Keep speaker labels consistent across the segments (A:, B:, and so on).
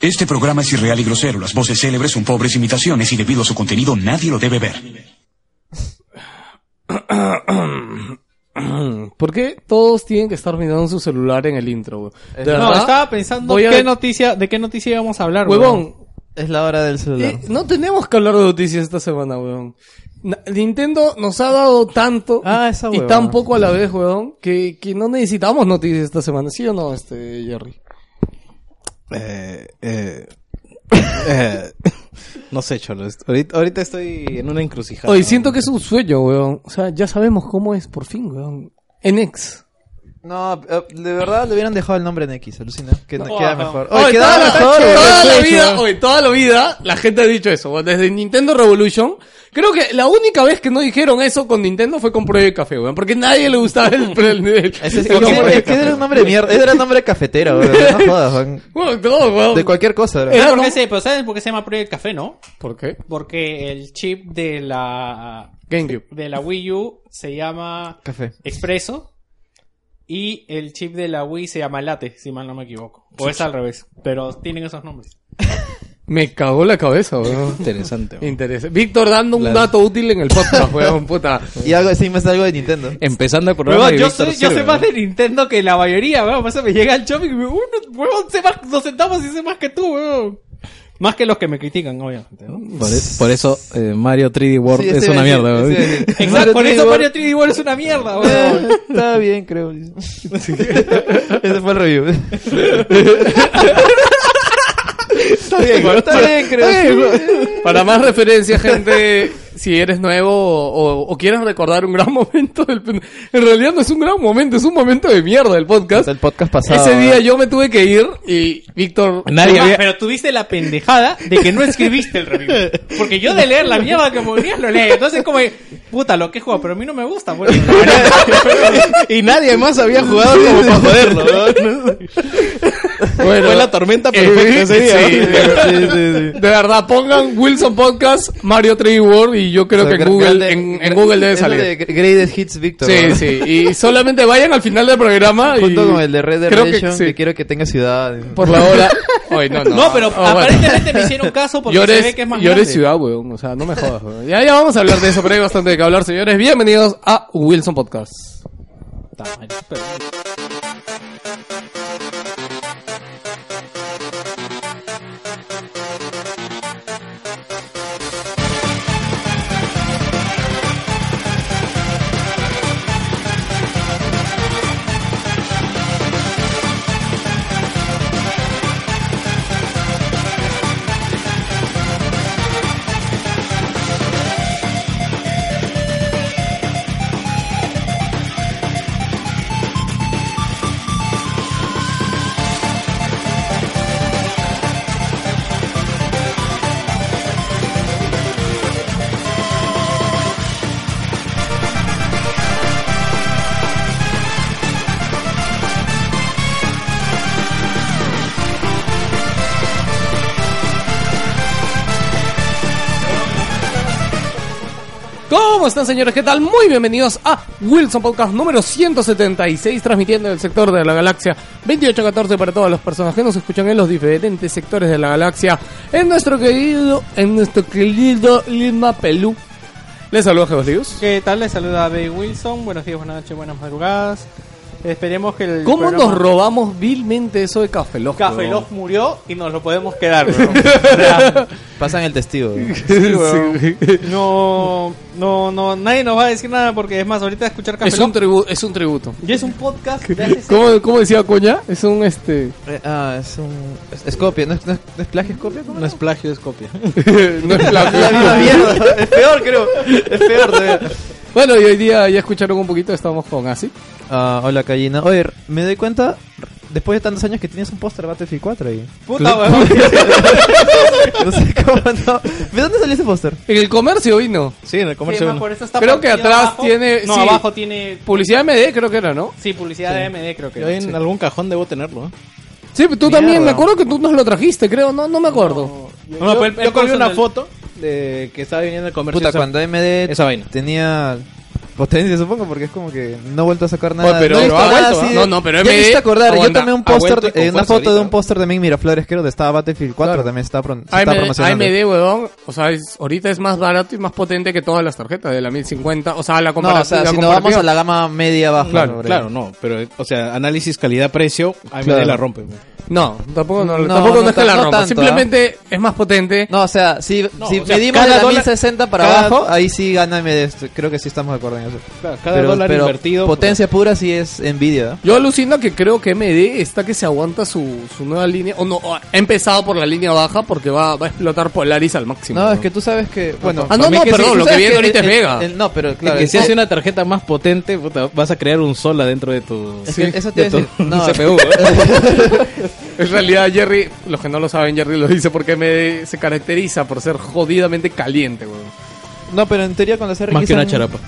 A: Este programa es irreal y grosero. Las voces célebres son pobres imitaciones y debido a su contenido nadie lo debe ver.
B: ¿Por qué todos tienen que estar mirando su celular en el intro? weón? De
C: No,
B: verdad,
C: estaba pensando
B: voy a-
C: qué noticia, de qué noticia íbamos a hablar,
B: Huevón,
D: Es la hora del celular.
B: eh, no tenemos que hablar de noticias esta semana, weón. Na- Nintendo nos ha dado tanto
D: Ah, esa
B: y
D: huevada.
B: tan poco a la vez, weón, que, que no necesitamos noticias esta semana, ¿sí o no, este Jerry?
D: Eh, eh, eh, no sé, Cholo. est- Ahorita, ahorita estoy en una encrucijada.
B: Oye, siento que es un sueño, weón. O sea, ya sabemos cómo es, por fin, weón. NX.
D: No, eh, de verdad le hubieran dejado el nombre en X, alucina. Que queda
C: Ajá.
D: mejor.
B: Oye,
D: Oye, queda
B: toda la-
D: mejor.
B: toda
D: weón.
B: la
D: Sí,
B: vida,
D: weón.
B: oye, toda la vida la gente ha dicho eso. weón. Desde Nintendo Revolution, creo que la única vez que no dijeron eso con Nintendo fue con Project Café, weón, porque nadie le gustaba el, el, el-
D: Ese
B: el
D: sí, es que-
B: Project
D: es que
B: Café.
D: era un nombre de mierda. Era un nombre cafetero, weón. No jodas, weón.
B: Weón, no, weón.
D: De cualquier cosa, weón.
B: Eh.
C: Claro,
B: ¿no?
C: porque se, pero ¿saben por qué se llama Project Café, no?
B: ¿Por qué?
C: Porque el chip de la
B: GameCube.
C: de la Wii U se llama
D: Café.
C: Expreso y el chip de la Wii se llama Late, si mal no me equivoco. O es al revés, pero tienen esos nombres.
B: Me cagó la cabeza, weón.
D: Interesante,
B: Interés. Víctor dando un
D: Claro.
B: dato útil en el podcast, weón, puta.
D: Y algo, sí, me algo de Nintendo.
E: Empezando el programa.
C: Huevón,
E: y
C: yo,
E: Víctor
C: sé, yo
E: sirve,
C: sé más de Nintendo que la mayoría, weón. Por eso me llega el shopping y me uno, huevón, sé más, nos sentamos y sé más que tú, weón. Más que los que me critican, obviamente, ¿no?
E: ¿no? Por, e- por eso eh, Mario 3D World
D: Sí,
E: es
D: este
E: una
D: iba a
E: mierda.
D: decir, este iba
E: weón.
D: a decir.
C: Exacto, por eso
D: World-
C: Mario 3D World es una mierda, weón.
D: Eh, Está bien, creo. Ese fue el review. está bien, weón. está bien, creo.
B: Para más referencia, gente, si eres nuevo o, o quieres recordar un gran momento del... pen- En realidad no es un gran momento, es un momento de mierda del podcast.
D: Hasta el podcast pasado. ¿eh?
B: Ese día
D: weón.
B: yo me tuve que ir y Víctor...
E: Nadie
C: Ah,
E: había-
C: Pero tuviste la pendejada de que no escribiste el review. Porque yo de leer la mierda que ponías lo leí. Entonces, como, puta, lo que he jugado, pero a mí no me gusta. Bueno,
D: Y nadie más había jugado como para joderlo. weón.
B: Bueno,
D: Fue la tormenta
B: eh,
D: perfecta ese día.
B: sí,
D: weón. Sí, sí,
B: de
D: sí.
B: verdad, pongan Wilson Podcast, Mario 3 World y yo creo que en
D: Gra-
B: Google,
D: grande-
B: en, en
D: gra-
B: Google debe
D: es lo de
B: salir.
D: Greatest Hits Victor.
B: Sí,
D: weón.
B: sí. Y solamente vayan al final del programa y...
D: Junto con el de Red Dead
B: creo que
D: Redemption, que,
B: sí.
D: quiero que tenga ciudad.
B: Por la hora... Oye, no, no.
C: no, pero
B: Ah, bueno.
C: aparentemente me hicieron caso porque
B: Llores,
C: se ve que es más
B: Llores
C: grande.
B: ciudad, weón. O sea, no me jodas, weón. Ya, ya vamos a hablar de eso, pero hay bastante de qué hablar, señores. Bienvenidos a Wilson Podcast.
C: Puta madre, pero-
B: ¿Cómo están, señores? ¿Qué tal? Muy bienvenidos a Wilson Podcast número 176, transmitiendo el sector de la galaxia 2814 para todas las personas que nos escuchan en los diferentes sectores de la galaxia. En nuestro querido, en nuestro querido Lima Pelú. Les saludo a Dios.
C: ¿Qué tal? Les saluda B. Wilson. Buenos días, buenas noches, buenas madrugadas. Esperemos que el.
B: ¿Cómo
C: programa-
B: nos robamos vilmente eso de Café Lock?
C: Café
B: weón?
C: Lock murió y nos lo podemos quedar, weón.
D: Pasan el testigo. Eh, weón.
C: Sí, weón. No, no, no, nadie nos va a decir nada porque es más, ahorita escuchar Café
B: Es un,
C: Lock
B: tribu- es un tributo.
C: ya es un podcast de hace
B: ¿Cómo, cómo decía Coña? Es un este.
D: Eh, Ah, es un. Es, es copia, ¿no es, no es, no es plagio? ¿Es copia? ¿Cómo
E: No es plagio, es copia.
B: no es
D: La misma
B: plagio.
D: mierda. Es peor, creo. Es peor, de verdad.
B: bueno, y hoy día ya escucharon un poquito, estamos con así.
D: Ah, hola, Callina. Oye, me doy cuenta, después de tantos años, que tienes un póster de Battlefield 4 ahí.
C: Puta, weón.
D: No sé cómo no. ¿De dónde salió ese póster?
B: En el comercio vino.
D: Sí, en el
C: Sí, man, por eso está
B: Creo que
C: partida
B: atrás tiene-
C: No,
B: sí.
C: abajo tiene.
B: Publicidad MD creo que era, ¿no?
C: Sí, publicidad de AMD, creo que.
E: Yo en algún cajón debo tenerlo. ¿eh?
B: Sí, pero tú
D: Mierda.
B: también, me acuerdo que tú nos lo trajiste, creo, no, no me acuerdo.
E: No, no,
C: yo-
E: pero el-
C: yo
E: yo colgué una
C: personal-
E: foto de que estaba viniendo el comercio.
D: Puta,
E: esa-
D: cuando AMD
E: esa vaina.
D: tenía Potencia, supongo, porque es como que no he vuelto a sacar nada.
C: Oye, pero-
D: no he
C: pero
D: visto
C: ha
D: nada
C: vuelto,
D: así
B: ¿ah? No, no, pero
D: Ya
B: MD
D: me hiciste acordar, yo
B: aguanta.
D: tomé un
C: Ha vuelto y
D: póster,
C: con
D: eh, una
C: fuerza
D: foto de un
C: ahorita.
D: póster de mí en Miraflores, creo, donde estaba Battlefield 4,
B: Claro.
D: también se está, pro- se está
B: AMD,
D: promocionando.
B: AMD, weón, o sea, es- ahorita es más barato y más potente que todas las tarjetas de la 1050. O sea, la
D: No, o
B: comparación.
D: sea, si nos vamos a la gama media baja.
C: Claro,
D: hombre.
C: claro, no. Pero, o sea, análisis calidad-precio, a mí
D: Claro.
C: la rompe. güey.
B: No, tampoco no,
D: No,
B: tampoco no, ¿ah?
D: no
B: es que la
D: tan- no
B: rompa.
D: tanto,
B: Simplemente es más potente.
D: No, o sea, si, si
C: o sea,
D: medimos de
C: cada
D: la
C: dólar-
D: 1060 para
C: cada-
D: abajo, ahí sí gana AMD. estoy- Creo que sí estamos de acuerdo en eso.
C: cada
D: Pero-
C: dólar
D: pero
C: invertido.
D: Potencia pura sí es Nvidia. ¿eh?
B: Yo alucino que creo que MD está que se aguanta su, su nueva línea. O no, o ha empezado por la línea baja porque va, va a explotar Polaris al máximo.
D: No,
B: weón.
D: es que tú sabes que. Bueno,
B: Ah, no,
D: para mí
B: no,
D: sí,
B: perdón,
D: tú
B: lo que
D: sabes
B: viene ahorita es
D: el-
B: Vega.
D: el- no, pero
E: Es
D: claro.
E: que
D: el-
E: si hace una tarjeta más potente, puta, vas a crear un sola dentro de tu.
D: es que eso te
E: de
D: iba a
E: tu
D: decir. No,
E: CPU.
B: En realidad, Jerry, los que no lo saben, Jerry lo dice porque MD se caracteriza por ser jodidamente caliente, weón.
D: no, pero en teoría con las RX.
E: Más que una
D: son-
E: charapa.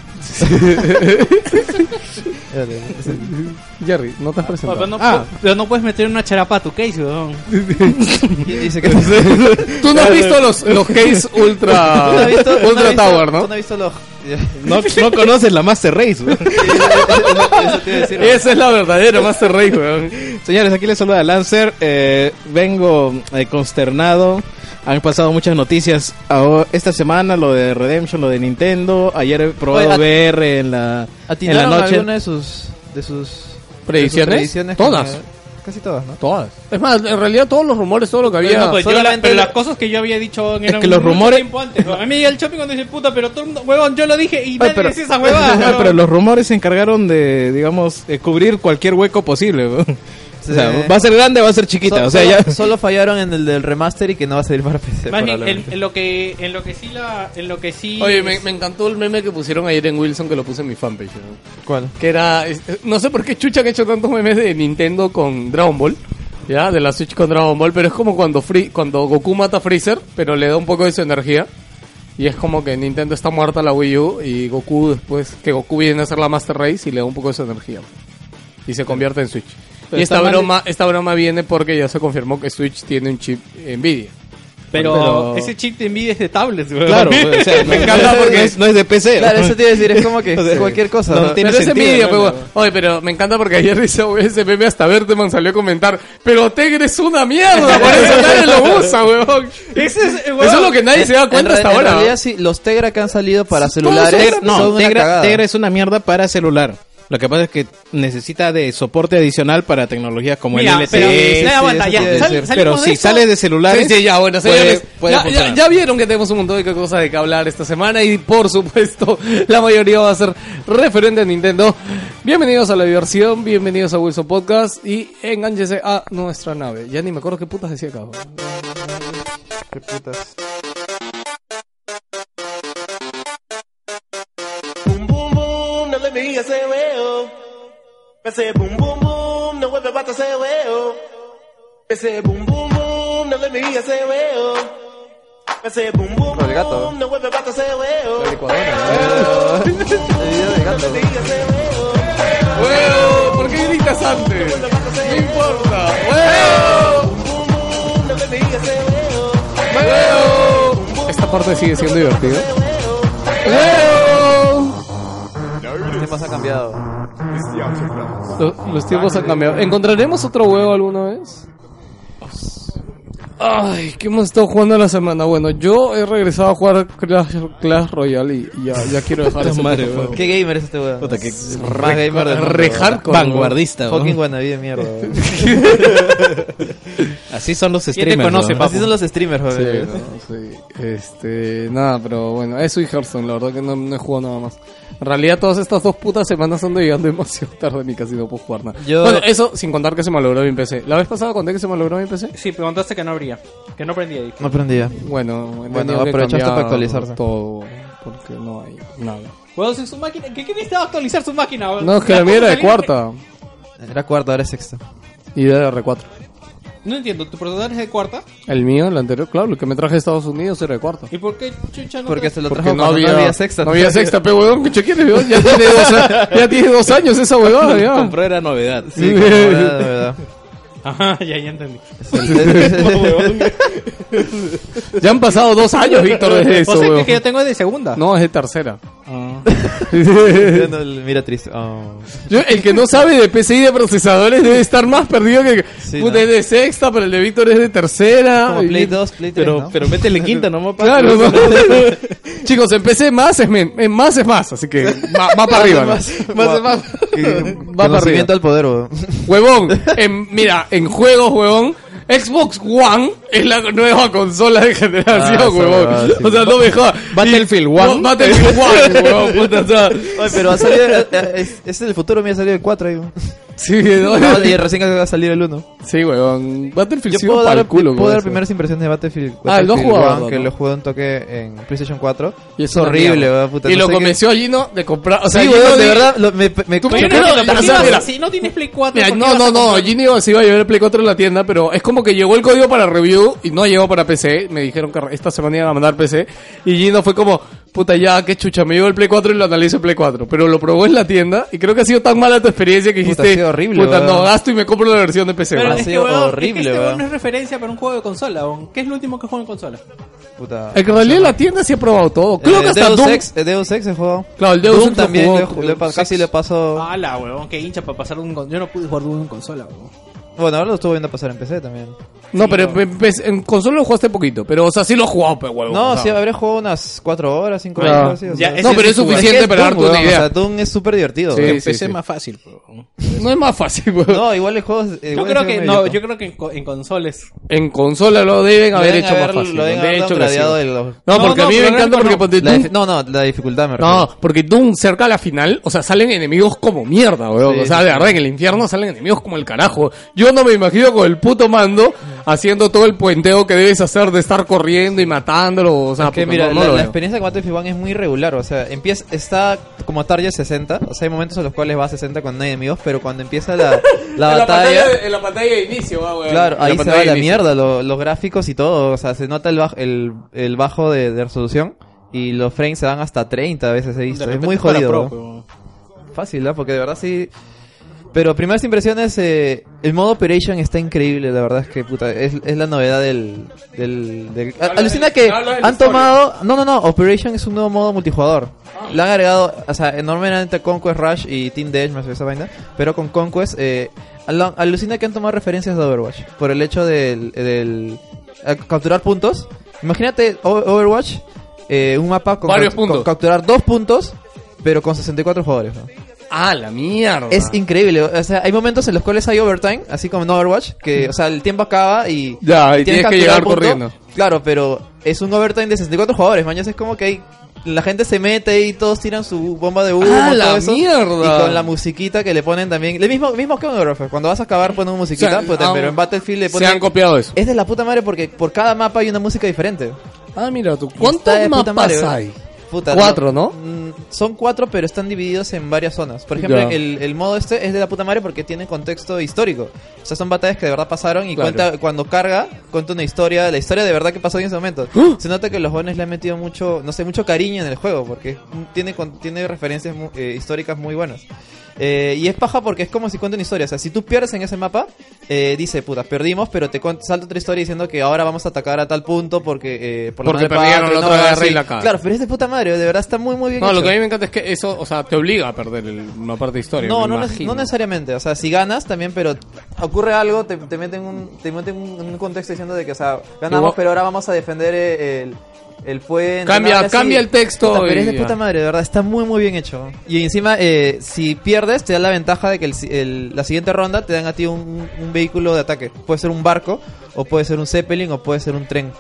D: Espérate, es-
B: Jerry, no te has
C: Ah, Papá,
B: presentado.
C: no pu- pero no puedes meter una charapa a tu case, weón.
D: ¿Quién dice que
B: Tú no has visto los, los case ultra,
D: ¿Tú no has visto- tú no has
B: ultra
D: visto-
B: tower,
D: tú
B: ¿no?
D: no has visto los.
E: No, no conoces la Master Race, güey.
D: Eso te iba a decir, ¿no?
B: Esa es la verdadera Master Race, weón.
E: Señores, aquí les saluda Lancer. eh, vengo eh, consternado. Han pasado muchas noticias ahora- esta semana, lo de Redemption, lo de Nintendo. Ayer he probado
D: Oye, a-
E: VR en la, en la
D: ¿Atinaron
E: noche.
D: alguna de sus. de sus.
B: ¿Predicciones?
D: de sus predicciones?
B: Todas.
D: Casi todas, ¿no?
B: Todas. Es más, en realidad todos los rumores, todo lo que había.
C: No, pues yo la-
D: solamente
C: pero
D: la-
C: las cosas que yo había dicho en
E: Es que los rumores-
C: tiempo antes. weón. A mí llega el shopping cuando dice, puta, pero todo el mundo, huevón, yo lo dije y nadie
E: pero-
C: decía esa huevada.
E: Ah,
C: weón.
E: pero los rumores se encargaron de, digamos, de cubrir cualquier hueco posible. weón.
D: Sí.
E: O sea, va a ser grande, va a ser chiquita.
D: So-
E: o sea,
D: solo,
E: ya.
D: solo fallaron en el del remaster y que no va a salir para PC.
C: Más bien, en,
D: probablemente.
C: en lo que, en lo que sí la, en lo que sí.
B: Oye, me, me encantó el meme que pusieron ayer en Wilson que lo puse en mi fanpage. ¿no?
D: ¿Cuál?
B: Que era. es- No sé por qué chucha han hecho tantos memes de Nintendo con Dragon Ball. Ya, de la Switch con Dragon Ball. Pero es como cuando, Free, cuando Goku mata a Freezer, pero le da un poco de su energía. Y es como que Nintendo está muerta la Wii U y Goku después. Que Goku viene a ser la Master Race y le da un poco de su energía. Y se convierte en Switch.
E: Pero
B: y esta
E: está mal-
B: broma, esta broma viene porque ya se confirmó que Switch tiene un chip Nvidia.
C: pero,
E: pero-
C: ese chip te envidia es de tablets, weón.
E: Claro, weón, o sea,
C: me encanta
E: no
C: porque
E: es, no es de PC.
D: Claro,
E: weón.
D: eso te iba a decir, es como que
E: O sea,
D: cualquier cosa.
E: no
D: ¿no?
E: tiene-
B: Pero ese
E: sentido,
B: envidia,
E: ¿no?
B: pues, weón. Oye, pero me encanta porque ayer hizo ese meme hasta Berteman salió a comentar. Pero Tegre es una mierda, por eso nadie lo usa, weón.
C: Ese es, eh, weón.
B: Eso es lo que nadie se da cuenta
D: en,
B: hasta
D: en
B: ahora.
D: realidad,
B: ¿no?
D: sí, los Tegra que han salido para
B: Sí, todos son
D: celulares
E: Tegra-
B: Tegra-
E: no,
D: son una
E: Tegra,
D: cagada.
E: Tegra es una mierda para celular. Lo que pasa es que necesita de soporte adicional para tecnologías como
C: Mira,
E: el LTE.
C: pero,
D: sí,
C: ya, aguanta,
D: eso
C: ya,
D: quiere
C: sal-
D: decir.
C: salimos
E: Pero
C: de
E: si
C: esto.
E: sales de celulares,
B: Sí, sí, ya, bueno,
E: puede-
B: señores.
E: puede
B: ya,
E: funcionar.
B: ya- ya vieron que tenemos un montón de cosas de que hablar esta semana y, por supuesto, la mayoría va a ser referente a Nintendo. Bienvenidos a la diversión, bienvenidos a Wilson Podcast y enganchese a nuestra nave. Ya ni me acuerdo qué putas decía acá. weón.
D: Qué putas.
F: boom boom boom, no le digas ese huevo. Ese boom boom boom, no vuelve pata ese huevo. Ese boom boom boom, no le digas ese huevo. Ese boom boom
D: El gato.
F: boom, no vuelve pata ese huevo.
D: El video de gato.
F: No le digas ese huevo.
B: ¡Huevo! ¿Por qué gritas antes? No importa. ¡Huevo!
F: Boom boom, no le digas ese huevo.
B: ¡Huevo! Esta parte sigue siendo divertida. ¡Huevo!
D: El tiempo se ha cambiado.
B: Lo- los tiempos han cambiado. ¿Encontraremos otro huevo alguna vez? Ay, ¿qué hemos estado jugando la semana? Bueno, yo he regresado a jugar Clash, Clash Royale y ya, ya quiero dejar ese
E: Madre,
B: puto
E: weón.
B: juego.
D: ¿Qué gamer es este weón?
E: Puta, qué-
D: Más gamer del mundo,
B: Re
D: weón.
B: hardcore,
E: Vanguardista. weón.
D: Fucking wannabe de mierda. weón.
E: Así son los
C: te
E: streamers.
C: conoce,
E: weón.
C: papu?
D: Así son los streamers, joder.
B: Sí, sí. Este, nada, pero bueno, eso y Hearthstone, la verdad que no, no he jugado nada más. En realidad todas estas dos putas semanas ando llegando demasiado tarde ni casi no puedo jugar nada.
D: Yo-
B: Bueno, eso sin contar que se malogró mi PC. ¿La vez pasada conté que se malogró mi PC?
C: Sí, preguntaste que no habría. Que no prendía. dije.
D: No aprendía.
B: Bueno, he
D: Bueno,
B: tenido que
D: aprovechaste
B: cambiar
D: para actualizarse.
B: Todo, porque no hay nada.
C: Huevos en su máquina. ¿Qué, qué necesitaba actualizar su máquina, weón?
B: No, es que la mía
C: mierda
B: era de cuarta
D: Era cuarta, ahora es sexta.
B: y de R4.
C: No entiendo, ¿tu procesador es de cuarta?
B: El mío, el anterior, claro, el que me traje de Estados Unidos era de cuarta.
C: ¿Y por qué chucha no
D: Porque
C: te-
D: se lo trajo
B: Porque no
D: cuando
B: había,
D: sexta.
B: No había sexta, pe weón, que chequeé, weón, ya tiene dos, ya tiene dos años esa weón, ya.
E: Compró era novedad.
D: Sí, como era, de verdad.
C: Ajá, ya, ya entendí.
B: Ya han pasado dos años, Víctor, desde
C: o
B: eso,
C: sea, que,
B: weón.
C: Pues que yo tengo es de segunda.
B: No, es de tercera.
C: Ah.
D: Oh. Mirando el- mira triste. Oh.
B: Yo, el que no sabe de PCI de procesadores debe estar más perdido que.
D: Sí,
B: Puta,
D: ¿no?
B: es de sexta, pero el de Víctor es de tercera.
D: Como
B: Y-
D: Play 2, Play 3,
E: Pero,
D: ¿no?
E: pero métele quinta nomás para
B: Claro, ¿no? Chicos, empecé más es men- eh, más es más, así que va, va para arriba. ¿no?
D: Guau. Qué-
B: para
D: Conocimiento al poder, weón.
B: Huevón, en- mira, en juegos, huevón, Xbox One es la nueva consola de generación,
D: Ah, esa
B: huevón.
D: huevada, sí.
B: O sea, no me jodas.
E: Battlefield
B: No,
E: One.
B: Battlefield One, huevón, puta, o sea,
D: Oye, pero ha salido. eh, eh, Es, es el futuro, me ha salido el 4 ahí, weón.
B: sí, no,
D: No, y recién va a salir el 1.
B: sí, huevón. Battlefield
D: Yo
B: sí
D: puedo
B: va
D: dar,
B: pa'l culo,
D: puedo
B: huevón,
D: dar
B: eso.
D: primeras impresiones de Battlefield.
B: Ah, lo he
D: Battlefield
B: jugado,
D: One, Que
B: ¿no?
D: lo jugué un toque en PlayStation 4.
B: Y
D: es horrible,
B: una mierda.
D: weón. Puta,
B: Y
D: no
B: lo
D: sé qué-
B: convenció a Gino de comprar. O sea,
D: Sí,
B: Gino
D: weón, de
B: di-
D: verdad. lo- me, me,
B: Tú
D: me-
B: me-
D: choqué.
B: creo que la
C: Imagínate, ¿por qué
B: persona-
C: vas-
B: mira.
C: si no tienes Play 4,
B: Mira,
C: ¿por qué
B: no,
C: vas
B: no,
C: a
B: no,
C: comprar?
B: Gini iba- se iba a llevar el Play 4 en la tienda, pero es como que llegó el código para review y no llegó para PC. Me dijeron que esta semana iban a mandar PC. Y Gino fue como, puta ya, qué chucha, me llevo el Play 4 y lo analizo en Play 4. Pero lo probó en la tienda y creo que ha sido tan mala tu experiencia que
D: Puta,
B: dijiste,
D: ha sido horrible,
B: puta,
D: weón.
B: no gasto y me compro la versión de PC.
C: Pero
D: Ha
B: weón.
C: es que,
D: sido
C: weón, es que
D: horrible,
C: este weón
D: weón.
C: no es referencia para un juego de consola, weón. ¿Qué es lo último que juego en consola?
D: Puta.
B: En realidad en la tienda sí ha probado todo. Creo
D: Eh,
B: que hasta
D: Deus
B: Doom.
D: Ex, eh, Deus Ex he jugado.
B: Claro, el Deus
D: Doom
B: Ex lo
D: también.
B: jugó.
D: le he ju- le he pa-
B: Deus
D: casi
B: Ex.
D: le paso.
C: Hala, weón, Ah, qué hincha para pasar de un consola. Yo no pude jugar de un consola, weón.
D: Bueno, ahora lo estuve viendo pasar en PC también.
B: No, pero en, en- en consola lo jugaste poquito. Pero, o sea, sí lo he jugado, pero huevón.
D: No,
B: o sea.
D: sí, habré jugado unas 4 horas, 5
B: Claro.
D: horas. sí, o
B: Ya,
D: sea.
B: ese No, pero es es suficiente
D: que es
B: para
D: Doom,
B: darte una
D: weón,
B: idea.
D: O sea, Doom es súper divertido.
B: Sí,
D: weón.
B: sí, sí.
E: fácil, bro.
B: No es más fácil, weón.
D: No, igual el juego. es-
C: Yo
D: igual
C: creo
D: es
C: que,
D: medio
C: no,
D: viejo.
C: yo creo que en, co- en consoles.
B: En consola lo deben haber
D: deben
B: hecho más
D: haber-
B: fácil.
D: lo deben
B: de
D: haber
B: hecho,
D: downgradeado
B: que sí.
D: de los-
B: No,
C: No,
B: porque
C: no,
B: a mí me
C: pero
B: encanta
C: no.
B: porque ponte
D: La
B: Doom-
D: dif- no, no, la dificultad me refiero.
B: No, porque Doom cerca a la final, o sea, salen enemigos como mierda, weón.
D: Sí,
B: o sea,
D: sí,
B: de
D: sí.
B: verdad, en el infierno salen enemigos como el carajo. Yo no me imagino con el puto mando haciendo todo el puenteo que debes hacer de estar corriendo y matándolo. O sea,
D: Que
B: puta,
D: mira,
B: no, no
D: la,
B: lo
D: la
B: veo.
D: experiencia con Battlefield One es muy irregular, o sea, empieza, está como target 60, o sea, hay momentos en los cuales va a 60 cuando no hay enemigos, pero cuando empieza la, la batalla,
B: en la pantalla de inicio, va, weón.
D: claro,
B: En
D: ahí se
B: pantalla
D: va
B: de
D: la
B: inicio.
D: mierda, lo- los gráficos y todo, o sea, se nota el, baj- el, el bajo de, de resolución y los frames se van hasta 30 a veces, he visto, es muy jodido. ¿no?
B: pues.
D: Fácil, ¿no? Porque de verdad sí. Pero primeras impresiones, eh, el modo Operation está increíble, la verdad es que puta, es, es la novedad del... del, del- a- alucina que
B: habla de la
D: han tomado... No, no, no, Operation es un nuevo modo multijugador.
B: Ah.
D: Le han agregado, o sea, enormemente Conquest Rush y Team Death, más esa vaina, pero con Conquest... Eh, al- alucina que han tomado referencias de Overwatch, por el hecho del... del eh, capturar puntos. Imagínate O- Overwatch, eh, un mapa con,
B: Varios
D: con-
B: puntos.
D: capturar dos puntos, pero con 64 jugadores. ¿no?
B: Ah, la mierda.
D: Es increíble, o sea, hay momentos en los cuales hay overtime, así como en Overwatch, que, o sea, el tiempo acaba y...
B: Ya, y tienes que
D: capturar
B: llegar
D: punto.
B: corriendo.
D: Claro, pero es un overtime de 64 jugadores, mañana es como que hay... La gente se mete y todos tiran su bomba de humo.
B: Ah,
D: todo
B: la
D: eso,
B: mierda.
D: Y con la musiquita que le ponen también. El mismo, mismo que un Overwatch. Cuando vas a acabar ponen una musiquita,
B: O sea,
D: puta,
B: ah,
D: pero en Battlefield le
B: Se
D: ponen.
B: han copiado eso.
D: Es de la puta madre porque por cada mapa hay una música diferente.
B: Ah, mira tú.
D: Está de
B: ¿Cuántos mapas
D: puta madre,
B: hay?
D: Puta,
B: Cuatro, ¿no?
D: Mm, Son cuatro, pero están divididos en varias zonas. Por ejemplo,
B: Ya.
D: el, el modo este es de la puta madre porque tiene contexto histórico. O sea, son batallas que de verdad pasaron y
B: Claro.
D: cuenta, cuando carga, cuenta una historia, la historia de verdad que pasó en ese momento.
B: ¡Ah!
D: Se nota que los jóvenes le han metido mucho, no sé, mucho cariño en el juego porque tiene, con- tiene referencias mu- eh, históricas muy buenas. Eh, y es paja porque es como si cuenta una historia. O sea, si tú pierdes en ese mapa, eh, dice, puta, perdimos, pero te cuen- salta otra historia diciendo que ahora vamos a atacar a tal punto porque... eh, por la
B: Porque
D: madre
B: perdieron la
D: patria, no,
B: otra
D: algo
B: guerra y
D: así.
B: la cagan.
D: Claro, pero es de puta madre, de verdad está muy muy bien
B: No, lo
D: hecho.
B: que a mí me encanta es que eso, o sea, te obliga a perder el- una parte de historia.
D: no,
B: me
D: no, neces-
B: imagino.
D: no necesariamente, o sea, si ganas también, pero ocurre algo, te, te meten, un, te meten un, un contexto diciendo de que, o sea, ganamos,
B: Igual-
D: pero ahora vamos a defender eh, el, el puente.
B: Cambia-
D: algo así.
B: cambia el texto
D: Puta, pero es de
B: y ya.
D: puta madre, de verdad, está muy muy bien hecho. Y encima, eh, si pierdes, te da la ventaja de que el si- el- la siguiente ronda te dan a ti un, un vehículo de ataque. Puede ser un barco, o puede ser un Zeppelin, o puede ser un tren.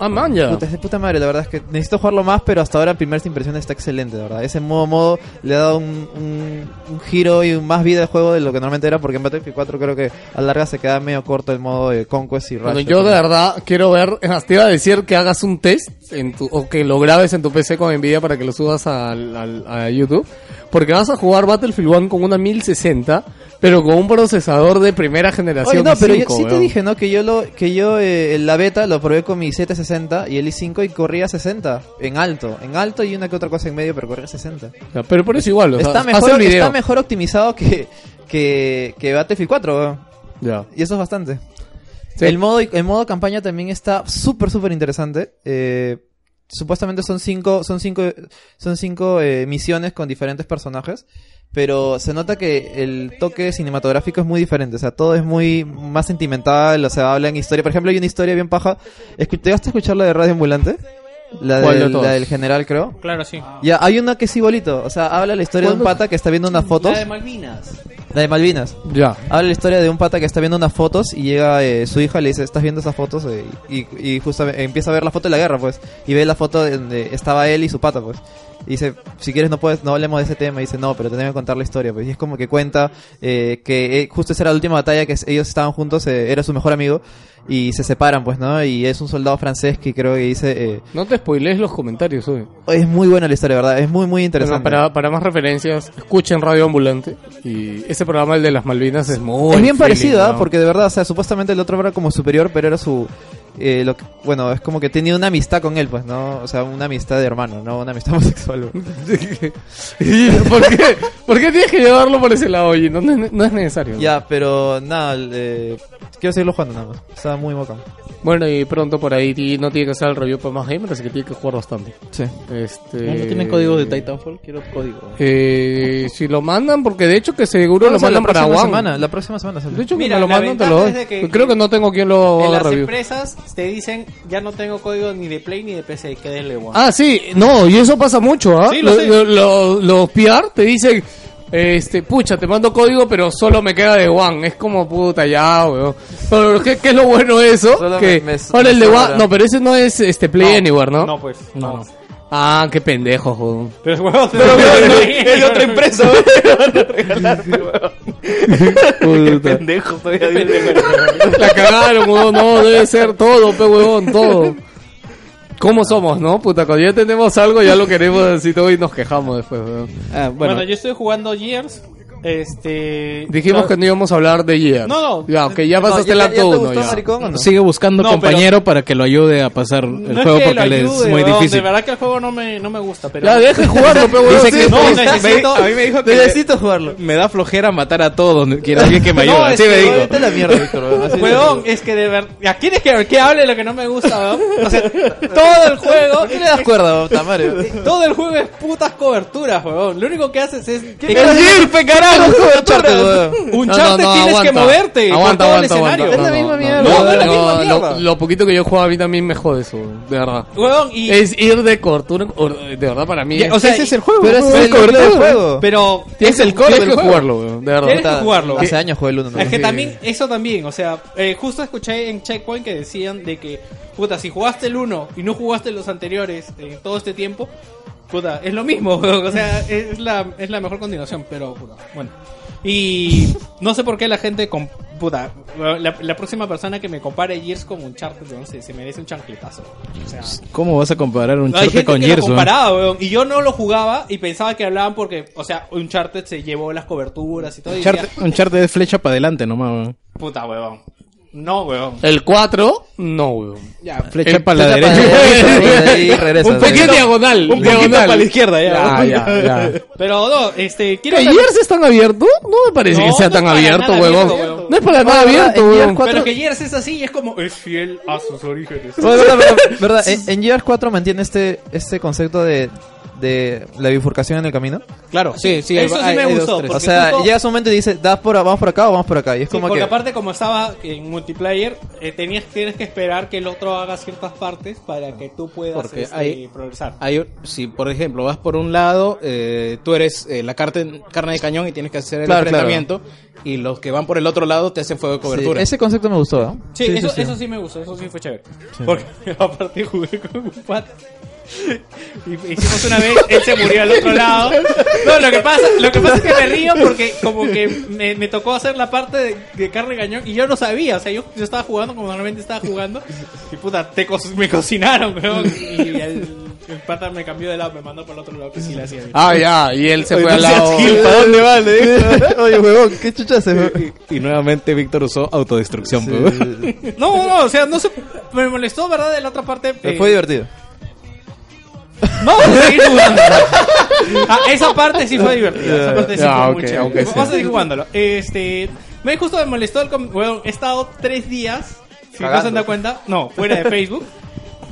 B: Ah, man, ya.
D: Puta, es de puta madre, la verdad es que necesito jugarlo más, pero hasta ahora en primeras impresiones está excelente, de verdad. Ese modo modo le ha dado un, un- un giro y un más vida al juego de lo que normalmente era, porque en Battlefield 4 creo que a la larga se queda medio corto el modo de Conquest y Rush.
B: Bueno, yo de verdad quiero ver, te iba a decir que hagas un test en tu, o que lo grabes en tu PC con Nvidia para que lo subas al, al- a YouTube, porque vas a jugar Battlefield 1 con una 1060, pero con un procesador de primera generación.
D: Oye, no, pero
B: i5,
D: yo, sí te
B: weón.
D: dije, ¿no? Que yo, lo, que yo eh, en la beta lo probé con mi 760 y el i5 y corría 60 en alto. En alto y una que otra cosa en medio, pero corría 60.
B: Ya, Pero por eso igual, o sea,
D: está,
B: haz el
D: mejor,
B: video.
D: está mejor optimizado que, que, que Battlefield 4, weón.
B: Ya.
D: Y eso es bastante.
B: Sí.
D: El, modo, el modo campaña también está súper, súper interesante. Eh, supuestamente son cinco, son cinco, son cinco eh, misiones con diferentes personajes, pero se nota que el toque cinematográfico es muy diferente, o sea, todo es muy más sentimental, o sea, habla en historia. Por ejemplo, hay una historia bien paja. Escu- ¿Te vas a escuchar la de Radio Ambulante? La
E: ¿Cuál de
D: del,
E: todas?
D: la del general, creo.
C: Claro, sí.
D: Ya, hay una que es igualito, o sea, habla la historia de un pata que está viendo unas fotos.
C: Malvinas.
D: La de Malvinas.
B: Ya.
D: Habla la historia de un pata que está viendo unas fotos y llega eh, su hija y le dice, ¿estás viendo esas fotos? eh, y, y justamente empieza a ver la foto de la guerra, pues. Y ve la foto de donde estaba él y su pata, pues. Y dice, si quieres no puedes, no hablemos de ese tema. Y dice, no, pero tenemos que contar la historia, pues. Y es como que cuenta eh, que eh, justo esa era la última batalla que es- ellos estaban juntos, eh, era su mejor amigo. Y se separan, pues, ¿no? Y es un soldado francés que creo que dice... eh,
B: No te spoilees los comentarios, hoy.
D: es muy buena la historia, ¿verdad? Es muy, muy interesante.
B: para, para más referencias, escuchen Radio Ambulante. Y ese programa, el de las Malvinas, es muy.
D: es bien
B: feeling,
D: parecido, ¿ah?
B: ¿no?
D: porque de verdad, o sea, supuestamente el otro era como superior, pero era su... eh, lo que- bueno, es como que tenía una amistad con él, pues, ¿no? O sea, una amistad de hermano, no una amistad homosexual.
B: Eh,
D: güey.
B: Y, ¿Por qué? ¿Por qué tienes que llevarlo por ese lado, oye? No, no es- no es necesario.
D: ya, pero nada, eh, quiero seguirlo jugando nada más. Está muy bacán.
B: Bueno, y pronto por ahí ti- no tiene que hacer el review para más gamer, así que tiene que jugar bastante.
D: Sí.
B: Este...
G: ¿No tienen código de Titanfall? Quiero código.
B: Eh, si lo mandan, porque de hecho que seguro lo mandan para
D: próxima
B: One.
D: semana, la próxima semana. sale.
B: De hecho, que
C: Mira,
B: me lo
C: la
B: mandan, te lo doy.
C: ventaja es de que-
B: Creo que no tengo quien lo
C: En
B: haga
C: las
B: Oh, review.
C: empresas te dicen, ya no tengo código ni de Play ni de PC, que desle one.
B: Ah, sí, no, y eso pasa mucho, ¿ah?
C: Sí, lo
B: Lo-
C: sé.
B: lo- lo- los PR te dicen, este, pucha, te mando código, pero solo me queda de One. Es como puta, ya, weón. Pero, ¿qué, qué es lo bueno de eso?
D: Solo
B: que
D: me- me-
B: ahora
D: me
B: el de One,
D: sobra.
B: no, pero ese no es este Play Anywhere, ¿no?
C: No, pues. No.
B: Ah, qué pendejo, weón.
C: Pero es huevón. Pero
G: Es de otra empresa, pendejo,
B: La cagaron, weón, no, debe ser todo, pe, weón, todo. ¿Cómo somos, no? Puta, cuando ya tenemos algo, ya lo queremos así todo y nos quejamos después, weón.
G: Ah,
C: Bueno,
G: bueno.
C: yo estoy jugando Gears. Este.
B: Dijimos que no íbamos a hablar de Gear.
C: No, no.
B: Ya, ok, ya pasaste
D: No,
B: el
D: ¿ya- ya
B: acto
D: te
B: uno,
D: gustó,
B: ya.
D: maricón, o no?
E: Sigue buscando
C: No,
E: compañero para que lo ayude a pasar el
C: no
E: juego
C: es que
E: porque
C: lo
E: le
C: ayude,
E: es muy
C: huevón, De
E: difícil.
C: verdad que el juego no me, no me gusta, pero.
B: Ya, deje jugarlo, pero weón.
E: Dice que-
C: no,
E: Me-
C: necesito-
E: a mí me dijo que
D: Necesito jugarlo.
E: me da flojera matar a todos, quiero alguien que me ayude,
C: No,
E: así
C: es que
E: me dijo.
D: Vete a la mierda, Víctor. weón, así
C: Huevón, es que de verdad. ¿A quién es que, que hable lo que no me gusta, weón? O sea, todo el juego.
D: te das cuerda, weón, Tamario.
C: Todo el juego es putas coberturas, huevón. Lo único que haces es.
D: ¡Es Gear, carajo!
C: Un charte tienes que moverte por
B: Aguanta,
C: todo el
B: aguanta, aguanta.
C: escenario.
D: Es la misma mierda.
B: No,
C: No, no es la
B: no,
C: misma
B: lo-
C: mierda.
B: Lo poquito que yo juego a mí también me jode eso, de verdad.
C: Huevón, y.
B: Es ir de cortura, o- de verdad para mí. es-
C: o sea,
E: Ese es el juego.
D: Pero es el núcleo del juego.
C: Pero
B: tienes que-
E: el core
B: tienes
E: del
B: que
E: juego.
B: jugarlo, weón, de
C: Tienes
B: verdad.
C: que jugarlo.
D: Hace años jugué el uno, ¿no?
C: Es que
B: Sí.
C: también, eso también, o sea, eh, justo escuché en Checkpoint que decían de que, puta, si jugaste el 1 y no jugaste los anteriores en todo este tiempo, puta, es lo mismo, o sea, es la, es la mejor continuación, pero, puta, bueno. Y no sé por qué la gente, con, puta, la, la próxima persona que me compare Gears con un chart, se, se merece un chancletazo. O sea,
E: ¿Cómo vas a comparar un
C: hay gente
E: charte Pues,
C: que
E: con
C: lo
E: Gears? weón?
C: comparaba, weón, y yo no lo jugaba y pensaba que hablaban porque, o sea, un Uncharted se llevó las coberturas y todo. Y decía,
E: Charte- Un charte de flecha para adelante nomás, weón.
C: puta, weón. No, weón.
B: El 4, no, weón.
E: Flecha
B: el-
E: para la
D: Eh, Para la
E: derecha.
D: derecha, ahí regresa,
B: Un pequeño
D: regresa.
B: diagonal, diagonal.
G: para la izquierda,
B: Ya,
G: ya.
B: ya, ya.
C: Pero no, este, quiero
B: ¿Que
C: saber-
B: Gears es tan abierto? No me parece
C: No,
B: que sea
C: no
B: tan
C: es para
B: abierto,
C: nada
B: weón.
C: abierto, weón.
B: No es para nada abierto,
D: Gears
B: weón.
D: cuatro-
C: Pero que Gears es así y es como, es fiel a sus orígenes.
D: Oye, verdad, verdad, verdad, En, en Gears 4 mantiene este, este concepto de, de la bifurcación en el camino.
G: Claro, sí, sí.
C: Eso sí me gustó,
G: tres.
D: O
C: Porque
D: sea,
C: justo-
D: llegas a un momento y dices, das por, a- vamos por acá o vamos por acá. Y es
C: Sí,
D: como
C: porque
D: que...
C: aparte como estaba en multiplayer, eh, tenías, tienes que esperar que el otro haga ciertas partes para que tú puedas
G: Porque
C: este,
G: hay-
C: progresar.
G: Hay- si por ejemplo vas por un lado, eh, tú eres eh, la carne, carne de cañón y tienes que hacer el
D: Claro, claro.
G: enfrentamiento, y los que van por el otro lado te hacen fuego de
D: Sí,
G: cobertura.
D: ese concepto me gustó, ¿no?
C: Sí, eso, eso sí me gustó, eso sí fue chévere. Porque aparte jugué con un pat. Y hicimos una vez, él se murió al otro lado. No, lo que pasa, lo que pasa es que me río porque como que me, me tocó hacer la parte de, de carne cañón y yo no sabía, o sea, yo, yo estaba jugando como normalmente estaba jugando y puta, te co- me cocinaron, weón. Y el, el pata me cambió de lado, me mandó para el otro lado que sí le hacía bien.
B: Ah, ya, y él se fue al lado.
G: ¿Para dónde va? Le digo.
D: Oye, huevón, ¿qué chucha haces? weón?
E: Y nuevamente Víctor usó autodestrucción,
D: Sí.
E: weón.
C: No, no, o sea, no se, me molestó, ¿verdad? De la otra parte. eh,
D: Pero Fue divertido.
C: Vamos a seguir jugando. Ah, esa parte sí fue divertida. Esa parte sí
B: Ya,
C: fue
B: ok,
C: muy chévere.
B: ok, sí.
C: Vamos a seguir jugándolo. Este, me justo me molestó el com- bueno, he estado tres días, si no se han
D: Cagando.
C: dado cuenta, no, fuera de Facebook.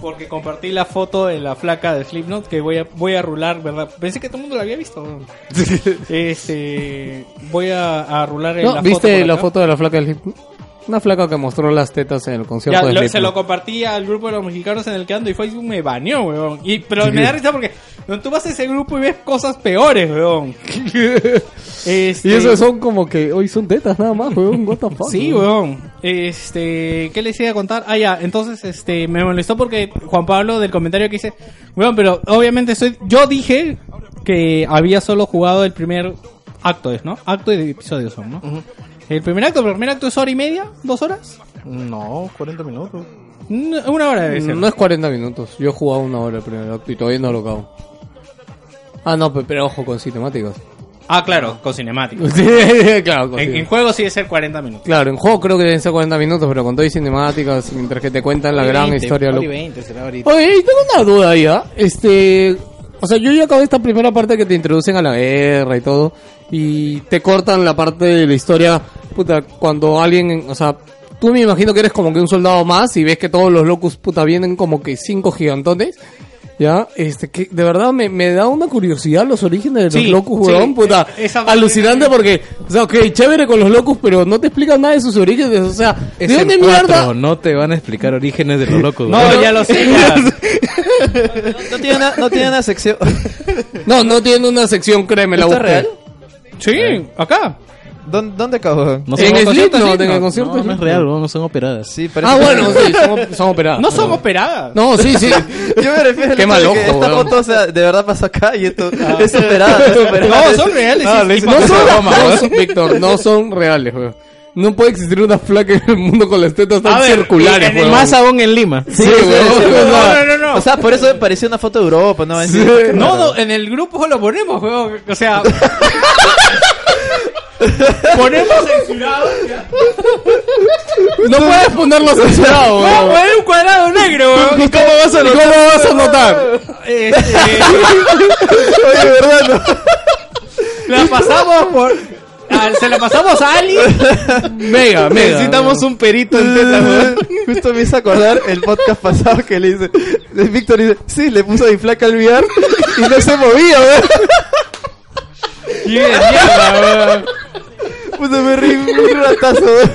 C: porque compartí la foto de la flaca de Slipknot que voy a, voy a rular, ¿verdad? Pensé que todo el mundo la había visto. weón. este, voy a, a rular en
B: No,
C: la foto.
B: ¿Viste
C: por
B: la
C: acá.
B: foto de la flaca del hip- Una flaca que mostró las tetas en el
C: Ya,
B: concierto de
C: lo- se
B: Slipknot.
C: lo compartí al grupo de los mexicanos en el que ando y Facebook me baneó, weón. Y, pero me da risa porque no, tú vas a ese grupo y ves cosas peores, weón. Este,
B: Y eso son como que hoy son tetas nada más, weón. What the fuck.
C: Sí, weón. Este, ¿qué les iba a contar? Ah, ya, entonces, este, me molestó porque Juan Pablo del comentario que hice, weón, pero obviamente soy, yo dije que había solo jugado el primer acto, ¿es, ¿no? Acto y episodios son, ¿no? El primer acto, pero el primer acto es hora y media, dos horas,
G: No, 40 minutos.
C: Mm, No, una hora debe ser.
B: Mm, No es 40 minutos. Yo he jugado una hora el primer acto y todavía no lo acabo. Ah, no, pe- pero ojo con cinemáticos.
C: Ah, claro, con cinemática.
B: Sí, claro, con
C: En, en
B: cinemáticos.
C: juego sí debe ser 40 minutos.
B: Claro, en juego creo que deben ser 40 minutos, pero con todo y cinemáticas, mientras que te cuentan la gran historia.
G: Hora y
B: lo-
G: 20 será ahorita.
B: Oye, y tengo una duda ahí, ¿ah? Este. O sea, yo ya acabé esta primera parte que te introducen a la guerra y todo. Y te cortan la parte de la historia. Puta, cuando alguien. O sea, tú me imagino que eres como que un soldado más y ves que todos los locus, puta, vienen como que cinco gigantones. Ya, este, que de verdad me, me da una curiosidad los orígenes de los
C: Sí,
B: locus,
C: sí,
B: weón, puta.
C: eh, esa parte-
B: alucinante porque, o sea, ok, chévere con los locus, pero no te explican nada de sus orígenes, o sea, ¿de dónde mierda?
E: No te van a explicar orígenes de los locos.
C: No, ya lo sé. ya.
D: No tiene una, no tiene una sección.
B: No, no tiene una sección, créeme, la
D: ¿Esto
B: busqué.
D: es real?
C: Oh, Sí, acá.
D: ¿Dónde, dónde acabó?
E: No
B: en
E: son
B: Slipknot,
E: conciertos,
B: en el
E: Slipknot.
B: concierto
E: No, no es
B: Slipknot.
E: real, no son operadas.
D: Sí, parece
B: Ah,
D: que-
B: bueno, sí, son, son operadas.
C: No son
B: Pero-
C: operadas.
B: No, sí, sí.
D: Yo me refiero al
B: Qué
D: hecho
B: mal
D: de
B: ojo,
D: que esta
B: weón.
D: foto, o sea, de verdad pasó acá y esto es superada, no es superada. Ah,
C: Ah. No, son reales. sí, sí,
B: No son, no son- Víctor, no son reales, weón. No puede existir una flaca en el mundo con las tetas tan
C: A ver,
B: circulares,
C: en el
B: weón.
G: Más aún en Lima.
B: Sí, weón. o sea,
C: No, no, no.
D: O sea, por eso me pareció una foto de Europa, ¿no?
B: sí.
C: No, no, en el grupo lo ponemos, weón. O sea. ponemos censurado.
B: No puedes ponerlo censurado,
C: Vamos a
B: weón.
C: poner un cuadrado negro, weón.
B: ¿Y cómo vas a notar?
C: Este, la pasamos por. ah, se la pasamos a Ali.
B: Mega, mega.
D: Necesitamos un perito en tetas, weón. Justo me hice acordar el podcast pasado que le hice. Víctor dice, sí, le puso mi flaca al VR y no se movía, weón.
C: Y de mierda, weón.
D: Puta, me reí un ratazo, weón.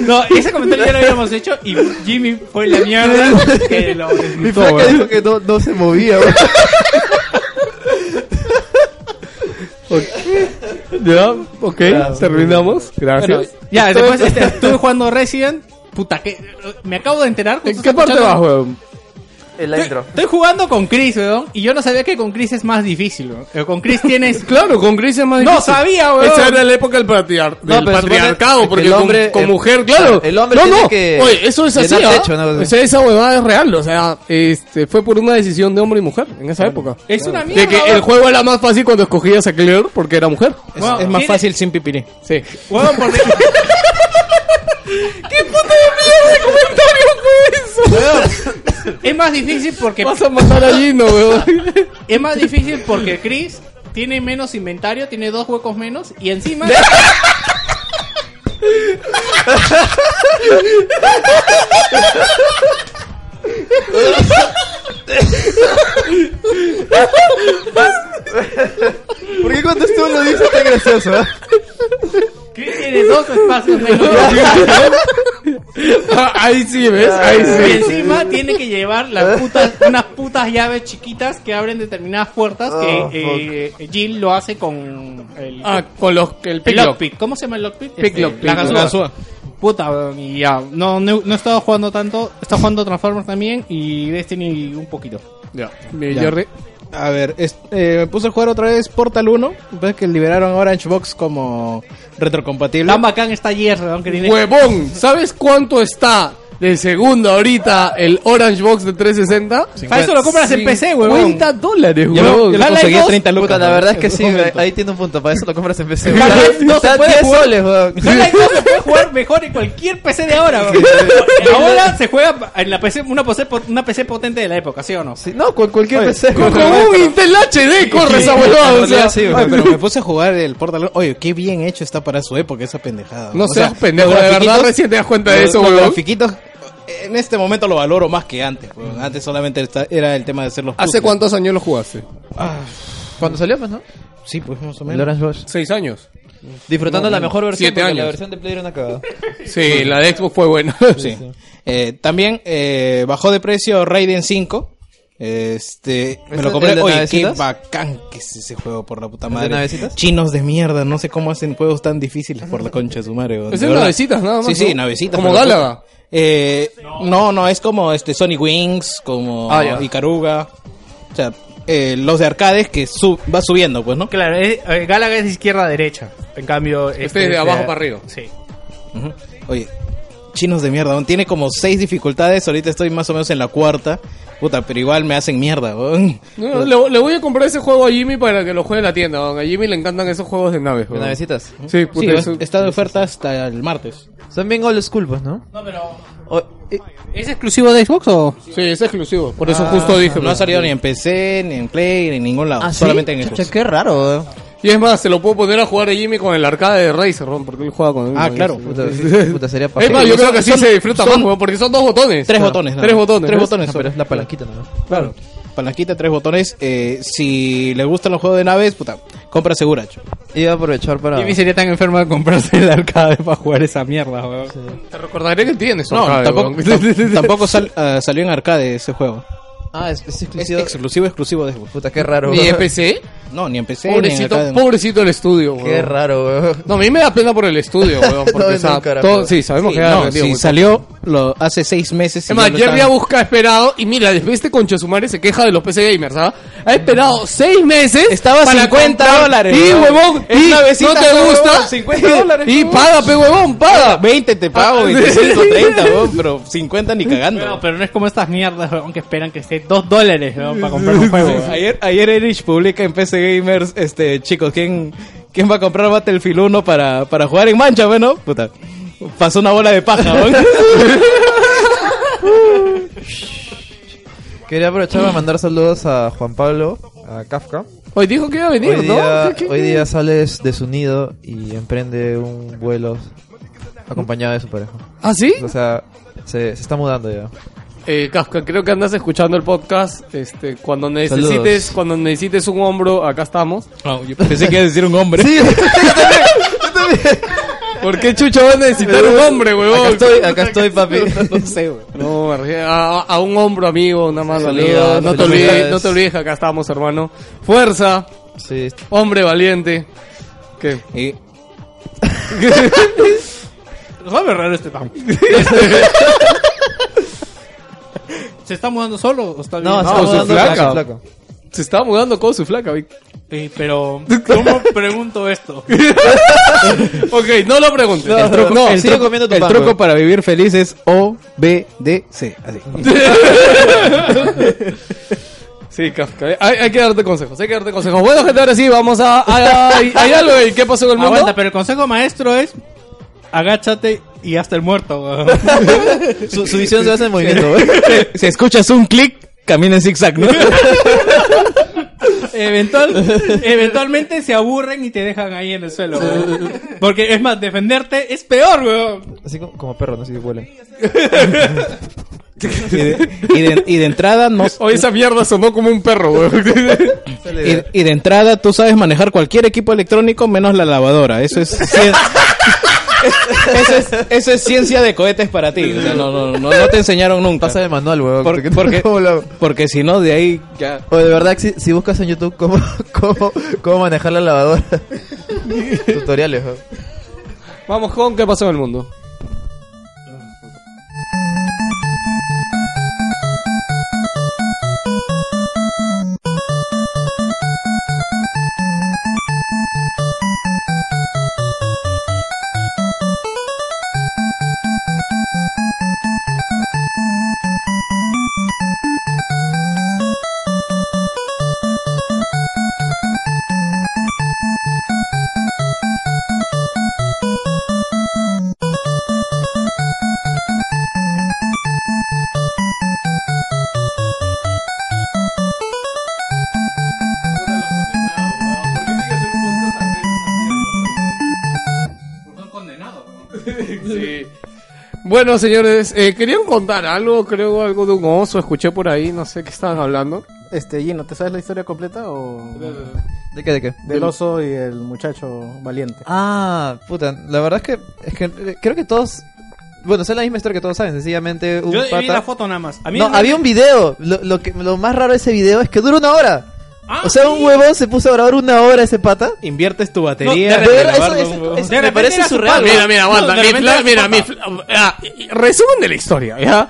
C: No, ese comentario ya lo habíamos hecho y Jimmy fue la mierda que lo
D: Mi
C: desmontó,
D: flaca
C: weón.
D: dijo que no, no se movía, weón.
B: Ya, ok, terminamos. Gracias.
C: Bueno, ya, después este, estuve jugando Resident. Puta, que me acabo de enterar.
B: ¿En
C: justo
B: qué parte
C: escuchando-
B: vas, weón?
D: En la intro.
C: Estoy jugando con Chris, weón. Y yo no sabía que con Chris es más difícil, weón. Pero Con Chris tienes.
B: Claro, con Gris es más
C: no
B: difícil.
C: sabía, weón.
B: Esa era la época del, patriar-
D: No,
B: del
D: pero supone
B: patriarcado,
D: que
B: porque
D: el
B: con-
D: hombre-
B: con,
D: el-
B: mujer, claro.
D: el hombre
B: no,
D: tiene
B: no.
D: que
B: Oye, eso es así,
D: llenar
B: ¿ah?
D: techo, ¿no?
B: O sea, esa huevada es real, o sea, este, fue por una decisión de hombre y mujer en esa época.
C: Es una mierda.
B: De que el
C: weón.
B: juego era más fácil cuando escogías a Claire porque era mujer.
C: Weón,
E: Es más
C: tiene-
E: fácil sin pipirí.
B: Sí.
C: Weón, porque. es más difícil porque.
B: Vas a matar a Gino, weón.
C: Es más difícil porque Chris tiene menos inventario, tiene dos huecos menos. Y encima.
D: ¿Por qué cuando estuvo lo dice tan gracioso, eh?
C: Chris tiene dos espacios menos.
B: Ah, Ahí sí, ¿ves? Ahí
C: Y
B: sí.
C: encima tiene que llevar las putas, unas putas llaves chiquitas que abren determinadas puertas
D: Oh,
C: que eh, Jill lo hace con el,
B: Ah, con los que el
C: el
B: pilock.
C: lockpick. ¿Cómo se llama el lockpick?
B: Pick
C: Este,
B: lockpick.
C: La ganzúa.
B: La
C: Puta, weón, y ya. No, no, no he estado jugando tanto. He estado jugando Transformers también y Destiny un poquito.
B: Ya. Mi Jerry.
E: A ver, es- eh, me puse a jugar otra vez Portal 1. Ves que liberaron Orange Box como retrocompatible.
C: Tan bacán está ayer, aunque tiene...
B: Huevón, ¿sabes cuánto está de segunda ahorita el Orange Box de 360?
C: Para eso lo compras en PC, huevón.
B: 50 dólares,
E: Yo lo,
B: huevón.
E: yo lo conseguí a 30 lucas.
D: Puta, la
E: ¿no?
D: verdad es que sí, ahí tiene un punto. Para eso lo compras en PC.
C: Para
D: weón.
C: eso no se
D: Está
C: puede
D: 10
C: jugar.
D: soles, weón.
C: Half-Life 2 se puede jugar mejor en cualquier PC de ahora. weón. ahora se juega en la PC, una PC, pot- una PC potente de la época, ¿sí o no?
D: Sí, no, con cualquier PC.
B: Con un Intel HD corre esa huevada, o sea.
D: Sí,
E: Oye,
D: weón.
E: pero me puse a jugar el Portal 1. Oye, qué bien hecho está para su época esa pendejada.
B: No
E: O sea,
B: seas pendejo,
E: los
B: de verdad
E: grafiquitos-
B: recién te das cuenta de
E: los-
B: eso,
E: los
B: huevón.
E: grafiquitos en este momento lo valoro más que antes. weón. Antes solamente esta- era el tema de hacer los
B: ¿Hace
E: puzzles.
B: cuántos años lo jugaste?
D: Cuando salió, pues, ¿no?
E: Sí, pues más o menos.
D: Lawrence Bosch.
B: Seis años.
D: Disfrutando la mejor versión,
B: Siete
D: porque
B: años.
D: la versión de Play era una cagada.
B: Sí, la de Xbox fue buena.
E: Sí. Eh, también eh, bajó de precio Raiden 5. Este, me
D: ¿Es
E: lo
D: el-
E: compré.
D: el de
E: Oye, qué
D: navecitas?
E: bacán que es ese juego, por la puta
D: de
E: madre.
D: navecitas?
E: Chinos de mierda, no sé cómo hacen juegos tan difíciles por la concha de su madre. weón,
B: Es
E: de
B: en
E: verdad.
B: navecitas, nada más,
E: Sí, sí,
B: ¿no?
E: navecitas.
B: Como
E: por la
B: Galaga.
E: puta. Eh, no, no, es como este Sonic Wings, como
B: Ah, ya.
E: Icaruga. O sea, eh, los de arcades que su- va subiendo, pues, ¿no?
C: Claro, es, eh, Galaga es de izquierda a derecha. En cambio, este,
B: es de abajo para arriba.
C: Sí.
E: Ujú. Oye, chinos de mierda, weón. tiene como seis dificultades, ahorita estoy más o menos en la cuarta. Puta, pero igual me hacen mierda, weón.
B: No, le, le voy a comprar ese juego a Jimmy para que lo juegue en la tienda. weón. A Jimmy le encantan esos juegos de naves.
D: De
B: weón.
D: navecitas.
B: Sí,
E: Sí,
B: puta, eso-
E: está de oferta hasta el martes.
D: Son bien old school, pues, ¿no?
C: No, pero.
D: O- eh,
C: ¿Es exclusivo de Xbox o.?
B: sí, es exclusivo. Ah. Por eso justo dije. pues,
E: No ha
B: weón.
E: salido ni en PC, ni en Play, ni en ningún
D: Ah,
E: lado. solamente en Xbox.
G: qué raro. eh.
B: Y es más, se lo puedo poner a jugar a Jimmy con el arcade de Razer, weón, porque él juega con
E: Ah, claro.
D: Puta, sí, puta, sería
B: Es
D: paja.
B: más, yo
E: son-
B: creo que así
E: son-
B: se disfruta
E: son-
B: más, weón, porque son dos botones.
E: Tres botones, nada
B: Tres
E: más.
B: botones.
E: Tres
B: ¿no?
E: botones.
D: No, pero es la palanquita nomás.
B: Claro.
E: Palanquita, tres botones. Eh, si les gustan los juegos de naves, puta, compra segura. chu.
D: Iba a aprovechar para...
C: Jimmy sería tan enfermo de comprarse el arcade para jugar esa mierda, weón.
B: Te recordaré que tienes.
E: No,
B: arcade,
E: tampoco,
B: weón.
E: tam- tampoco sal- ah, salió en arcade ese juego.
D: Ah, es, es
E: Es
D: exclusivo.
E: exclusivo, exclusivo de Xbox.
D: Puta, qué raro.
B: Ni
D: weón.
B: en PC.
E: No, ni en PC, ni en
B: Pobrecito,
E: arcade. no.
B: pobrecito el estudio,
D: Qué
B: weón.
D: raro, weón.
B: No, a mí me da pena por el estudio, weón. Porque,
D: No,
B: o sea,
D: no, carajo.
B: todo- sí, sabemos
E: Sí,
B: que era
E: no,
B: vendido
E: si
B: muy poco.
E: salió lo, hace seis meses. y
B: Es más,
E: ya lo
B: Jerry
E: estaban-
B: Abusca ha esperado, y mira, después este concha su madre se queja de los PC gamers, ¿sabes? Ha esperado seis meses.
E: Estaba 50
B: comprar-
E: dólares,
B: Y
E: huevón.
B: huevón,
E: Es
B: y no te
E: navecita, huevón,
B: gusta.
E: 50 dólares,
B: Y
E: huevón.
B: paga, pe huevón, paga.
E: 20 te pago,
B: Ah,
E: 2530, weón, pero 50 ni cagando.
C: No, pero no es como estas mierdas, weón, que esperan que esté 2 dólares, weón, para comprar un juego. weón.
E: ayer, ayer Erich publica en PC Gamers, este, chicos, ¿quién, quién va a comprar Battlefield 1 para, para jugar en mancha, bueno? Puta, pasó una bola de paja, weón.
D: Quería aprovechar para mandar saludos a Juan Pablo, a Kafka.
B: Hoy dijo que iba a venir,
D: Hoy día,
B: ¿no? ¿Qué- qué-
D: hoy día sales de su nido y emprende un vuelo acompañado de su pareja.
B: ¿Ah, sí?
D: O sea, se, se está mudando ya.
B: Eh, Kafka, creo que andas escuchando el podcast. Este, cuando necesites,
D: Saludos.
B: cuando necesites un hombro, acá estamos.
E: Pensé que iba a decir un hombre.
B: ¿Por qué chucho va a necesitar un hombre,
D: Acá
B: huevón?
D: estoy, acá estoy, papi.
B: No, a, a un hombro, amigo, una mano
D: Saludos,
B: amiga. No te olvides,
D: felicidades.
B: no te olvides que acá estamos, hermano. Fuerza,
D: Sí,
B: hombre valiente. ¿Qué?
E: Y-
C: Sabe raro este pan. ¿Se está mudando solo o está bien?
D: No,
B: con
D: estamos
B: su
D: dando
B: flaca.
D: con su flaca.
B: Se está mudando con su flaca, Vic.
C: Sí, pero ¿cómo pregunto esto?
B: Ok, no lo preguntes.
D: No,
B: El truco-
D: no,
E: el
D: sigue
E: truco-
D: comiendo tu
E: el
D: pan,
E: truco
D: weón.
E: para vivir feliz es O-B-D-C. Así.
B: Sí, Kafka. eh, Hay, hay que darte consejos, hay que darte consejos. Bueno, gente, ahora sí, vamos a... a- a- ¿Hay algo en qué pasó con el mundo?
C: Aguanta, pero el consejo maestro es agáchate y hasta el muerto, weón.
D: Su, su visión se hace en movimiento, güey.
E: si escuchas un clic, camina en zigzag, ¿no?
C: Eventual- eventualmente se aburren y te dejan ahí en el suelo. weón. Porque es más, defenderte es peor, weón.
D: Así como, como perro, no sé si huele.
E: y, de, y de- y de entrada no.
B: Oye, esa mierda sonó como un perro, güey.
E: Y, y de entrada tú sabes manejar cualquier equipo electrónico menos la lavadora. Eso es. cien- eso, es eso es ciencia de cohetes para ti. O sea, no, no, no, no te enseñaron nunca.
D: Pasa de manual, weón.
E: Por- porque- Porque si no, de ahí ya.
D: O de verdad, que si, si buscas en YouTube cómo, cómo, cómo manejar la lavadora. Tutoriales, weón.
B: Vamos con qué pasó en el mundo. Bueno, señores, eh, querían contar algo, creo, algo de un oso. Escuché por ahí, no sé qué estaban hablando.
G: Este, Gino, ¿te sabes la historia completa o...?
D: ¿De qué, de qué?
G: Del oso y el muchacho valiente.
D: Ah, puta, la verdad es que, es que creo que todos... Bueno, es la misma historia que todos saben, sencillamente un
C: Yo vi
D: pata...
C: la foto nada más. A mí
D: no,
C: me-
D: había un video. Lo, lo que, lo más raro de ese video es que dura una hora.
C: Ah,
D: o sea, un
C: sí.
D: huevón se puso a grabar una hora ese pata.
E: Inviertes tu
D: de
E: batería.
D: verdad,
E: en
D: eso-
E: grabarlo,
D: eso-
E: huevón.
D: eso-
C: De
D: me
C: repente
D: parece
C: era su
D: surreal.
C: pata.
D: ¿no?
B: Ah, Mira, mira, aguanta.
C: No, de
B: mi
C: repente
B: fla-
C: era
B: mira,
C: su
B: mi fla- ah, y- resumen de la historia, ¿ya?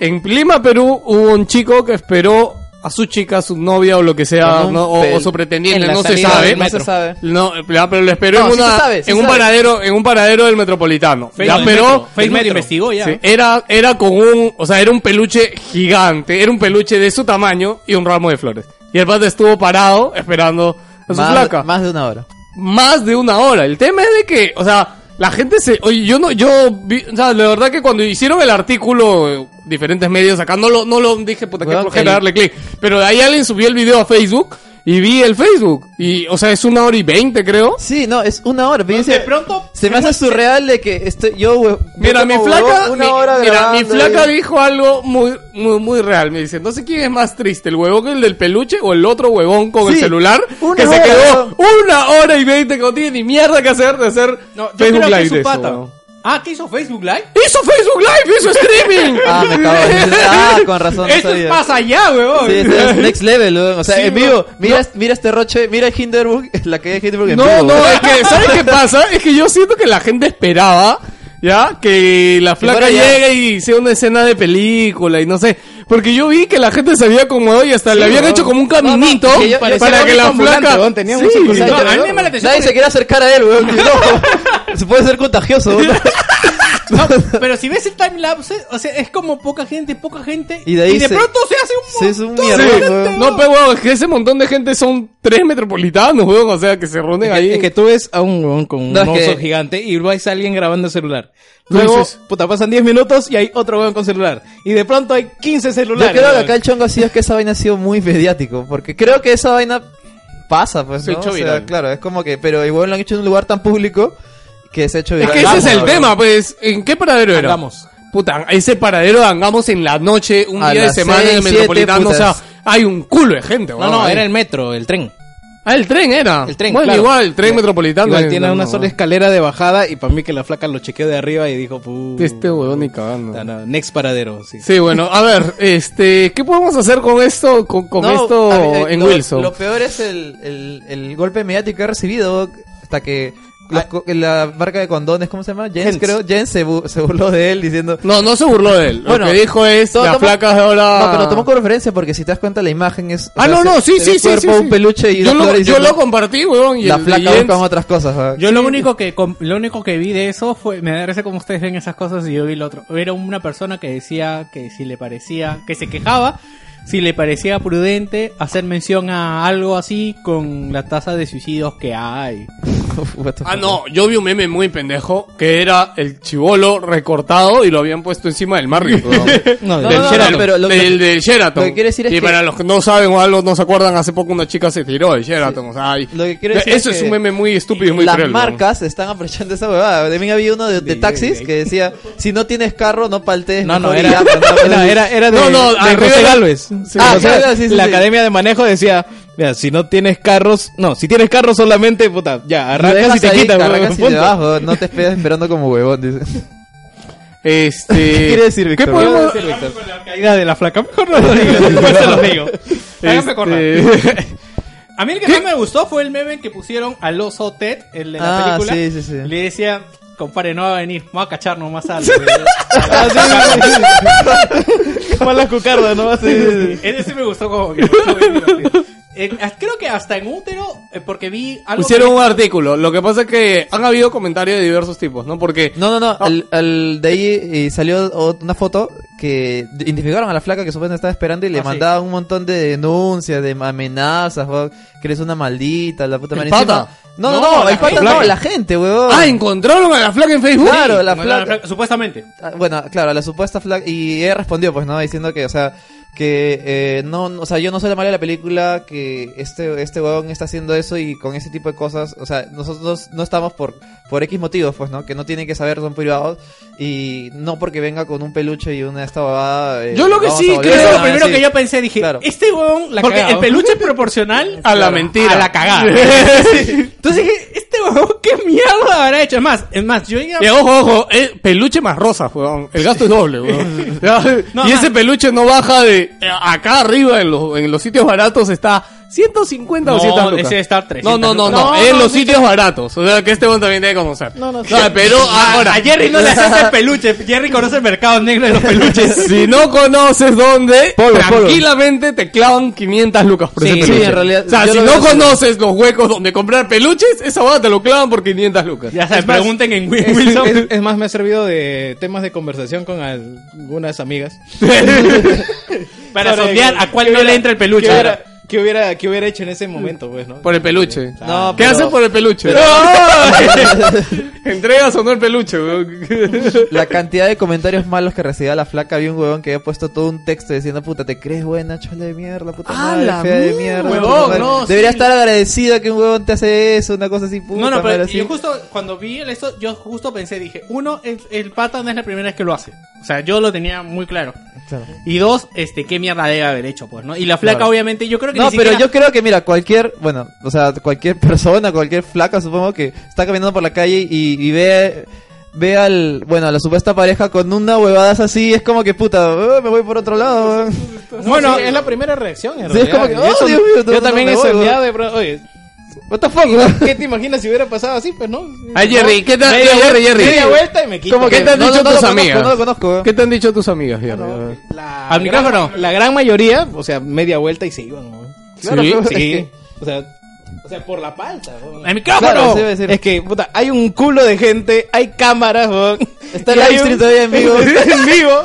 B: En Lima, Perú, hubo un chico que esperó a su chica, su novia o lo que sea,
D: Con un
B: ¿no? o, o su
D: pel-
B: pretendiente,
D: en la
B: no se
D: salida
B: sabe.
D: del metro. No se sabe.
B: No, eh, ya, pero le esperó
D: No,
B: en,
D: sí
B: una-
D: se sabe, sí
B: en
D: se
B: un
D: sabe.
B: paradero, en un paradero del metropolitano.
C: Facebook,
B: ya, pero
C: Facebook investigó ya.
B: Sí, era, era con un, o sea, era un peluche gigante, era un peluche de su tamaño y un ramo de flores. Y el padre estuvo parado esperando a su flaca
D: Más, más de una hora.
B: más de una hora. El tema es de que, o sea, la gente se. Oye, yo no, yo vi- o sea, la verdad que cuando hicieron el artículo, eh, diferentes medios acá, no lo, no lo dije, puta, que
D: Weón,
B: flojera
D: el-
B: darle clic. Pero de ahí alguien subió el video a Facebook y vi el Facebook. Y, o sea, es una hora y veinte, creo.
D: Sí, no, es una hora.
B: Pues
D: pero yo
C: De
D: decía,
C: pronto...
D: se me hace surreal de que estoy yo, hue-
B: Mira,
D: yo
B: mi
D: como
B: flaca,
D: huevón,
B: mi-
D: una hora
B: mira, mi
D: grabando
B: flaca
D: ahí.
B: dijo algo muy, muy, muy real. Me dice, no sé quién es más triste, el huevón el del peluche o el otro huevón con el
D: Sí,
B: celular
D: una
B: que se
D: hora,
B: quedó una hora y veinte que no tiene ni mierda que hacer de hacer
C: No, yo
B: Facebook
C: creo que
B: Live
C: es su
B: de eso,
C: pata.
B: weón.
C: Ah, ¿qué hizo Facebook Live?
B: ¡Hizo Facebook Live! ¡Hizo streaming!
D: Ah, me cago en- Ah, con razón. no
C: Esto es
D: sabía.
C: más allá, weón.
D: Sí, esto es next level, weón. O sea,
B: Sí,
D: en vivo. Mira, mira este roche, mira Hinderburg, la calle de Hinderburg en
B: No, eh,
D: vivo.
B: no, es que, ¿sabes qué pasa? Es que yo siento que la gente esperaba, ¿ya? Que la flaca
D: fuera ya.
B: llegue y sea una escena de película y no sé. Porque yo vi que la gente se había acomodado y hasta le habían hecho como un caminito
D: que yo-
B: para
D: parecía
B: que la
D: cómico
B: flaca...
D: ambulante, weón, tenía
B: Sí,
D: muchas cosas
B: no,
D: de-
C: a mí me llama la atención
D: Nadie se
C: porque-
D: quiere acercar a él, weón. No, se puede ser contagioso. weón.
C: No, pero si ves el time lapse, o sea, es como poca gente, poca gente.
D: Y de ahí se-
C: pronto se hace un
D: se hace un
C: montón
D: mierda,
C: de
B: sí.
C: gente,
D: weón.
B: No, pero weón, es que ese montón de gente son tres metropolitanos, weón, o sea, que se reúnen ahí.
E: Es que tú ves a un huevón con un
D: No, es
E: oso
D: que-
E: gigante y ves a alguien grabando el celular.
B: Tú
E: Luego,
B: dices-
E: puta, pasan 10 minutos y hay otro huevón con celular. Y de pronto hay 15
D: Yo
E: celulares.
D: creo que
E: huevón.
D: acá el chongo ha sido que esa vaina ha sido muy mediático, porque creo que esa vaina pasa, pues,
B: Se
D: ¿no?
B: ha hecho
D: O sea,
B: viral.
D: claro, es como que, pero igual lo han hecho en un lugar tan público que se ha hecho
B: Es
D: viral.
B: que ese es el
D: Vamos,
B: tema, pues. ¿En qué paradero era?
E: Hagamos.
B: Puta, ese paradero de Angamos en la noche, un
D: A
B: día de
D: las
B: semana en el
D: seis, siete,
B: metropolitano. O sea,
D: putas.
B: hay un culo de gente,
E: No,
B: weón,
E: no,
B: ahí.
E: era el metro, el tren.
B: Ah, el tren era.
E: El tren,
B: Bueno,
E: claro.
B: igual, el tren metropolitano.
E: Igual
B: eh,
E: tiene
B: no,
E: una
B: no,
E: sola escalera de bajada y para mí que la flaca lo chequeó de arriba y dijo, puh.
B: Este huevón ni cagando.
E: puta, no, Next paradero, sí.
B: Sí, bueno, a ver, este, ¿qué podemos hacer con esto, con, con
D: No, a mí,
B: esto
D: eh,
B: en
D: lo-
B: Wilson?
D: Lo peor es el, el, el golpe mediático que ha recibido hasta que los
B: Ah.
D: co- la marca de condones, ¿cómo se llama? Jens,
E: Jens.
D: creo. Jens se, bu- se burló de él diciendo...
B: No, no se burló de él.
D: Bueno,
B: lo que dijo es,
D: todo
B: las
D: tomó-
B: placas de ahora...
D: No, pero tomó como referencia porque si te das cuenta la imagen es... o
B: Ah,
D: sea,
B: no,
D: se-
B: no, sí,
D: se ve
B: sí,
D: un
B: sí,
D: cuerpo,
B: sí, sí.
D: un peluche y
B: yo,
D: una
B: lo,
D: flor
B: yo
D: diciendo,
B: lo compartí, weón. Y
D: La
B: el-
D: flaca
B: y
D: busca
B: Jens-
D: otras cosas. ¿ah?
C: Yo lo único que com- lo único que vi de eso fue me da risa como ustedes ven esas cosas y yo vi lo otro. Era una persona que decía que si le parecía que se quejaba si le parecía prudente hacer mención a algo así con la tasa de suicidios que hay.
D: What the
B: Ah,
D: fuck.
B: no, yo vi un meme muy pendejo que era el chivolo recortado y lo habían puesto encima del Marriott. weón.
E: No,
D: No,
E: del
D: no, no,
E: Sheraton.
D: pero lo-
B: del, del Sheraton.
D: lo que quiero decir es
B: y
D: que-
B: para los que no saben o algo, no se acuerdan, hace poco una chica se tiró del Sheraton. o sea, y-
D: Lo que quiero decir
B: eso
D: es
B: es,
D: que
B: un meme muy estúpido y muy
D: las
B: cruel, weón.
D: marcas están aprovechando esa huevada. También había uno de, de taxis que decía, si no tienes carro, no paltes.
E: No, no,
D: mejor y
E: era,
D: llamas", ¿no?
E: era, era, era de,
B: No, no,
E: de
B: arriba-
E: José Galvez.
D: Ah,
E: José-
D: claro, sí, sí,
E: la
D: sí.
E: academia de manejo decía, mira, si no tienes carros, no, si tienes carros solamente, puta, ya,
D: Lo
E: arrancas y
D: dejas
E: te
D: ahí,
E: quitas,
D: arrancas
E: weón,
D: y te
E: punto.
D: vas, weón, no te esperas esperando como huevón, dice.
B: Este,
D: ¿Qué quiere decir, Víctor?
B: ¿Qué podemos
D: ¿Qué quiere decir,
C: Con la caída de la flaca, mejor no lo digo, después se los digo. Háganme correr.
B: este,
C: A mí el que más me gustó fue el meme que pusieron al oso Ted, el de la
D: Ah,
C: película.
D: sí, sí, sí.
C: Le decía, compadre, no va a venir, vamos a cachar nomás algo.
E: Como las cucardas, ¿no? Así.
C: Ese sí me gustó como que fue muy divertido. En- as- creo que hasta en útero, eh, porque vi algo.
B: pusieron
C: que-
B: un artículo. Lo que pasa es que han habido comentarios de diversos tipos, ¿no? Porque
D: No, no, no. Al, al- de ahí eh, salió o- una foto que identificaron a la flaca que supuestamente estaba esperando y le
C: Ah, sí.
D: mandaban un montón de denuncias, de amenazas, weón, que eres una maldita, la puta
B: ¿El
D: madre.
B: pata?
D: Encima- No, no,
B: No,
D: no,
B: la
D: el pata
B: flaca.
D: no, la gente, weón.
B: ah, encontraron a la flaca en Facebook.
D: Claro, la
C: Mandaron a
D: flaca.
C: Supuestamente.
D: Ah, Bueno, claro, la supuesta flaca. Y ella respondió, pues, ¿no? Diciendo que, o sea, que eh, no, no- o sea, yo no soy la mala de la película, que este, este huevón está haciendo eso y con ese tipo de cosas, o sea, nosotros no estamos por, por X motivos, pues, ¿no? Que no tienen que saber, son privados, y no porque venga con un peluche y una esta babada. eh,
B: Yo lo que
D: vamos
B: sí
D: a volver
B: creo-
D: a
C: Eso es lo
D: decir.
C: primero que yo pensé, dije,
D: Claro.
C: este huevón la Porque el peluche es proporcional
B: A la mentira.
C: A la cagada. Entonces dije, este huevón, ¿qué mierda habrá hecho? Es más, es más, yo ya...
B: Y ojo, ojo, eh, peluche más rosa, weón. El gasto es doble, weón. Ya,
C: No,
B: y
C: no.
B: ese peluche no baja de. eh, Acá arriba, en los, en los sitios baratos, está 150 o
C: No,
B: 200 lucas.
C: ese está 300
B: No, no, no, no.
C: lucas.
B: en
C: No,
B: los sitios baratos. O sea, que este weón también debe conocer. No, no, Pero ahora.
C: Ah, a Jerry no le hace ese peluche. Jerry conoce el mercado negro de los peluches.
B: Si no conoces dónde,
E: Polo, polo.
B: tranquilamente te clavan 500 lucas por ese
D: Sí,
B: peluche.
D: sí, en realidad,
B: o sea,
D: yo
B: si
D: lo
B: no
D: veo así.
B: conoces los huecos donde comprar peluches, esa boda te lo clavan por 500 lucas.
C: Ya se pregunten en
E: Es,
C: Wilson.
E: es- es más, me ha servido de temas de conversación con algunas amigas.
C: para
E: Sobre-
C: sondear a cuál
E: ¿qué
C: no le
E: hubiera-
C: entra el
E: ¿Qué
C: peluche.
E: hubiera, qué hubiera, qué hubiera hecho en ese momento, pues, no? Ah,
B: Por el peluche.
D: No,
B: ¿Qué
D: pero-
B: haces por el peluche? ¿Entregas o no el peluche? weón?
D: La cantidad de comentarios malos que recibía la flaca, había un huevón que había puesto todo un texto diciendo, puta, te crees buena, chola de mierda, puta
B: Ah,
D: madre,
B: la
D: fea de
B: mierda,
D: mierda.
B: huevón,
D: puta madre".
B: no,
D: Debería
B: sí.
D: estar agradecido que un huevón te hace eso, una cosa así, puta
C: No, no,
D: madre,
C: pero
D: así.
C: yo justo cuando vi el esto, yo justo pensé, dije, uno, el, el pata no es la primera vez que lo hace. O sea, yo lo tenía muy claro.
D: Claro.
C: Y dos, este, qué mierda debe haber hecho, pues, ¿no? Y la flaca,
D: Claro.
C: obviamente, yo creo que
D: No,
C: ni
D: pero
C: siquiera-
D: yo creo que, mira, cualquier, bueno, o sea, cualquier persona, cualquier flaca, supongo que está caminando por la calle y, y ve, ve al, bueno, a la supuesta pareja con una huevada así, es como que, puta, eh, me voy por otro lado. eh.
E: Bueno, es la primera reacción, en
D: Sí, es como que,
E: realidad. Y
D: oh,
E: eso-
D: Dios mío, no,
E: yo
D: no,
E: también
D: me
E: he
D: voy,
E: soñado de pro- oye,
D: What the fuck, weón?
E: ¿qué te imaginas si hubiera pasado así, pues, no?
B: Ay, Jerry, ¿qué te,
E: Media
B: Jerry,
E: vuelta-
B: Jerry,
E: media vuelta y me quito.
B: ¿Cómo que ¿Qué te han
D: No, no,
B: dicho
D: no lo
B: tus
D: conozco,
B: amigas?
D: No lo conozco, eh. weón.
B: ¿Qué te han dicho tus amigas, Jerry?
C: Al
E: La gran-
C: micrófono.
E: la gran mayoría, o sea, media vuelta y se iban, ¿no?
D: Claro,
B: Sí,
D: pues, es
E: Sí,
D: que-
E: o sea, o sea, por la palta, ¿no?
C: ¡El micrófono!
D: Claro, sí, iba a decir.
E: Es que, puta, hay un culo de gente, hay cámaras, weón.
D: Está
E: Y
D: el
E: hay
D: live stream
E: un-
D: todavía en vivo.
E: Está en vivo.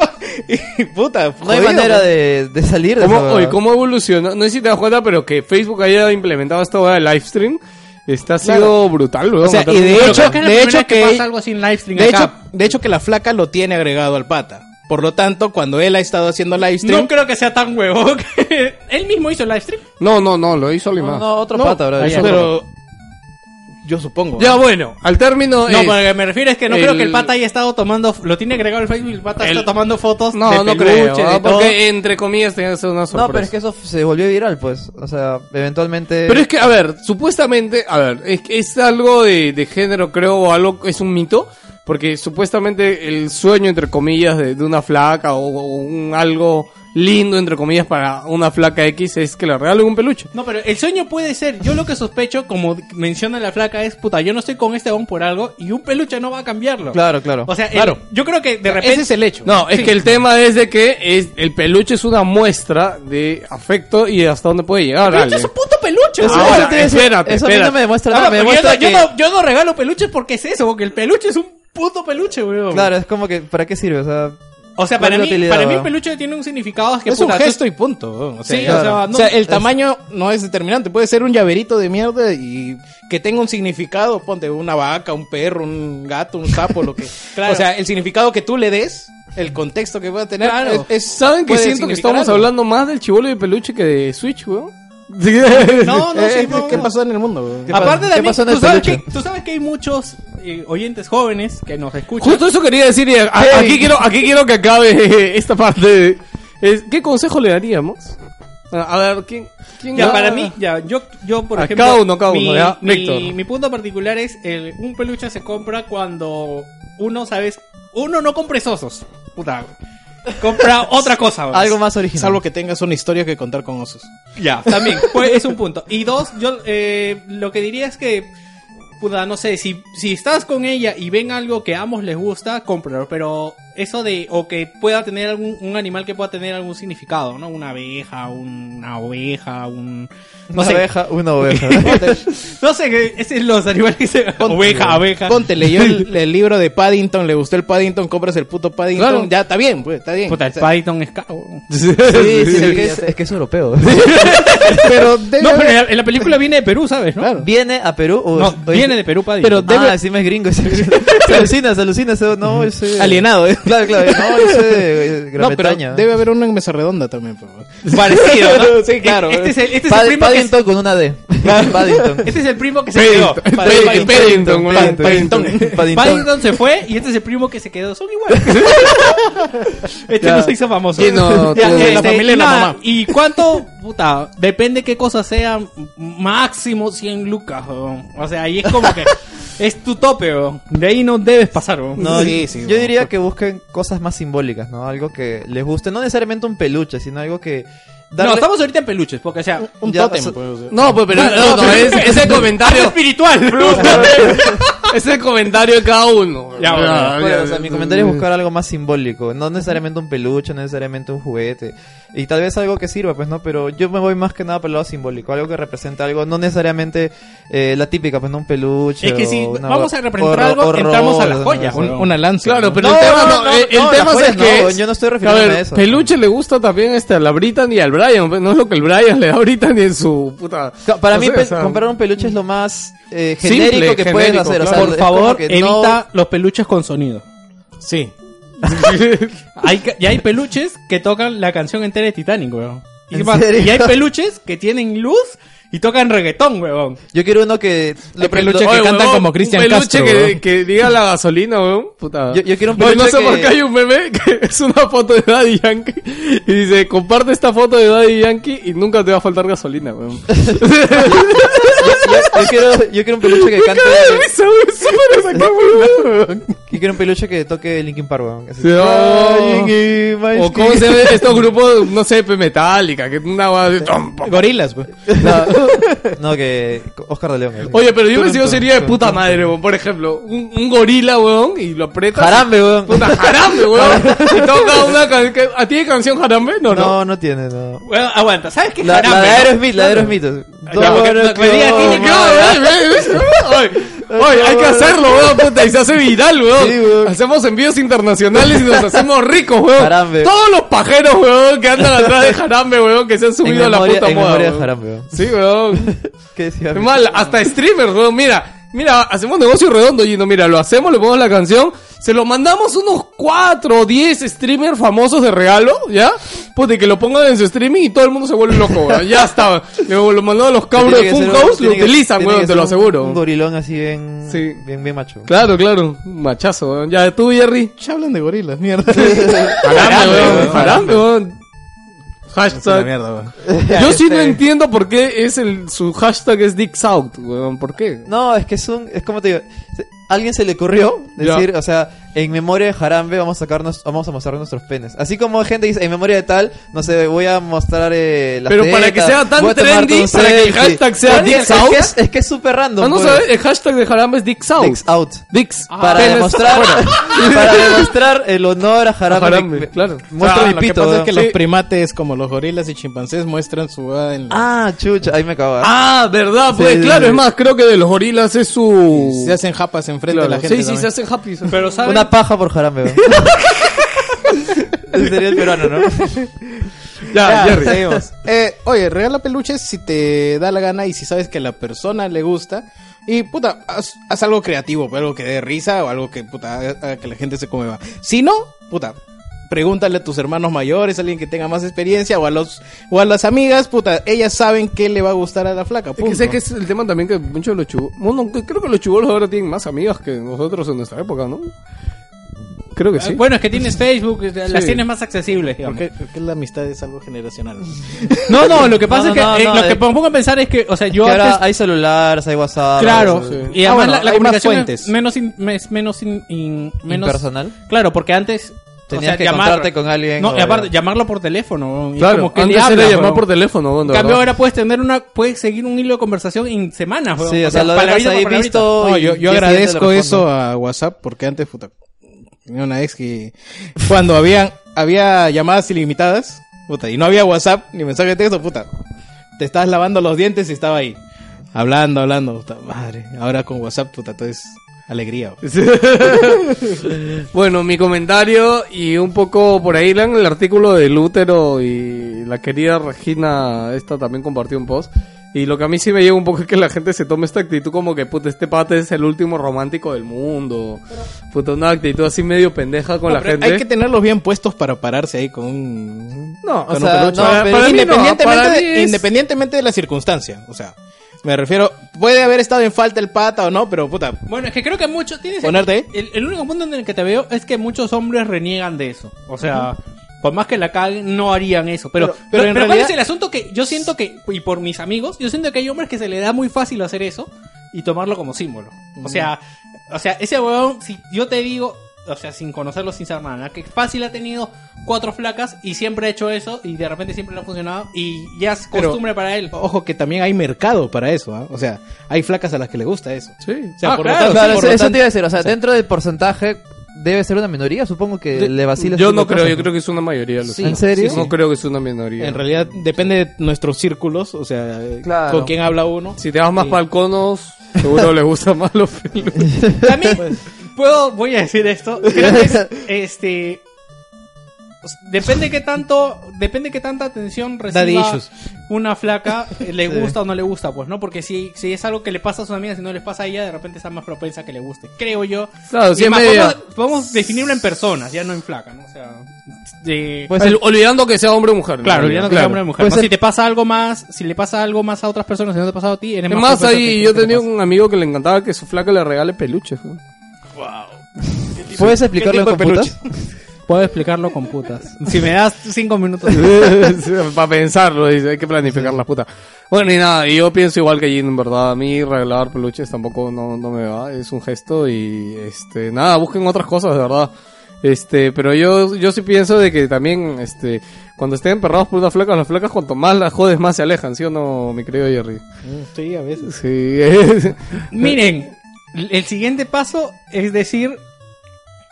E: Y, puta,
D: No hay
E: jodido,
D: manera
E: weón.
D: de, de salir de
B: ¿Cómo,
D: esa
B: oye,
D: huevada.
B: ¿Cómo evolucionó? No sé si te das cuenta, pero que Facebook haya implementado esta hora de live stream, está ha sido brutal, weón.
E: O sea,
B: Matar
E: y
B: un-
E: de
C: Pero
E: hecho,
C: creo que es la
E: de
C: primera
E: hecho
C: vez
E: que-
C: pasa algo así en live stream
E: De
C: acá.
E: hecho, de hecho que la flaca lo tiene agregado al pata. Por lo tanto, cuando él ha estado haciendo live stream,
C: no creo que sea tan huevón. que- Él mismo hizo el live stream.
B: No, no, no, lo hizo
D: No,
B: Lima.
D: no, otro
E: No,
D: pata, bro.
E: ahí
D: ya.
E: pero yo supongo.
B: Ya bueno, al término eh,
C: No,
B: es-
C: pero lo que me refiero es que no
B: el-
C: creo que el pata haya estado tomando. Lo tiene agregado el Facebook y el pata está tomando fotos.
B: No,
C: de
B: no
C: peluche,
B: creo,
C: de
B: ¿ah?
C: todo.
B: porque entre comillas tenía que ser una sorpresa.
D: No, pero es que eso se volvió viral, pues. O sea, eventualmente.
B: Pero es que, a ver, supuestamente, a ver, es, que es algo de, de género, creo, o algo, es un mito, porque supuestamente el sueño, entre comillas, de, de una flaca o, o un algo lindo, entre comillas, para una flaca X es que le regalen un peluche.
C: No, pero el sueño puede ser. Yo lo que sospecho, como menciona la flaca, es puta, yo no estoy con este bon por algo y un peluche no va a cambiarlo.
D: Claro, claro.
C: O sea, el-
E: Claro.
C: yo creo que de repente.
E: Ese es el hecho.
B: No, es que el tema es de que es, el peluche es una muestra de afecto y hasta dónde puede llegar.
C: ¡Peluche
B: alguien.
C: es un puto peluche!
D: Eso-
C: weón!
B: Ahora,
D: eso te iba a decir,
B: espérate,
D: Ah, Eso a mí
B: espérate.
D: no me demuestra
C: Ah,
D: nada.
C: no,
D: Me
C: pero yo,
D: demuestra
C: no, yo
D: que-
C: no- yo no regalo peluches porque es eso, porque el peluche es un puto peluche, weón.
D: Claro, es como que, ¿para qué sirve? O sea,
C: O sea,
D: ¿cuál
C: para
D: es la
C: mí,
D: utilidad,
C: para mí el
D: weón?
C: peluche tiene un significado que
E: es
C: puta,
E: un
C: tú-
E: gesto y punto. ¿no? O sea,
C: Sí,
E: ya-
C: o sea, no-
E: o sea, el tamaño no es determinante. Puede ser un llaverito de mierda y que tenga un significado. Ponte una vaca, un perro, un gato, un sapo, lo que.
C: Claro.
E: O sea, el significado que tú le des, el contexto que pueda tener.
C: Claro.
E: es- es-
B: ¿Saben que
E: puede
B: siento que
E: significar
B: estamos
E: algo.
B: hablando más del chivolo de peluche que de Switch, weón?
C: No, no,
E: Eh,
C: sí,
E: eh,
C: no.
E: ¿Qué pasó en el mundo? Ah,
D: ¿Qué
C: Aparte
D: pasó?
C: de
D: ¿Qué
C: mí,
D: pasó en
C: tú
D: el
C: sabes, que,
D: peluche?
C: tú sabes que hay muchos eh, oyentes jóvenes que nos escuchan.
B: Justo eso quería decir y a- a- aquí, quiero, aquí quiero que acabe eh, esta parte. de- es- ¿Qué consejo le daríamos? A, a ver, ¿quién? quién
C: Ya,
B: gana?
C: para mí, ya, yo, yo por
B: Ah,
C: ejemplo.
B: cada uno, cada uno,
C: mi,
B: ya,
C: mi-
B: Víctor.
C: mi punto particular es: el, un peluche se compra cuando uno, ¿sabes? Uno no compra osos. Puta. Compra otra cosa. weón.
D: algo más original.
E: Salvo que tengas una historia que contar con osos.
C: Ya, también. Pues, es un punto. Y dos, yo eh, lo que diría es que. Puta, no sé, si, si estás con ella y ven algo que a ambos les gusta, cómpralo. Pero eso de. O que pueda tener algún. Un animal que pueda tener algún significado, ¿no? Una abeja, una oveja, un. No
D: una
C: sé.
D: oveja, una oveja.
C: No sé, que ese es los animales que se... Oveja, abeja.
E: Ponte, leyó el, el libro de Paddington, le gustó el Paddington, compras el puto Paddington.
B: Claro.
E: Ya, está bien, pues, está bien.
C: Puta, el
E: O sea,
C: Python es caro.
D: sí, sí, es, que es, es que es europeo.
E: pero debe
C: No, pero en
E: haber-
C: la, en la película viene de Perú, ¿sabes? ¿no?
E: Claro.
D: ¿Viene a Perú? O,
B: Pues,
C: No, viene de Perú, Padilla.
E: Pero
D: Pero
E: debe-
D: Ah, encima es gringo. se alucina, se alucina. se- No, ese-
E: alienado, ¿eh?
D: Claro, claro. No, yo soy de eh, Gran
E: No, pero
D: Bretaña.
E: debe haber una en mesa redonda también. pero-
C: Parecido, ¿no?
E: Sí, claro.
C: Este es el, este es
D: Pad-
C: el primo que,
D: Paddington con una D. Paddington.
C: este es el primo que se quedó.
B: Paddington,
C: Paddington.
B: Paddington, weón, Paddington.
D: Paddington.
C: Paddington se fue y este es el primo que se quedó. Son iguales. este no se hizo famoso.
B: Lleno
C: Ya,
B: todo.
C: este,
B: La familia
C: y
B: de la
C: nada,
B: mamá.
C: ¿Y cuánto? Puta, depende qué cosa sea. m- Máximo 100 lucas, weón. O sea, ahí es como que es tu tope, weón. De ahí no debes pasar, weón.
D: No,
G: Sí, sí,
D: yo
G: bueno.
D: diría que busquen cosas más simbólicas, ¿no? Algo que les guste. No necesariamente un peluche, sino algo que. darle-
C: No, estamos ahorita en peluches, porque, o sea,
G: Un
D: Ya,
G: tótem,
D: so-
G: pues, o sea.
B: No, pues, pero no, no, es, es el
C: algo
B: comentario.
C: espiritual.
B: Es el comentario de cada uno.
C: Ya, bueno,
D: Bueno, o sea, mi comentario
B: eh,
D: es buscar algo más simbólico, no necesariamente un peluche, no necesariamente un juguete, y tal vez algo que sirva, pues no, pero yo me voy más que nada por el lado simbólico, algo que represente algo, no necesariamente eh, la típica, pues no un peluche.
C: Es que si
D: o una-
C: vamos a representar
D: o-
C: algo,
D: o
C: entramos a las
D: rosas,
C: joyas,
D: no sé.
E: Un- una lanza.
B: Claro,
E: ¿no?
B: pero
D: No,
B: el tema,
D: no,
B: no,
D: no,
B: el, el
D: no,
B: tema
D: las
B: es que
D: joyas no,
B: es-
D: yo no estoy
B: a
D: refiriéndome
B: ver,
D: a eso.
B: Peluche le gusta también este, a la Britan y al Brian, pues, no es lo que el Brian le da a Britan ni en su puta...
D: Ca- Para
B: no
D: mí,
B: sé,
D: pe-
B: o sea,
D: comprar un peluche es lo más eh,
B: Simple,
D: genérico que puedes
B: genérico,
D: hacer. o sea,
B: claro.
D: es
C: Por
D: como
C: favor,
D: que no-
C: evita los peluches con sonido.
G: Sí.
C: Hay, ca- y hay peluches que tocan la canción entera de Titanic, weón. Y,
D: ¿En
C: va-
D: serio?
C: y hay peluches que tienen luz y tocan reggaetón, weón.
D: Yo quiero uno que. lo-
E: peluche
D: lo-
E: que
B: Oye,
E: cantan
B: huevón,
E: como Cristian
B: un peluche
E: Castro,
B: que,
E: huevón.
B: que diga la gasolina, weón. Puta.
D: Yo- yo quiero un
B: Oye,
D: peluche
B: no sé por
D: que-
B: qué hay un meme que es una foto de Daddy Yankee y dice, comparte esta foto de Daddy Yankee y nunca te va a faltar gasolina, weón.
D: yo, yo quiero, yo quiero un peluche que cante.
B: Esa, weón, súper sacado, weón.
D: Yo quiero un peluche que toque Linkin Park, weón. Así.
B: Sí, oh.
D: Flying in my
B: O cómo se ven estos grupos, no sé, pues, Metallica, que una weá de-
E: Gorilas, pues.
D: No, no, que Oscar de León. así.
B: Oye, pero yo me sigo
D: Tum,
B: sería de
D: tum,
B: puta
D: tum,
B: madre, weón. Por ejemplo, un, un gorila, weón, y lo aprietas.
D: Jarambe, weón.
B: Puta jarambe, weón. y toca una canción. ¿A ti hay canción jarambe? No, no.
D: No, no tiene, no.
C: Weón, aguanta, ¿sabes qué?
D: La, la
C: Jarambe,
D: de
C: ¿no?
D: Aerosmith, la de Aerosmith.
C: Ya, porque-
D: Don't
C: porque diga,
D: go,
C: tiene
D: man.
C: que-
B: Claro, ve, ve, ve. Oye, oye, hay que hacerlo, weón, puta, y se hace viral, weón.
D: Sí, weón.
B: Hacemos envíos internacionales y nos hacemos ricos, weón.
D: Jarambe.
B: Todos los pajeros, weón, que andan atrás de jarambe, weón, que se han
D: En
B: subido a la
D: memoria,
B: puta
D: en
B: moda.
D: memoria de
B: weón.
D: Jarambe, weón.
B: Sí, weón.
D: ¿Qué decía?
B: Es más, hasta streamers, weón, mira. Mira, hacemos negocio redondo, Gino. Mira, lo hacemos, le ponemos la canción, se lo mandamos unos 4 o 10 streamers famosos de regalo, ¿ya? Pues de que lo pongan en su streaming y todo el mundo se vuelve loco, weón. Ya está. Le- Lo mandaron a los cabros de
D: Tiene que ser un-
B: Funhouse, lo
D: tiene que-
B: utilizan,
D: tiene
B: weón,
D: que
B: te
D: ser
B: lo
D: un-
B: aseguro.
D: Un gorilón así bien,
B: Sí.
D: bien, bien macho.
B: Claro, claro. Un machazo, weón. Ya, tú, Jerry.
E: Ya hablan de gorilas, mierda.
B: Jarambe, weón.
G: weón.
B: Jarambe, weón.
G: Es una
B: Hashtag.
G: mierda,
E: Ah,
G: weón.
B: Yo sí
D: Este.
B: no entiendo por qué es el, su hashtag es Dicks Out, weón. ¿Por qué?
D: No, es que es un. Es como te digo. se- Alguien se le ocurrió decir, o sea, en memoria de Jarambe vamos a sacarnos, vamos a mostrar nuestros penes. Así como gente dice, en memoria de tal, no sé, voy a mostrar eh, las
B: Pero para que
D: tetas,
B: sea tan
D: voy a tomarte
B: trendy,
D: un
B: para que el
D: selfie.
B: hashtag sea
D: Claro,
B: Dicks
D: es, es
B: Out.
D: que es- es que es súper random.
B: Ah, no
D: pues.
B: sabes, Ah. el hashtag de Jarambe es Dicks Out.
D: Dicks out.
B: Dicks.
D: Para
B: Penes
D: demostrar,
B: afuera.
D: para demostrar el honor a Jarambe.
B: A Jarambe,
D: me- me-
B: claro.
D: Muestra
E: Ah,
D: mi
E: lo que
D: pito.
E: pasa es
D: weón.
E: que los primates, como los gorilas y chimpancés, muestran su edad en la...
D: Ah, chucha, ahí me cago.
B: Ah, verdad, pues
D: Sí, sí,
B: claro,
D: sí.
B: es más, creo que de los gorilas es su.
E: Se hacen japas enfrente
B: Claro,
E: de la gente.
B: sí, sí, se
E: también.
B: hacen happy.
C: Pero ¿sabes?
D: Una paja por Jarambe. weón. Ese sería el peruano, ¿no? Ah,
B: Ya,
E: Ya,
B: Jerry.
E: seguimos. Eh, oye, regala peluches si te da la gana y si sabes que a la persona le gusta. Y puta, haz, haz algo creativo, pues, algo que dé risa o algo que puta, haga- haga que la gente se comeva. Si no, puta, pregúntale a tus hermanos mayores, a alguien que tenga más experiencia o a los o a las amigas, puta, ellas saben qué le va a gustar a la flaca.
B: Es que
E: punto.
B: sé que es el tema también que muchos de los chubolos. Bueno, que- creo que los chubolos ahora tienen más amigas que nosotros en nuestra época, ¿no? Creo que
C: Ah,
B: sí.
C: Bueno, es que tienes Facebook, eh, las
B: Sí.
C: tienes más accesibles, digamos.
E: Porque, porque la amistad es algo generacional.
C: No, no, lo que pasa
D: No,
C: es que
D: no,
C: eh,
D: no,
C: lo que
D: eh.
C: me pongo a pensar es que, o sea, yo
D: que
C: antes
D: ahora hay celulares, hay WhatsApp.
C: Claro,
D: hay-
C: y además
E: Ah, bueno,
C: la, la
E: hay más
C: comunicación es
E: fuentes.
C: menos in- es menos in- in- menos
D: Impersonal.
C: Claro, porque antes
D: Tenías que encontrarte con alguien,
C: No, y
D: o-
C: aparte llamarlo por teléfono. y
B: claro,
C: como que le
B: antes era
C: hablas,
B: llamar
C: weón.
B: por teléfono, weón,
C: En
B: de
C: cambio
B: verdad.
C: ahora puedes tener una puedes seguir un hilo de conversación en semanas, weón.
D: Sí, o sea, lo dejas
C: palabrita
D: ahí
C: por palabrita.
D: visto.
E: No,
D: y
E: yo, yo
D: al siguiente
C: eh.
E: agradezco
D: le
E: eso a WhatsApp porque antes puta, tenía una ex que cuando habían había llamadas ilimitadas puta, y no había WhatsApp ni mensaje de texto, puta, te estabas lavando los dientes y estaba ahí hablando, hablando, puta madre. Ahora con WhatsApp, puta, todo es alegría.
B: Bueno, mi comentario y un poco por ahí lean el artículo de Lútero y la querida Regina, esta también compartió un post. Y lo que a mí sí me llega un poco es que la gente se tome esta actitud como que, puta, este pata es el último romántico del mundo. Puta, una actitud así medio pendeja con
E: No,
B: la
E: pero
B: gente.
E: Hay que tenerlos bien puestos para pararse ahí con un.
B: No, o
E: con un
B: sea,
E: peluche.
B: no,
E: Para-
B: pero
E: para
B: a mí no,
E: independientemente,
B: para mí
E: de,
B: es-
E: independientemente de la circunstancia. O sea, me refiero, puede haber estado en falta el pata o no, pero puta.
C: Bueno, es que creo que muchos. Tienes
E: Ponerte ahí.
C: el, el único punto en el que te veo es que muchos hombres reniegan de eso. O sea, por más que la caguen, no harían eso. Pero, pero,
E: Pero- pero en
C: pero ¿cuál es
E: realidad-
C: el asunto que yo siento que, y por mis amigos, yo siento que hay hombres que se le da muy fácil hacer eso y tomarlo como símbolo. O sea, o sea, ese huevón, si yo te digo, o sea, sin conocerlo, sin ser nada, que fácil ha tenido cuatro flacas y siempre ha hecho eso y de repente siempre le ha funcionado y ya es
E: Pero-
C: costumbre para él.
E: Ojo que también hay mercado para eso, ¿ah? O sea, hay flacas a las que le gusta eso.
B: Sí.
E: O sea,
C: Ah,
E: por
C: claro,
E: lo tanto,
D: Claro,
E: por
D: eso,
E: lo
D: eso
E: tanto-
D: te iba a decir. O sea, dentro del porcentaje debe ser una minoría. Supongo que Eh, le vacila. este
B: Yo no creo, yo creo que es una mayoría. Lucía.
D: ¿En serio?
B: No creo que es una minoría.
E: En realidad depende de nuestros círculos, o sea,
D: Claro.
E: con quién habla uno.
B: Si te vas más para el conos, seguro le gusta más los peluches.
C: También
E: Pues,
C: puedo, voy a decir esto. Creo que es, este. pues, Depende qué tanto, depende qué tanta atención
E: Daddy
C: reciba
E: issues.
C: una flaca, eh, le gusta o no le gusta, pues, ¿no? Porque si, si es algo que le pasa a sus amigas y no les pasa a ella, de repente está más propensa a que le guste, creo yo.
B: Claro,
C: Y
B: si es
C: más,
B: media-
C: vamos, vamos a definirlo en personas, ya no en flaca, ¿no? O sea, de-
D: Pues
B: El- olvidando que sea hombre o mujer.
C: claro,
B: ¿no?
C: olvidando que sea hombre o mujer.
D: Pues
C: ¿no?
D: el-
C: Si te pasa algo más, si le pasa algo más a otras personas y no te ha pasado a ti, eres
B: Es
C: más
B: más,
C: propenso a
B: ahí
C: que-
B: yo
C: que te
B: tenía
C: pase.
B: un amigo que le encantaba que su flaca le regale peluches. ¿no?
D: ¿Puedes explicarlo en
E: tipo de
D: computas?
C: Puedo explicarlo con putas. Si me das cinco minutos.
B: Para pensarlo, dice, hay que planificar la puta. Bueno, y nada, y yo pienso igual que Jin, en verdad. A mí regalar peluches tampoco no, no me va, es un gesto y este, nada, busquen otras cosas, de verdad. Este, pero yo, yo sí pienso de que también, este, cuando estén perrados por unas flacas, las flacas cuanto más las jodes más se alejan, ¿sí o no, mi querido Jerry?
E: Mm, Sí, a veces.
B: Sí, es-
C: Miren, el siguiente paso es decir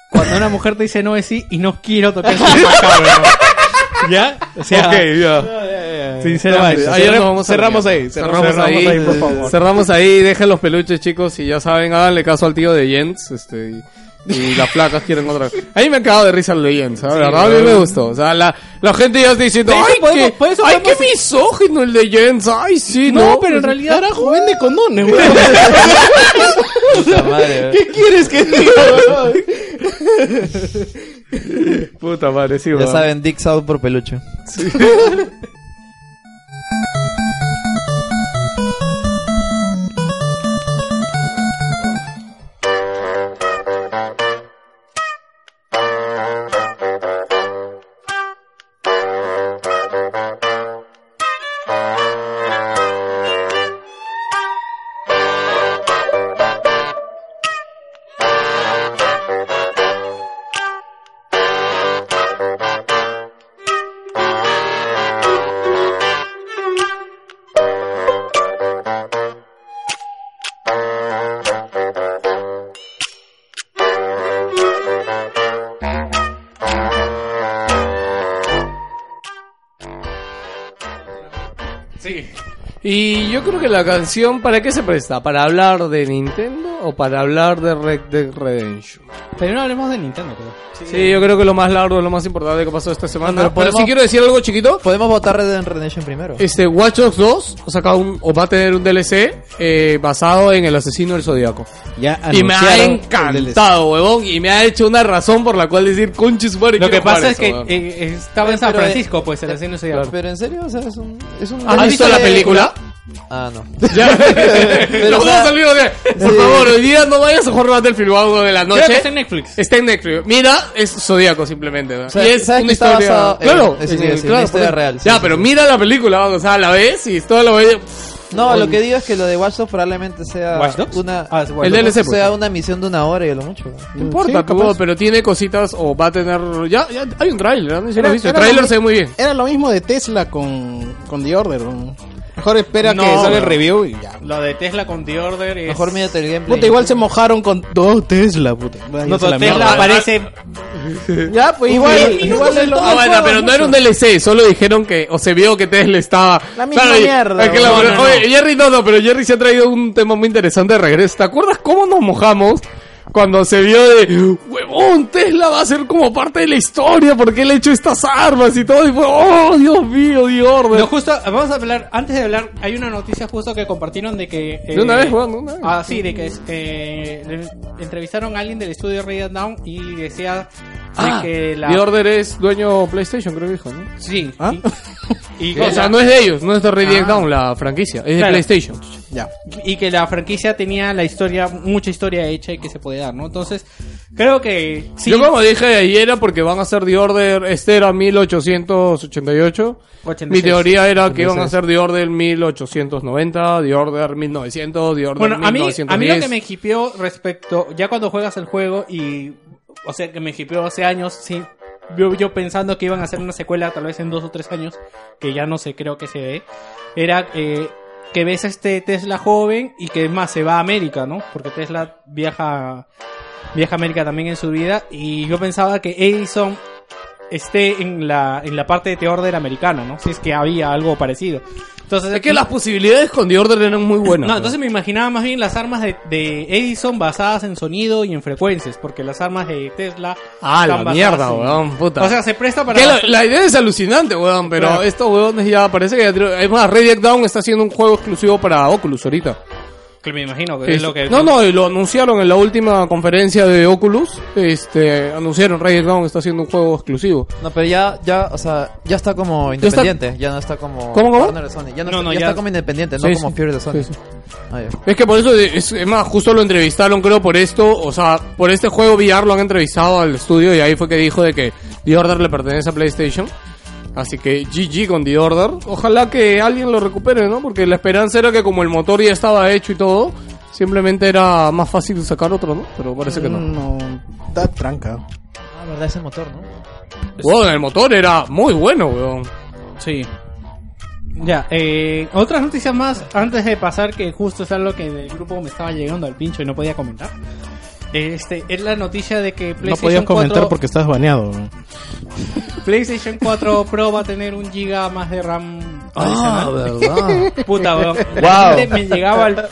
C: cuando una mujer te dice no es sí y no quiero tocar su marca, weón. ¿Ya? O sea,
B: ok, ya.
C: sinceramente.
B: Entonces,
E: Ayer
B: nos vamos a la
E: cerramos
B: mierda.
E: ahí,
B: Cerramos,
E: cerramos-
B: ahí.
E: cerramos ahí, por favor.
B: Cerramos ahí, dejen los peluches, chicos. Y ya saben, háganle caso al tío de Jens. Este, y, y las placas quieren otra vez. A mí me acabo de risa el de Jens. ¿sabes? La verdad, a mí me gustó. O sea, la, la gente ya está diciendo,
C: De eso
B: ¡ay,
C: podemos-
B: qué,
C: por eso
B: ay,
C: podemos-
B: qué misógino el de Jens! ¡Ay, sí, no!
C: no, pero en realidad
E: Carajo, vende condones, güey.
D: Puta madre.
E: ¿Qué quieres que diga?
B: Puta madre, sí,
D: Ya
B: weón.
D: saben, Dick South por peluche.
B: Y yo creo que la canción, ¿para qué se presta? ¿Para hablar de Nintendo o para hablar de Red Dead Redemption?
C: Pero no hablemos de Nintendo, creo.
B: Sí, yo creo que lo más largo, lo más importante que pasó esta semana.
D: pero
B: pero
D: podemos-
B: si quiero decir algo chiquito,
D: Podemos votar Red Dead Redemption primero.
B: Este, Watch Dogs 2 ha sacado un, o va a tener un DLC eh, basado en el asesino del Zodíaco.
E: Ya
B: Y me ha
E: anunciaron el
B: encantado, huevón. Y me ha hecho una razón por la cual decir conches muere.
C: Lo que pasa es que eh, eh, estaba en San
D: Pero, eh,
C: Francisco, pues, el asesino se llama.
D: Pero en serio, o sea, es un... Es un
B: ¿Has visto la película?
D: Ah, no.
B: Ya. Los
D: o
B: dos
D: sea,
B: salimos de. Por favor, hoy día no vayas a jugar Battlefield a algo de la
C: Creo que
B: noche.
C: está en Netflix.
B: Está en Netflix. Mira, es Zodíaco simplemente. ¿verdad?
D: sea,
B: y es
D: ¿sabes
B: una
D: que está
B: historia.
D: basado en-
B: claro,
D: es-
B: eh,
D: sí, sí, una
B: por
D: historia
B: eso.
D: real, sí,
B: ya,
D: sí,
B: pero
D: sí.
B: mira la película, vamos, o sea, la ves y toda la ves.
D: No, lo que digo es que lo de Watch Dogs probablemente sea
C: ¿Watch Dogs?
D: una
C: Ah, es Watch
B: El Dogs. DLC, pues.
D: sea una misión de una hora y a lo mucho.
B: No importa, tú, pero tiene cositas o va a tener. Ya, ya hay un trailer, ¿no? Yo lo he
E: Era-
B: visto. El
E: era
B: trailer
E: lo-
B: se ve muy bien.
E: Era lo mismo de Tesla con, con The Order. ¿no? Mejor espera
C: No,
E: que salga el
C: bro.
E: review y ya.
C: Lo de Tesla con The Order es...
D: Mejor mírate el gameplay.
E: Puta, igual se mojaron con todo Tesla, puta.
C: No,
E: Váyanse a
C: pero Tesla
E: la mierda.
D: Ah,
C: aparece...
E: Ya, pues igual, igual es lo
B: Ah, bueno, pero no era un DLC, solo dijeron que, o se vio que Tesla estaba.
E: La misma
B: y-
E: mierda,
B: es que la-
C: no, no, no.
B: Oye, Jerry, no, no, pero Jerry se ha traído un tema muy interesante de regreso. ¿Te acuerdas cómo nos mojamos? cuando se vio de, huevón, Tesla va a ser como parte de la historia porque él ha hecho estas armas y todo. Y fue, oh, Dios mío, The Order.
C: No, justo, vamos a hablar, antes de hablar, hay una noticia justo que compartieron de que... eh,
B: de una vez, huevón, de una vez.
C: Ah, sí, de que eh, le- entrevistaron a alguien del estudio Ray Down y decía de
B: Ah,
C: que la...
B: The Order es dueño PlayStation, creo que dijo, ¿no?
C: Sí. sí. Y,
B: ¿Ah? O
C: que
B: sea,
C: la-
B: no es de ellos, no es de Red Dead
C: Ah.
B: Down, la franquicia, es de
C: Claro.
B: PlayStation.
E: Ya.
C: y que la franquicia tenía la historia, mucha historia hecha y que se podía dar, ¿no? Entonces, creo que... Sí,
B: Yo como dije ayer era porque van a hacer The Order, este era 1888.
C: 86.
B: Mi teoría era que iban a hacer The Order 1890, The Order 1900, The Order
C: Bueno, a mí,
B: 1910.
C: a mí lo que me hipió respecto, ya cuando juegas el juego y, o sea, que me hipió hace años, sí, yo, yo pensando que iban a hacer una secuela tal vez en dos o tres años, que ya no sé, creo que se ve, era eh, que ves a este Tesla joven y que es más se va a América, ¿no? Porque Tesla viaja, viaja a América también en su vida y yo pensaba que Edison esté en la, en la parte de The Order americana, ¿no? Si es que había algo parecido. Entonces,
B: Es que las posibilidades con The Order eran muy buenas.
C: no, entonces me imaginaba más bien las armas de, de Edison basadas en sonido y en frecuencias, porque las armas de Tesla.
B: Ah,
C: están
B: la
C: basadas
B: mierda,
C: en-
B: weón, puta.
C: O sea, se presta para.
B: Que la, la idea es alucinante, weón, pero
C: Claro.
B: estos weones ya parece que ya... tiro- Es más, Red Dead Down está haciendo un juego exclusivo para Oculus ahorita.
C: Que me imagino que Pues es
B: Este,
C: lo que.
B: No, no, y lo anunciaron en la última conferencia de Oculus. Este, anunciaron Red Dead Down está haciendo un juego exclusivo.
D: No, pero ya, ya, o sea, ya está como
B: Ya está-
D: independiente. Ya no está como.
B: ¿Cómo, cómo?
D: partner de Sony. Ya no,
C: No,
D: está,
C: no,
D: ya
C: ya-
D: está como independiente, no
B: Sí,
D: como
B: sí.
D: Fury de Sony.
B: Sí, sí.
D: Ah, ya.
B: Es que por eso, es, es más, justo lo entrevistaron creo por esto, o sea, por este juego VR lo han entrevistado al estudio y ahí fue que dijo de que The Order le pertenece a PlayStation. Así que GG con The Order. Ojalá que alguien lo recupere, ¿no? Porque la esperanza era que como el motor ya estaba hecho y todo, simplemente era más fácil sacar otro, ¿no? Pero parece que no.
E: No, está tranca.
D: Ah, verdad, ese motor, ¿no?
B: Weón, el motor era muy bueno, weón.
C: Sí. Ya, eh, otras noticias más antes de pasar, que justo es algo que en el grupo me estaba llegando al pincho y no podía comentar. Este, es la noticia de que
G: No
C: PlayStation
G: podías comentar
C: 4
G: porque estás baneado.
C: PlayStation 4 Pro va a tener un giga más de RAM.
D: Ah,
C: adicional. Puta, weón. Realmente Me llegaba al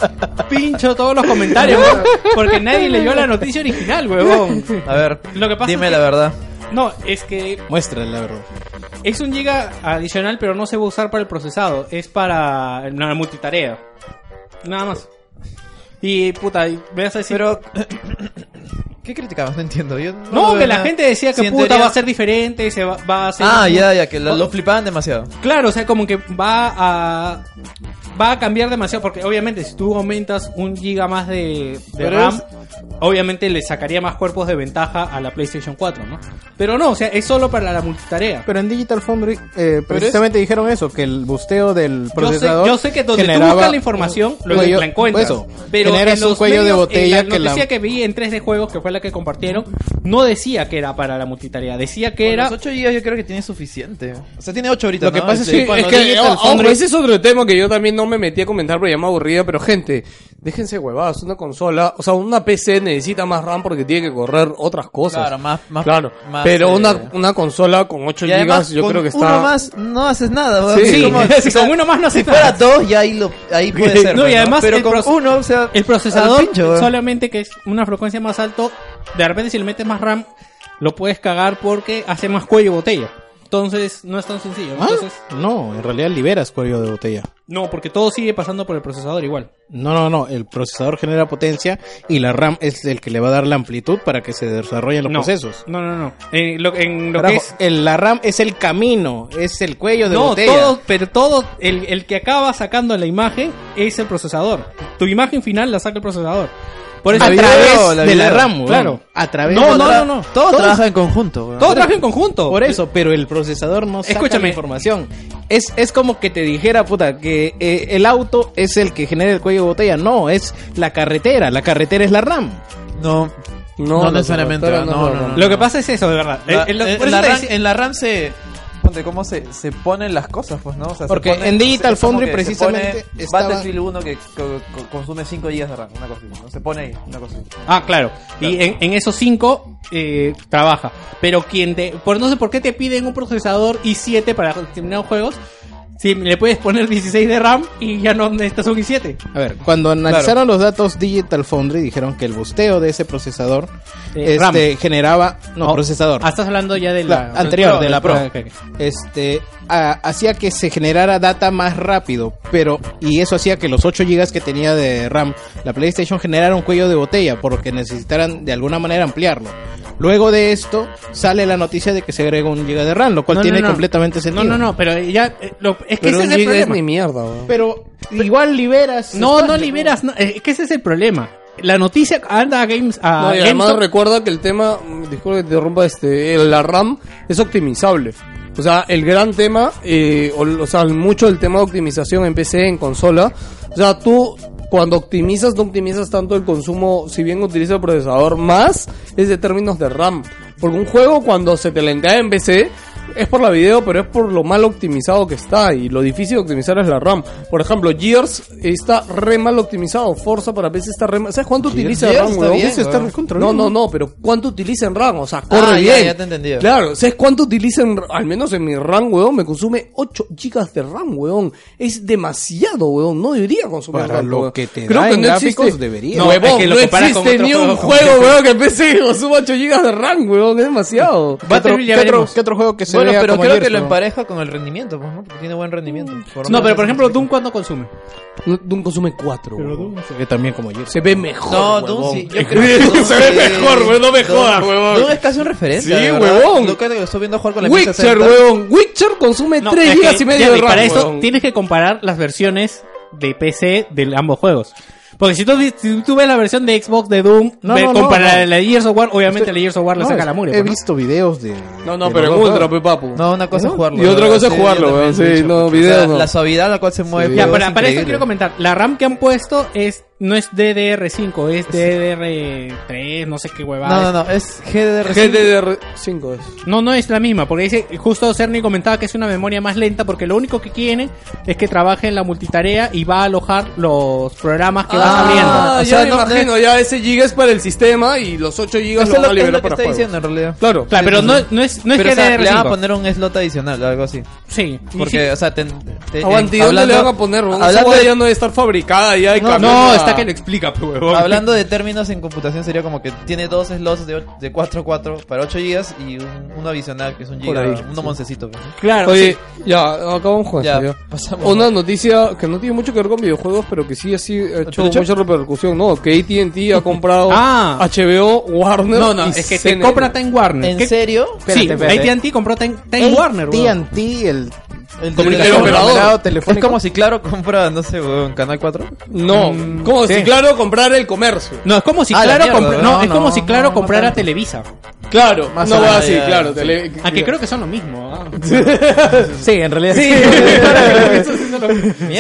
C: pincho todos los comentarios, weón, Porque nadie leyó la noticia original, weón.
D: A ver,
C: Lo que pasa
D: dime
C: es que-
D: la verdad.
C: No, es que
G: Muéstrale la verdad.
C: es un giga adicional, pero no se va a usar para el procesado. Es para la multitarea. Nada más. Y puta, y me vas a decir.
D: Pero. ¿Qué criticabas? No entiendo. Yo no, lo
C: no,
D: veo
C: que la
D: nada.
C: gente decía que
D: Si en
C: puta
D: teoría-
C: va a ser diferente, se va, va a ser.
D: Ah, ya, ya, que lo, lo flipaban demasiado.
C: Claro, o sea, como que va a va a cambiar demasiado porque obviamente si tú aumentas un giga más de, de
E: Pero
C: RAM, obviamente le sacaría más cuerpos de ventaja a la PlayStation 4, ¿no? Pero no, o sea, es solo para la multitarea.
E: Pero en Digital Foundry eh, precisamente dijeron eso, que el busteo del
C: Yo sé,
E: procesador
C: yo sé que donde
E: generaba-
C: tú buscas la información, lo
E: cuello-
C: la encuentras.
E: eso,
C: pero
E: genera
C: en
E: su
C: los
E: cuello de
C: medios,
E: botella
C: en la
E: que la-
C: noticia que, vi en 3D Juegos, que fue la que compartieron, no decía que era para la multitarea, decía que
D: Era...
C: era...
D: Los 8 GB yo creo que tiene suficiente. O sea, tiene 8 ahorita.
E: Lo que
D: ¿no?
E: pasa es
D: Este-
E: que cuando
B: es que,
E: Digital
B: o- ojo,
E: Foundry-
B: ese es otro tema que yo también no me metí a comentar porque ya me aburría, pero gente, déjense huevadas, una consola, o sea, una PC necesita más RAM porque tiene que correr otras cosas.
D: Claro, más- más-
B: Claro,
D: más,
B: pero
D: eh,
B: una, una consola con 8
D: Y
B: GB
D: además,
B: yo
D: con
B: creo que está...
D: uno más no haces nada. ¿verdad?
B: Sí.
D: Es como-
C: Sí,
D: o sea,
C: con uno más no se
D: si fuera dos, ya ahí, lo, ahí puede ser.
C: No, y
D: pues,
C: además
D: Pero
C: el
D: con
C: proce-
D: uno, o sea...
C: El
D: al
C: procesador,
D: pincho, ¿verdad?
C: solamente que es una frecuencia más alto, de repente si le metes más RAM, lo puedes cagar porque hace más cuello botella. Entonces, no es tan sencillo. ¿no?
G: Ah.
E: Ah,
C: Entonces,
G: No, en realidad liberas cuello de botella.
C: no, porque todo sigue pasando por el procesador igual.
G: No, no, no. El procesador genera potencia y la RAM es el que le va a dar la amplitud para que se desarrollen los
C: no,
G: procesos.
C: No, no, no. En lo, en lo que
G: Carajo,
C: es...
G: el- la RAM es el camino, es el cuello de
C: No,
G: botella.
C: todo, pero todo, el, el que acaba sacando la imagen es el procesador. Tu imagen final la saca el procesador. Por eso
G: a
D: video,
G: través
D: la
G: de la
D: video.
G: RAM, weón.
C: Claro.
G: A través
C: No,
G: de la
C: no,
G: RAM.
C: no, no.
D: Todo trabaja en conjunto. ¿verdad?
C: todo trabaja en conjunto.
G: Por eso, pero el procesador no saca
C: Escúchame.
G: la información. Es, es como que te dijera, puta, que eh, el auto es el que genera el cuello de botella. No, es la carretera. La carretera es la RAM.
D: No, no,
B: la
D: necesariamente.
B: computadora no
D: ¿verdad? No,
B: es
D: no,
B: la
D: no.
C: Lo que pasa es eso, de verdad.
D: La-
C: Eh, en lo-
D: en
C: por eso
D: la
C: te
D: RAM-
C: decía-
D: en la RAM se... ponte, ¿Cómo se, se ponen las cosas? pues no O sea, se
G: Porque
D: pone-
G: en Digital
D: es como
G: Foundry
D: que se
G: precisamente
D: pone
G: estaba-
D: Battlefield 1 que co- co- consume 5 GB de RAM. Una cosa así, ¿no? Se pone ahí. Una cosa así.
C: Ah, claro. Y en, en esos cinco eh, trabaja. Pero quien te... Por, no sé por qué te piden un procesador i7 para determinados juegos. Si le puedes poner 16 de RAM y ya no necesitas un i7.
E: A ver, cuando analizaron los datos Digital Foundry dijeron que el busteo de ese procesador
C: Eh,
E: este, generaba no, procesador
C: Ah, estás hablando ya de la,
E: la anterior de la Pro.
C: Ah, ok, ok.
E: Este a- hacía que se generara data más rápido, pero y eso hacía que los 8 GB que tenía de RAM la PlayStation generara un cuello de botella porque necesitaran de alguna manera ampliarlo. Luego de esto sale la noticia de que se agrega un GB de RAM, lo cual
C: No, no,
E: tiene
C: no.
E: completamente sentido.
C: No, no, no, pero ya. eh, lo- es que
B: Pero
C: ese
B: un
C: es el
B: giga es
C: problema.
B: ni mierda, weón.
E: Pero igual liberas
C: No, no
E: espacio.
C: liberas. no, eh, es que ese es el problema. La noticia anda a Games. A
B: No, y además
C: GameStop.
B: recuerda que el tema, mm, disculpe que te interrumpa, este, el- la RAM es optimizable. O sea, el gran tema, eh, o, o sea, mucho el tema de optimización en PC, en consola. O sea, tú cuando optimizas, no optimizas tanto el consumo, si bien utiliza el procesador más, es de términos de RAM. Porque un juego cuando se te lentea en PC, es por la video, pero es por lo mal optimizado que está. Y lo difícil de optimizar es la RAM. Por ejemplo, Gears está re mal optimizado. Forza para PC está re mal. ¿Sabes cuánto utiliza
D: Gears
B: RAM,
D: está
B: weón?
D: bien,
B: Eso está
D: weón.
B: recontrolado. No, no, no, pero ¿cuánto utiliza en RAM? O sea, corre
D: Ah, ya,
B: bien.
D: ya te he entendido.
B: Claro, ¿sabes cuánto utiliza en r- Al menos en mi RAM, weón, me consume 8 gigas de RAM, weón. Es demasiado, weón. No debería consumir
E: Para
B: RAM,
E: lo
B: weón.
E: que te da en gráficos, debería.
B: No,
E: No,
B: huevón,
C: es que lo
B: no
C: comparas con
B: existe
C: otro
B: ni un
C: juego, con
B: juego, weón, que PC consuma 8 gigas de RAM, weón. Es demasiado.
E: ¿Qué otro,
C: Battlefield ya
E: qué otro-
C: veremos.
E: qué otro juego que se
D: Bueno,
E: vea
D: pero
E: como
D: creo
E: Gears,
D: que lo
E: no?
D: empareja con el rendimiento, pues, ¿no? Porque tiene buen rendimiento.
C: No, pero por
D: menos-
C: ejemplo, Doom, ¿cuánto consume?
B: No, Doom consume 4,
E: se ve también como Gears.
B: Se ve mejor.
D: No,
B: huevón.
D: Doom sí. Yo creo que Doom
B: Se ve
D: sí-
B: mejor, weón. No me
D: Doom-
B: jodas, huevón.
D: Doom es casi un referente.
B: Sí,
D: de verdad.
B: huevón.
D: Yo creo que lo estoy viendo jugar con la
B: Witcher,
D: 1060.
B: weón. Witcher consume
C: No,
B: 3
C: es
B: gigas
C: que,
B: y medio
C: ya,
B: de
C: y
B: RAM.
C: Para eso
B: huevón.
C: tienes que comparar las versiones de PC de ambos juegos. Porque si tú, si tú ves la versión de Xbox de Doom,
E: No,
C: ve-
E: no, no,
C: compara
E: no.
C: la- la de Gears of War, obviamente la
E: Estoy-
C: de Gears of War la
E: No,
C: saca a la mure.
E: He
C: pues, ¿no?
E: visto videos de.
B: No,
E: de
B: no, pero en
E: los dos
B: ultra,
E: juegos.
B: pe, papu.
D: No, una cosa es jugarlo.
B: Y otra
D: ¿verdad?
B: cosa es
D: Sí, yo
B: jugarlo,
D: también
B: weón.
D: lo he
B: Sí,
D: dicho.
B: no,
D: O sea,
B: videos no.
D: La suavidad a la cual se mueve.
C: Ya,
D: huevón,
C: para,
D: es
C: para eso
D: increíble.
C: quiero comentar. La RAM que han puesto es no es DDR5, es DDR3, no sé qué huevada.
D: No,
C: es.
D: no, no, es GDR.
B: GDDR5 es.
C: No, no es la misma, porque dice, justo Cerny comentaba que es una memoria más lenta, porque lo único que quiere es que trabaje en la multitarea y va a alojar los programas que vas abriendo.
B: Ah,
D: O
B: ya
D: sea,
B: me
D: no-
B: imagino, ya ese giga es para el sistema y los 8 gigas
D: Eso
B: lo van
D: es
B: a
D: lo que- es
B: liberar
D: lo que
B: para
D: está
B: juegos.
D: diciendo en realidad.
B: Claro.
C: Claro, pero no, no es, no es
D: Pero,
C: que
D: o sea, le van a
C: DDR5.
D: poner un slot adicional o algo así.
C: Sí, y
D: Porque,
C: sí.
D: o sea, te, te-
B: Aguante, ¿y dónde
D: eh, hablando-
B: le van a poner? weón? Esa
D: hablando
B: hueá
D: de-
B: ya no debe estar fabricada, ya hay
D: No,
B: camino
C: No,
B: a-
C: está que lo explica, pues, huevón.
D: Hablando de términos en computación sería como que tiene dos slots de, och- de 4 4 para 8 gigas y un, uno adicional que es un giga,
B: ahí,
D: uno moncecito. pues.
C: Claro,
B: Oye, ya, acabamos con
D: Ya,
B: eso. Ya.
D: pasamos.
B: Una noticia que no tiene mucho que ver con videojuegos, pero que sí ha sido- ha hecho
D: ¿Trucha?
B: mucha repercusión, ¿no? Que ATT ha comprado
C: Ah.
B: HBO, Warner.
C: No, no,
B: y
C: es que te
B: CNN.
C: compra Time
B: Mm.
C: Warner.
D: ¿En
C: ¿Qué-
D: serio?
C: Sí,
E: Espérate, espérate.
C: AT&T compró Time, Time Warner, weón.
E: TNT, el
D: El
B: Comunicación,
D: teléfono-
B: operador.
E: conglomerado
D: Es
E: telefónico.
D: como si Claro compra, no sé, weón, Canal 4.
B: No, como si,
E: sí.
B: claro, comprar el comercio.
C: No, es como si
D: Ah, la
C: Claro,
D: mierda,
C: compra-
D: no,
C: no, es como
D: no,
C: si Claro
D: no,
C: comprara
D: no. Ah,
C: Televisa.
B: Claro,
D: Más
B: no
D: allá,
B: va así,
D: ya,
B: claro.
D: sí.
B: tele-
C: Aunque creo que son lo mismo. ah.
E: Sí, en realidad sí.
B: Sí,
D: Mierda,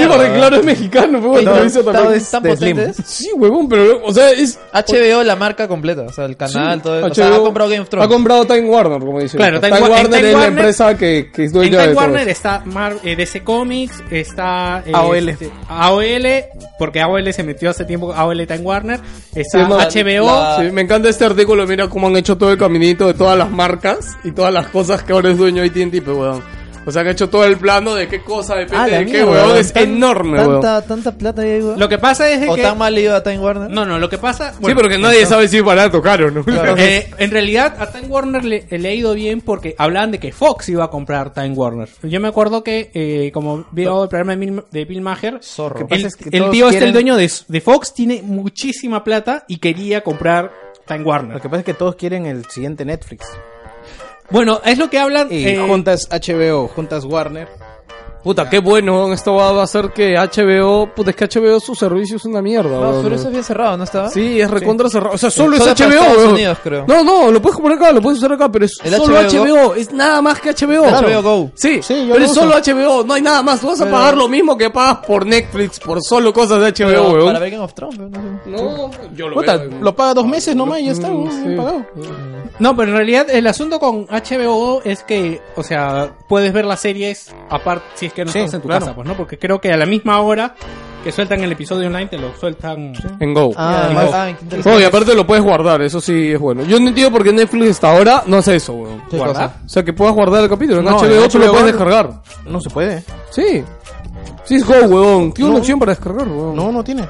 B: porque
D: weón.
B: claro es mexicano, pero
D: Oye,
B: bueno,
D: ¿tan-
B: hizo también.
D: tan- tan
E: de Slim.
D: potentes?
B: Sí, huevón, pero o sea, es
D: HBO, la marca completa, o sea, el canal,
B: Sí,
D: todo. Ah, O sea, ha
B: HBO
D: comprado Game of Thrones.
B: Ha comprado Time Warner, como dicen.
C: Claro,
B: Time,
C: Time Wa- en
B: Warner
C: Time
B: es la
C: Warner-
B: empresa que, que es
C: En
B: dueña
C: Time
B: de todo
C: Warner
B: esto.
C: está Mar- eh, DC Comics, está eh,
E: AOL.
C: este, AOL, porque AOL se metió hace tiempo, AOL Time Warner, está
B: Sí, no,
C: HBO,
D: la-
B: Sí, me encanta este artículo, mira cómo han hecho todo el caminito de todas las marcas y todas las cosas que ahora es dueño AT&T, pues, weón. O sea, que ha hecho todo el plano de qué cosa depende
D: Ah, la
B: de qué,
D: mierda,
B: weón.
D: weón,
B: Es
D: tan-
B: enorme, weón.
D: Tanta, tanta plata ahí, weón.
C: lo que pasa es de
D: O
C: que...
D: tan mal leído a Time Warner.
C: No, no, lo que pasa...
B: sí,
C: bueno,
B: porque nadie sabe si es barato o caro, ¿no?
D: Claro.
C: eh, en realidad a Time Warner le, le ha ido bien porque hablaban de que Fox iba a comprar Time Warner. Yo me acuerdo que, eh, como vio el programa de Bill, de Bill Maher,
D: Zorro.
C: el,
D: Lo que
E: pasa es que
C: el
E: todos
C: tío este, el
E: quieren-
C: dueño de, de Fox, tiene muchísima plata y quería comprar Time
E: Lo
C: Warner.
E: que pasa es que todos quieren el siguiente Netflix.
C: Bueno, es lo que hablan...
E: Y
C: eh,
E: juntas HBO, juntas Warner.
B: Puta, qué bueno, weón. Esto va va a hacer que HBO... Puta, es que HBO su servicio es una mierda,
D: No,
B: weón.
D: pero eso es bien cerrado, ¿no estaba?
B: Sí, es recontra cerrado. O sea, solo,
D: Solo
B: es
D: para
B: HBO,
D: Estados
B: weón.
D: Unidos, creo.
B: No, no, lo puedes comprar acá, lo puedes usar acá, pero es
D: El
B: solo HBO.
D: HBO
B: Es nada más que HBO.
D: HBO Go.
B: Sí,
E: Sí, yo
B: pero
E: lo
B: es
E: uso.
B: solo HBO. No hay nada más. Tú vas a pagar lo mismo que pagas por Netflix, por solo cosas de HBO,
D: Pero
B: weón.
D: para ver Game of Thrones, weón, no sé.
B: No, yo lo
E: Puta,
B: veo, weón.
E: lo paga dos meses nomás y ya está,
B: Mm,
E: uh,
B: sí.
E: pagado.
C: No, pero en realidad el asunto con HBO es que, o sea, puedes ver las series aparte si es que no
E: Sí,
C: estás en tu
E: claro.
C: casa, pues, ¿no? Porque creo que a la misma hora que sueltan el episodio online, te lo sueltan.
B: En Go.
D: Ah,
C: Ya,
D: más-
C: digo.
D: ah, qué interesante.
B: No, y aparte lo puedes guardar, eso sí es bueno. Yo no entiendo por qué Netflix hasta ahora no hace eso, weón.
E: ¿Qué cosa?
B: O sea, que puedas guardar el capítulo. En
E: No,
B: HBO,
E: en
B: tú lo
E: HBO
B: puedes
E: no.
B: descargar.
E: No se puede.
B: Sí. Sí, es Go, weón. Tiene una
E: No.
B: opción para descargar, weón.
E: No, no tiene.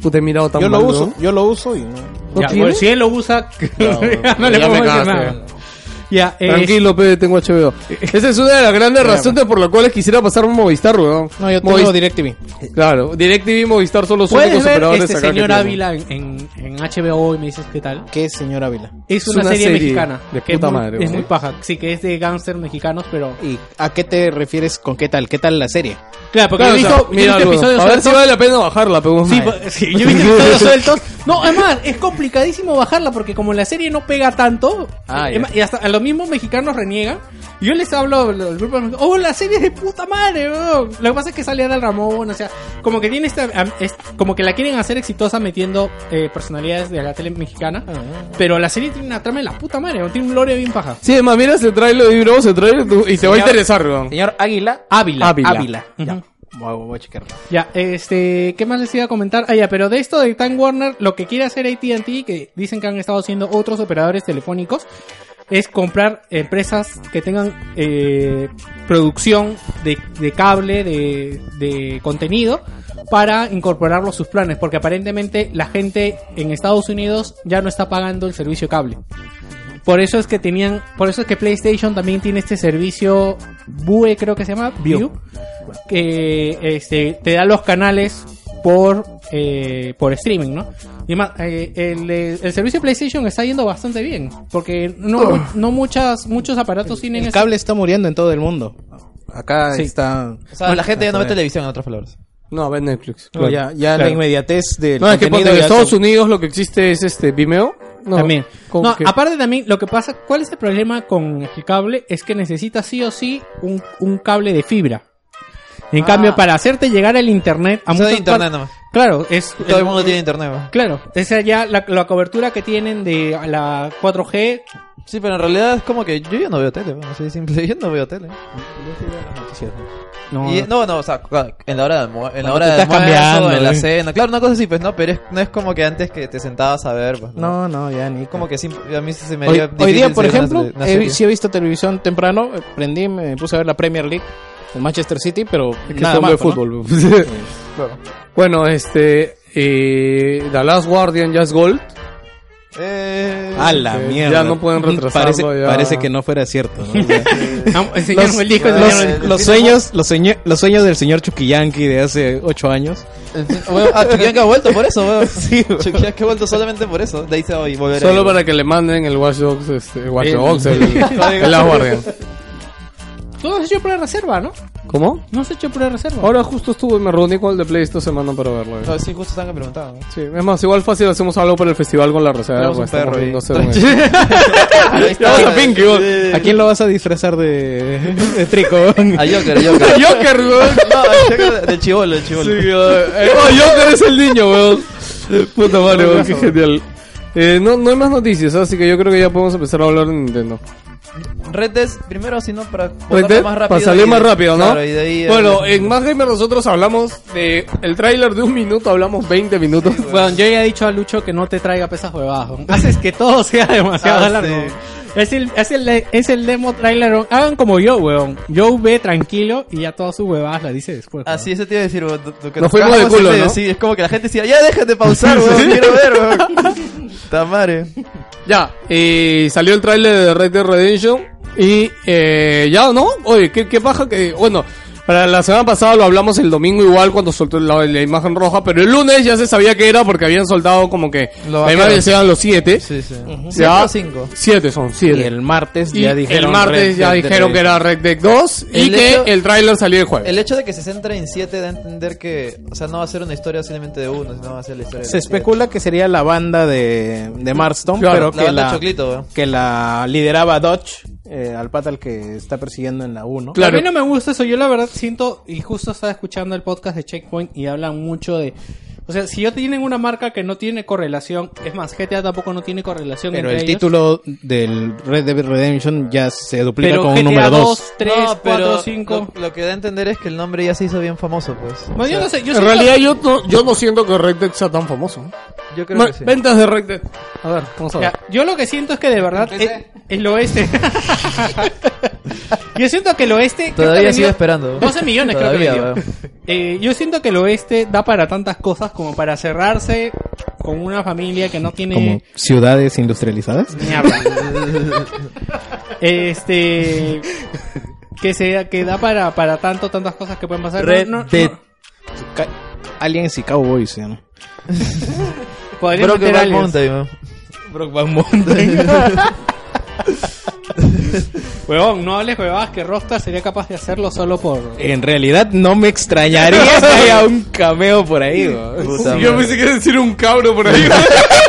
B: Puta, he mirado tan
E: Yo lo
B: mal,
E: uso,
B: weón.
E: yo lo uso y no.
B: ¿No
C: Ya,
B: tiene?
C: pues, si él lo usa, ya no le
B: Ya me
C: puedo decir
B: cagaste,
C: nada.
B: weón.
C: Ya, eh,
B: Tranquilo, pe, tengo HBO.
E: Eh,
B: Esa es una de las grandes razones por las cuales quisiera pasar un Movistar, weón.
E: No, yo tengo
B: Movis-
E: DirecTV.
B: Claro, DirecTV y Movistar son los
C: puedes
B: únicos
C: ver
B: operadores
C: este
B: acá que
C: señor
B: tienen.
C: Ávila en, en, en HBO y me dices qué tal.
E: ¿Qué es señor Ávila?
C: Es una, serie, mexicana.
B: de
C: que es
B: puta
C: muy-
B: madre,
C: Es
B: weón.
C: muy paja. Sí, que es de gángster mexicanos, pero.
E: ¿Y a qué te refieres con qué tal? ¿Qué tal la serie?
C: Claro, porque
B: Claro,
C: yo he
B: o
C: visto,
B: sea,
C: yo he visto
E: este
B: míralo.
C: episodios
B: A ver si
C: sueltos.
B: vale la pena bajarla, pe, weón.
C: Sí,
E: pues-
C: po- sí, yo he visto episodios sueltos. No, además, es complicadísimo bajarla porque como la serie no pega tanto,
E: Ah,
C: es
E: ya.
C: más, y hasta a los mismos mexicanos reniegan. Yo les hablo al al grupo de mexicanos, oh, la serie es de puta madre, weón". Lo que pasa es que sale Adal Ramón, o sea, como que tiene esta, am- es- como que la quieren hacer exitosa metiendo eh, personalidades de la tele mexicana,
E: Ah.
C: pero la serie tiene una trama de la puta madre, weón, tiene un lore bien paja.
B: Sí, además, mira ese trailer y bro, se trailer tú- y te va a interesar, weón.
E: Señor Águila.
C: Ávila.
B: Ávila.
E: Ávila. Ya.
C: Ujú.
E: Voy, voy a checarla.
C: Ya, este, ¿qué más les iba a comentar? Ah, ya, pero de esto de Time Warner, lo que quiere hacer AT&T, que dicen que han estado haciendo otros operadores telefónicos, es comprar empresas que tengan eh, producción de, de cable, de, de contenido, para incorporarlo a sus planes, porque aparentemente la gente en Estados Unidos ya no está pagando el servicio cable. Por eso es que tenían, por eso es que PlayStation también tiene este servicio Vue, creo que se llama, Vue, que este, te da los canales por eh, por streaming, ¿no? Y más, eh, el, eh, el servicio de PlayStation está yendo bastante bien, porque no mu- no muchas muchos aparatos tienen
E: El
C: ese-
E: cable está muriendo en todo el mundo. Acá
C: Sí.
E: está.
D: O sea, la gente ya no ve televisión, en otras palabras.
B: No, ve Netflix.
E: No, ya ya la
C: Claro.
E: inmediatez del.
B: No, es que ponte,
E: contenido
B: en
E: ya
B: Estados
E: se-
B: Unidos lo que existe es este Vimeo. No,
C: también.
B: como
C: No,
B: que-
C: aparte también, lo que pasa, ¿cuál es el problema con el cable? Es que necesitas sí o sí un, un cable de fibra. En
D: Ah.
C: cambio, para hacerte llegar el internet a
D: O sea, de
C: muchas
D: internet
C: par-
D: nomás.
C: Claro, es
D: Todo el mundo tiene internet. weón.
C: Claro, esa ya la, la cobertura que tienen de la 4G.
D: Sí, pero en realidad es como que yo ya no veo tele, weón. Así de simple, yo no veo tele.
C: No,
D: Y, no, no, o sea, claro, en la hora de almuer- en la hora
C: te
D: de
C: estás
D: almuerzo,
C: cambiando,
D: en la
C: eh.
D: cena, claro, una cosa así, pues no, pero es, no es como que antes que te sentabas a ver, pues,
E: No, no, ya ni.
D: Como que sí, a mí sí se me
E: Hoy,
D: dio
E: hoy día,
D: difícil
E: por
D: seguir una
E: ejemplo,
D: tele- una
E: he vi-
D: serie.
E: sí he visto televisión temprano. eh, Prendí, me puse a ver la Premier League, el Manchester City, pero
B: que
E: nada
B: son
E: más.
B: de
E: pues, ¿no?
B: fútbol. weón. bueno, este. eh, The Last Guardian, Just Gold.
D: Eh,
E: A la
B: Ya
E: mierda.
B: no pueden retrasarlo,
E: Parece,
B: ya.
E: parece que no fuera cierto. ¿no?
C: no, enseñaron
E: los,
C: Ah, el disco,
E: los-
C: enseñaron el-
E: los sueños, los, sueño- los sueños del señor Chuquillanqui de hace ocho años.
D: weón, ah, Chuquian que ha vuelto por eso, weón. Sí, Chuquian que ha vuelto solamente por eso. De ahí se va y volverá.
B: Solo para que le manden el Watch Dogs, este, Watch
D: El-
B: Dogs, el, el Last Guardian.
C: Todo has hecho por reserva, ¿no?
B: ¿Cómo?
C: No has hecho por reserva.
B: Ahora justo estuve, me reuní con el de Play esta semana para verlo. eh.
D: No, sí, justo están que preguntaban.
B: Sí, es más, igual fácil hacemos algo para el festival con la reserva.
D: Tenemos un
B: pues, estamos
D: perro ahí.
B: viendo hacer un- Ya vas a Pinky, weón.
E: ¿A quién lo vas a disfrazar de, de trico?
D: A Joker, a Joker.
B: Joker, weón.
D: No, a Joker del chivolo, el
B: Sí,
D: chivolo.
B: eh, no, Joker es el niño, weón. Puta madre, weón, qué genial. Eh, no, no hay más noticias, así que yo creo que ya podemos empezar a hablar de Nintendo.
D: Red Dead primero, sino para
B: Red
D: botarlo
B: Dead,
D: más
B: para
D: rápido
B: salir
D: y-
B: más rápido, ¿no?
D: Claro, y de ahí,
B: bueno,
D: eh,
B: en Más Gamer nosotros hablamos de el tráiler de un minuto, hablamos 20 minutos.
C: Bueno, yo ya he dicho a Lucho que no te traiga pesas huevadas. weón. Haces que todo sea demasiado
D: Ah,
C: largo.
D: sí.
C: Es el, es, el, es el demo trailer. weón. Hagan como yo, weón. Yo ve tranquilo y ya todas sus huevadas las dice después. weón.
D: Así, eso te iba a decir, weón. tú- tú que
B: Nos
D: nos
B: fuimos
D: cagamos
B: de culo,
D: en medio,
B: ¿no?
D: Sí, es como que la gente decía, ya déjate pausar, weón, quiero ver, weón. Tamare.
B: Ya, eh, salió el tráiler de Red Dead Redemption y eh, ya, ¿no? Oye, qué, qué paja que... Bueno, para la semana pasada lo hablamos el domingo igual cuando soltó la, la imagen roja, pero el lunes ya se sabía que era porque habían soltado como que...
D: Lo
B: la imagen
D: bajaron.
B: decían los siete.
D: Sí, sí. Siete
B: Ya,
D: o cinco.
B: Siete son, siete.
E: Y el martes
B: Y
E: ya dijeron.
B: el martes
E: Red
B: ya
E: Dead
B: dijeron que era Red Dead 2 y
D: El
B: que
D: hecho-
B: el tráiler salió el jueves.
D: El hecho de que se centre en 7 da a entender que, o sea, no va a ser una historia solamente de uno, sino va a ser la historia de
E: Se
D: los siete.
E: especula que sería la banda de, de Marston,
B: Claro,
E: pero
D: La
E: que
D: banda
E: la,
D: Choclito, weón.
E: que la lideraba Dodge, eh, al pata al que está persiguiendo en la 1.
B: Claro.
C: A mí no me gusta eso. Yo la verdad siento, y justo estaba escuchando el podcast de Checkpoint y hablan mucho de O sea, si ya tienen una marca que no tiene correlación, es más, GTA tampoco no tiene correlación
E: Pero
C: entre
E: el
C: ellos.
E: título del Red Dead Redemption ya se duplica
C: pero
E: con
C: GTA
E: un número 2.
C: 2, 3,
D: No, pero
C: 4, 5.
D: Lo, lo que da a entender es que el nombre ya se hizo bien famoso, pues.
C: Bueno, yo no sé, yo
B: en
C: siento-
B: realidad yo no, yo no siento que Red Dead sea tan famoso.
D: Yo creo
B: Ma-
D: que sí.
B: Ventas de Red Dead. A ver, vamos a ver.
C: Ya, yo lo que siento es que de verdad el, el oeste. yo siento que el oeste. creo que
D: Todavía
C: ha
D: sigo
C: vendido
D: esperando.
C: 12 millones creo que
D: Todavía,
C: ha vendido. Eh, yo siento que el oeste da para tantas cosas como para cerrarse con una familia que no
E: Como
C: tiene.
E: ciudades industrializadas.
C: ni habla. este. Que, se, que da para, para tanto, tantas cosas que pueden pasar.
D: Red
C: No, no, no.
D: Dead.
E: Ca- Aliens y Cowboys, ¿no?
C: Podrían
D: Creo que
C: meter
D: Bad
C: aliens.
D: Mountain, ¿no?
C: Huevón, no hables huevadas que Rockstar sería capaz de hacerlo solo por.
D: Eh,
E: En realidad no me extrañaría que haya un cameo por ahí. güey.
D: Puta
B: Yo
D: madre.
B: pensé que iba a decir un cabro por ahí.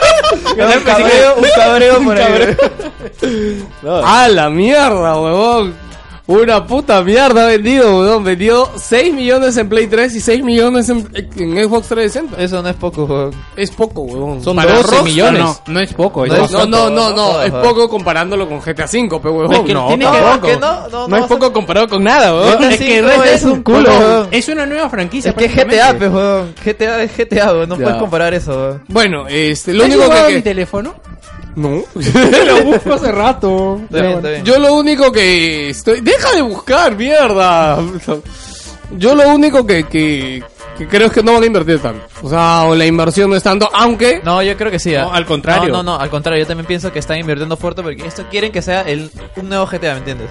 D: un cabreo, un cabreo por ahí.
B: ¡A la mierda, huevón! Una puta mierda ha vendido, huevón. Vendió 6 millones en Play 3 y 6 millones en, en Xbox 360.
D: Eso no es poco, weón.
B: Es poco, huevón.
E: Son
C: Para
E: 12
C: Rockstar,
E: millones.
C: No, no es poco.
D: No
C: es
D: es-
B: No, no, no, no,
D: Ajá.
B: es poco comparándolo con GTA V, pero
C: Es
B: huevón.
C: que
B: No,
C: tiene que-
B: cabrón.
D: que no, no,
E: No es poco comparado con nada, güey.
D: Es que Red Dead es un culo, weón.
C: Es una nueva franquicia.
D: Es que GTA, pues, weón. GTA es GTA, weón. No puedes comparar eso, weón.
B: Bueno, este,
C: Lo
B: lo único
C: mi
B: que... que-
C: teléfono?
B: No.
C: Lo busco hace rato.
D: Está bien, está bien.
B: Yo lo único que estoy... ¡Deja de buscar, mierda! Yo lo único que, que, que creo es que no van a invertir tanto. O sea, o la inversión no es tanto, aunque...
D: No, yo creo que sí. ah.
C: No, al contrario.
D: No, no, no, al contrario. Yo también pienso que están invirtiendo fuerte porque esto quieren que sea el, un nuevo GTA, ¿me entiendes?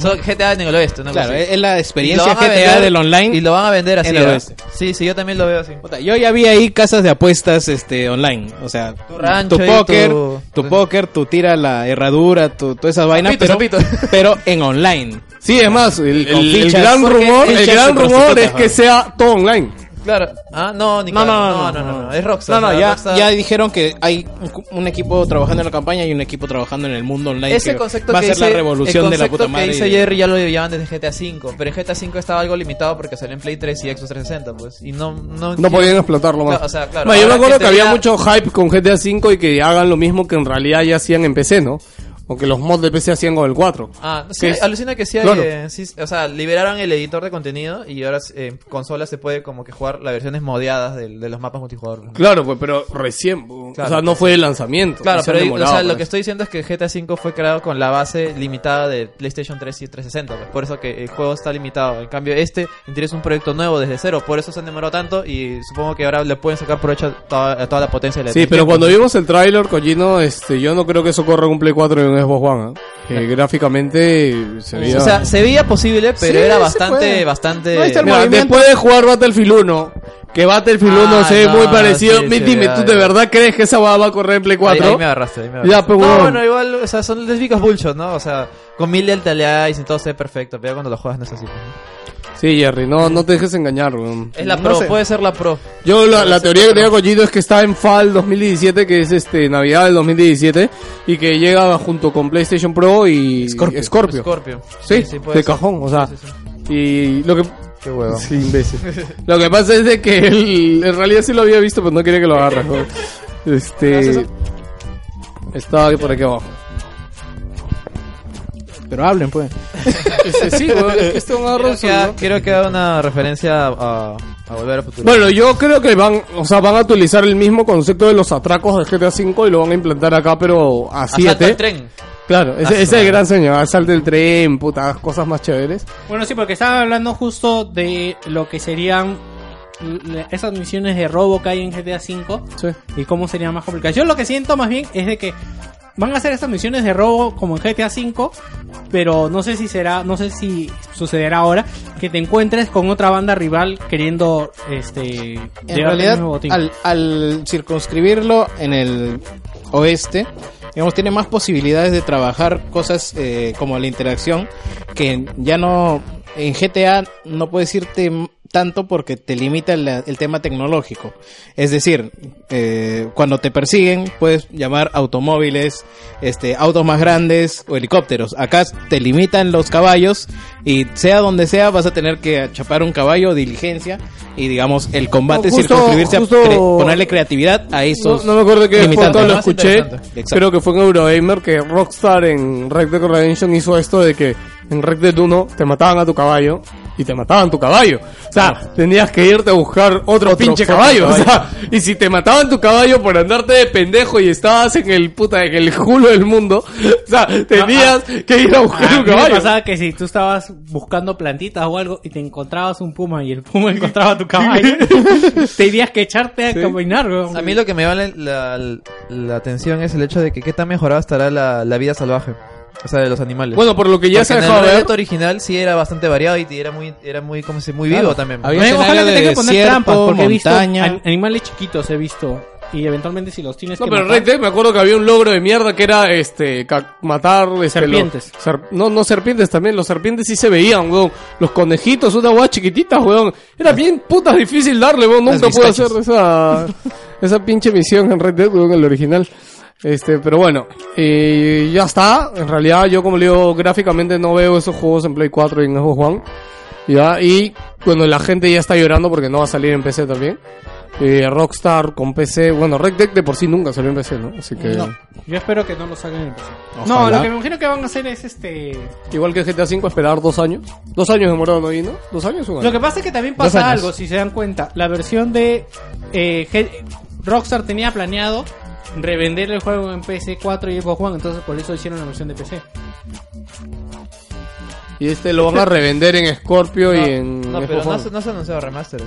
D: Solo GTA en el oeste, una cosa
E: Claro,
D: así.
E: es la
D: Y lo
E: experiencia
D: van a
E: GTA
D: vender-
E: del online.
D: Y lo van a vender así.
E: en el
D: ah.
E: oeste.
D: Sí, sí, yo también lo veo así.
E: Puta, Yo ya vi ahí casas de apuestas este online, o sea, tu,
D: rancho y
E: póker,
D: tu-
E: tu... póker, tu tira la herradura, tu todas esas vainas,
D: Sopito,
E: pero,
D: sopito.
E: pero en online.
B: Sí, es más, el,
E: Con
B: el- el
E: fichas,
B: gran
E: porque
B: rumor, el
E: fichas
B: gran
E: y
B: rumor es
E: prostitutas,
B: que
E: ¿no?
B: sea todo online.
D: Claro. Ah, no, ni
E: No,
D: claro.
E: no, no,
D: no,
E: no,
D: Es Rockstar.
E: No, no,
D: o sea,
E: ya,
D: Rockstar-
E: ya dijeron que hay un, cu- un equipo trabajando en la campaña y un equipo trabajando en el mundo online.
D: Ese
E: que
D: concepto
E: va
D: que
E: a ser la
D: dice-
E: revolución
D: el
E: de la
D: concepto
E: puta madre.
D: que
E: y-
D: dice Jerry ya lo llevaban desde GTA V, pero en GTA V estaba algo limitado porque salió en Play 3 y Xbox 360, pues. Y no... No,
B: No podían explotarlo más.
D: Claro, o sea, claro.
B: No, yo me
D: Ahora
B: acuerdo
D: que
B: que había
D: tenía-
B: mucho hype con GTA V y que hagan lo mismo que en realidad ya hacían en PC, ¿no? O que los mods de PC hacían con el 4.
D: Ah, sí,
B: Que es-
D: alucina que sí, hay,
B: Claro.
D: eh, sí, o sea, liberaron el editor de contenido y ahora eh, en consola se puede como que jugar las versiones modeadas del- de, los mapas multijugador.
B: Claro, pues, pero recién. O
D: Claro.
B: sea, no fue el lanzamiento.
D: Claro,
B: se han
D: pero o
B: demorado pues.
D: sea,
B: para
D: lo
B: eso.
D: que estoy diciendo es que GTA V fue creado con la base limitada de PlayStation 3 y 360, pues, por eso que el juego está limitado. En cambio, este tienes un proyecto nuevo desde cero, por eso se han demorado tanto y supongo que ahora le pueden sacar provecho a toda, a toda la potencia de la pues.
B: Sí, pero cuando vimos el tráiler, Collino, este, yo no creo que eso corra en un Play 4 y un Xbox One. ¿ah? Que gráficamente se veía...
D: O sea, se veía posible, pero
E: Sí,
D: era
E: se
D: bastante,
E: puede.
D: bastante...
E: No, ahí está el
B: Mira,
E: movimiento.
B: después de jugar Battlefield 1, que Battlefield 1
D: Ah,
B: se ve muy
D: no,
B: parecido.
D: sí,
B: Mi-
D: sí,
B: dime,
D: ya,
B: ¿tú
D: ya.
B: de verdad crees que esa hueá va a correr en Play 4?
D: Ahí, ahí me agarraste, ahí me agarraste.
B: Ya, pero
D: No,
B: huevón.
D: bueno, igual, o sea, son lesbicas bullshot, ¿no? O sea, con mil lealtades y todo se ve perfecto, pero ya cuando lo juegas no es así. pues, ¿no?
B: Sí, Jerry, no, no te dejes engañar, weón.
D: Es la pro, puede ser la pro.
B: Yo la, la teoría que tenía Collito es que está en FAL 2017, que es este Navidad del 2017, y que llega junto con PlayStation Pro y Scorpio.
D: Scorpio.
B: Sí,
D: puede
B: de
D: ser.
B: cajón, o sea.
D: Sí, sí, sí.
B: Y lo que
D: Qué huevo.
B: Sí, imbécil. Lo que pasa es de que él, en realidad sí lo había visto, pero no quería que lo agarras. ¿no? Este. Estaba por aquí abajo.
E: Pero hablen, pues.
B: Este, sí, weón, es que esto agarra
D: Creo
B: su-
D: que, ha- creo que da una referencia a, a Volver al Futuro.
B: Bueno, yo creo que van, o sea, van a utilizar el mismo concepto de los atracos de GTA V y lo van a implantar acá, pero a
D: Asalto al
B: 7.
D: tren. Ah,
B: Claro, ese, ese es el gran sueño, asalto del tren, putas cosas más chéveres.
C: Bueno, sí, porque estaba hablando justo de lo que serían l- esas misiones de robo que hay en GTA V
B: Sí.
C: y cómo serían más complicadas. Yo lo que siento más bien es de que van a hacer estas misiones de robo como en GTA V, pero no sé si será, no sé si sucederá ahora que te encuentres con otra banda rival queriendo este
E: En realidad, al, al circunscribirlo en el oeste, digamos, tiene más posibilidades de trabajar cosas eh, como la interacción, que ya no, en GTA no puedes irte m- tanto porque te limita el, el tema tecnológico. Es decir, eh, cuando te persiguen puedes llamar automóviles, este, autos más grandes o helicópteros. Acá te limitan los caballos y sea donde sea vas a tener que chapar un caballo, diligencia y digamos el combate
B: No, justo-
E: circunscribirse a
B: justo-
E: cre- ponerle creatividad
B: No,
E: a esos
B: no me acuerdo qué fue,
E: limitantes.
B: cuando lo
E: Más
B: escuché.
E: interesante. Exacto.
B: Creo que fue en Eurogamer que Rockstar en Red Dead Redemption hizo esto de que en Red Dead 1 te mataban a tu caballo y te mataban tu caballo. O sea, tenías que irte a buscar otro, pinche caballo. O sea, y si te mataban tu caballo por andarte de pendejo y estabas en el puta, en el culo del mundo, o sea, tenías que ir a buscar
C: Ah, A
B: un
C: mí me
B: caballo.
C: pasaba que si tú estabas buscando plantitas o algo y te encontrabas un puma y el puma encontraba tu caballo, tenías que echarte a caminar, weón.
D: A mí lo que me vale la, la atención es el hecho de que qué tan mejorada estará la, la vida salvaje. O sea, de los animales.
B: Bueno, por lo que ya se
D: Porque
B: ¿eh? ha
D: en el
B: dejado ver.
D: proyecto original sí era bastante variado y era muy, era muy, como se muy vivo también.
E: había-
C: No,
E: escenario
C: ojalá que
E: de
C: tenga que poner
E: desierto,
C: trampas, porque he visto
E: montaña.
C: an- animales chiquitos, he visto. Y eventualmente si los tienes
B: No,
C: que
B: pero en
C: matar-
B: Red Dead me acuerdo que había un logro de mierda que era este ca- matar este,
C: Serpientes.
B: los- ser- no, no serpientes también, los serpientes sí se veían, weón. Los conejitos, una guay chiquitita, weón. Era bien putas difícil darle, weón. Nunca pude hacer esa esa pinche misión en Red Dead, weón, en el original. Este, pero bueno, eh, ya está. En realidad, yo como le digo, gráficamente no veo esos juegos en Play 4 y en Xbox One. Ya, y cuando la gente ya está llorando porque no va a salir en PC también. Eh, Rockstar con PC, bueno, Red Dead de por sí nunca salió en PC, ¿no? Así que
C: Yo espero que no lo saquen en el PC. No,
E: Ojalá.
C: lo que me imagino que van a hacer es este.
B: igual que GTA V, esperar dos años. Dos años demoraron ahí, ¿no? Dos años o un año?
C: Lo que pasa es que también pasa algo, si se dan cuenta. La versión de eh, Ge- Rockstar tenía planeado revender el juego en PC 4 y Xbox One, entonces por eso hicieron la versión de PC.
B: Y este lo van a revender en Scorpio
D: No,
B: y en.
D: no, pero
B: Xbox
D: no,
B: One.
D: se- no se ha anunciado remaster.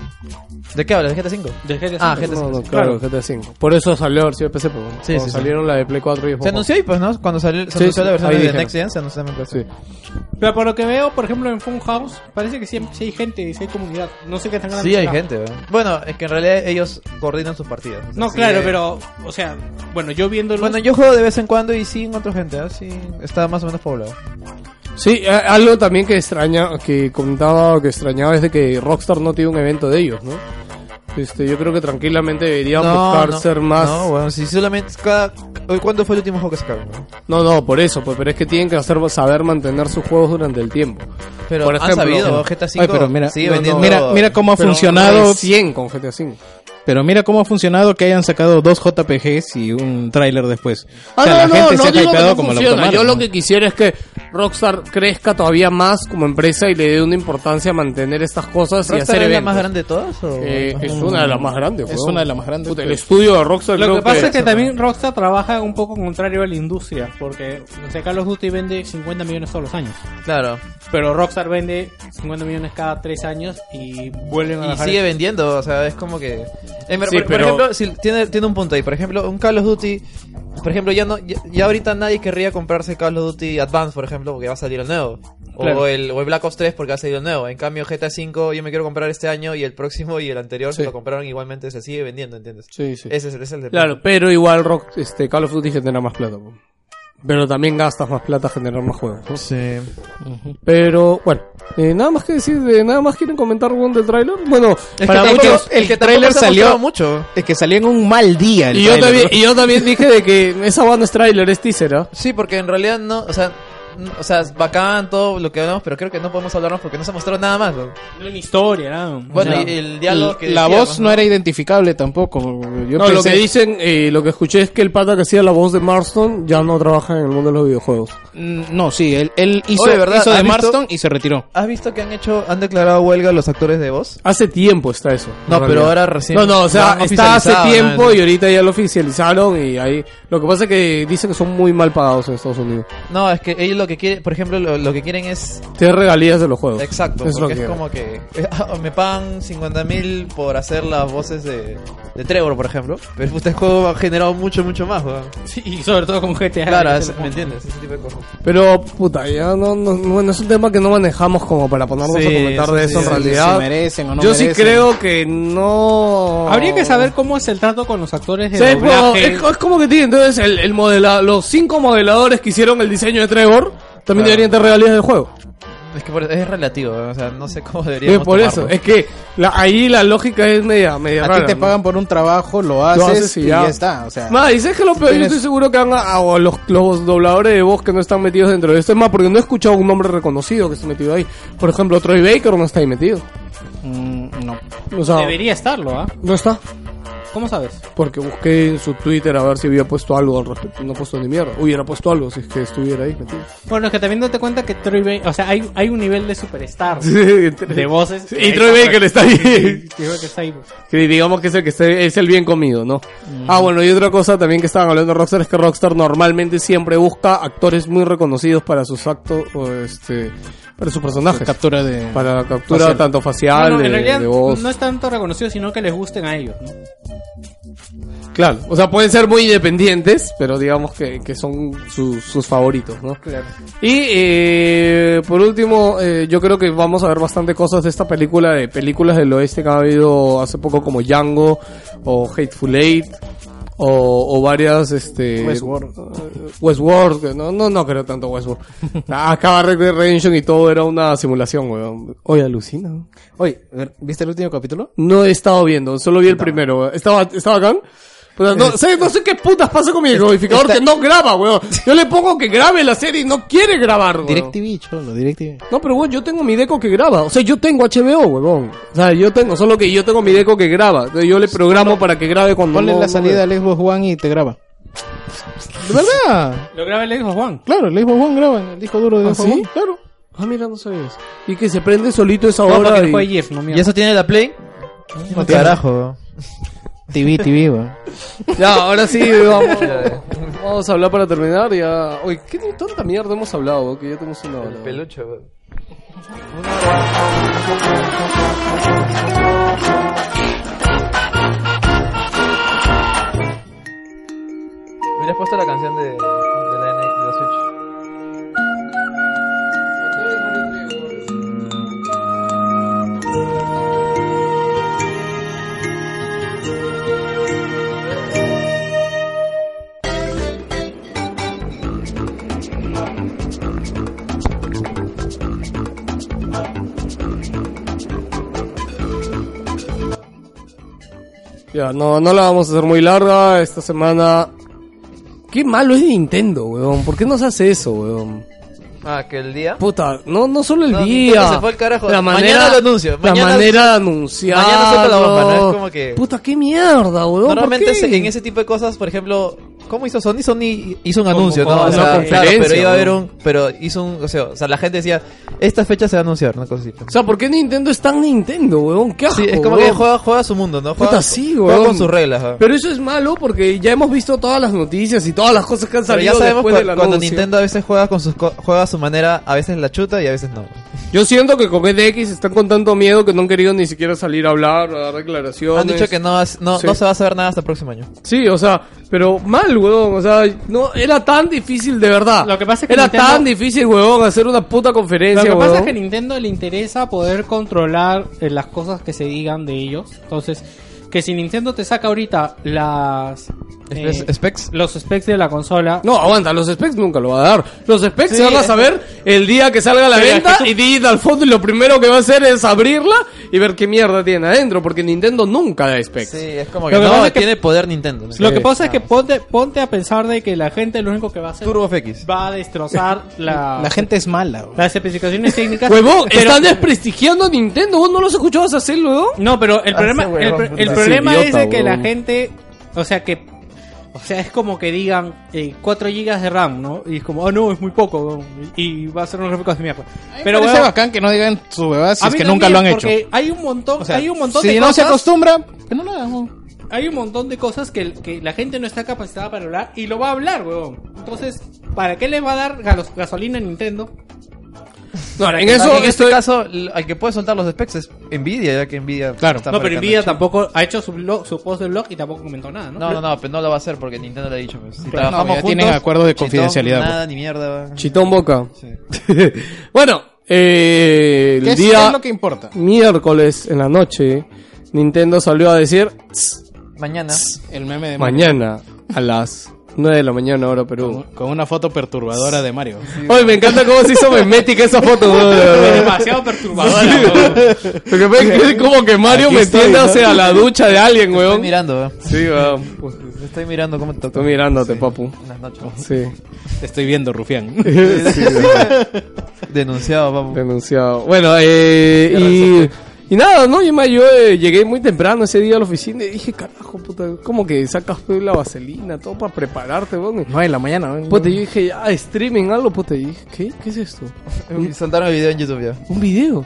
D: ¿De qué hablas? ¿De GTA V?
C: De GTA
D: Ah,
C: V.
D: GTA
B: No,
D: V.
B: no, claro, GTA V. Por eso salió la versión de PC, pues, bueno,
D: Sí,
B: cuando
D: sí, sí.
B: salieron la de Play 4 y Xbox
D: Se
B: One.
D: anunció y pues, ¿no? Cuando salió, se
B: Sí,
D: anunció
B: sí,
D: la versión
B: ahí
D: de
B: dijeron.
D: Next Gen, se anunció también. pues.
B: Sí.
C: Pero por lo que veo, por ejemplo, en Funhouse, parece que sí, sí hay gente, sí hay comunidad. No sé qué tan grande
D: Sí, hay
C: será.
D: gente, ¿verdad? Bueno, es que en realidad ellos coordinan sus partidas. O sea,
C: No,
D: sí,
C: claro,
D: eh,
C: pero, o sea, bueno, yo viéndolo.
D: Bueno, yo juego de vez en cuando y sí encuentro gente, ¿eh? Sí, está más o menos poblado.
B: Sí, eh, algo también que extraña, que comentaba, que extrañaba es de que Rockstar no tiene un evento de ellos, ¿no? Este, yo creo que tranquilamente deberían buscar ser más.
D: No, bueno, si solamente... Cada... ¿Cuándo fue el último juego que sacaron?
B: No,
D: no?
B: no, por eso, pues, pero es que tienen que hacer, saber mantener sus juegos durante el tiempo.
D: Pero
B: Por
D: han
B: ejemplo-
D: sabido, GTA V
E: Ay, pero mira,
D: sigue
E: no, no,
D: vendiendo...
E: mira, mira cómo ha
B: Pero
E: funcionado,
B: hay 100 con GTA V.
E: pero mira cómo ha funcionado que hayan sacado dos JPGs y un tráiler después.
B: Ah,
E: O sea, la gente se ha hypeado como lo tomaron,
B: Yo lo
E: ¿no?
B: que quisiera es que Rockstar crezca todavía más como empresa y le dé una importancia a mantener estas cosas y
D: ¿Rockstar
B: hacer
D: es la
B: eventos.
D: más grande de todas? o-
B: Eh, es una de las más grandes.
E: Es
B: weón.
E: una de las más grandes,
B: Puta, el
E: pero-
B: estudio de Rockstar
C: Lo
B: creo
C: que pasa es que también Rockstar trabaja un poco contrario a la industria, porque o sea, Call of Duty vende 50 millones todos los años,
D: Claro.
C: pero Rockstar vende 50 millones cada 3 años y vuelven a
D: Y
C: bajar.
D: sigue vendiendo, o sea, es como que... Eh, pero-
B: Sí,
D: por, por
B: pero-
D: ejemplo, si tiene, tiene un punto ahí. Por ejemplo, un Call of Duty... Por ejemplo, ya no ya, ya ahorita nadie querría comprarse Call of Duty Advance, por ejemplo, porque va a salir el nuevo. O,
C: Claro.
D: el, o el Black Ops 3 porque va a salir el nuevo. En cambio, GTA 5 yo me quiero comprar este año y el próximo y el anterior se lo compraron igualmente, se sigue vendiendo, ¿entiendes?
B: Sí, sí.
D: Ese es, ese es el de...
B: Claro, pero igual Rock, este, Call of Duty genera más plata. po. Pero también gastas más plata generar más juegos. ¿no?
D: Sí.
B: Pero bueno, eh, nada más que decir, de, nada más quieren comentar algún del tráiler. Bueno,
D: Es
E: Para
D: que tampoco-
E: muchos, el
D: es que tampoco
E: tráiler
D: se ha
E: salió-
D: mostrado mucho.
E: Es que salió en un mal día el
B: y yo,
E: tráiler,
B: también,
E: ¿no?
B: y yo también dije de que esa banda es tráiler, es teaser, ¿ah?
D: Sí, porque en realidad no, o sea, n- o sea, es bacán todo lo que hablamos, pero creo que no podemos hablarnos porque no se mostró nada más. ¿no?
C: No hay ni historia, nada.
D: Bueno,
C: O sea,
D: y el diálogo que
E: la
D: decíamos,
E: voz no era identificable tampoco. Yo
B: No, lo
E: pensé-
B: que dicen, eh, lo que escuché es que el pata que hacía la voz de Marston ya no trabaja en el mundo de los videojuegos.
E: Mm, No, sí, él, él hizo,
D: Oye, ¿verdad?
E: hizo de
D: ¿Has visto?
E: Marston y se retiró.
D: ¿Has visto que han hecho, han declarado huelga los actores de voz?
B: Hace tiempo está eso. en
D: No, pero
B: realidad.
D: ahora recién
B: No, no, o
D: lo
B: sea,
D: han
B: está hace
D: oficializado,
B: tiempo
D: ¿no?
B: y ahorita ya lo oficializaron y ahí. Lo que pasa es que dicen que son muy mal pagados en Estados Unidos.
D: No, es que ellos lo que quieren, por ejemplo, lo, lo que quieren es...
B: Te regalías de los juegos.
D: Exacto,
B: Es lo
D: porque
B: que
D: es como que me pagan 50 mil por hacer las voces de, de Trevor, por ejemplo. Pero este juego ha generado mucho, mucho más, weón.
C: sí, y sobre todo con GTA.
D: Claro,
C: que
D: es-
C: se lo
D: ¿me
C: pongo.
D: entiendes? Ese tipo de cosas.
B: Pero, puta, ya no, no, bueno, es un tema que no manejamos como para ponernos
D: Sí,
B: a comentar de
D: sí,
B: eso
D: sí,
B: en
E: Si-
B: realidad.
E: si merecen o no
B: Yo sí
E: merecen.
B: creo que no.
C: Habría que saber cómo es el trato con los actores de
B: Sí, pero
D: pues,
C: doblaje.
B: es, es como que tiene entonces el, el modela- los cinco modeladores que hicieron el diseño de Trevor también deberían tener regalías del juego.
D: Es que por- es relativo, o sea, no sé cómo deberíamos
B: Es por eso,
D: tomarlo.
B: es que la- ahí la lógica es media, media
E: A
B: rara,
E: ti te
B: ¿no?
E: pagan por un trabajo, lo haces,
B: haces y
E: y,
B: ya.
E: ya. está. O sea,
B: Ma, y sabes que lo peor, yo
E: Tienes-
B: estoy seguro que han a, a los, los dobladores de voz que no están metidos dentro de esto. Es más, porque no he escuchado un nombre reconocido que esté metido ahí. Por ejemplo, Troy Baker no está ahí metido.
E: mm, no.
B: O sea,
C: Debería estarlo, ¿ah?
B: no está.
C: ¿Cómo sabes?
B: Porque busqué en su Twitter a ver si había puesto algo al respecto. No ha puesto ni mierda. Hubiera puesto algo si es que estuviera ahí metido.
C: Bueno, es que también date cuenta que Troy Baker. O sea, hay, hay un nivel de superstar de voces.
B: Y Troy Baker está ahí.
C: Creo que está ahí. pues.
B: Que digamos que es el que está- es el bien comido, ¿no? Ah, bueno, y otra cosa también que estaban hablando de Rockstar es que Rockstar normalmente siempre busca actores muy reconocidos para sus actos o este para sus personajes.
E: Captura de.
B: para la captura
E: facial.
B: tanto facial,
C: No, no,
B: de,
C: en realidad
B: de voz.
C: no es tanto reconocido, sino que les gusten a ellos. ¿no?
B: Claro, o sea, pueden ser muy independientes, pero digamos que, que son sus- sus favoritos, ¿no? Y eh, por último, eh, yo creo que vamos a ver bastante cosas de esta película, de películas del oeste que ha habido hace poco como Django o Hateful Eight o, o varias este Westworld, Westworld no no no creo tanto Westworld. Ah, Acaba Red Dead Redemption y todo era una simulación, weón. Oye, alucina. ¿no?
E: Oye, ¿viste el último capítulo?
B: No he estado viendo, solo vi el primero, weón. Estaba, estaba acá. Pero
E: Eh,
B: no, sé, no sé qué putas pasa con mi decodificador que no graba, weón. Yo le pongo que grabe la serie y no quiere grabar, weón.
E: DirecTV, cholo, DirecTV.
B: No, pero weón, yo tengo mi deco que graba. O sea, yo tengo HBO, weón. O sea, yo tengo, solo que yo tengo mi deco que graba. Entonces, Yo le programo para que grabe cuando
E: Ponle
B: no-
E: la
B: no
E: salida
B: veo.
E: al Xbox One y te graba. ¿De verdad?
C: Lo graba el Xbox Juan.
E: Claro, el Xbox One graba en el disco duro de
B: ¿Ah,
E: Xbox
B: sí?
E: One, Claro.
B: Ah, mira, no sabías. Y que se prende solito esa
C: No,
B: hora
C: porque
B: y-
C: no fue Jeff, no mierda.
D: ¿Y eso tiene la Play? Carajo.
E: TV, TV, weón.
B: Ya, ahora sí, vamos. vamos a hablar para terminar. Ya. Oye, qué tanta mierda hemos hablado, weón, que ya tenemos una hora.
D: Pelucho. Hubieras puesto la canción de, de la N de la Switch.
B: Ya, no, no la vamos a hacer muy larga esta semana. Qué malo es Nintendo, weón. ¿Por qué no se hace eso, weón?
D: Ah, que el día.
B: Puta, no, no solo el
D: No,
B: día.
D: Nintendo se fue al carajo.
B: La
D: Mañana
B: manera,
D: lo anuncio.
B: la
D: Mañana-
B: manera de anunciar.
D: Mañana suelta la bomba, ¿no? Es como que-
B: Puta, qué mierda, weón. ¿por
D: Normalmente
B: qué?
D: se- en ese tipo de cosas, por ejemplo, ¿cómo hizo Sony? Sony hizo un anuncio,
B: como
D: ¿no?
B: una
D: claro,
B: conferencia,
D: pero iba a haber
B: ¿no?
D: un. Pero hizo un. O sea, o sea, la gente decía, esta fecha se va a anunciar, una cosa así.
B: O sea, ¿por qué Nintendo es tan Nintendo, weón? ¿Qué asco,
D: Sí, es como
B: weón?
D: que juega, juega su mundo, ¿no? Juega,
B: Puta, sí,
D: juega
B: weón.
D: con sus reglas. ¿no?
B: Pero eso es malo porque ya hemos visto todas las noticias y todas las cosas que han
D: Pero
B: salido
D: ya sabemos
B: después
D: cu-
B: del
D: cuando
B: anuncio.
D: Nintendo a veces juega con sus co- juega a su manera, a veces la chuta y a veces no.
B: Yo siento que con EDX están con tanto miedo que no han querido ni siquiera salir a hablar, a dar declaraciones.
D: Han dicho que no, has- no,
B: Sí.
D: no se va a saber nada hasta el próximo año.
B: Sí, o sea, pero mal, weón. O sea, no, era tan difícil de verdad.
C: Lo que pasa es que
B: era
C: Nintendo-
B: tan difícil, weón, hacer una puta
C: Lo
B: conferencia,
C: que pasa es
B: huevón.
C: que a Nintendo le interesa poder controlar eh, las cosas que se digan de ellos. Entonces, que si Nintendo te saca ahorita las eh,
D: Espe- specs.
C: los specs de la consola,
B: No, aguanta, los specs nunca lo va a dar. Los specs
C: Sí,
B: se van a
C: es-
B: saber el día que salga a la
C: Pero es
B: venta
C: que
B: y di al fondo y lo primero que va a hacer es abrirla y ver qué mierda tiene adentro, porque Nintendo nunca da specs.
D: Sí, es como
C: que
D: que
C: Lo que no, pasa
D: no,
C: es que-
D: tiene
C: tiene
D: poder Nintendo.
C: lo que pasa es que ponte, ponte a pensar de que la gente lo único que va a hacer
D: Turbo FX.
C: va a destrozar la,
E: Ah, La gente es mala, weón.
C: las especificaciones técnicas.
B: Huevón,
C: pero-
B: están desprestigiando a Nintendo, vos no los escuchabas hacerlo, weón.
C: No, pero el problema, el,
D: huevón,
C: pro-
D: puta.
C: el
D: Ese
C: problema es
E: idiota,
C: de que la
E: huevón.
C: gente, o sea que, o sea, es como que digan eh, 4 GB de RAM, ¿no? Y es como, oh no, es muy poco, huevón, y va a ser unos gráficos de mierda.
E: Pero
C: Pero
E: parece
C: huevón,
E: bacán que no digan su bebé si
C: a
E: es
C: mí
E: que nunca lo han
C: también,
E: hecho.
C: porque Hay un montón,
E: O sea,
C: hay un montón
E: si
C: de
E: no se
C: cosas,
E: acostumbra, que no lo hagan. weón.
C: hay un montón de cosas que, que la gente no está capacitada para hablar y lo va a hablar, huevón. Entonces, ¿para qué le va a dar galos- gasolina a Nintendo?
B: No, en
D: En,
B: eso
D: este
B: estoy-
D: caso, l- al que puede soltar los specs es Nvidia, ya que Nvidia.
E: Claro.
D: está
C: no, pero
D: fabricando
C: Nvidia
D: el chip.
C: tampoco ha hecho su, blog, su post de blog y tampoco comentó nada, ¿no?
D: No, no, no, pero no lo va a hacer porque Nintendo le ha dicho. Pues. Si
E: Claro,
D: trabajamos
E: no, ya
D: juntos,
E: tienen acuerdo de
D: chitón,
E: confidencialidad,
D: Nada, ni mierda. va.
B: Chitón boca.
D: Sí.
B: bueno, eh,
E: ¿Qué
B: el
E: es,
B: día
E: es lo que importa?
B: miércoles en la noche, Nintendo salió a decir
D: Mañana.
E: El meme de
B: mañana a las 9 de la mañana, hora Perú.
E: Con, con una foto perturbadora de Mario.
B: Hoy me encanta cómo se hizo memética esa foto, weón, de verdad.
C: Demasiado perturbadora, weón.
B: Lo que pasa es que es como que Mario
D: Aquí estoy,
B: metiéndose a la ducha de alguien,
D: Estoy
B: weón.
D: mirando, weón.
B: Sí, weón. Pues,
D: Estoy mirando cómo te
B: Estoy
D: toco.
B: mirándote, papu.
D: Buenas noches.
B: Sí.
E: Estoy viendo, Rufián.
D: Denunciado, papu.
B: Denunciado. Bueno, eh, y, y nada, ¿no? Yo, me- yo eh, llegué muy temprano ese día a la oficina y dije, carajo, puta, ¿cómo que sacas pues, la vaselina, todo para prepararte, weón?
E: 9 de la mañana, weón.
B: Puta, yo dije, ah, streaming, algo, puta. Y dije, ¿qué? ¿Qué es esto?
D: Saltaron el video en YouTube ya.
B: Un video.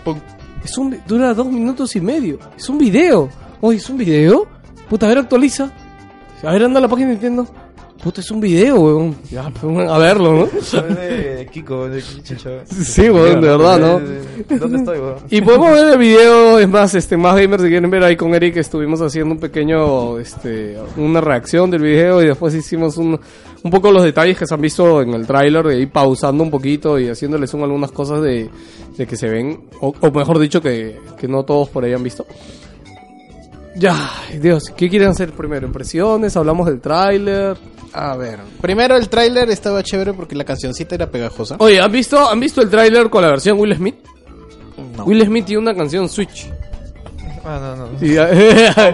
B: Es un, vi- dura dos minutos y medio. Es un video. Oye, ¿es un video? Puta, a ver, actualiza. A ver, anda a la página de Nintendo. Puta, es un video, weón. Ya, pues, weón, a verlo, ¿no?
D: Kiko, de Chicho.
B: Sí, weón, de verdad, ¿no?
D: ¿Dónde estoy, weón?
B: Y podemos ver el video, es más, este, más gamers si quieren ver ahí con Eric estuvimos haciendo un pequeño, este, una reacción del video y después hicimos un, un poco los detalles que se han visto en el tráiler y ahí pausando un poquito y haciéndole zoom a algunas cosas de, de que se ven, o, o mejor dicho que, que no todos por ahí han visto. Ya, ay, Dios, ¿qué quieren hacer primero? ¿Impresiones? ¿Hablamos del tráiler?
E: A ver. Primero el tráiler estaba chévere porque la cancioncita era pegajosa.
B: Oye, ¿han visto, han visto el tráiler con la versión Will Smith?
E: No.
B: Will Smith tiene una canción Switch.
D: Ah, no, no.
B: Y-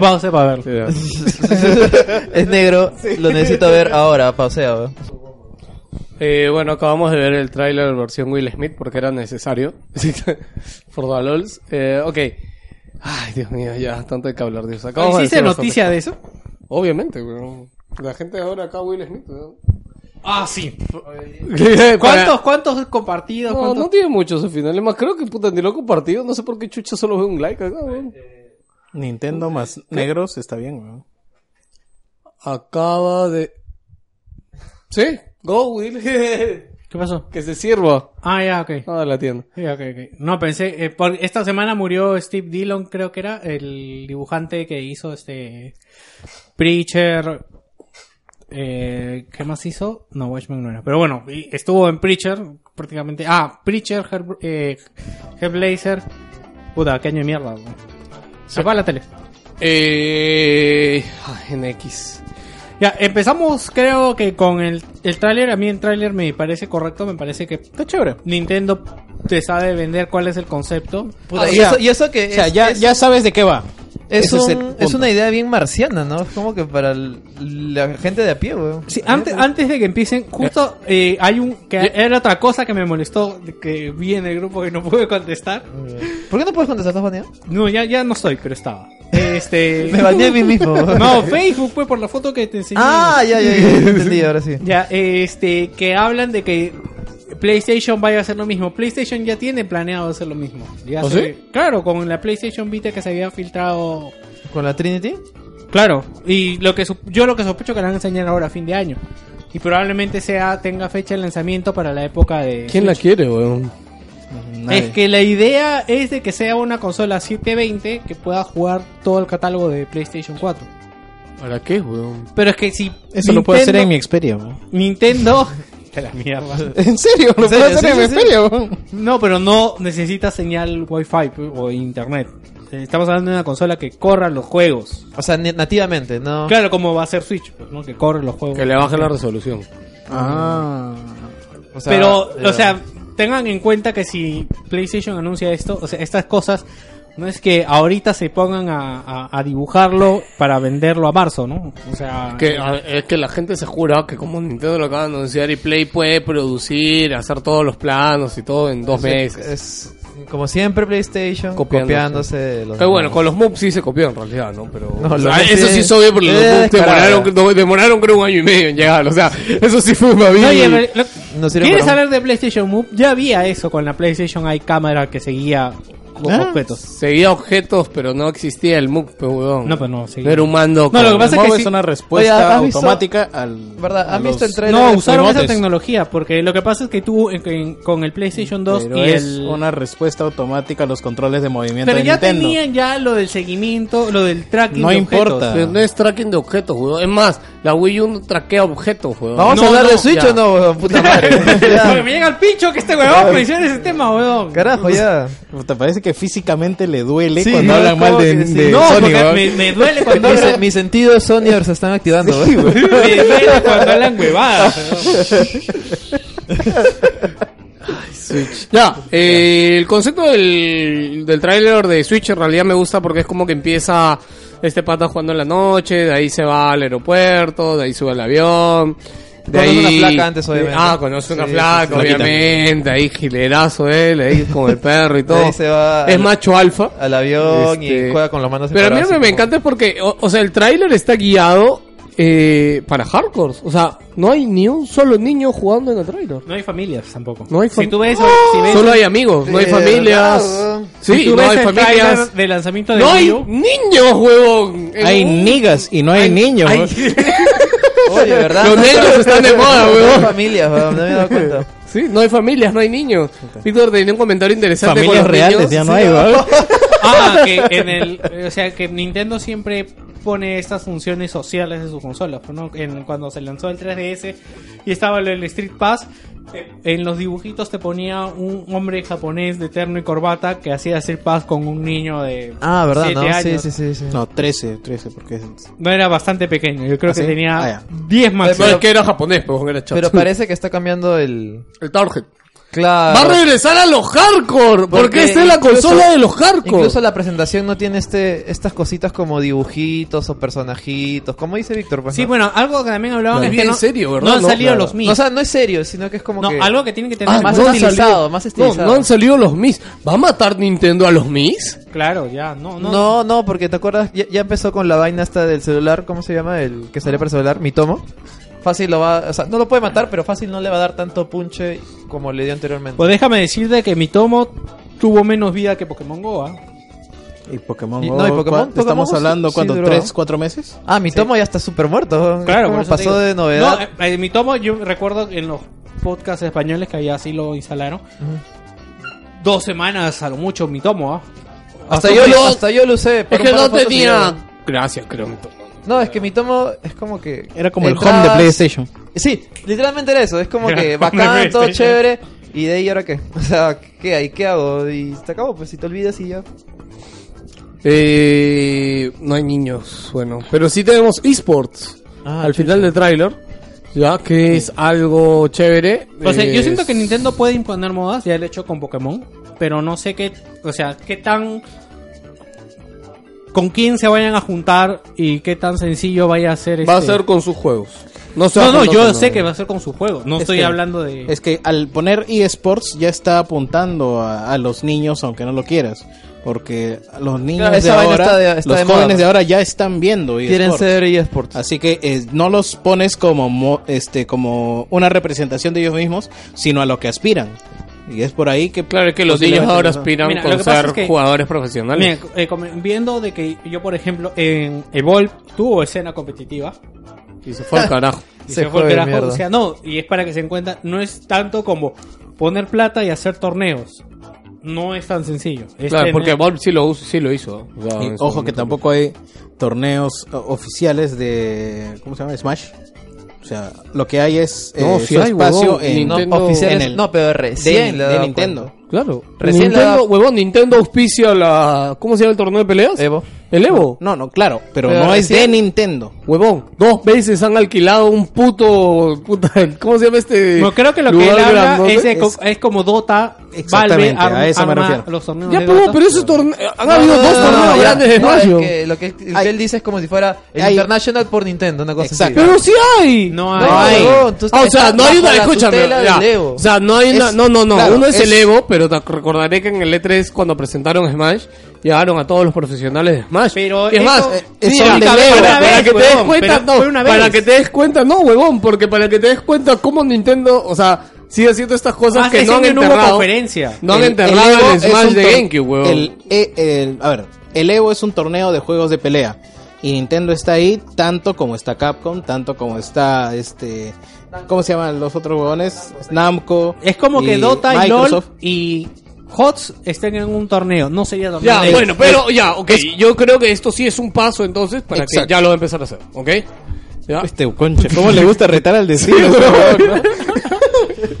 C: Pausa para
B: Ya.
C: verlo.
D: Es negro, lo necesito ver ahora, pausea, weón.
B: Eh, bueno, acabamos de ver el tráiler versión Will Smith porque era necesario. For the lols. Eh, ok. Ay, Dios mío, ya, tanto hay que hablar, Dios. Acabamos de
C: ¿Hiciste
B: decir bastante.
C: noticia de eso?
B: Obviamente, weón. La gente ahora acá Will Smith, weón.
C: Ah, sí.
B: Para-
C: ¿Cuántos, cuántos compartidos?
B: No,
C: cuántos-
B: no tiene muchos al final. Es más, creo que puta, ni lo he compartido. No sé por qué Chucha solo ve un like acá, weón.
E: Nintendo más negros está bien, weón.
B: Acaba de... Sí, go Will. que
C: ¿Qué pasó?
B: se sirva.
C: Ah, ya, ok.
B: Nada de la tienda.
C: Sí, ok, ok. No, pensé, eh, por- esta semana murió Steve Dillon, creo que era, el dibujante que hizo este Preacher. eh, ¿Qué más hizo? No, Watchmen no era. Pero bueno, y estuvo en Preacher, prácticamente. Ah, Preacher, Hair, eh, Hellblazer. Puta, qué año de mierda. güey. Apaga la tele.
B: Eh... ay, NX.
C: Ya, empezamos creo que con el, el tráiler. A mí el tráiler me parece correcto, me parece que está chévere. Nintendo te sabe vender cuál es el concepto.
D: Puta,
E: Ah, o
D: y,
E: sea,
D: eso, y eso que
E: O sea,
D: es,
E: ya,
D: es-
E: ya sabes de qué va.
D: es,
E: Ese
D: un-
E: el
D: es
E: punto.
D: una idea bien marciana, ¿no? Es como que para el- la gente de a pie, weón.
C: Sí, antes, antes de que empiecen, justo eh, hay un que era otra cosa que me molestó de que vi en el grupo que no pude contestar.
D: ¿Por qué no puedes contestar? ¿Estás baneado?
C: No, ya, ya no soy, pero estaba. Este
D: Me baneé a mí mismo. weón.
C: No, Facebook fue por la foto que te enseñé.
D: Ah, ya, ya, ya. Entendí, ahora sí.
C: Ya, este, que hablan de que PlayStation vaya a hacer lo mismo. PlayStation ya tiene planeado hacer lo mismo. Ya
E: ¿Ah,
C: se- Claro, con la PlayStation Vita que se había filtrado.
D: ¿Con la Trinity?
C: Claro, y lo que sup- yo lo que sospecho que la van a enseñar ahora a fin de año. Y probablemente sea tenga fecha de lanzamiento para la época de
B: ¿Quién la quiere, weón?
C: Es que la idea es de que sea una consola 720 que pueda jugar todo el catálogo de PlayStation 4.
B: ¿Para qué, weón?
C: Pero es que si
E: Eso lo puedo hacer en mi
C: Nintendo-
E: Xperia, weón.
C: Nintendo de la mierda.
E: ¿En serio? ¿Lo puedo
D: serio?
E: hacer
D: Sí,
E: en
D: sí,
E: Xperia, weón?
C: No, pero no necesita señal Wi-Fi pues, o internet. Estamos hablando de una consola que corra los juegos.
D: O sea, ni- nativamente, ¿no?
C: Claro, como va a ser Switch, pues, ¿no? Que corre los juegos.
B: Ah. Que le baje la resolución.
E: Ah.
D: O sea,
C: Pero,
D: eh,
C: o sea, tengan en cuenta que si PlayStation anuncia esto, o sea, estas cosas, no es que ahorita se pongan a, a- a dibujarlo para venderlo a marzo, ¿no? O sea,
B: Que, a- es que la gente se jura que como Nintendo lo acaba de anunciar y Play puede producir, hacer todos los planos y todo en dos
D: sí,
B: meses.
D: Es, como siempre, PlayStation
B: Copiándose.
D: copiándose. de los
B: Que bueno,
D: demás.
B: con los MOOCs sí se copió en realidad, ¿no? Pero
D: No,
B: o
D: los
B: sea,
D: MOOCs
B: eso sí
D: es-
B: es obvio porque los
D: es
B: MOOCs
D: descarado.
B: demoraron, no, demoraron creo un año y medio en llegar. O sea, eso sí fue una vida.
C: No, y en real- lo-
D: No sirve
C: ¿Quieres
D: para un-
C: saber de PlayStation Move? Ya había eso con la PlayStation Eye Cámara que seguía los
E: Ah.
C: objetos.
B: Seguía objetos, pero no existía el MOOC, pero weón.
C: No, pues no, seguía.
B: No era un mando.
C: No, lo que
B: con-
C: pasa es
E: Mob
C: que
E: es
C: sí-
E: una
D: Oye,
E: respuesta
D: ¿has visto-
E: automática al.
D: ¿Verdad?
E: a
D: ¿Han visto
E: los-
D: el trailer?
C: No,
D: de-
C: usaron esa
E: remotes.
C: tecnología porque lo que pasa es que tú en- en- con el PlayStation 2
E: Pero
C: y
E: es
C: el
E: una respuesta automática a los controles de movimiento
C: pero
E: de
C: ya
E: Nintendo.
C: tenían ya lo del seguimiento, lo del tracking
E: No
C: de
E: importa.
C: objetos.
B: Pero no es tracking de objetos, weón. Es más, la Wii U no traquea objetos, weón.
D: ¿Vamos
C: No,
D: a hablar
C: no,
D: de Switch
B: ya.
D: o no, weón? Puta madre.
C: Porque me llega el pincho que este huevón menciona ese tema, huevón.
D: Carajo, ya.
E: Puta, parece que físicamente le duele
D: Sí,
E: cuando
D: no,
E: hablan
D: es
E: mal
D: como
E: de,
D: que sí.
E: de
D: No,
E: Sony,
C: porque
E: weón.
C: me, me duele cuando
D: Mis,
C: hablan,
D: mis sentidos Sony se están activando.
E: Sí, weón.
C: me duele cuando hablan huevadas. weón.
B: Ya, eh, el concepto del, del tráiler de Switch en realidad me gusta porque es como que empieza este pata jugando en la noche, de ahí se va al aeropuerto, de ahí sube al avión. De
D: Conoce
B: ahí-
D: una flaca antes, obviamente.
B: Ah, conoce una
D: Sí,
B: flaca,
D: sí, sí.
B: obviamente. Ahí gilerazo él, ahí con el perro y todo.
D: ahí se va
B: es
D: al-
B: macho alfa.
D: Al avión
B: Este,
D: y juega con los manos
B: Pero a mí lo
D: separadas,
B: que me
D: así como-
B: encanta es porque, o, o sea, el tráiler está guiado eh, para hardcores. O sea, no hay ni un solo niño jugando en el tráiler.
C: No hay familias tampoco.
B: No hay
C: si
B: fam-
C: tú ves, si ves,
B: Solo hay amigos, no hay
D: Eh,
B: familias.
D: claro.
B: Sí,
C: si tú
B: no
C: ves
B: hay
C: el tráiler
B: familias.
C: de lanzamiento de
B: No hay
C: Wii U,
B: niños, huevón. En
E: Hay
B: un-
E: niggas y no hay niños.
B: hay-
E: weón.
D: Oye, ¿verdad?
B: Los
D: No
B: negros están de moda,
D: No hay
B: huevón.
D: familias, weón, no me he dado cuenta.
B: Sí, no hay familias, no hay niños. Víctor tenía un comentario interesante con
E: Familias
B: los
E: reales
B: niños.
E: ya no
B: Sí.
E: hay, weón.
C: Ah, que en el, o sea, que Nintendo siempre pone estas funciones sociales de sus consolas. pues, ¿no? En- cuando se lanzó el 3DS y estaba el Street Pass, eh, en los dibujitos te ponía un hombre japonés de terno y corbata que hacía Street Pass con un niño de
D: Ah, ¿verdad?
C: siete
D: No, sí,
C: años.
D: sí, sí. sí.
E: No, 13, 13, porque es-
C: No era bastante pequeño, yo creo
E: ¿Ah,
C: que
E: sí? Ah,
C: tenía
E: ya.
C: 10 más.
B: Pero es que era japonés, huevón, era chato.
D: Pero parece que está cambiando el.
B: El target. Va a
D: Claro.
B: regresar a los hardcore, porque,
D: Porque
B: esta es la
D: incluso-
B: consola de los hardcore.
D: Incluso la presentación no tiene este estas cositas como dibujitos o personajitos, como dice Víctor. Pues,
C: Sí,
D: ¿no?
C: bueno, algo que también hablaban
B: Claro.
C: es que
B: Bien
C: no,
B: serio, ¿verdad?
C: no han
B: No,
C: salido
B: claro.
C: los Mi.
D: O sea, no es serio, sino que es como
C: no,
D: que.
C: algo que tienen que tener
B: Ah,
D: más
B: no han
D: estilizado,
B: salido.
D: más estilizado.
B: No, no han salido los Mis. ¿Va a matar Nintendo a los Mis?
C: Claro, ya, no, no.
D: No, no, porque te acuerdas, ya, ya empezó con la vaina hasta del celular, ¿cómo se llama? El que salió para el celular, mi tomo. Fácil lo va, o sea, no lo puede matar, pero fácil no le va a dar tanto punche como le dio anteriormente.
C: Pues déjame decirte que mi tomo tuvo menos vida que Pokémon Go, ¿ah?
E: Y Pokémon
D: Y-
E: Go,
D: no, y Pokémon-
E: ¿cuá-
D: Pokémon
E: estamos
D: Go
E: hablando
D: sí
E: cuánto,
D: duró.
E: 3, 4 meses.
D: Ah, mi tomo ya está súper muerto.
C: Claro, por
D: ¿Cómo
C: eso te
D: pasó
C: digo.
D: de novedad.
C: No, eh, eh, mi tomo, yo recuerdo en los podcasts españoles que había así lo instalaron. Dos semanas a lo mucho mi tomo, ¿ah?
D: hasta, yo lo, hasta yo lo usé.
B: Es
D: para un
B: que
D: par de
B: no
D: fotos y
B: tenía...
D: ya.
B: Gracias, Cronto.
D: No, es que mi tomo es como que.
E: Era como
C: Eh,
E: el
D: entrabas-
E: home de PlayStation.
D: Sí, literalmente era eso. Es como
C: Era
D: que
C: el home de
D: bacán, todo
C: PlayStation.
D: chévere. Y de ahí, ¿ahora qué? O sea, ¿qué hay? ¿Qué hago? Y se acabó, pues si te olvidas y ya.
B: Eh, no hay niños, bueno. Pero sí tenemos esports.
D: Ah,
B: al final del tráiler. Ya que es algo chévere.
C: O sea, yo
B: Es-
C: siento que Nintendo puede imponer modas, ya lo he hecho con Pokémon, pero no sé qué, o sea, qué tan con quién se vayan a juntar y qué tan sencillo vaya a ser
B: Va a
C: este-
B: ser con sus juegos. No, se va
C: No,
B: a
C: no,
B: juntar
C: yo
B: con
C: sé
B: nadie.
C: que va a ser con su juego, no
E: Es
C: estoy
E: que-
C: hablando de
E: Es que al poner eSports ya está apuntando a, a los niños, aunque no lo quieras. Porque los niños
D: Claro,
E: de
D: esa vaina
E: ahora,
D: está de- está
E: los
D: de moda,
E: jóvenes de
D: ¿no?
E: ahora ya están viendo eSports.
D: Quieren ser eSports.
E: Así que eh, no los pones como mo- este como una representación de ellos mismos, sino a lo que aspiran. Y es por ahí que
B: Claro, es que los niños
E: posiblemente
B: ahora
E: no.
B: aspiran
C: Mira, lo
B: con
C: que pasa
B: ser
C: es que-
B: jugadores profesionales.
C: Mira, eh, como- viendo de que yo, por ejemplo, en Evolve tuvo escena competitiva.
B: Y se
C: este
B: fue al carajo.
C: Y
D: Se
C: se, fue
D: fue
C: el
D: de
C: carajo,
D: mierda.
C: O sea, no, y es para que se encuentra, no es tanto como poner plata y hacer torneos. No es tan sencillo. Es
B: Claro,
C: tener-
B: porque Bob sí lo, us- sí lo hizo. O sea,
E: Y
B: en su
E: ojo que
B: momento.
E: tampoco hay torneos o- oficiales de ¿cómo se llama? Smash. O sea, lo que hay es eh,
B: No, sí
E: su
B: hay,
E: espacio
B: huevón.
E: en,
D: No,
B: Nintendo-
D: oficiales,
E: en el-
D: no, pero recién
E: de,
D: le he
E: de
D: dado
E: Nintendo.
D: cuenta.
B: Claro.
D: Recién la-
B: Nintendo, huevón, Nintendo auspicia la... ¿Cómo se llama el torneo de peleas?
D: Evo.
B: El Evo.
E: No, no, claro, pero,
D: Pero
E: no es de
D: recién-
E: Nintendo.
B: Huevón, dos veces han alquilado un puto... puta, ¿Cómo se llama este?
C: No, creo que lo que
B: lugar
C: él habla
B: grandote?
C: es, de co- es como Dota, Valve,
E: Exactamente, a eso me
C: arma
E: refiero.
C: los torneos
B: Ya,
C: de
B: pero,
C: Dota.
B: pero esos torneos... Han
D: No,
B: habido
D: no,
B: dos
D: no, no,
B: torneos
D: Ah, no,
B: grandes
D: ya.
B: de
D: No, es
B: Smash. weón.
D: que lo que, el que
E: Ay.
D: él dice es como si fuera el
E: Ay.
D: International por Nintendo, una cosa
E: Exacto.
D: así.
B: Pero sí hay.
C: No
D: No,
C: hay.
D: huevón, tú
B: Ah, o
D: estás
B: sea, no hay
D: bajo
B: una,
D: la
B: escúchame,
D: tutela
B: ya.
D: del Evo.
B: o sea, no hay una,
E: Es-
B: no, no, no,
E: claro,
B: uno es, el
E: es-
B: Evo, pero te recordaré que en el E3 cuando presentaron Smash, llevaron a todos los profesionales de Smash.
C: Pero
B: es
C: eso-
B: más,
C: eh,
E: eso
B: mira,
E: le
B: para-
E: debo.
B: para,
C: Fue una
B: que
C: vez,
B: te des
C: huevón,
B: cuenta,
C: pero
B: no,
C: fue una vez.
B: para que te des cuenta, no, huevón, porque para que te des cuenta cómo Nintendo, o sea, sigue haciendo estas cosas
C: Hace
B: que no han
C: año Ah, no hubo
B: enterrado.
C: conferencia.
B: No han
E: El-
B: enterrado
E: Evo
B: el
E: es
B: Smash
E: un
B: de
E: tor-
B: GameCube, huevón.
E: El, E- el- a ver, el Evo es un torneo de juegos de pelea. Y Nintendo está ahí tanto como está Capcom, tanto como está este... ¿Cómo se llaman los otros huevones? Namco.
C: Es como que
E: y
C: Dota y LOL
E: Microsoft.
C: y HOTS estén en un torneo. No sería torneo.
B: Ya,
C: de-
B: bueno, pero ya, ok. Yo creo que esto sí es un paso entonces para
E: Exacto.
B: que ya lo va a empezar a hacer, ¿ok? Ya.
E: Este concha, ¿cómo le gusta retar al destino?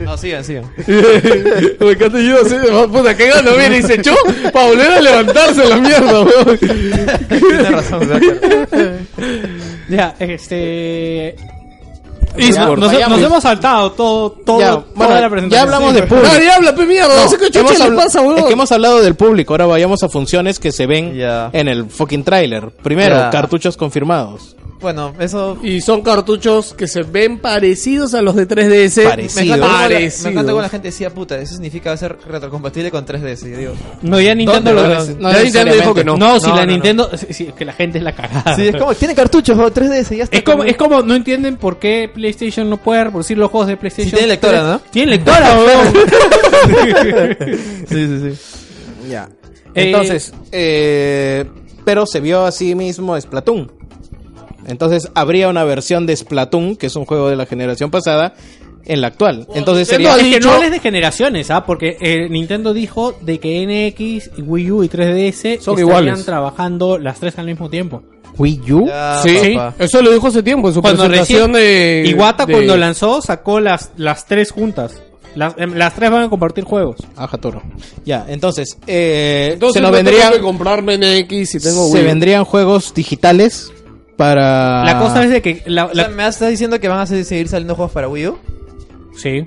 D: No, sigan, sigan.
B: Me encanta yo así de más puta cagando, viene y se echó para volver a levantarse la mierda, weón.
D: Tienes razón, Blacker.
C: Ya, este.
B: Y
C: Ya,
B: por-
C: nos,
B: vayamos.
C: nos hemos saltado todo, todo,
E: Ya,
C: toda
E: bueno,
C: la
E: ya
C: presentación.
E: hablamos
C: Sí,
E: de
C: pero-
E: público.
B: Nadie habla, pe mierda, no sé qué
E: Hemos
B: chucha le
E: habla-
B: pasa, weón.
E: Es que hemos hablado del público, ahora vayamos a funciones que se ven
D: Ya.
E: en el fucking trailer. Primero,
D: Ya.
E: cartuchos confirmados.
D: Bueno, eso.
B: Y son cartuchos que se ven parecidos a los de 3DS.
D: Me
E: Parecidos.
D: encanta, cómo la, me
B: Parecidos.
D: encanta cómo la gente decía, puta, eso significa ser retrocompatible con 3DS. Yo digo,
C: No, ya Nintendo lo
E: ¿Dónde? No,
C: no,
E: no
B: ya Nintendo dijo que no.
C: si
D: No,
C: la
D: no, no.
C: Nintendo. sí, sí, que la gente es la cagada.
D: sí, es como, tiene cartuchos, o 3DS, ya está.
C: Ah. Es como, es como no entienden por qué PlayStation no puede reproducir los juegos de PlayStation.
D: Sí, tiene lectora, ¿no?
C: Tiene lectora, weón.
D: Sí, sí, sí.
E: Ya.
C: Eh,
E: Entonces, eh, pero se vio a sí mismo Splatoon. Entonces habría una versión de Splatoon, que es un juego de la generación pasada, en la actual. Entonces
C: Nintendo
E: sería...
C: ha dicho-
E: Es que
C: no hables de generaciones, ¿ah? Porque eh, Nintendo dijo de que NX, Wii U y 3DS
B: Son
C: estarían
B: iguales.
C: trabajando las tres al mismo tiempo.
E: Wii U.
D: Ya,
B: Sí,
D: papá.
B: eso lo dijo hace tiempo en su
C: Cuando
B: presentación
C: recién
B: de.
C: Iwata
B: de-
C: cuando lanzó sacó las, las tres juntas. Las, em, las tres van a compartir juegos.
E: Ajá, toro. Ah, Ya, entonces, eh,
B: Entonces
E: se nos
B: no
E: vendrían,
B: tengo que comprarme NX y tengo
E: se
B: Wii.
E: vendrían juegos digitales para...
C: La cosa es de que la,
D: O
C: la-
D: sea, ¿me estás diciendo que van a seguir saliendo juegos para Wii U?
C: sí,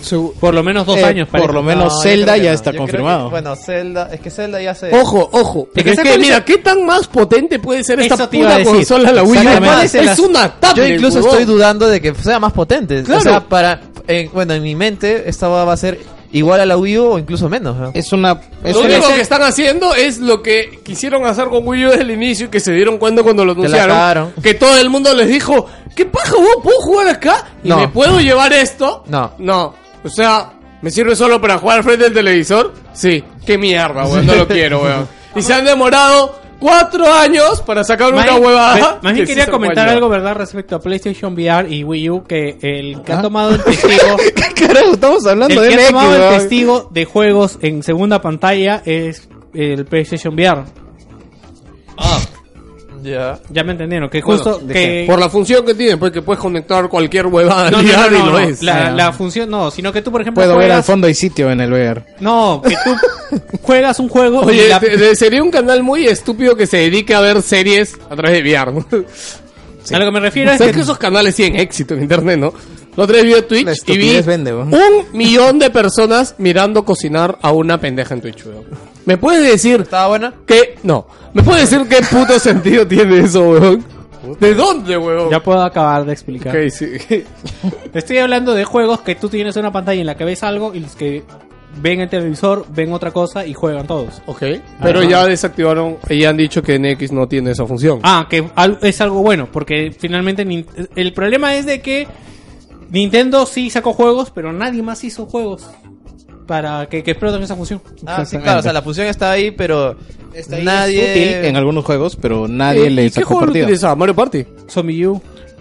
E: Su-
C: por lo menos dos
E: Eh,
C: años.
E: por
C: parece.
E: lo menos
D: No, yo
E: Zelda
D: creo que
E: ya
D: no. Yo
E: está
D: creo
E: confirmado.
D: que- bueno, Zelda, es que Zelda ya se.
B: Ojo, ojo. Pero es
C: esa
B: que,
C: cosa-
B: mira, ¿qué tan más potente puede ser esta
C: Eso te iba a
B: puta
C: decir.
B: consola la Wii? U?
C: Exactamente.
B: Además,
C: ¿Cuáles
B: es
C: son
B: una
D: Yo
B: tablet.
D: incluso
B: huevón.
D: estoy dudando de que sea más potente.
B: Claro.
D: O sea, para. en- bueno, en mi mente, esta va a ser igual a la Wii U o incluso menos. ¿no?
E: Es una... es
B: Lo
E: una-
B: único que están haciendo es lo que quisieron hacer con Wii U desde el inicio y que se dieron cuenta cuando lo
D: la
B: anunciaron.
D: cagaron.
B: Que todo el mundo les dijo, ¿qué paja vos? ¿Puedo jugar acá? ¿Y
D: No.
B: me puedo llevar esto?
D: No.
B: No. O sea, ¿me sirve solo para jugar al frente del televisor? Sí. Qué mierda, weón. No lo quiero, weón. Y se han demorado cuatro años para sacar
C: Más
B: una
C: bien-
B: huevada.
C: pe- Más bien
B: que sí
C: quería
B: se
C: comentar
B: puede
C: algo, ¿verdad? Respecto a PlayStation VR y Wii U, que el que ha tomado el testigo.
E: ¿Qué carajo estamos hablando?
C: el que ha
E: NX,
C: tomado el
E: weón.
C: testigo de juegos en segunda pantalla es el PlayStation VR.
D: Ya.
C: Ya me entendieron, que
B: Bueno,
C: justo
E: ¿de
C: que...
B: llevar. Por la función que tiene, pues que puedes conectar cualquier huevada
C: No,
B: al
C: no,
B: VR
C: no,
B: y
C: no,
B: lo
C: no.
B: es. Ah,
C: La, la función no, sino que tú por ejemplo
E: Puedo ver al
C: juegas,
E: fondo y sitio en el VR.
C: no, que tú juegas un juego y
B: Oye, eh,
C: la-
B: te- te- sería un canal muy estúpido que se dedique a ver series a través de VR. ¿no?
C: a lo que me refiero es
B: ¿Sabes
C: que
B: que esos canales tienen éxito en internet, no? Lo otra vez vi a
E: La
B: Twitch y vi
E: estupidez vende, weón.
B: un millón de personas mirando cocinar a una pendeja en Twitch, weón. ¿Me puedes decir
D: ¿Estaba buena?
B: qué? No. ¿Me puedes decir qué puto sentido tiene eso, weón? ¿De dónde, weón?
C: ya puedo acabar de explicar.
B: Ok, sí.
C: Te estoy hablando de juegos que tú tienes una pantalla en la que ves algo y los que ven el televisor ven otra cosa y juegan todos.
B: Ok.
C: Ah,
B: Pero ya desactivaron y ya han dicho que NX no tiene esa función.
C: Ah, que al- es algo bueno, porque finalmente nin- el problema es de que Nintendo sí sacó juegos, pero nadie más hizo juegos para que, que exploten esa función.
D: Ah, sí, claro. O sea, la fusión está ahí, pero.
E: Ahí es
D: nadie.
E: útil en algunos juegos, pero
B: Eh,
E: nadie
C: Eh,
B: ¿Y
E: le
B: ¿Qué
E: sacó
B: juego lo
E: partido.
B: utilizaba? ¿Mario Party?
C: Zombie U,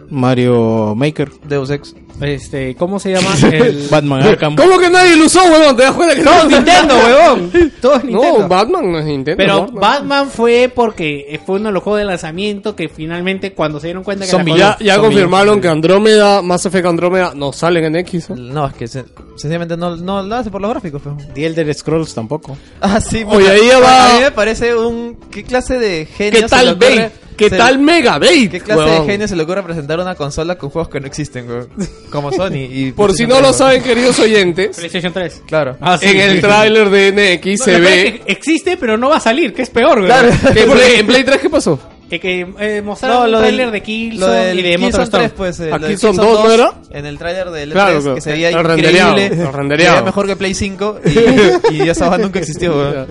E: Mario Maker,
D: Deus Ex.
C: este, ¿cómo se llama? El...
E: Batman Arkham.
B: ¿Cómo que nadie lo usó, weón? ¿Te das cuenta que
C: Todo es Nintendo, huevón. Todo es Nintendo.
B: No, Batman no es Nintendo.
C: pero
B: Batman.
C: Batman fue porque fue uno de los juegos de lanzamiento que finalmente cuando se dieron cuenta que la
E: Zombie
B: Ya,
C: cosa-
B: ya confirmaron que Andrómeda, Mass Effect Andrómeda, no salen en X. ¿eh? ¿no?
D: No, es que se- sencillamente no, no lo hace por los gráficos. pues. Pero...
E: The Elder Scrolls tampoco.
D: Ah, sí,
B: Oye,
D: puta.
B: ahí ya va-
D: A mí me parece un. ¿Qué clase de genio
B: ¿Qué
D: se le
B: tal
D: ocurre-
B: Bait? ¿Qué
D: se-
B: tal Mega Bait?
D: ¿Qué clase
B: weón?
D: de genio se le ocurre presentar una consola con juegos que no existen, weón? Como Sony. Y
B: Por si no lo saben, queridos oyentes,
C: PlayStation 3.
D: Claro.
C: Ah, sí.
B: en el tráiler de NX
C: No,
B: se
C: lo peor es
B: ve...
C: que existe, pero no va a salir, que es peor, güey.
B: ¿Qué, en, Play, en Play 3 qué pasó?
C: Que, que eh, mostraron el
D: del-
C: trailer de Killzone
D: lo del
C: y de
D: Killzone
C: Motor Storm.
D: 3, pues, eh,
B: Ah,
D: lo de
B: Killzone
D: Killzone
B: 2, ¿no era?
D: En el trailer del
B: Claro,
D: 3
B: claro.
D: que se veía
B: Lo rendereado,
D: increíble.
B: lo
D: se
B: rendereado.
D: veía mejor que Play 5 y, y esa hoja nunca existió, weón.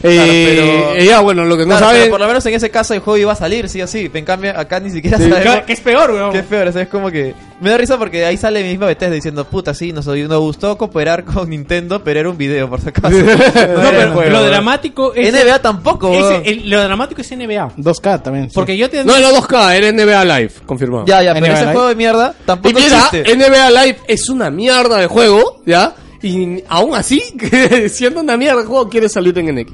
B: Eh,
D: pero-
B: eh, ya, bueno, lo que no
D: Claro, pero
B: saben...
D: por lo menos en ese caso el juego iba a salir, sí o sí. En cambio, acá ni siquiera
C: Que-
D: sabemos
C: Que es peor, weón.
D: qué es peor. O sea, es como que... Me da risa porque ahí sale mi misma Bethesda diciendo Puta, sí, nos, nos gustó cooperar con Nintendo, pero era un video, por si acaso. no,
C: No, pero lo dramático es...
D: NBA tampoco,
C: es-
D: weón.
C: el- lo dramático es NBA.
E: 2K también. sí.
C: Porque yo te...
B: No era 2K, era NBA Live, confirmado.
D: Ya, ya,
E: NBA
D: pero ese
E: Live.
D: juego de mierda
B: Y
D: tampoco
B: mira,
D: existe.
B: NBA Live es una mierda de juego, ¿ya? Y aún así, que siendo una mierda el juego, quiere salir en NX.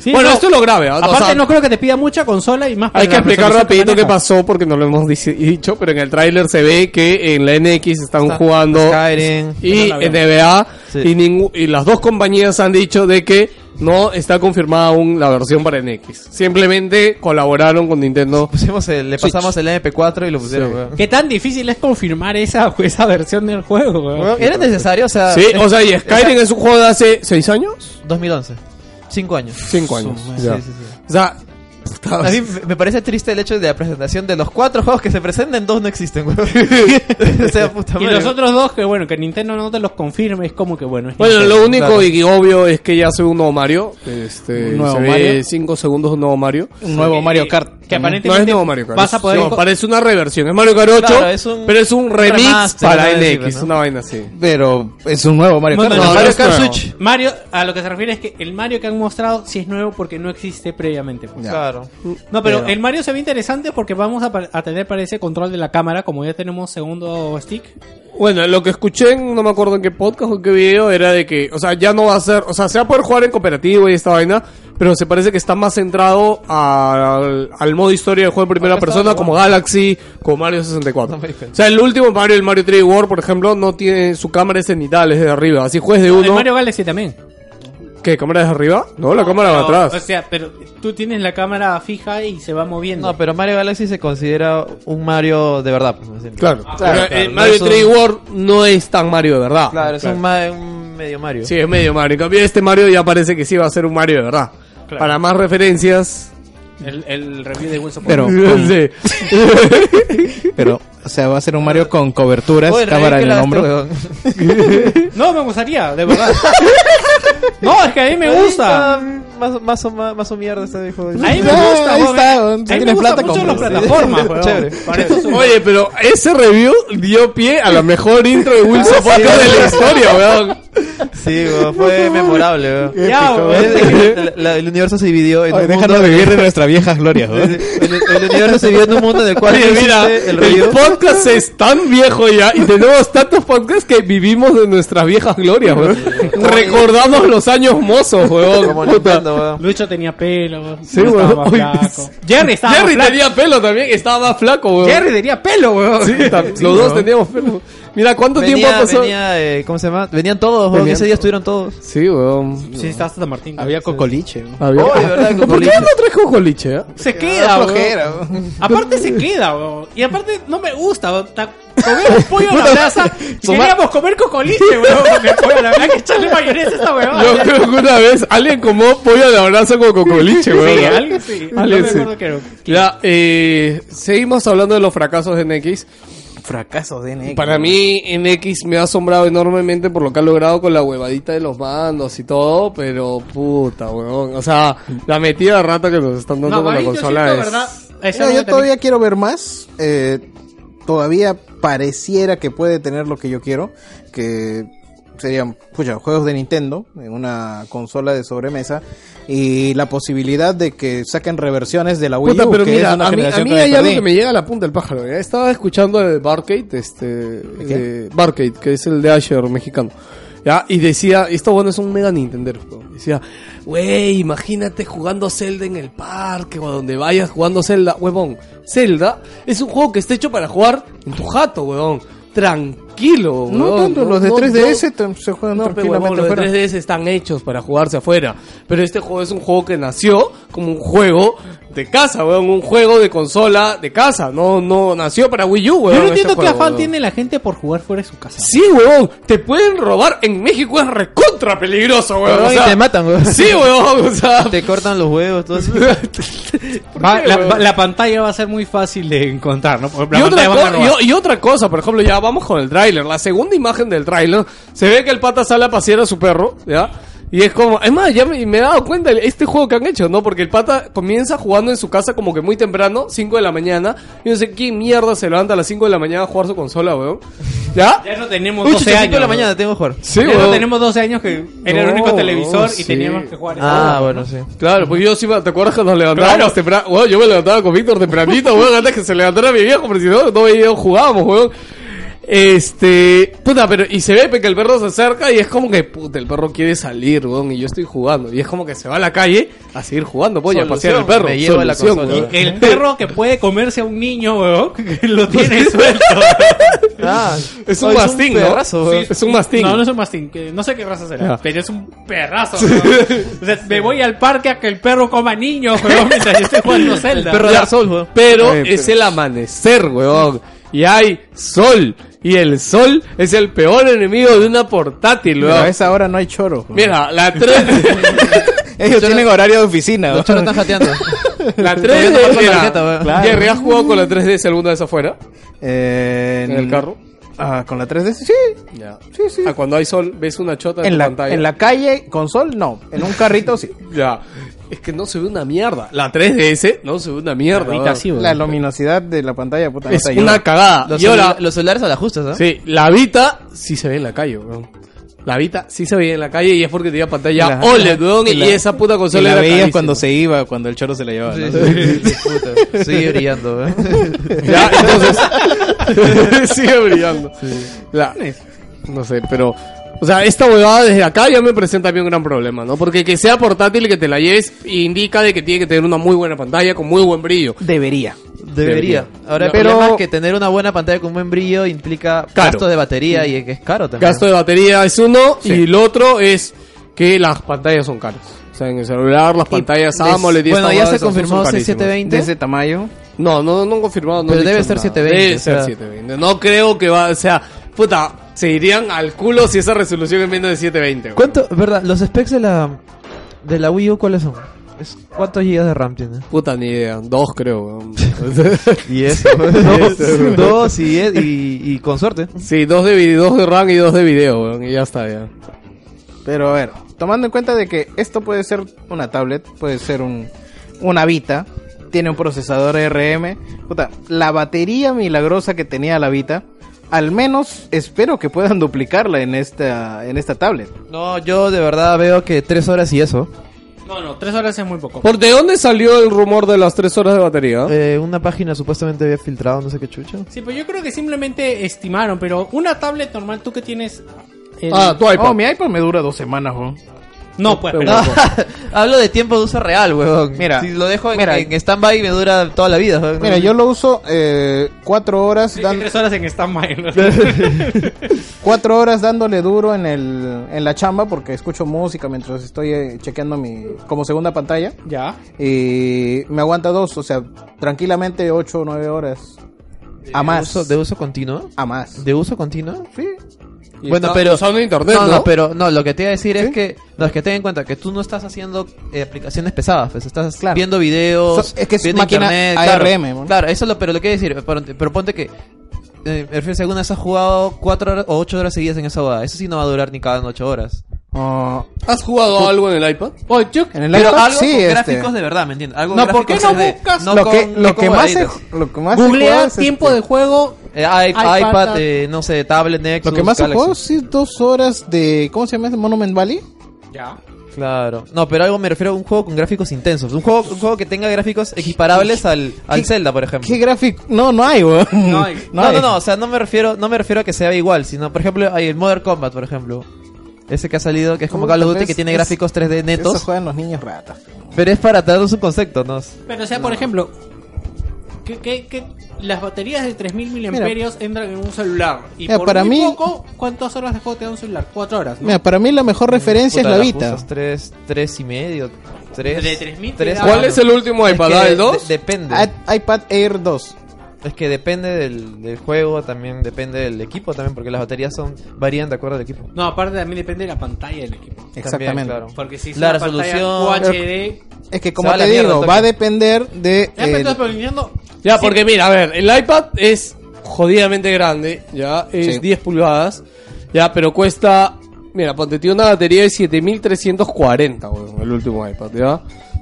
C: Sí,
B: bueno,
C: no,
B: esto es lo grave. ¿ah? O
C: Aparte,
B: sea,
C: no creo que te pida mucha consola y más para
B: Hay que
C: la
B: explicar
C: resolución
B: rapidito qué
C: maneja.
B: pasó porque no lo hemos dice- dicho, pero en el tráiler se ve que en la NX están jugando
D: Skyrim.
B: y NBA
D: Sí.
B: y, ningú- y las dos compañías han dicho de que no está confirmada aún la versión para NX. Simplemente colaboraron con Nintendo.
D: Pusimos el- le pasamos el MP4 y lo pusieron, weón.
C: ¿Qué tan difícil es confirmar esa, esa versión del juego, weón?
D: Weón, ¿Era necesario? O sea,
B: Sí, o sea, y Skyrim es un juego de hace 6 años,
D: 2011. Cinco años.
B: 5 años. ya.
D: Sí, sí, sí.
B: O sea,
D: A mí me- me parece triste el hecho de la presentación de los cuatro juegos que se presentan, dos no existen, weón. o sea, puta
C: Y
D: madre.
C: los otros dos, que bueno, que Nintendo no te los confirme, es como que bueno. es
B: Bueno,
C: Nintendo.
B: lo único
D: Claro.
B: y obvio es que ya se ve un nuevo Mario. Este,
E: ¿Un nuevo
B: se ve
E: Mario?
B: 5 segundos un nuevo Mario.
E: Un nuevo Mario Kart.
C: eh, Que aparentemente
B: No es nuevo Mario Kart.
C: vas a poder.
B: No, parece una reversión. Es Mario Kart 8,
D: Claro, es un-
B: pero es un remix
D: remaster,
B: para
D: una
B: NX.
D: vaina así, ¿no?
B: Una vaina así.
E: Pero es un nuevo Mario
C: Bueno,
E: Kart.
C: no,
E: No,
D: Mario
B: es
D: Kart
B: nuevo.
D: Switch.
C: Mario, a lo que se refiere es que el Mario que han mostrado sí es nuevo porque no existe previamente. pues.
D: Claro.
C: No, pero, el Mario se ve interesante porque vamos a, pa- a tener, parece, control de la cámara, como ya tenemos segundo stick.
B: Bueno, lo que escuché, en- no me acuerdo en qué podcast o en qué video, era de que, o sea, ya no va a ser, o sea, se va a poder jugar en cooperativo y esta vaina, pero se parece que está más centrado a- al, al modo historia del juego en primera persona, como Galaxy, como Mario 64. o sea, el último Mario, el Mario 3 World, por ejemplo, no tiene, su cámara es cenital, es de arriba. Así juegues de
C: El
B: uno.
C: Mario Galaxy también.
B: ¿Qué? ¿Cámara es arriba? No, la cámara
C: Pero,
B: va
C: O
B: atrás.
C: sea, pero tú tienes la cámara fija y se va moviendo.
D: No, pero Mario Galaxy se considera un Mario de verdad. pues, así.
B: Claro. Pero, eh,
D: claro.
B: Mario
D: Eso-
B: 3 World no es tan Mario de verdad.
D: Claro, es un, ma- un medio Mario.
B: Sí, es medio Mario. En cambio, este Mario ya parece que sí va a ser un Mario de verdad. Para más referencias.
C: El, el review de Wilson.
E: Pero,
B: Sí.
E: pero, o sea, va a ser un Mario con coberturas,
D: Oye,
E: cámara
D: ¿qué
E: en el
D: lavaste,
E: hombro.
D: weón?
C: No, me gustaría, de verdad. no, es que a mí me gusta.
D: Ahí está, Más, más, o- más, más o mierda este juego.
C: A mí me
E: Ah,
C: gusta,
E: ahí
C: weón.
E: está,
C: A
E: weón.
C: mí
E: Si
C: me
E: tienes
C: gusta
E: plata,
C: mucho las
E: compra.
C: plataformas, weón.
D: Chévere.
C: Para eso es un-
B: Oye, pero ese review dio pie a la mejor intro de Wilson Podcast de la historia, weón.
D: Sí, weón, fue memorable. weón.
C: Ya, weón.
D: Es- la- la- El universo se dividió en
E: Oye,
D: un mundo.
E: déjanos vivir de nuestras viejas glorias,
D: El,
E: weón.
D: el- el universo se dividió en un mundo en el cual
B: Oye,
D: existe
B: mira,
D: el
B: el,
D: review.
B: podcast es tan viejo ya y tenemos tantos podcasts que vivimos de nuestras viejas glorias, weón. Recordamos los años mozos, weón.
D: Como
B: puta.
D: Nintendo, weón.
C: Lucho tenía pelo, weón.
B: Sí,
C: Yo
B: weón.
C: estaba más
B: Oye,
C: flaco. Jerry estaba
B: Jerry
C: más flaco.
B: tenía pelo también, estaba más flaco, weón.
C: Jerry tenía pelo, weón.
B: Sí, tam- los dos teníamos pelo. Mira, ¿cuánto tiempo
D: Venía,
B: ha pasado?
D: venía, eh, ¿cómo se llama? Venían todos, weón. Ese día estuvieron todos.
B: Sí, weón.
C: Sí, estaba Santa Martín.
E: Había cocoliche.
B: Había-
D: Oh, de
B: ¿Por
D: verdad,
B: qué
D: Cocoliche.
B: no trajo Coliche? eh?
C: Se queda, weón.
E: Flojera, weón.
C: Aparte se queda, weón. Y aparte no me gusta, weón. Ta- Comemos pollo a la brasa y
E: Suma-
C: queríamos comer cocoliche, weón. Con el pollo a la brasa. Hay que echarle mayonesa a esta
B: Yo
C: weón.
B: creo que una vez alguien comió pollo de abrazo con Cocoliche, weón.
C: Sí, alguien sí. No
B: Alguien
C: me
B: sí.
C: acuerdo que era.
B: Ya, eh, seguimos hablando de los fracasos de NX.
E: Fracaso de NX.
B: Para mí, NX me ha asombrado enormemente por lo que ha logrado con la huevadita de los mandos y todo, pero puta, weón. O sea, la metida de rata que nos están dando
C: No,
B: con
C: a
B: la
C: mí yo
B: consola
C: siento,
B: es...
C: verdad, esa
E: Mira,
C: no
E: yo
C: la
E: todavía quiero ver más. eh, todavía pareciera que puede tener lo que yo quiero. Que serían, pucha, juegos de Nintendo en una consola de sobremesa. Y la posibilidad de que saquen reversiones de la Wii
B: Puta,
E: U,
B: pero
E: que
B: mira,
E: es una
B: a mí, a
E: generación
B: mí
E: que me
B: hay algo
E: perdí.
B: que me llega a la punta del pájaro. ya. Estaba escuchando de Barcade, este, de Barcade, que es el de Asher mexicano. Ya, y decía, esto bueno es un mega Nintendero. weón. Decía, wey, imagínate jugando Zelda en el parque o a donde vayas jugando Zelda, huevón. Zelda es un juego que está hecho para jugar en tu jato, huevón. Tranquilo, huevón.
E: No tanto, los de
B: no-
E: 3DS te- se juegan
B: no,
E: tranquilamente
B: huevón, los
E: afuera.
B: 3DS están hechos para jugarse afuera. Pero este juego es un juego que nació como un juego de casa, weón. Un juego de consola de casa. No, no nació para Wii U, weón.
C: Yo
B: este
C: no entiendo qué
B: juego,
C: afán
B: weón.
C: tiene la gente por jugar fuera de su casa.
B: Sí, weón. Te pueden robar. En México es recontra peligroso, weón. o
D: Weón, y
B: sea,
D: te matan, weón.
B: Sí, weón. O sea.
D: Te cortan los huevos, todo eso.
C: Va-
B: qué,
C: la,
B: weón?
C: va- la pantalla va a ser muy fácil de encontrar, ¿no? Porque
B: Y
C: la
B: otra,
C: pantalla
B: co-
C: va a robar.
B: y o- y otra cosa, por ejemplo, ya vamos con el tráiler. La segunda imagen del tráiler, se ve que el pata sale a pasear a su perro, ¿ya? Y es como, es más, ya me, me he dado cuenta de este juego que han hecho, ¿no? Porque el pata comienza jugando en su casa como que muy temprano, 5 de la mañana. Y no sé quién mierda se levanta a las 5 de la mañana a jugar su consola, weón. ¿Ya?
C: Ya no tenemos
D: Uy,
C: 12
D: chucha,
C: años.
D: cinco de la
C: ¿no?
D: mañana tengo que jugar.
B: Sí,
C: ya no tenemos 12 años que era el
B: No,
C: único televisor
B: sí.
C: y teníamos que jugar.
D: Ah, bueno, sí.
B: Claro, pues yo sí, me- ¿te acuerdas que nos levantábamos
C: Claro.
B: temprano? Weón, yo me levantaba con Víctor tempranito, weón, antes que se levantara mi viejo, porque si no, no veía, jugábamos, weón. Este, puta, pero y se ve pe, que el perro se acerca y es como que, puta, el perro quiere salir, weón, y yo estoy jugando. Y es como que se va a la calle a seguir jugando, voy a pasear el
D: Solución,
B: perro.
D: me llevo la
B: Solución,
D: consola.
B: weón.
H: Eh, El perro que puede comerse a un niño, weón, que lo tiene suelto.
D: Ah,
B: Es un
D: oh,
B: mastín, ¿no?
D: perrazo, weón.
B: Es un mastín.
H: No, no es un mastín. que no sé qué raza será.
B: Ah.
H: Pero es un perrazo. weón. O sea, me voy al parque a que el perro coma niños, weón, mientras yo estoy jugando Zelda.
D: Perro de
B: Ya.
D: Dark Souls, weón.
B: Pero
D: Eh,
B: es el amanecer, weón. Y hay sol. Y el sol es el peor enemigo de una portátil,
E: Pero a
B: weón.
E: esa hora no hay choro. güey.
B: Mira, la 3
E: Ellos tienen horario de oficina.
D: Los
E: güey.
D: choros están jateando.
B: La
D: Todavía
B: 3
D: no
B: d
D: pasó la tarjeta, weón.
B: Jerry, ¿has jugado con la 3DS alguna vez afuera?
E: Eh,
B: En el carro.
E: Ah, con la 3D, sí.
B: Ya. Ah, cuando hay sol, ves una chota en,
E: En
B: tu
E: la,
B: pantalla.
E: en la calle, con sol, no. En un carrito, sí.
B: Ya. Es que no se ve una mierda. La 3DS no se ve una mierda.
H: Ahorita
B: weón.
H: sí, weón.
E: La luminosidad de la pantalla, puta, no
B: Es
E: te ayuda.
B: una cagada.
D: Los,
B: y ahora,
D: celula- Ah, los celulares a las justas, ¿ah? ¿no?
B: sí, la Vita sí se ve en la calle, weón. La Vita sí se veía en la calle y es porque tenía pantalla
E: La-
B: OLED, weón, y,
E: y la-
B: esa puta
E: Y
B: consola
E: la
B: era
E: veías
B: carísima.
E: cuando se iba, cuando el choro se la llevaba.
D: Sí,
E: ¿no?
D: sí, sí, puta. Sigue brillando, ¿eh? weón.
B: Ya, entonces sigue brillando. La- no sé, pero o sea, esta huevada desde acá ya me presenta a mí un gran problema, ¿no? Porque que sea portátil y que te la lleves indica de que tiene que tener una muy buena pantalla con muy buen brillo.
E: Debería.
D: Debería. Ahora, el
B: Pero-
D: problema es que tener una buena pantalla con buen brillo implica
B: Caro.
D: gasto de batería y es que es caro también.
B: Gasto de batería es uno y el otro es que las pantallas son caras. O sea, en el celular las pantallas AMOLED y
D: Bueno,
B: esta
D: ya
B: huevada
D: se
B: esas son
D: confirmó
B: carísimas.
D: 720.
E: De ese tamaño.
B: No, no, no han confirmado. No
D: Pero
B: han
D: debe
B: dicho
D: ser
B: nada.
D: 720,
B: Debe
D: o sea.
B: ser 720. No creo que va, o sea, puta, se irían al culo si esa resolución es menos de 720. güey.
D: ¿Cuánto, verdad, los specs de la, de la Wii U cuáles son? Es- ¿Cuántos gigas de RAM tiene?
B: Puta, ni idea. Dos, creo.
D: Y eso, dos, dos y, es- y, y con suerte.
B: sí, dos de, vi- dos de RAM y dos de video, weón. Y ya está, ya.
E: Pero a ver, tomando en cuenta de que esto puede ser una tablet, puede ser un, una Vita, tiene un procesador RM. Puta, la batería milagrosa que tenía la Vita, al menos espero que puedan duplicarla en esta, en esta tablet.
D: No, yo de verdad veo que tres horas y eso.
H: No, no, tres horas es muy poco.
B: ¿Por de dónde salió el rumor de las tres horas de batería?
D: Eh, una página supuestamente había filtrado, no sé qué chucha.
H: Sí, pues yo creo que simplemente estimaron, pero una tablet normal, tú que tienes. el-
B: ah, tu iPad.
E: Oh, mi iPad me dura dos semanas, jo.
H: no, pues, pero.
D: No, hablo de tiempo de uso real, weón.
E: Mira,
D: si lo dejo en,
E: mira.
D: en stand-by me dura toda la vida. weón.
E: Mira, yo lo uso eh, cuatro horas
H: Sí,
E: dan-
H: Tres horas en stand-by. ¿no?
E: cuatro horas dándole duro en, el, en la chamba porque escucho música mientras estoy eh, chequeando mi como segunda pantalla
H: ya.
E: y me aguanta dos, o sea, tranquilamente ocho o nueve horas a
D: ¿De
E: más,
D: uso, de uso continuo?
E: a más.
D: ¿De uso continuo?
E: Sí.
B: Y
D: Bueno,
B: está
D: pero
B: usando internet,
D: no,
B: ¿no?
D: pero no, lo que te iba a decir es que no es que ten en cuenta que tú no estás haciendo eh, aplicaciones pesadas, pues estás
E: Claro.
D: viendo videos,
E: So- es que es
D: viendo
E: máquina
D: claro.
E: ARM,
D: Claro,
E: ¿no?
D: eso lo, pero lo que iba a decir, pero, pero ponte que eh, me refiero, si alguna vez has jugado 4 horas o 8 horas seguidas en esa boda, eso sí no va a durar ni cada 8 horas.
E: Ah,
B: ¿Has jugado algo en el iPad?
H: Oye, yo-
E: en el
D: Pero
E: laptop
D: algo
E: sí,
D: con
E: este.
D: gráficos de verdad, ¿me entiendes? Algo
H: No,
D: gráficos
H: ¿por qué no
D: 3D,
H: buscas
D: no
E: lo,
D: con-
E: que,
D: no
E: lo
D: con
E: que más
D: cuadraditos.
E: se- lo que más se juega
H: Googlea
E: es,
H: tiempo
E: este,
H: de juego.
D: Eh, i- iPad,
H: iPad,
D: eh, no sé, tablet, Nexus,
E: lo que más se
D: Galaxy.
E: juega sí dos horas de ¿cómo se llama? ese? Monument Valley.
H: Ya.
D: Claro. No, pero algo me refiero a un juego con gráficos intensos. Un juego, un juego que tenga gráficos equiparables al, al Zelda, por ejemplo.
E: ¿Qué gráfico? No, no hay, weón.
H: No hay.
D: No, no, no, o sea, no me refiero, no me refiero a que sea igual, sino, por ejemplo, hay el Modern Combat, por ejemplo. Ese que ha salido, que es como
E: Puta,
D: Call of Duty,
E: pues,
D: que tiene
E: es-
D: gráficos 3D
E: Eso
D: netos.
E: juegan los niños ratas.
D: Pero es para darnos un concepto, ¿no?
H: Pero, o sea, por ejemplo, que, que- que las baterías de 3000 miliamperios entran en un celular. Y
E: Mira,
H: por
E: para
H: muy
E: mí-
H: poco, ¿cuántas horas de juego te da un celular? Cuatro horas, ¿no?
E: Mira, para mí la
D: Mm,
E: mejor referencia es la Vita.
D: 3, 3 y medio, 3.
H: De 3000 te
D: Ah,
H: da-
B: ¿Cuál es el último iPad? ¿Ah, ¿El 2?
D: depende.
E: I- iPad Air 2.
D: Es que depende del, del juego, también depende del equipo, también, porque las baterías son varían de acuerdo al equipo.
H: No, aparte también depende de la pantalla del equipo.
E: Exactamente.
D: claro.
H: Porque si es
D: La
H: una pantalla
D: resolución-
H: QHD...
E: Es que
D: Se
E: como
D: va a
E: te
D: la mierda,
E: digo,
D: toque.
E: va a depender de... eh,
H: Ya, pero
E: el-
H: entonces, pero Nintendo-
B: Ya,
H: Sí.
B: porque mira, a ver, el iPad es jodidamente grande, ya, es
E: Sí.
B: 10 pulgadas, ya, pero cuesta, mira, ponte tiene una batería de 7340, weón, el último iPad, ya.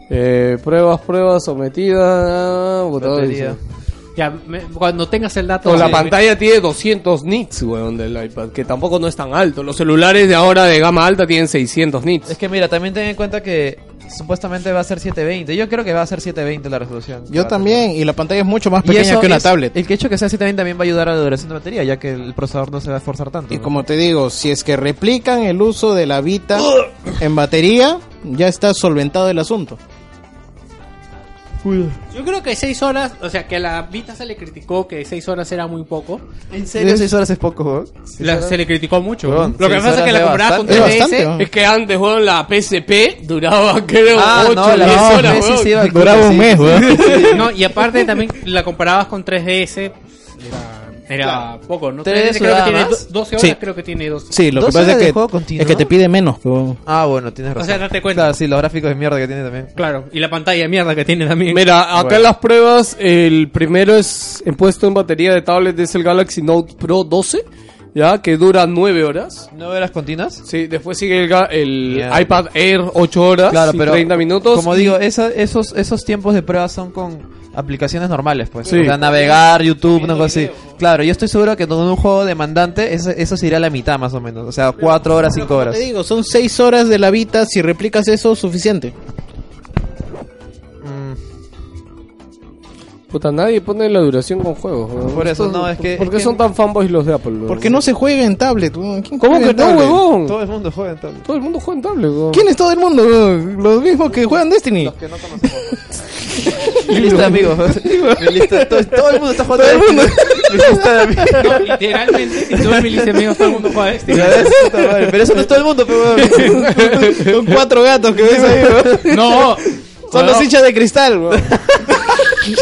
B: Eh, pruebas, pruebas, sometidas, botón,
D: Batería.
B: dice.
H: Ya, me- cuando tengas el dato.
B: O la
H: sí,
B: pantalla tiene 200 nits, weón, del iPad, que tampoco no es tan alto. Los celulares de ahora de gama alta tienen 600 nits.
D: Es que mira, también ten en cuenta que supuestamente va a ser 720. Yo creo que va a ser 720 la resolución.
E: Yo también, y la pantalla es mucho más
D: Y
E: pequeña
D: eso
E: que una
D: es-
E: tablet.
D: El que hecho que sea 720 también va a ayudar a la duración de batería, ya que el procesador no se va a esforzar tanto.
E: Y
D: ¿no?
E: como te digo, si es que replican el uso de la Vita en batería, ya está solventado el asunto.
H: Yo creo que 6 horas, o sea, que a la Vita se le criticó que 6 horas era muy poco.
D: En serio, 6 horas es poco, weón.
H: La- se le criticó mucho.
D: Weón,
H: Lo que
D: seis
H: pasa es
D: horas
H: que la
D: es
H: comparaba con
E: Es
H: 3DS.
E: bastante. ¿no?
B: Es que antes, weón, la PSP duraba, creo,
D: Ah,
B: 8
D: no, la
B: 10
D: no,
B: horas,
D: Messi
B: weón.
D: sí iba al
E: Duraba
D: coche,
E: un
D: sí.
E: mes, weón.
H: No, y aparte también la comparabas con 3DS. Era, era poco, ¿no?
D: 3DS
H: 3DS creo que
D: daba
H: tiene
D: más.
H: do- 12 horas,
E: Sí.
H: creo que tiene 12.
E: Sí, lo
D: ¿Dos
E: que pasa
D: horas
E: es
D: de
E: que,
D: juego continuo?
E: es que te pide menos. weón.
D: Ah, bueno, tienes razón.
H: sea, date cuenta.
D: Claro, sí, los gráficos de mierda que tiene también.
H: Claro, y la pantalla de mierda que tiene también.
B: Mira, acá en las pruebas, el primero es en puesto en batería de tablet es el Galaxy Note Pro 12, ya que dura 9 horas.
D: ¿No horas continuas?
B: Sí, después sigue el, ga- el
D: Mierda.
B: iPad Air 8 horas
D: Claro,
B: y
D: pero
B: 30 minutos.
D: Como
B: y-
D: digo, esa- esos, esos tiempos de prueba son con aplicaciones normales, pues.
B: Sí.
D: O sea, navegar, YouTube, una cosa así. Claro, yo estoy seguro que con un juego demandante eso, eso se irá a la mitad más o menos. O sea, 4 horas, 5 horas.
E: Te digo, son 6 horas de la Vita, si replicas eso, suficiente.
B: Puta, nadie pone la duración con juegos. weón.
D: Por eso, no, es que-
B: ¿Por qué
D: es que-
B: son tan fanboys los de Apple? weón?
E: Porque no se juega en tablet. weón? ¿Quién
B: ¿Cómo
E: juega
B: que
E: en
B: no,
E: tablet?
B: huevón?
D: Todo el mundo juega entonces.
B: Todo el mundo juega en tablet, weón.
E: ¿Quién es todo el mundo? weón? Los mismos que juegan Destiny.
D: Mi lista de amigos. Mi lista- todo, todo el mundo está jugando. Todo el mundo. Mi lista de amigos.
H: No, literalmente, si tú me dices, amigos, todo el mundo juega a este.
D: Ya ves, puta madre, Pero eso no es todo el mundo, pero.
E: Son cuatro gatos que ves ahí, weón.
H: No,
E: Son los hinchas de cristal, weón.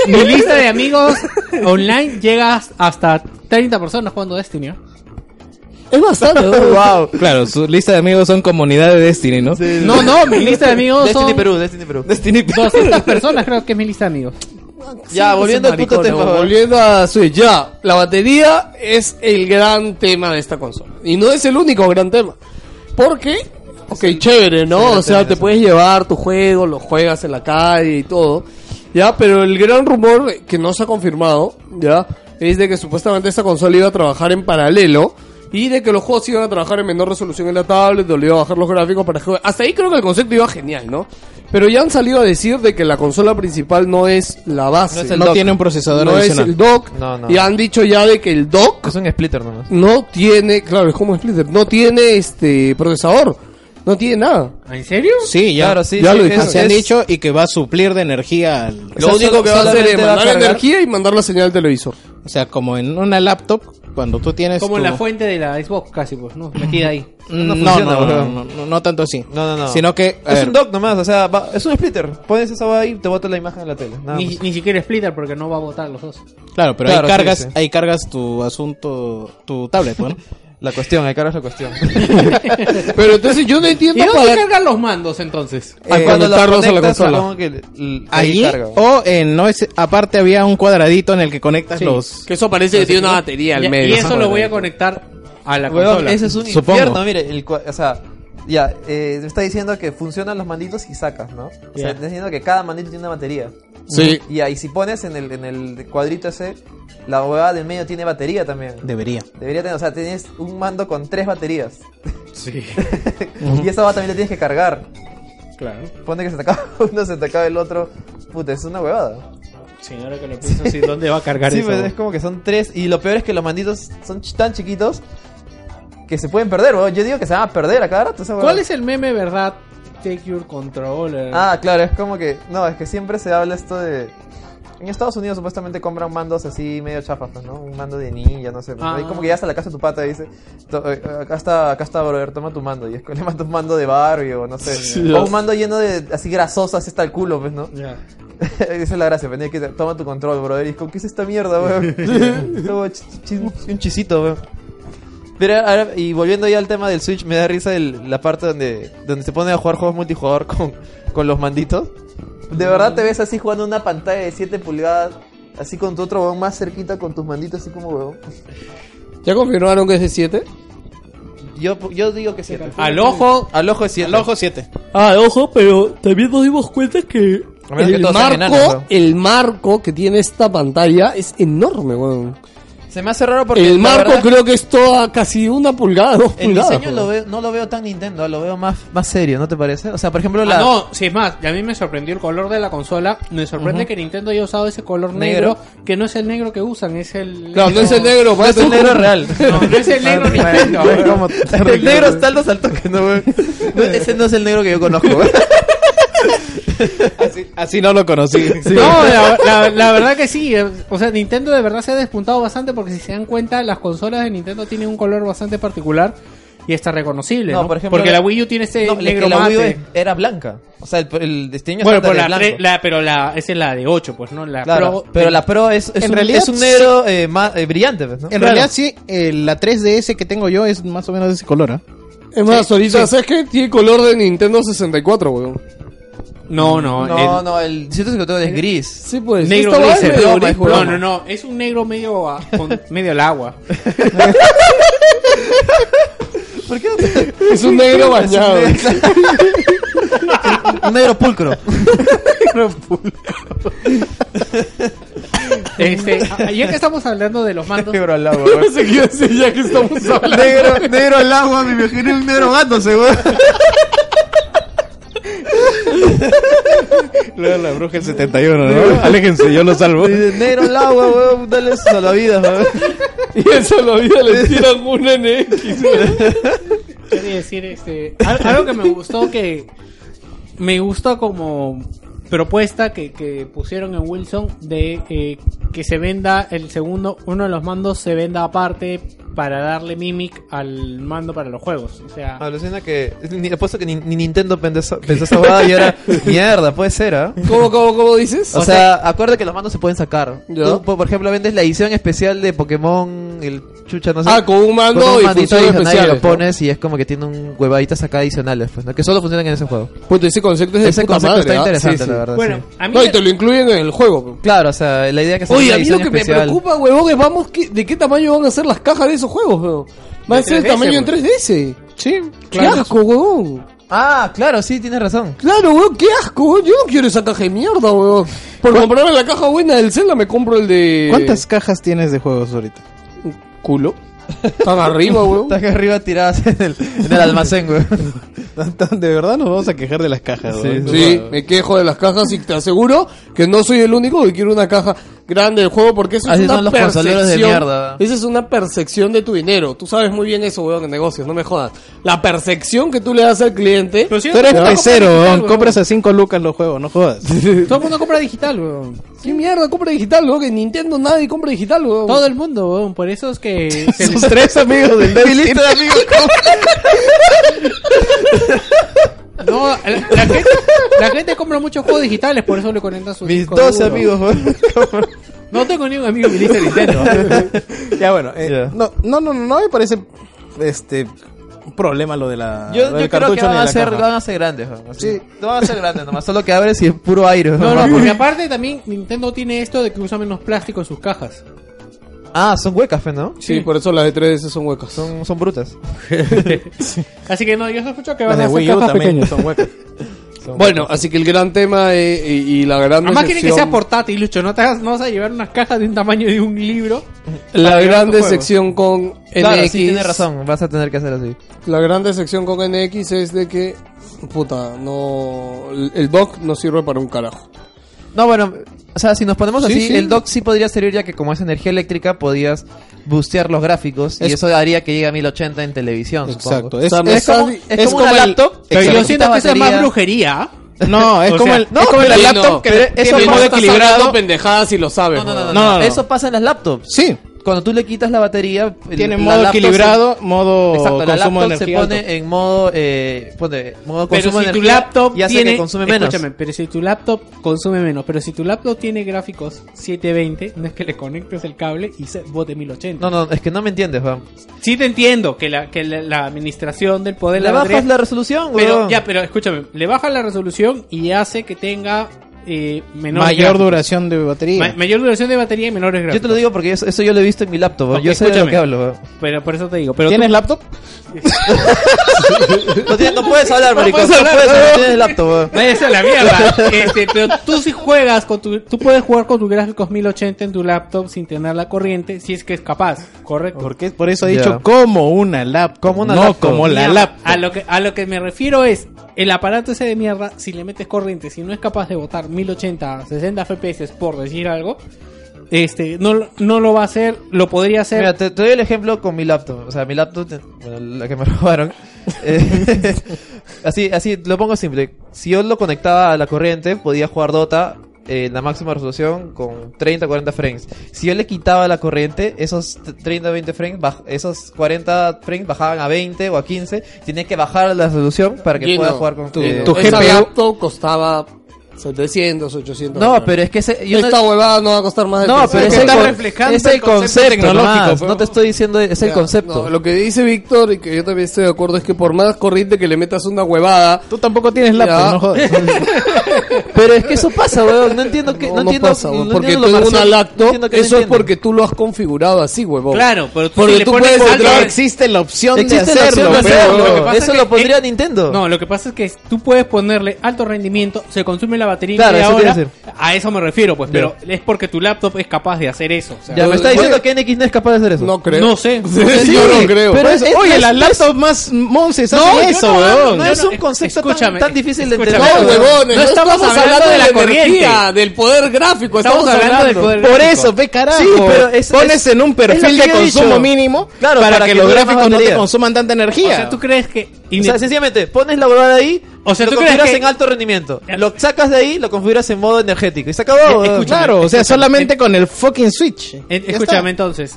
H: mi lista de amigos online llega hasta 30 personas jugando Destiny. ¿no?
B: Es bastante, weón.
D: wow.
E: Claro, su lista de amigos son comunidad de Destiny, ¿no?
H: No, no, mi lista de amigos
D: Destiny
H: son
D: Perú, Destiny Perú.
E: Destiny.
H: 200 personas, creo que es mi lista de amigos.
D: ya, volviendo al puto tema. weón.
B: Volviendo a Switch, ya. La batería es el gran tema de esta consola. Y no es el único gran tema. Porque, ok, chévere, ¿no? O sea, te puedes llevar tu juego, lo juegas en la calle y todo. Ya, pero el gran rumor que no se ha confirmado, ya, es de que supuestamente esta consola iba a trabajar en paralelo. Y de que los juegos iban a trabajar en menor resolución en la tablet, donde iba a bajar los gráficos para jugar. Hasta ahí creo que el concepto iba genial, ¿no? Pero ya han salido a decir de que la consola principal no es la base.
D: No es el
E: No
D: dock.
E: tiene un procesador
B: No es
E: adicional.
B: el dock.
D: No, no.
B: Y han dicho ya de que el dock
D: Es un splitter nomás.
B: no tiene, claro, es como Splitter, no tiene este procesador, no tiene nada.
H: ¿En serio?
E: Sí, ya.
D: Claro, sí.
B: Ya
D: sí,
B: lo
D: es-
E: Se han
D: es-
E: dicho y que va a suplir de energía al...
D: sea,
B: Lo único
D: solo-
B: que va a hacer es
D: solamente va a
B: mandar
D: cargar-
B: energía y mandar la señal al televisor.
E: O sea, como en una laptop, cuando tú tienes
H: Como
E: tu-
H: en la fuente de la Xbox, casi, pues, ¿no? Metida ahí.
D: No
E: No, no,
D: funciona,
E: no,
D: weón.
E: no, no, no tanto así.
D: No, no, no.
E: Sino que... a
D: Es
E: ver,
D: un dock nomás, o sea, va- es un splitter. Pones esa va ahí y te bota la imagen en la tele. Nada
H: Ni,
D: más.
H: ni siquiera Splitter, porque no va a votar los dos.
E: Claro, pero
D: Claro,
E: ahí
D: sí,
E: cargas,
D: sí.
E: ahí cargas tu asunto, tu tablet, ¿no?
D: La cuestión, ahí cargas la cuestión.
B: Pero entonces yo no
H: ¿Y
B: entiendo
H: dónde
B: para
H: cargan los mandos entonces?
B: al
D: Eh,
B: conectarlos a la
D: conectas,
B: consola.
D: supongo que l- l-
E: Allí
D: carga, weón.
E: o en no es aparte había un cuadradito en el que conectas los
B: Que eso parece que tiene una batería
H: Y,
B: al
H: y
B: medio.
H: eso lo voy a conectar a la
D: Weón,
H: consola.
D: ese es un
E: Supongo.
D: infierno, mire. El, cua- o sea, ya, eh, me está diciendo que funcionan los manditos y sacas, ¿no? O sea, está diciendo que cada mandito tiene una batería.
B: Sí.
D: Y ahí, si pones en el, en el cuadrito ese, la huevada del medio tiene batería también.
E: debería.
D: Debería tener, o sea, tienes un mando con tres baterías. Sí. y esa va también la tienes que cargar.
H: Claro.
D: Pone que se te acaba uno, se te acaba el otro. Puta, es una huevada.
H: Sí, ahora que lo pienso así, ¿dónde va a cargar
D: Sí,
H: eso?
D: pues es como que son tres. Y lo peor es que los manditos son ch- tan chiquitos que se pueden perder, weón. Yo digo que se van a perder a cada rato esa huevada.
H: ¿Cuál es el meme, verdad? Take your
C: Eh,
H: controller.
D: Ah, claro, es como que. No, es que siempre se habla esto de. En Estados Unidos supuestamente compran mandos así medio chafas, pues, ¿no? Un mando de ninja, no sé. pues,
H: Ah.
D: Ahí como que ya hasta la casa de tu pata y dice, "To- eh, acá está, acá está, brother, toma tu mando. Y es que le manda un mando de Barbie o no sé. o un mando lleno de así grasoso, así hasta el culo, pues, ¿no?
H: Ya.
D: Esa es la gracia, venía que toma tu control, brother. Y es como, ¿qué es esta mierda, weón? Como ch- ch- un chisito, weón. Pero ahora, y volviendo ya al tema del Switch, me da risa el- la parte donde, donde se pone a jugar juegos multijugador con, con los manditos. De verdad te ves así jugando una pantalla de 7 pulgadas, así con tu otro weón más cerquita con tus manditos, así como weón.
B: ¿Ya confirmaron que es de 7?
D: Yo, yo digo que 7.
H: Al ojo,
D: Al ojo es 7.
E: Al ojo 7.
B: Ah, ojo, pero también nos dimos cuenta que
D: A menos que
B: El
D: todos sean
B: marco,
D: enanos, ¿no?
B: el marco que tiene esta pantalla es enorme, weón.
D: Se me hace raro porque.
B: el
D: la
B: marco
D: verdad,
B: creo que es toda casi una pulgada, dos
D: El
B: pulgadas. pues.
D: diseño
B: weón.
D: lo veo- no lo veo tan Nintendo, lo veo más, más serio, ¿no te parece? O sea, por ejemplo, la.
C: Ah, no, sí, es más, y a mí me sorprendió el color de la consola. Me sorprende que Nintendo haya usado ese color negro,
D: Negro.
C: que no es el negro que usan, es el.
B: Claro, no es el negro,
D: No es
B: parece
D: un
B: un-
D: negro real.
C: No, no es el negro Nintendo.
D: el negro está al dos al toque, no, weón. No, Ese no es el negro que yo conozco, weón.
E: Así no lo conocí.
C: No, la, la- la verdad que sí. eh, O sea, Nintendo de verdad se ha despuntado bastante porque si se dan cuenta, las consolas de Nintendo tienen un color bastante particular y está reconocible.
D: No,
C: ¿no?
D: por ejemplo,
C: porque la
D: la-
C: Wii U tiene ese
D: No, es
C: negro
D: que la Wii U
C: mate.
D: es- era blanca. O sea, el, el diseño
C: Bueno,
D: estándar
C: pero la,
D: es
C: pre-
D: blanco.
C: la- pero la, esa es la de 8, pues, ¿no? La
D: Claro,
C: Pro-
D: pero la Pro es, es
E: en
D: un,
E: realidad
D: es un negro eh, más, eh, brillante, pues, ¿no?
E: En realidad sí, eh, la 3DS que tengo yo es más o menos de ese color, ¿ah?
B: Es más, ahorita, ¿sabes qué? Tiene color de Nintendo 64, weón.
C: No, no.
D: No,
C: el-
D: no, el diseño que tengo es gris.
B: Sí, pues.
C: Negro
B: esta
C: gris,
B: vaina es
C: es
B: de
C: broma, es
B: origen,
C: broma.
B: weón.
C: No, no, no. Es un negro medio, a- con- medio al agua.
D: ¿Por qué no te-
B: Es un negro
D: Ah,
B: bañado.
D: un negro pulcro.
C: Este, a- ya que estamos hablando de los mandos,
D: negro al agua, weón.
B: Pensé que iba a decir, ya que estamos hablando.
D: negro, negro al agua, me imaginé un negro ganándose, weón.
E: La bruja del 71, ¿no? Aléjense, yo lo salvo.
D: Negro al agua, weón. Dale salvavidas, weón.
B: Y eso lo vida le tiran un NX.
C: quería decir este, al- algo que me gustó que me gustó como propuesta que, que pusieron en Wilson de eh, que se venda el segundo, uno de los mandos se venda aparte para darle mimic al mando para los juegos. O sea,
D: Alucina que. Ni, apuesto que ni, ni Nintendo pensó esa- pensó esa jugada y ahora. Mierda, puede ser, ¿ah?
B: ¿Cómo, cómo, cómo dices?
D: O, sea, acuérdate que los mandos se pueden sacar.
B: Ya.
D: Tú, por por ejemplo, vendes la edición especial de Pokémon, el chucha, no sé.
B: Ah, con un mando y
D: mandito
B: funciones
D: adicional y
B: especiales,
D: lo pones y es como que tiene un huevaditas acá adicionales, pues, ¿no? Que solo funcionan en ese juego.
B: Pues ese concepto es de
D: Ese
B: puta
D: concepto
B: madre,
D: está
B: ¿ah?
D: interesante,
B: Sí, sí.
D: la verdad.
C: bueno,
D: sí.
C: a mí
B: No,
C: me-
B: y te lo incluyen en el juego. pues. bro.
D: Claro, o sea, la idea que se
B: Oye, a mí lo que me preocupa, huevón, es vamos que- de qué tamaño van a ser las cajas de esos juegos, weón. Van a
C: De
B: ser el
C: 3DS,
B: tamaño en
C: weón.
B: 3DS. Sí, qué
C: claro.
B: asco, huevón.
D: Ah, claro, sí, tienes razón.
B: Claro, weón, qué asco, weón. Yo no quiero esa caja de mierda, weón. Por comprarme la caja buena del Zelda, me compro el de.
E: ¿Cuántas cajas tienes de juegos ahorita?
B: Culo. Están arriba, weón.
D: Estás acá arriba tiradas en el, en el almacén, güey.
E: De verdad nos vamos a quejar de las cajas, weón.
B: Sí, me quejo de las cajas y te aseguro que no soy el único que quiere una caja grande del juego porque eso
D: Así
B: es una
D: son los
B: percepción.
D: consoleros de mierda.
B: Esa es una percepción de tu dinero. Tú sabes muy bien eso, weón, en negocios, no me jodas. La percepción que tú le das al cliente.
C: Pero sí,
E: Tú eres
C: todo el mundo
E: pecero,
C: compra digital,
E: weón.
C: weón.
E: Compras a 5 lucas los juegos, no jodas.
C: Todo el mundo compra digital, weón.
B: ¿Qué mierda compra digital, weón? Que Nintendo nadie compra digital, weón.
C: Todo el mundo, weón. Por eso es que se les-
E: Sus tres amigos del Dead Kid.
C: No, la, la gente, la gente compra muchos juegos digitales, por eso le conectan sus
D: Mis
C: discos
D: dos
C: duros.
D: amigos, güey.
C: No tengo ningún amigo que dice Nintendo.
E: Ya bueno, eh,
D: Ya.
E: no, no, no, no, no me parece este un problema lo de la
B: Ah,
D: Yo,
E: lo
D: yo
E: del
D: creo que
E: cartucho
D: van
E: ni de
D: a,
E: la
D: ser,
E: caja.
D: van a ser grandes, güey. Así. Van a ser grandes nomás, solo que abres y es puro aire.
C: No,
D: güey.
C: no, porque aparte también Nintendo tiene esto de que usa menos plástico en sus cajas.
D: Ah, son huecas, fe, ¿no?
B: Sí, por eso las de 3DS son huecas.
D: Son, son brutas.
C: Así que no, yo sospecho que van
E: Las de
C: a ser
E: Wii U
C: cajas
E: también
C: pequeñas.
E: son huecas.
B: Bueno, así que el gran tema eh, y, y la gran
C: Además quieren que
B: decepción-
C: sea portátil, Lucho. No, te hagas- no vas a llevar unas cajas de un tamaño de un libro.
B: La gran
C: tu juego.
B: decepción con NX.
D: Claro, sí, tienes razón, vas a tener que hacer así.
B: La gran decepción con NX es de que, puta, no. El el dock no sirve para un carajo.
D: No, bueno, o sea, si nos ponemos
B: Sí,
D: así,
B: sí.
D: el dock sí podría servir ya que como es energía eléctrica podías bustear los gráficos y eso haría que llegue a 1080 en televisión,
E: Exacto,
D: supongo.
E: es,
B: O sea, me
E: es como,
B: estás-
E: es
D: es
E: como
D: una
E: el-
D: laptop,
E: Pero
C: Pero yo
E: Exacto.
C: siento que eso es más
D: batería.
C: brujería. ¿ah?
E: No, es
C: O
E: como
C: sea,
E: el es como la
B: pero
E: laptop
B: no,
E: que
D: Ah, pero eso
E: tiene
D: no
E: modo
D: está
E: equilibrado.
B: pendejadas y lo sabes.
D: No, no, no, no,
E: No, no, no.
D: Eso pasa en las laptops.
E: Sí,
D: Cuando tú le quitas la batería, el-
E: tiene
D: la
E: modo
D: laptop se-
E: equilibrado, modo
D: Exacto, la
E: consumo de
D: laptop se
E: energía.
D: pone
E: alto.
D: en modo, eh, pone, modo
C: Pero
D: consumo
C: si
D: de
C: tu
D: energía
C: laptop
D: y hace
C: tiene...
D: que consume menos.
C: Escúchame, pero si tu laptop consume menos. Pero si tu laptop tiene gráficos 720, no es que le conectes el cable y se bote 1080.
D: No, no, es que no me entiendes, weón.
C: Sí te entiendo que la, que la, la administración del poder
D: Le
C: la
D: bajas
C: batería-
D: la resolución,
C: pero
D: weón.
C: ya, pero escúchame, le baja la resolución y hace que tenga eh, menores
E: Mayor
C: gráficos.
E: duración de batería.
C: Ma- mayor duración de batería y menores
D: Yo
C: gráficos.
D: te lo digo porque eso, eso yo lo he visto en mi laptop.
C: Ok,
D: yo sé de lo
C: escúchame.
D: que hablo. weón.
C: Pero por eso te digo. Pero
E: ¿Tienes laptop?
D: No, tienes- no puedes hablar, maricón. No
C: puedes
D: puedes
C: hablar,
D: hablar.
C: weón.
D: No tienes laptop. weón.
C: tú- Váyase a la mierda. Este, pero tú sí juegas con tu, tú puedes jugar con tus gráficos 1080 en tu laptop sin tener la corriente, si es que es capaz, correcto.
E: Porque por eso he
D: Ya.
E: dicho como una laptop.
D: Como una
E: no
D: laptop.
E: como la
C: Mierda,
E: laptop.
C: A lo, que, a lo que me refiero es, el aparato ese de mierda, si le metes corriente, si no es capaz de botar 1080 a 60 FPS por decir algo, este, no, lo- no lo va a hacer, lo podría hacer.
D: Mira, te, te doy el ejemplo con mi laptop. O sea, mi laptop, te- bueno, la que me robaron. Eh, así, así, lo pongo simple. Si yo lo conectaba a la corriente, podía jugar Dota en la máxima resolución con 30, 40 frames. Si yo le quitaba la corriente, esos t- 30, 20 frames, baj- esos 40 frames bajaban a 20 o a 15. Tienes que bajar la resolución para que
B: Gino,
D: pueda jugar con
B: tu,
D: eh,
B: tu
E: Esa
B: GPU
E: laptop
B: costaba 700, 800.
D: No, pero es que ese, yo no-
B: esta huevada no va a costar más de
D: no, pero es el,
E: está
D: con-
E: reflejando
D: es el
E: el concepto
D: concepto,
E: tecnológico,
D: nomás.
E: pero-
D: No te estoy diciendo, es el
B: Ya,
D: concepto.
B: no, lo que dice Víctor, y que yo también estoy de acuerdo, es que por más corriente que le metas una huevada,
E: Tú tampoco tienes laptop,
B: Ya.
E: no jodas.
D: Pero es que eso pasa, weón. No entiendo que.
B: no,
D: No,
B: no
D: entiendo.
B: pasa, weón,
D: no
B: porque
D: entiendo lo
B: tengo una
D: marciano, no
B: lacto,
D: entiendo que no
B: eso es
D: entiendo.
B: porque tú lo has configurado así, huevón.
C: Claro, pero tú,
B: Porque
C: si le
B: tú
C: pones
B: puedes
C: alto-
B: entrar-
E: Existe la opción
D: Existe
E: de
D: la
E: hacerlo.
D: opción de
E: pero-
D: hacerlo.
C: lo que pasa
D: Eso
C: es
D: lo
C: que-
D: pondría
C: eh,
D: Nintendo.
C: No, lo que pasa es que tú puedes ponerle alto rendimiento, se consume la batería
D: Claro,
C: media
D: eso te iba a
C: hora. A eso me refiero, pues, pero es porque tu laptop es capaz de hacer eso. o sea,
D: ya,
B: yo-
D: me está diciendo
B: oye,
D: que NX no es capaz de hacer eso.
B: No creo.
C: no sé.
B: Sí, yo no creo.
D: Pero es, es-
E: Oye,
D: es-
E: las
D: es-
E: laptops más monces
D: No,
E: hacen
D: yo
E: eso,
D: no-
E: weón.
D: no
C: Yo
D: es
C: no-
D: un concepto tan,
C: escúchame,
D: tan difícil de
C: escúchame.
D: entender.
B: No,
C: Claro.
B: huevones, no,
C: No estamos
B: estamos hablando de la energía,
C: corriente.
B: del poder gráfico,
C: Estamos hablando del poder
E: Por
C: gráfico.
E: eso, ve carajo.
D: Sí, pero es-
E: Pones
D: es-
E: en
D: es
E: un
D: lo
E: perfil
D: que
E: de
D: yo he
E: consumo
D: dicho.
E: mínimo
D: Claro,
E: para,
D: para
E: que,
D: que
E: los
D: dure más
E: gráficos no te
D: batería.
E: consuman tanta energía.
C: O sea, ¿tú crees que
D: O sea, sencillamente, pones la huevada ahí,
C: O sea,
D: lo
C: ¿tú crees
D: configuras
C: que-
D: en alto rendimiento. Lo sacas de ahí, lo configuras en modo energético. Y se acabó.
C: Eh,
D: weón.
C: escucha.
E: claro, o sea,
C: escúchame,
E: solamente con el fucking Switch.
C: Eh,
E: Ya
C: Escúchame
E: está.
C: entonces.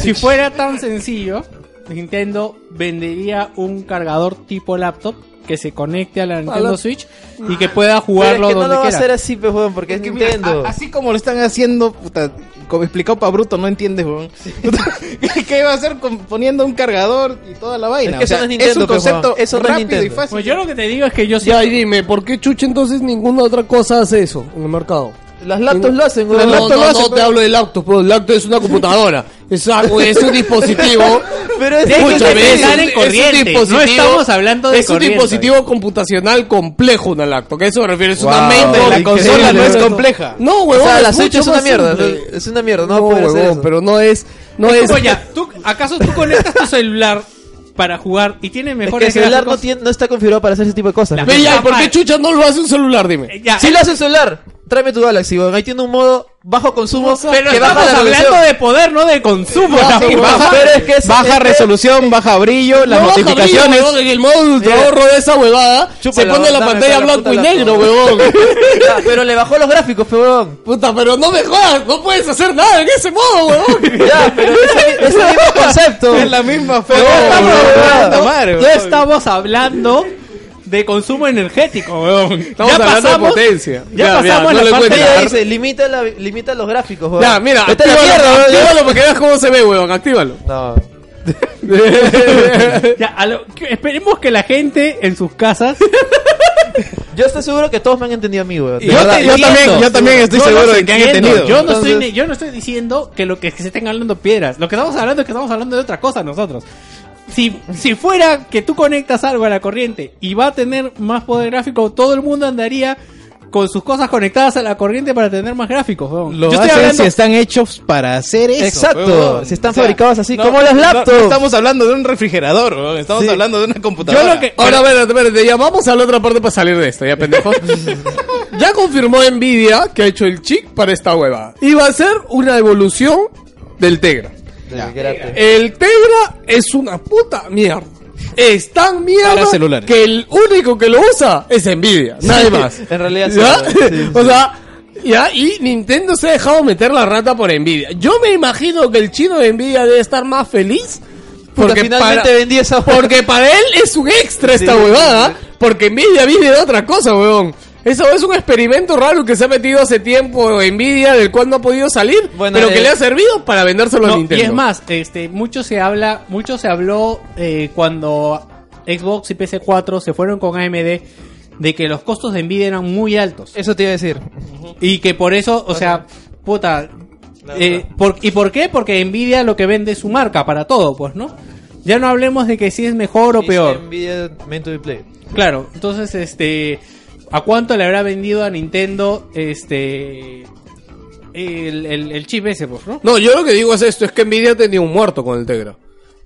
C: si fuera tan sencillo, Nintendo vendería un cargador tipo laptop que se conecte a la Nintendo
B: la-
C: Switch y que pueda
D: Pero es
C: jugarlo
D: que no
C: donde
D: lo va a
C: quiera.
D: hacer así, pues, weón, porque es,
E: Que mira,
D: Nintendo.
E: a- así como lo están haciendo, puta, como explicado para Bruto, no entiendes, weón. ¿Qué va a hacer con- poniendo un cargador y toda la vaina?
D: Es que eso no es Nintendo,
E: un
D: pues, weón.
E: concepto
D: Eso no es
E: rápido y
D: Nintendo.
E: fácil.
C: Pues yo lo que te digo es que yo
B: Ya,
C: siento-
B: y dime, ¿por qué chucha entonces ninguna otra cosa hace eso en el mercado?
D: Las laptops lo hacen,
B: No,
D: weón.
B: no,
D: Las laptops lo
B: no,
D: hacen,
B: te hablo de laptop, pero el laptop es una computadora. Es, algo- es un dispositivo.
D: Pero es
C: Dejen de
B: Escúchame, es
C: pensar
B: un-
C: en
B: es un
C: corriente,
B: dispositivo-
C: no estamos hablando de
B: Es un
C: corriente.
B: dispositivo computacional complejo una laptop. que A eso me refiero. Es una
D: Wow,
B: mainboard.
E: La
D: Increíble,
E: consola no es
D: weón.
E: compleja.
B: No,
D: O
B: huevón.
D: sea, la
B: es
D: Switch
B: mucho
D: es una
B: más
D: mierda.
B: simple.
D: Es una mierda. No,
B: No,
D: puede hacer
B: huevón,
D: eso.
B: pero no es. No
C: Es
B: este- es.
C: como ya, ¿tú, ¿acaso tú conectas tu celular para jugar y tiene
D: Es
C: mejores
D: que el celular no,
C: gráficos?
D: tiene, no está configurado para hacer ese tipo de cosas.
C: La
B: Ve ya, ¿y por
C: Papá.
B: qué chucha no lo hace un celular? Dime.
C: Eh, ya,
D: Si lo hace el celular, tráeme tu Galaxy, weón. Ahí tiene un modo bajo consumo
C: pero
D: que baja
C: estamos
D: la
C: hablando
D: resolución.
C: de poder, no de consumo. también,
D: baja,
C: papá.
D: pero es que es-
E: baja
D: es-
E: resolución, baja brillo, las
B: No,
E: notificaciones.
B: cabrón, huevón, en el modo ultra
D: Mira.
B: ahorro de esa huevada se
D: Chúpala,
B: pone la
D: dame
B: pantalla
D: toda la
B: blanco y
D: puta
B: negro,
D: laptop.
B: huevón.
D: Ya, pero le bajó los gráficos, pe, weón.
B: Puta, pero no me jodas, no puedes hacer nada en ese modo, huevón.
D: Ya, pero ese, ese mismo concepto.
E: es la misma fe.
D: No,
E: Estamos
D: no,
E: hablando,
D: no.
E: madre,
C: Ya
E: weón.
C: estamos hablando de consumo energético, weón.
B: Estamos
C: ya
B: hablando de
C: pasamos,
B: potencia.
C: Ya,
B: Ya, ya,
C: pasamos
B: no
C: la
B: le
C: parte
B: cuentes.
D: Ella
C: de-
D: dice, limita, la- limita los gráficos, weón.
B: Ya, mira,
D: Vete a la
B: actívalo,
D: mierda, weón.
B: actívalo para que veas cómo se ve, huevón, actívalo.
D: No.
C: ya, a lo- que- esperemos que la gente en sus casas.
D: Yo estoy seguro que todos me han entendido a mí, weón. De
E: Yo,
D: verdad.
E: te- yo también, yo también estoy
D: Yo
E: seguro
D: los
E: de que han
D: entiendo,
E: entendido.
C: Yo no, estoy,
D: Entonces-
C: ni- yo no estoy diciendo que lo que, que se estén hablando piedras. Lo que estamos hablando es que estamos hablando de otra cosa nosotros. Si, si fuera que tú conectas algo a la corriente y va a tener más poder gráfico, todo el mundo andaría con sus cosas conectadas a la corriente para tener más gráficos. weón.
E: Lo
C: yo
E: hacen
C: estoy hablando
E: si están hechos para hacer eso. pues,
D: Exacto.
E: weón.
D: Si
E: O
D: están
E: sea,
D: fabricados así,
E: no-
D: como las
E: no-
D: laptops.
E: no estamos hablando de un refrigerador, weón, estamos
D: Sí.
E: hablando de una computadora.
C: Yo lo que-
B: Ahora, espérate, espérate, ya vamos a la otra parte para salir de esto, ya pendejo. ya confirmó Nvidia que ha hecho el chip para esta hueva. Y va a ser una evolución del Tegra.
D: Gratis.
B: El Tegra es una puta mierda. Es tan mierda
E: Para celulares.
B: que el único que lo usa es Nvidia, nadie más.
D: en realidad sí,
B: ¿Ya?
D: güey. Sí,
B: O sea, ya, y Nintendo se ha dejado meter la rata por Nvidia. Yo me imagino que el chino de Nvidia debe estar más feliz
D: Porque finalmente
B: para-
D: vendí esa weón.
B: porque para él es un extra esta
D: Sí,
B: huevada,
D: sí,
B: porque Nvidia vive de otra cosa, huevón. Eso es un experimento raro que se ha metido hace tiempo Nvidia, del cual no ha podido salir,
D: Bueno,
B: pero que
D: eh,
B: le ha servido para vendérselo a
C: No,
B: Nintendo.
C: Y es más, este, mucho se habla, mucho se habló eh, cuando Xbox y PC4 se fueron con AMD de que los costos de Nvidia eran muy altos.
D: Eso te iba a decir.
C: Y que por eso, o sea, puta. eh, por- ¿Y por qué? Porque Nvidia lo que vende es su marca para todo, pues, ¿no? Ya no hablemos de que si es mejor o peor.
D: Nvidia meant to be played.
C: Claro, entonces, este. ¿A cuánto le habrá vendido a Nintendo este. El, el, el chip ese, pues, ¿no?
B: No, yo lo que digo es esto, es que Nvidia tenía un muerto con el Tegra.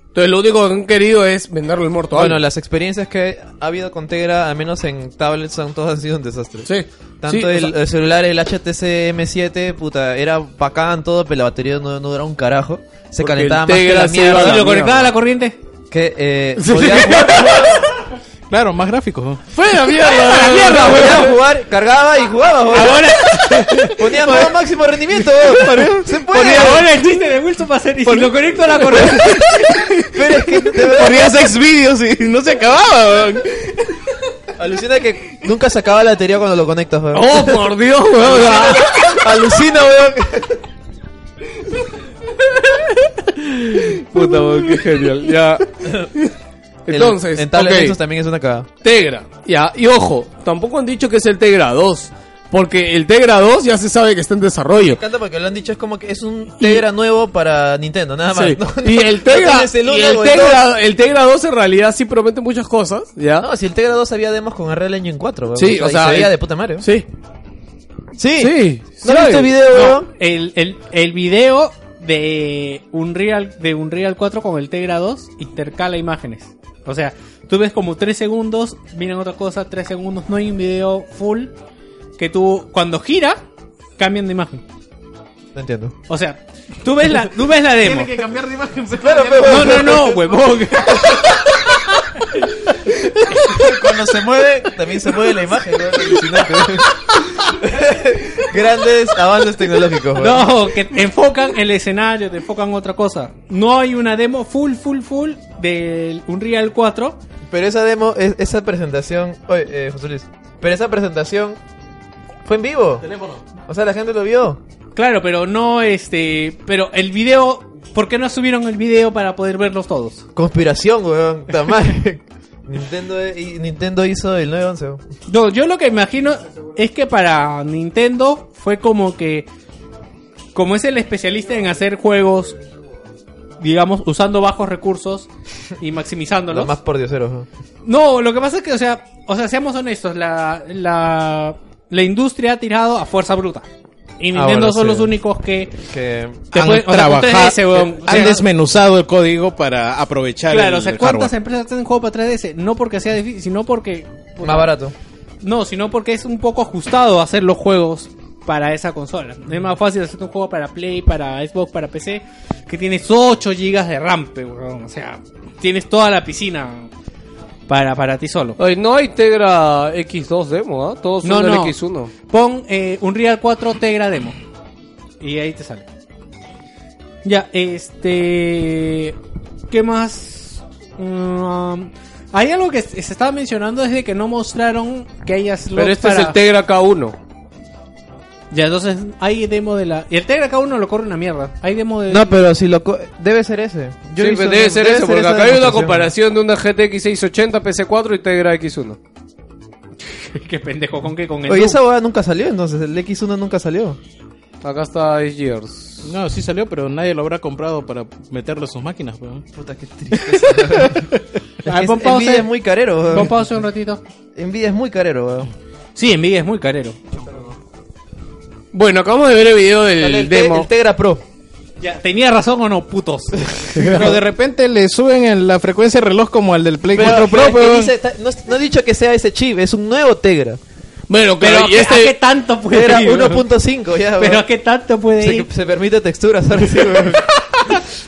B: Entonces lo único que han querido es venderle el muerto a
D: Bueno,
B: alguien.
D: las experiencias que ha habido con Tegra, al menos en tablets, son todas han sido un desastre.
B: Sí.
D: Tanto
B: Sí, o
D: el,
B: sea,
D: el celular, el HTC M7, puta, era bacán todo, pero la batería no, no duraba un carajo. Se
B: Porque el
D: calentaba más que
B: Tegra
D: la
B: se iba a
D: mierda.
B: la
C: ¿Lo conectaba
B: mierda.
C: a la corriente?
D: Que, eh, podía jugar,
E: Claro, más gráficos.
B: ¡Fue la mierda! Ah,
D: podía jugar, cargaba y jugaba, weón.
C: Ahora,
D: Ponía todo máximo rendimiento, weón. Se puede.
C: ahora el chiste de Wilson va a ser. Y si lo conecto a la corriente.
D: Pero es que, de verdad,
E: Ponías ex vídeos y no se acababa. weón.
D: alucina que nunca se acaba la batería cuando lo conectas, weón.
B: ¡Oh, por Dios, weón!
D: Alucina, weón.
B: Puta, weón, qué genial. Ya.
D: El-
B: Entonces,
D: en tablets
B: ok.
D: esos también es una cagada.
B: Tegra. Ya, y ojo, tampoco han dicho que es el Tegra 2. Porque el Tegra 2 ya se sabe que está en desarrollo.
D: Me encanta porque lo han dicho, es como que es un Tegra nuevo para Nintendo, nada más.
B: Sí.
D: No,
B: y
D: no-
B: el
D: Ah, no
B: Tegra,
D: tienes el
B: y
D: uno
B: el
D: o el
B: Tegra- el Tegra 2 en realidad sí promete muchas cosas, ¿ya?
D: dos. No, si el Tegra 2 había demos con Unreal Engine 4, weón.
B: Sí, o sea,
D: y se veía
B: el-
D: de puta madre.
B: Sí.
D: Sí.
B: Sí.
D: ¿No
B: sí.
D: viste el video, weón?
C: el, el, el video de Unreal, de Unreal 4 con el Tegra 2 intercala imágenes. O sea, tú ves como 3 segundos, miran otra cosa, 3 segundos, no hay un video full que tú, cuando gira, cambian de imagen.
D: No entiendo.
C: O sea, tú ves la, tú ves la demo.
H: cambiar de imagen.
C: No, no, no, huevón.
D: Cuando se mueve, también se mueve la imagen, weón. Alucinante, weón. Grandes avances tecnológicos, weón.
C: No, que te enfocan el escenario, te enfocan otra cosa. No hay una demo full, full, full del Unreal 4.
D: Pero esa demo, es- esa presentación. Oye, eh, José Luis. Pero esa presentación fue en vivo. O sea, la gente lo vio.
C: Claro, pero no este. Pero el video. ¿Por qué no subieron el video para poder verlos todos?
D: Conspiración, weón. Puta madre. Nintendo, eh, y- Nintendo hizo el 911. weón.
C: No, yo lo que imagino es que para Nintendo fue como que. Como es el especialista en hacer juegos. Digamos, usando bajos recursos y maximizándolos.
D: Los más por dioseros. weón.
C: No, lo que pasa es que, o sea, o sea, seamos honestos, la, la, la industria ha tirado a fuerza bruta. Y
D: Ah,
C: Nintendo
D: bueno,
C: son
D: sí.
C: los únicos que
D: Que
C: te pueden- o sea, tú te dices, weón, o sea,
E: han desmenuzado el código para aprovechar
C: Claro,
E: el,
C: o sea,
E: el
C: ¿cuántas
E: hardware.
C: empresas hacen juego para 3DS? No porque sea difícil, sino porque... pues,
D: más barato.
C: No, sino porque es un poco ajustado hacer los juegos para esa consola. Es más fácil hacer un juego para Play, para Xbox, para PC, que tienes 8 GB de RAM, pe, weón. O sea, tienes toda la piscina para, para ti solo.
B: Ay, no hay Tegra X2 demo, ¿ah? Todos son
C: No,
B: del
C: no.
B: X1.
C: Pon eh, Unreal 4 Tegra Demo. Y ahí te sale. Ya, este. ¿Qué más? Mm, hay algo que se estaba mencionando desde que no mostraron que haya slots
B: Pero este
C: para-
B: es el Tegra K1.
C: Ya, entonces hay demo de la. Y el Tegra K1 lo corre una mierda. Hay demo de.
D: No, pero si lo. co- Debe ser ese. Yo
B: Sí,
D: he visto-
B: pues debe ser eso, porque
D: esa
B: acá hay una
D: demostración.
B: comparación de una GTX 680 PC4 y Tegra X1.
C: Qué pendejo, ¿con qué? Con el.
D: Oye,
C: Doom.
D: esa boda nunca salió entonces. El X1 nunca salió.
B: Acá está Ice Gears.
E: No, sí salió, pero nadie lo habrá comprado para meterlo en sus máquinas. weón.
D: Puta, qué tristeza.
C: Ah, pon
D: Envidia
C: pausa.
D: es muy carero,
C: Pon
D: weón.
C: pausa un ratito.
D: Envidia es muy carero, weón.
C: Sí, Nvidia es muy carero.
B: Bueno, acabamos de ver el video del
D: Sale El, te-
B: demo.
D: el Tegra Pro.
C: Ya, tenía razón o no, putos.
E: Pero de repente le suben en la frecuencia de reloj como al del Play
D: Pero,
E: 4 Pro.
D: pero es que
E: weón.
D: dice- está- no, no he dicho que sea ese chip, es un nuevo Tegra.
B: Bueno,
C: Pero,
B: claro, y
C: ¿a qué
B: este...
C: tanto puede
D: Tegra
C: ir?
D: 1.5, ya. weón.
C: Pero ¿a qué tanto puede ir?
D: se, se permite texturas ahora sí, weón.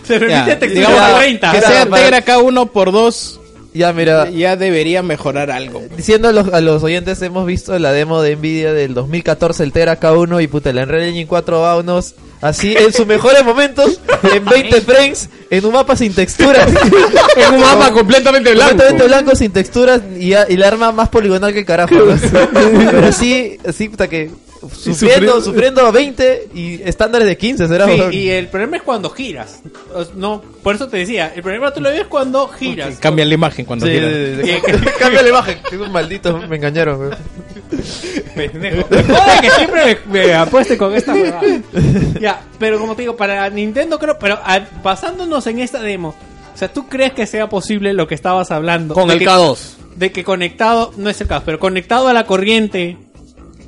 C: Se permite
E: Ya,
C: textura
D: digamos,
C: de
D: que-
C: 30.
E: que
D: Era
E: sea
D: para-
E: Tegra K1 por 2
D: Ya, mira.
E: ya debería mejorar algo.
D: Diciendo a los, a los oyentes, hemos visto la demo de Nvidia del 2014, el Tegra K1 y puta, el Unreal Engine 4 va a unos así en sus mejores momentos, en 20 frames en un mapa sin texturas.
B: Es un mapa completamente blanco.
D: completamente blanco, sin texturas y, a- y la arma más poligonal que el carajo. ¿no? Pero así, así, puta que. Sufriendo, sufriendo a 20 y estándares de 15, será
C: Sí,
D: weón.
C: y el problema es cuando giras. O s- No, por eso te decía, el problema tú lo ves cuando giras.
E: Cambian la imagen cuando
C: este,
D: Sí,
E: quieran.
D: sí, sí, sí. Cámbiale baja, que son malditos, me engañaron. weón.
C: Pendejo. Joder, que siempre me, me apueste con esta huevada. Ya, pero como te digo, para Nintendo creo, pero a- basándonos en esta demo, o sea, ¿tú crees que sea posible lo que estabas hablando?
B: Con
C: De
B: el
C: que-
B: K2.
C: De que conectado, no es el caso, pero conectado a la corriente.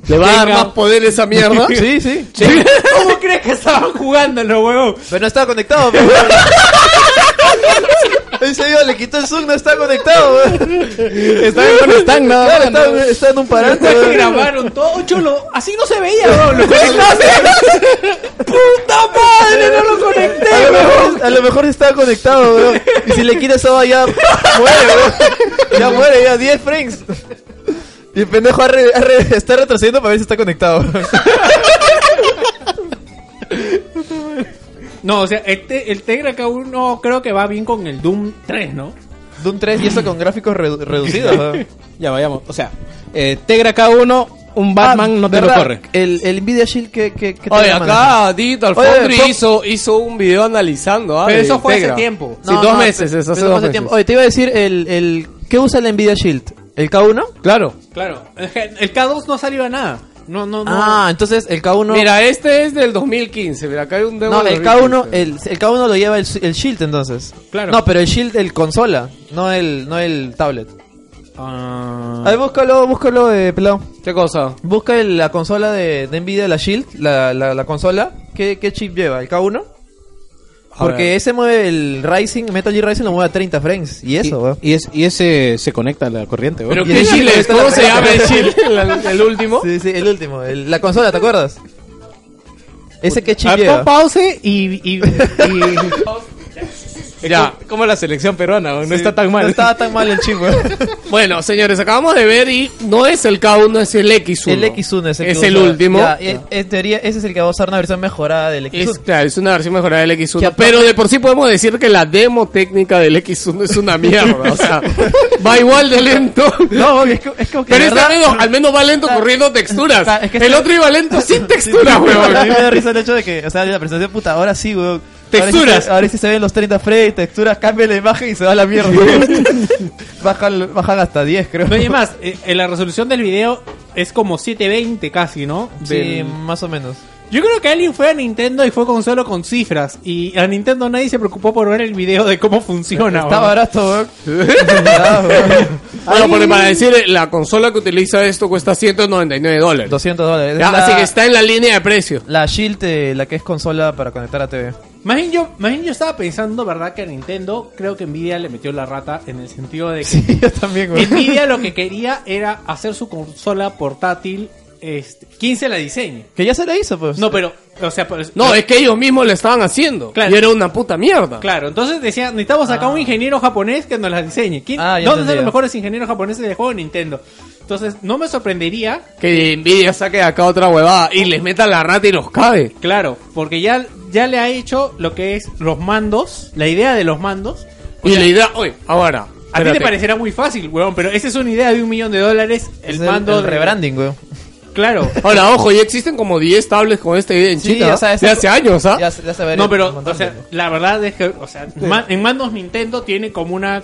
B: ¿Le va a dar
C: Venga.
B: más poder esa mierda?
D: Sí, sí.
C: ¿Cómo crees que estaban jugando los huevos?
D: Pero no estaba conectado. weón. En serio, le quitó el zoom, no está conectado. weón.
E: Está en un stand, nada
D: Claro,
E: más, ¿no?
D: está, está en un parante.
C: Después que
D: weón.
C: grabaron todo chulo, así no se veía, weón. Lo conectaste. ¡Puta madre! No lo conecté,
D: A lo,
C: weón.
D: mejor, a lo mejor estaba conectado, weón. Y si le quitas todo ya muere, weón. Ya muere, ya 10 frames. Y el pendejo ha re- ha re- está retrocediendo para ver si está conectado. weón.
C: No, o sea, este, el Tegra K1 creo que va bien con el Doom 3, ¿no?
D: Doom 3 y eso con gráficos redu- reducidos. weón.
E: Ya vayamos. O sea, eh, Tegra K1, un Batman
D: Ah,
E: no te lo
D: ¿verdad?
E: corre.
D: El, el Nvidia Shield que, que, que
B: Oye,
D: te maneja.
B: acá Dito
D: Oye,
B: Alfondri
D: Pop-
B: hizo, hizo un video analizando. ah,
C: Pero
B: de
C: eso fue hace
B: Integra.
C: tiempo.
B: Sí, dos meses, eso hace
D: pero
B: dos
D: hace
B: meses.
D: Oye, te iba a decir el, el ¿qué usa el Nvidia Shield? ¿El K1?
B: Claro.
C: Claro. Es que El K2 no salió a nada. No, no, no.
D: Ah, entonces el K1
B: Mira, este es del 2015. Mira, acá hay un demo
D: No,
B: del
D: el K1,
B: 2015.
D: el, el K1 lo lleva el, s- el Shield entonces.
C: Claro.
D: No, pero el Shield, el consola, no el, no el tablet.
B: Ah.
D: A ver, búscalo, búscalo, eh, pelado.
B: ¿Qué cosa?
D: Busca el- la consola de, de Nvidia, la Shield, la, la, la consola. ¿Qué, ¿Qué chip lleva? ¿El K1? Porque ese mueve el Rising, Metal Gear Rising lo mueve a 30 frames. Y eso, weón.
E: Y, y es, y ese se conecta a la corriente, weón.
B: ¿Pero
D: Y
B: qué
D: el
B: Chile
D: Chile
B: es?
D: está
B: ¿Cómo
D: la
B: se
D: verga.
B: llama el Chile? ¿El, el último?
D: Sí, sí, el último. el- la consola, ¿te acuerdas? Ese qué chip
C: A ver, pon
D: lleva.
C: pause y. y, y-
B: Ya.
E: como la selección peruana, no está tan
D: No estaba tan mal el chip, weón.
B: Bueno, señores, acabamos de ver y no es el K1, es el X1.
D: El X1 es el, que
B: Es
D: usa-
B: el último.
D: Ya, en- en teoría, ese es el que va a usar una versión mejorada del X1.
B: Es, claro, es una versión mejorada del
D: Que
B: X1.
D: aparte-
B: Pero de por sí podemos decir que la demo técnica del X1 es una mierda. O sea, va igual de lento.
D: No, porque es, que- es como que.
B: Pero
D: de
B: este
D: verdad-
B: al menos, al menos va lento
D: Está-
B: corriendo texturas.
D: está- es que
B: el
D: está-
B: otro iba lento sin texturas,
D: A mí me
B: huevón.
D: da risa el hecho de que, o sea, la presentación puta, ahora sí, weón. Ahora sí,
B: Texturas.
D: se- ahora sí se ven los 30 frames, texturas, cambia la imagen y se va a la mierda. bajan, bajan hasta 10, creo.
C: No, y más, eh, eh, la resolución del video es como 720 casi, ¿no?
D: Sí,
C: Del-
D: más o menos.
C: Yo creo que alguien fue a Nintendo y fue con solo con cifras. Y a Nintendo nadie se preocupó por ver el video de cómo funciona.
D: Está
C: weón.
D: barato, weón. Ah, weón.
B: Bueno, porque para decir, eh, la consola que utiliza esto cuesta 199 dólares.
D: 200 dólares. Es
B: Ya,
D: la,
B: Así que está en la línea de precio.
D: la Shield, eh, la que es consola para conectar a TV.
C: Más bien yo, más bien yo estaba pensando, ¿verdad? Que a Nintendo creo que Nvidia le metió la rata en el sentido de que
D: Sí, yo también, weón.
C: Nvidia lo que quería era hacer su consola portátil. Este, 15 la diseñe.
D: Que ya se la hizo, pues.
C: No, pero, o sea, pues, pero-
B: No, es que ellos mismos lo estaban haciendo.
C: Claro.
B: Y era una puta mierda.
C: Claro, entonces decía, necesitamos acá un ingeniero japonés que nos las diseñe. ¿Quién,
D: Ah, ya
C: ¿Dónde están
D: entendía.
C: los mejores ingenieros japoneses de juego de Nintendo? Entonces, no me sorprendería,
B: Que Nvidia saque de acá otra huevada y les meta la rata y los cabe.
C: claro, porque ya, ya le ha hecho lo que es los mandos, la idea de los mandos.
B: Y la idea, oye, ahora.
C: A ti te
B: espérate.
C: parecerá muy fácil, weón, pero esa es una idea de un millón de dólares, el
D: Es
C: mando
D: el
C: de-
D: rebranding, weón.
C: Claro.
B: Ahora, ojo, ya existen como 10 tablets con este idea en
D: Sí,
B: China.
D: o sea, es
B: de
D: algo-
B: hace años, ¿ah?
D: Ya, se- ya se verá
C: No,
D: el-
C: pero,
D: un montón
C: o sea,
D: de-
C: la verdad es que, o sea, ma- en mandos Nintendo tiene como una...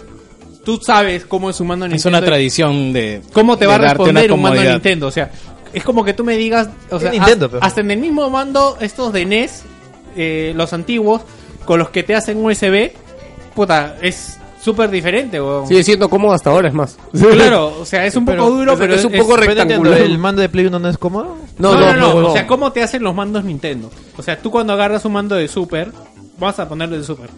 C: Tú sabes cómo es un mando
E: Es
C: Nintendo.
E: una tradición de.
C: ¿Cómo te
E: de
C: va a
E: darte una
C: responder un mando de
E: comodidad.
C: Nintendo? O sea, es como que tú me digas, o
D: Es
C: sea,
D: Nintendo,
C: ha-
D: pero.
C: hasta en el mismo mando estos de NES, eh, los antiguos, con los que te hacen USB, puta, es súper diferente, weón.
B: Sigue siendo cómodo hasta ahora, es más.
C: Claro, o sea, es un poco duro, pero
B: es un poco
D: Pero no entiendo,
B: rectangular.
D: ¿El mando de Play uno no es cómodo?
C: No, no, no,
B: huevón.
C: o sea, ¿cómo te hacen los mandos Nintendo? O sea, tú cuando agarras un mando de Super, vamos a ponerle de Super,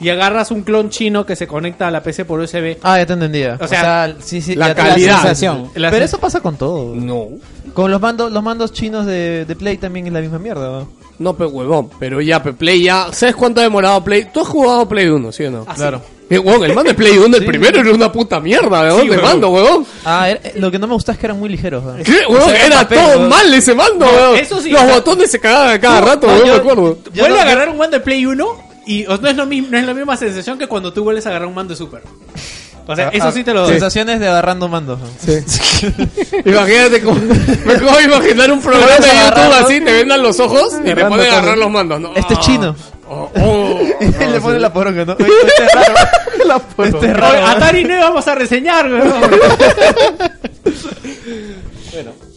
C: y agarras un clon chino que se conecta a la PC por USB,
D: Ah, ya te entendía.
C: O sea,
D: sí, sí,
B: la
D: ya te-
B: calidad.
D: sensación.
C: La
D: Pero
C: sen-
D: eso pasa con todo.
B: No.
D: Con los mandos, los mandos chinos de, de Play también es la misma mierda. ¿no?
B: No, pe huevón, pero ya, pe Play ya. ¿Sabes cuánto ha demorado Play? ¿Tú has jugado Play 1, sí o no?
C: Claro.
B: Eh, huevón, el mando de Play 1, el primero era una puta mierda, ¿de dónde mando, huevón?
D: Ah, era- eh, lo que no me gusta es que eran muy ligeros. ¿no?
B: ¿Qué, huevón?
D: era
B: Era
D: papel,
B: todo
D: huevón.
B: mal ese mando, huevón.
C: eso sí,
B: Los
C: o sea-
B: botones se cagaban a cada rato,
D: no,
B: huevón,
D: yo-
B: me acuerdo.
D: Ya
C: Vuelve
D: no-
C: a agarrar un mando de Play 1 Y o- no es, lo mismo, no es la misma sensación que cuando tú vuelves a agarrar un mando de super. O sea,
D: Ah,
C: eso
D: ah,
C: sí te lo doy.
D: Sensaciones de agarrando un mando.
B: Imagínate cómo. Me acabo de imaginar un programa de
D: Puedes
B: YouTube
D: agarrarlo.
B: así, te vendan los ojos y te
D: Agarrando
B: ponen a
D: todo.
B: agarrar los mandos. ¿no?
D: Este es chino.
B: Oh, oh.
D: Y le pone la poronga, ¿no? Oye, Ah. este es raro. Este es
C: Oye,
D: raro.
C: Atari no vamos a reseñar, weón.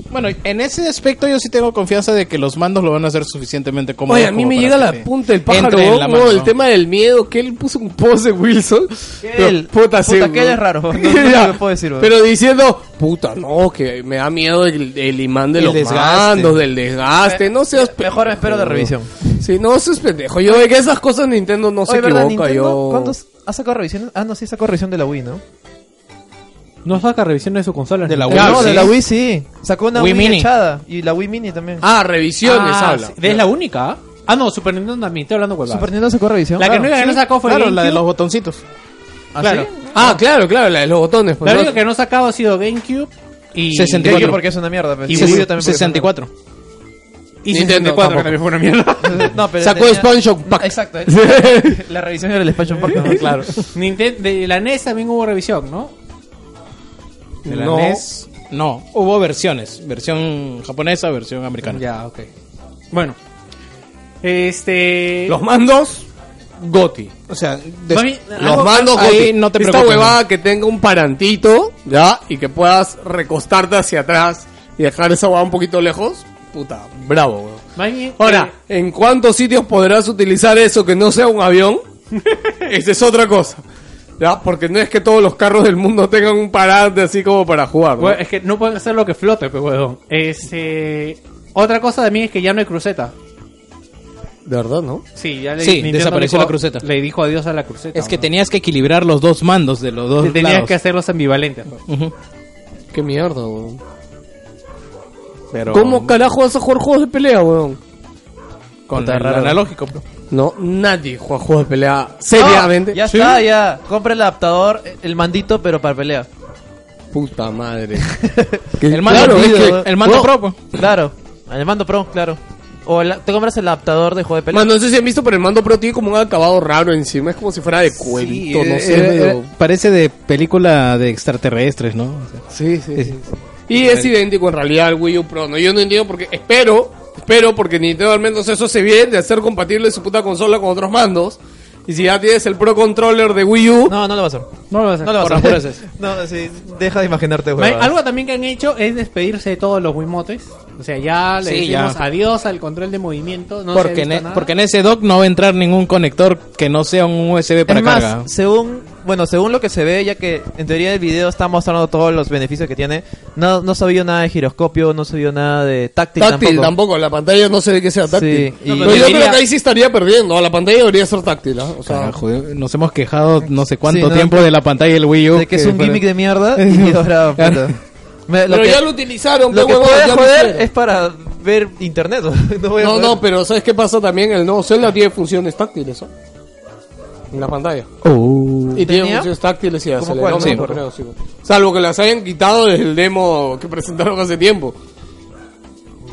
E: Bueno, en ese aspecto yo sí tengo confianza de que los mandos lo van a hacer suficientemente cómodo.
B: Oye, a mí
E: como
B: me
E: para
B: llega
E: que
B: la
E: te
B: punta del pájaro.
E: entre en la
B: ¿no?
E: mano.
B: El tema del miedo, que él puso un post de Wilson. Pero,
D: él-
B: puta, sí,
D: puta, que él
B: ¿no?
D: es raro, no- no sé
B: Ya,
D: lo que puedo decir, weón.
B: Pero diciendo, puta, no, que me da miedo el, el imán de
D: El
B: los
D: desgaste.
B: mandos, del desgaste. No seas pendejo.
D: Mejor me espero de revisión.
B: Sí, no seas pendejo. Yo de que esas cosas Nintendo no se
D: Oye, ¿verdad?
B: equivoca.
D: Nintendo,
B: yo...
D: ¿Cuántos ha sacado revisiones? Ah, no, sí sacó revisión de la Wii, ¿no?
H: No saca revisión de su consola.
E: De la
D: Ya,
C: Ah,
E: Wii,
D: no, de
E: sí.
D: la Wii sí. Sacó una
E: Wii
D: Wii,
E: Mini.
D: echada. Y la Wii Mini también.
B: Ah, revisiones
C: Ah,
B: habla.
C: sí, es la única. ¿ah? Ah, no, Super Nintendo también, estoy hablando huevadas.
D: Super Nintendo sacó revisión.
C: La que
D: Claro.
C: no, que no sacó fue
E: Claro,
C: GameCube.
E: la de los botoncitos.
D: ¿Ah,
C: claro.
D: sí?
B: Ah, claro, claro, la de los botones. pues,
C: La
B: ¿no?
C: única que no ha sacado ha sido GameCube y
E: 64.
D: Yo porque es una mierda. pero
C: Y
D: sí,
C: Wii U
D: yo también porque es una mierda.
E: 64.
C: y
B: Nintendo
C: 64,
B: tampoco.
C: que también fue una mierda.
D: no, pero
B: Sacó
D: tenía-
B: SpongeBob Pack.
D: Exacto. eh. la revisión era el Expansion Pack. ¿no?
C: claro. Ninten- de la NES también hubo revisión, ¿no?
E: De la
B: No.
E: NES. No, hubo versiones. Versión japonesa, versión americana.
C: Ya, ok. Bueno. Este...
B: Los mandos, Goti.
E: O sea, de-
C: Más bien,
B: Los
C: algo-
B: mandos
E: ahí
B: Goti.
E: no te
B: Esta
E: preocupes,
B: huevada que tenga un parantito, ya, y que puedas recostarte hacia atrás y dejar esa huevada un poquito lejos. Puta, bravo, weón.
C: más bien,
B: Ahora,
C: eh,
B: ¿en cuántos sitios podrás utilizar eso que no sea un avión? Esa es otra cosa. Ya, porque no es que todos los carros del mundo tengan un parante así como para jugar. ¿no?
C: bueno, es que no pueden hacer lo que flote, pues, huevón. Este... Otra cosa también es que ya no hay cruceta.
B: De verdad, ¿no?
C: Sí, ya le
E: Sí, desapareció
C: dijo-
E: la cruceta.
C: Le dijo adiós a la cruceta.
D: Ah,
E: es que
C: huevón.
E: tenías que equilibrar los dos mandos de los dos
C: Tenías
E: lados.
C: que hacerlos ambivalentes. huevón.
E: Ujú.
B: Qué mierda, weón.
E: Pero
B: ¿Cómo carajo vas a jugar juegos de pelea, weón?
E: con
D: Está
E: el
D: raro.
E: analógico. bro.
B: No, nadie juega juegos de pelea seriamente.
D: No, ya está, ya. Compra el adaptador, el mandito, pero para pelea.
B: Puta madre.
E: El mando,
D: Claro,
E: es
D: es
E: que-
D: que-
E: el mando
D: Bueno,
E: pro. pues.
D: Claro. El mando pro, claro. O el- te compras el adaptador de juego de pelea.
B: Más, no sé si han visto, pero el mando pro tiene como un acabado raro encima. Es como si fuera de cuento, no
E: Eh,
B: sé.
E: eh,
B: medio-
E: eh, parece de película de extraterrestres, ¿no? O sea,
B: Sí, sí, sí, sí. Y es idéntico en realidad al Wii U Pro. ¿no? Yo no entiendo porque espero, espero porque Nintendo al menos eso se bien de hacer compatible su puta consola con otros mandos. Y si ya tienes el Pro Controller de Wii U,
D: No, no lo vas a hacer.
C: No lo vas a
D: No
C: hacer.
D: lo vas a
C: Por
D: hacer.
C: favor.
D: No, sí, deja de imaginarte,
C: Ma-
D: güey.
C: Algo también que han hecho es despedirse de todos los Wiimotes. O sea, ya le
E: Sí,
C: decimos
E: ya.
C: adiós al control de movimiento. No se
E: porque,
C: ha
E: en,
C: visto
E: e-
C: nada.
E: porque en ese dock no va a entrar ningún conector que no sea un USB para
D: Es más,
E: carga.
D: según, bueno, según lo que se ve, ya que en teoría el video está mostrando todos los beneficios que tiene, no, no se vio nada de giroscopio, no se vio nada de táctil,
B: táctil tampoco.
D: tampoco.
B: La pantalla no se ve que sea táctil.
D: Sí, y-
B: No, yo creo que ahí sí estaría perdiendo. La pantalla debería ser táctil. ¿ah? O sea,
E: Carajo, eh, nos hemos quejado no sé cuánto
D: Sí, ¿no?
E: tiempo de la pantalla del Wii U.
D: De que es un
E: fuera-
D: gimmick de mierda y ahora, puta. Me-
B: pero
D: que-
B: ya lo utilizaron.
D: Lo
B: pe
D: que
B: huevón,
D: puede
B: ya lo
D: joder
B: hicieron.
D: es para ver internet. No, voy a Eh,
B: No,
D: poder-
B: no, pero ¿sabes qué pasa también? El nuevo Zelda tiene funciones táctiles, ¿ah? En la pantalla.
E: Oh.
B: Y tiene
D: ¿Tenía?
B: funciones táctiles y
D: ¿Cómo cuál?
B: acelerómetros,
D: Sí, me
B: creo, sí. Salvo que las hayan quitado desde el demo que presentaron hace tiempo.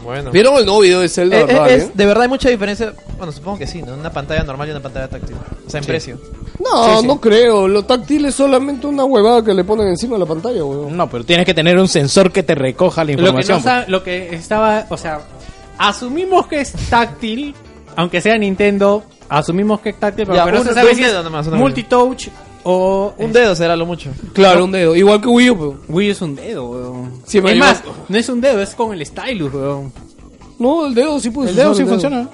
D: Bueno.
B: ¿Vieron el nuevo video de Zelda?
D: Eh, eh,
B: verdad,
D: es-
B: eh?
D: de verdad hay mucha diferencia. Bueno, supongo que sí, ¿no? Una pantalla normal y una pantalla táctil. O sea, en precio.
B: No, no creo. Lo táctil es solamente una huevada que le ponen encima de la pantalla, huevón.
E: No, pero tienes que tener un sensor que te recoja la
C: lo que,
E: información.
C: no sa- lo que estaba, o sea, asumimos que es táctil, aunque sea Nintendo, asumimos que es táctil, pero
D: Ya,
C: que no
D: un-
C: se sabe
D: dos
C: si es
D: dedos nomás, una
C: multitouch o
D: Un dedo será lo mucho.
B: Claro, un dedo. Igual que Wii U, pero-
C: Wii es un dedo, weón.
B: Sí, pero
C: es
B: yo-
C: más, no es un dedo, es con el stylus, weón.
B: No, el dedo sí puede
E: El dedo sí funciona.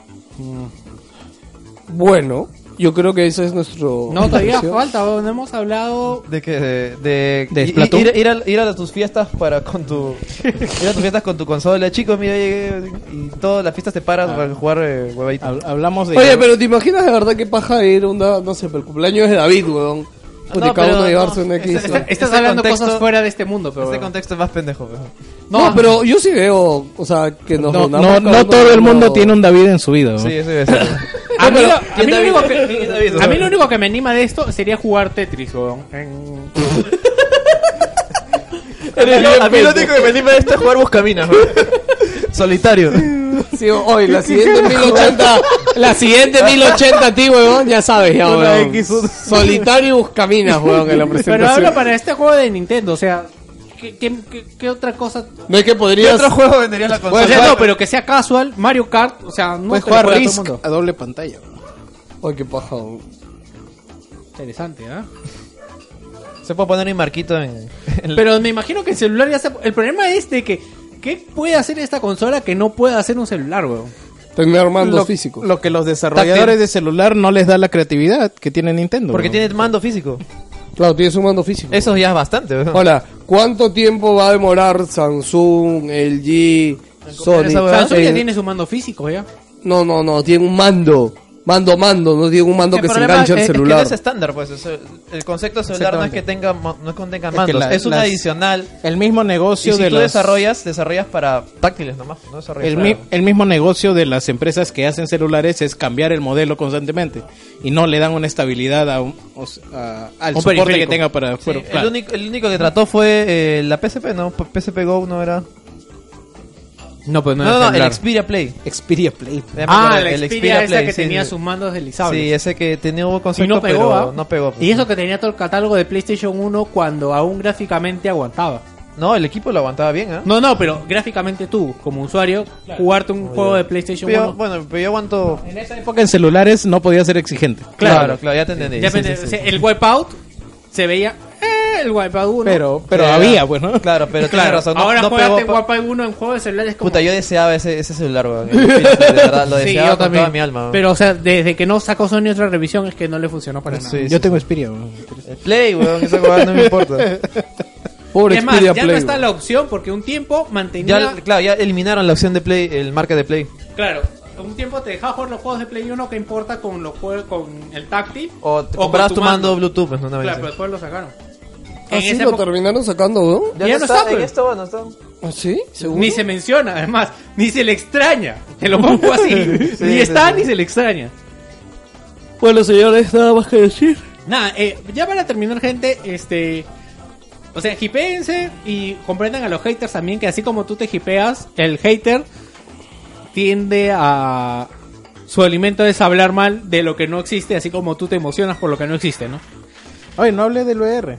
B: Bueno, yo creo que ese es nuestro...
C: No, todavía
B: impresión.
C: falta, weón. No hemos hablado
D: De que de, de-
E: ¿De
D: i-
E: Splatoon?
D: ir, ir a, ir a tus fiestas para con tu ir a tus fiestas con tu consola, chicos, mira llegué y todas las fiestas te paras para jugar eh, huevadito.
E: Hab- hablamos de.
B: Oye, pero ¿te imaginas de verdad qué paja ir onda, no sé, para el cumpleaños de David, Pues huevón? Puta, cada
D: pero
B: uno llevarse
D: no.
B: una
D: Ese-
B: X.
D: ese-
B: ¿no?
D: ese
C: Estás hablando
D: contexto-
C: cosas fuera de este mundo, pero.
D: Este contexto es más pendejo. pero-
B: No, pero yo sí veo, o sea, que nos
E: no, no,
B: reunamos
E: no
B: cada uno
E: todo el mundo
B: por-
E: tiene un David en su vida.
D: Sí,
E: ¿no?
D: eso es. eso.
C: A mí,
D: Pero-
C: lo, a mí lo
D: David?
C: único que,
D: ¿Quién David?
C: a mí lo único que me anima de esto sería jugar Tetris, weón. En-
D: A mí lo único que me anima de esto es jugar buscaminas. weón. Solitario.
B: Sí, hoy, la siguiente 1080, la siguiente 1080 a ti, huevón, ya sabes, ya, huevón. Solitario buscaminas, huevón, en la
C: Pero
B: presentación.
C: hablo para este juego de Nintendo, o sea, ¿qué, qué, qué- qué otra cosa?
B: No es que podrías...
D: otro juego vendería la consola?
C: o sea, no, pero que sea casual, Mario Kart, o sea, no
E: Puedes
C: te lo juega
E: jugar
C: todo el
E: Risk
C: mundo.
E: a doble pantalla. bro.
B: Ay, qué paja, huevón.
C: Interesante, ¿ah?
D: Se puede poner un marquito en. en-
C: Pero me imagino que el celular ya se... El problema es de que... ¿Qué puede hacer esta consola que no puede hacer un celular, weón?
B: Tener mandos
E: Lo,
B: físicos.
E: lo que los desarrolladores de celular no les da la creatividad que tiene Nintendo.
D: Porque
E: bro.
D: tiene mando físico.
B: Claro, tienes un mando físico.
D: Eso ya es bastante, weón.
B: Hola, ¿cuánto tiempo va a demorar Samsung, LG, Sony?
D: esa huevada.
C: Samsung ya
B: En-
C: tiene su mando físico, ya.
B: No, no, no, tiene un mando. Mando, mando, no tiene un mando que se
D: problema
B: engancha al
D: es- es que
B: celular.
D: no es estándar, pues. o sea, el concepto celular no es que tenga, ma- no es que contenga
E: que
D: mandos, es,
E: la-
D: un
E: las-
D: adicional.
E: El mismo
D: Y
E: negocio
D: si
E: de
D: tú
E: los-
D: desarrollas, pues, desarrollas para táctiles nomás, no desarrollas
E: El,
D: para-
E: mi- el mismo negocio de las empresas que hacen celulares es cambiar el modelo constantemente y no le dan una estabilidad a un- o sea, a- al
C: Un
E: soporte que
C: periférico.
E: tenga para
D: Sí,
E: afuera.
D: el,
E: Claro.
D: único, el único que trató fue eh, la PSP, ¿no? P- PSP Go no era...
C: No, pues
D: No,
C: era
D: no, no, el
C: celular.
D: Xperia Play.
E: Xperia Play.
D: Ya me
C: Ah,
D: acuerdo,
C: la Xperia, esa que
D: sí,
C: tenía
D: sí.
C: sus mandos deslizables.
D: Sí, ese que tenía un concepto,
C: y no pegó,
D: pero
C: ¿ah?
D: no pegó. pues.
C: Y eso que tenía todo el catálogo de PlayStation 1 cuando aún gráficamente aguantaba.
D: No, el equipo lo aguantaba bien, ¿ah?
C: No, no, pero gráficamente tú, como usuario, jugarte un juego de PlayStation
D: Pero yo-
C: 1.
D: bueno, pero yo aguanto...
E: En esa época en celulares no podía ser exigente.
D: Claro,
C: Claro.
D: claro, ya te entendí.
C: ya
D: sí,
C: me-
D: sí,
C: o
D: sí.
C: sea, El Wipeout se veía. eh, el Wipeout 1.
E: Pero, pero
D: Eh,
E: había, pues, ¿no?
D: Claro, pero tienes
C: claro,
D: razón. No,
C: ahora
D: no
C: juegas
D: pegó pa-
C: Wipeout 1 en juego de celular es como.
D: Puta, yo deseaba ese, ese celular, weón. De verdad, lo
C: Sí,
D: deseaba
C: yo
D: con
C: también.
D: toda mi alma. weón.
C: Pero, o sea, desde que no sacó Sony otra revisión es que no le funcionó para nada.
D: Sí,
E: Yo
D: sí,
E: tengo Xperia. bro.
D: sí. Play, weón, esa weón no me importa.
B: Pobre
C: Es más,
B: Xperia
C: ya no
B: Play,
C: está
B: güey.
C: la opción porque un tiempo mantenía.
D: Ya, claro, ya eliminaron la opción de Play, el marca de Play.
C: Claro, un tiempo te dejaba jugar los juegos de Play 1 que importa con los juegos con el táctil.
D: O te
C: con
D: comprabas tu mando Bluetooth, pues, no una vez.
C: Claro, pero después lo sacaron.
B: ¿Ah,
C: En
B: sí?
C: esa
B: ¿Lo
C: época-
B: terminaron sacando, ¿no?
C: Ya no está,
D: en
C: pues.
D: esto, bueno, está.
B: ¿Ah, sí? ¿Seguro?
C: ni se menciona, además, ni se le extraña. Te lo pongo así.
D: Sí,
C: ni
D: sí,
C: está
D: sí.
C: ni se le extraña.
B: Bueno, señores, nada más que decir.
C: Nada, eh, ya para terminar, gente, este. O sea, hipéense y comprendan a los haters también que así como tú te hipeas, el hater tiende a. Su alimento es hablar mal de lo que no existe, así como tú te emocionas por lo que no existe, ¿no?
E: Oye, no hablé del VR.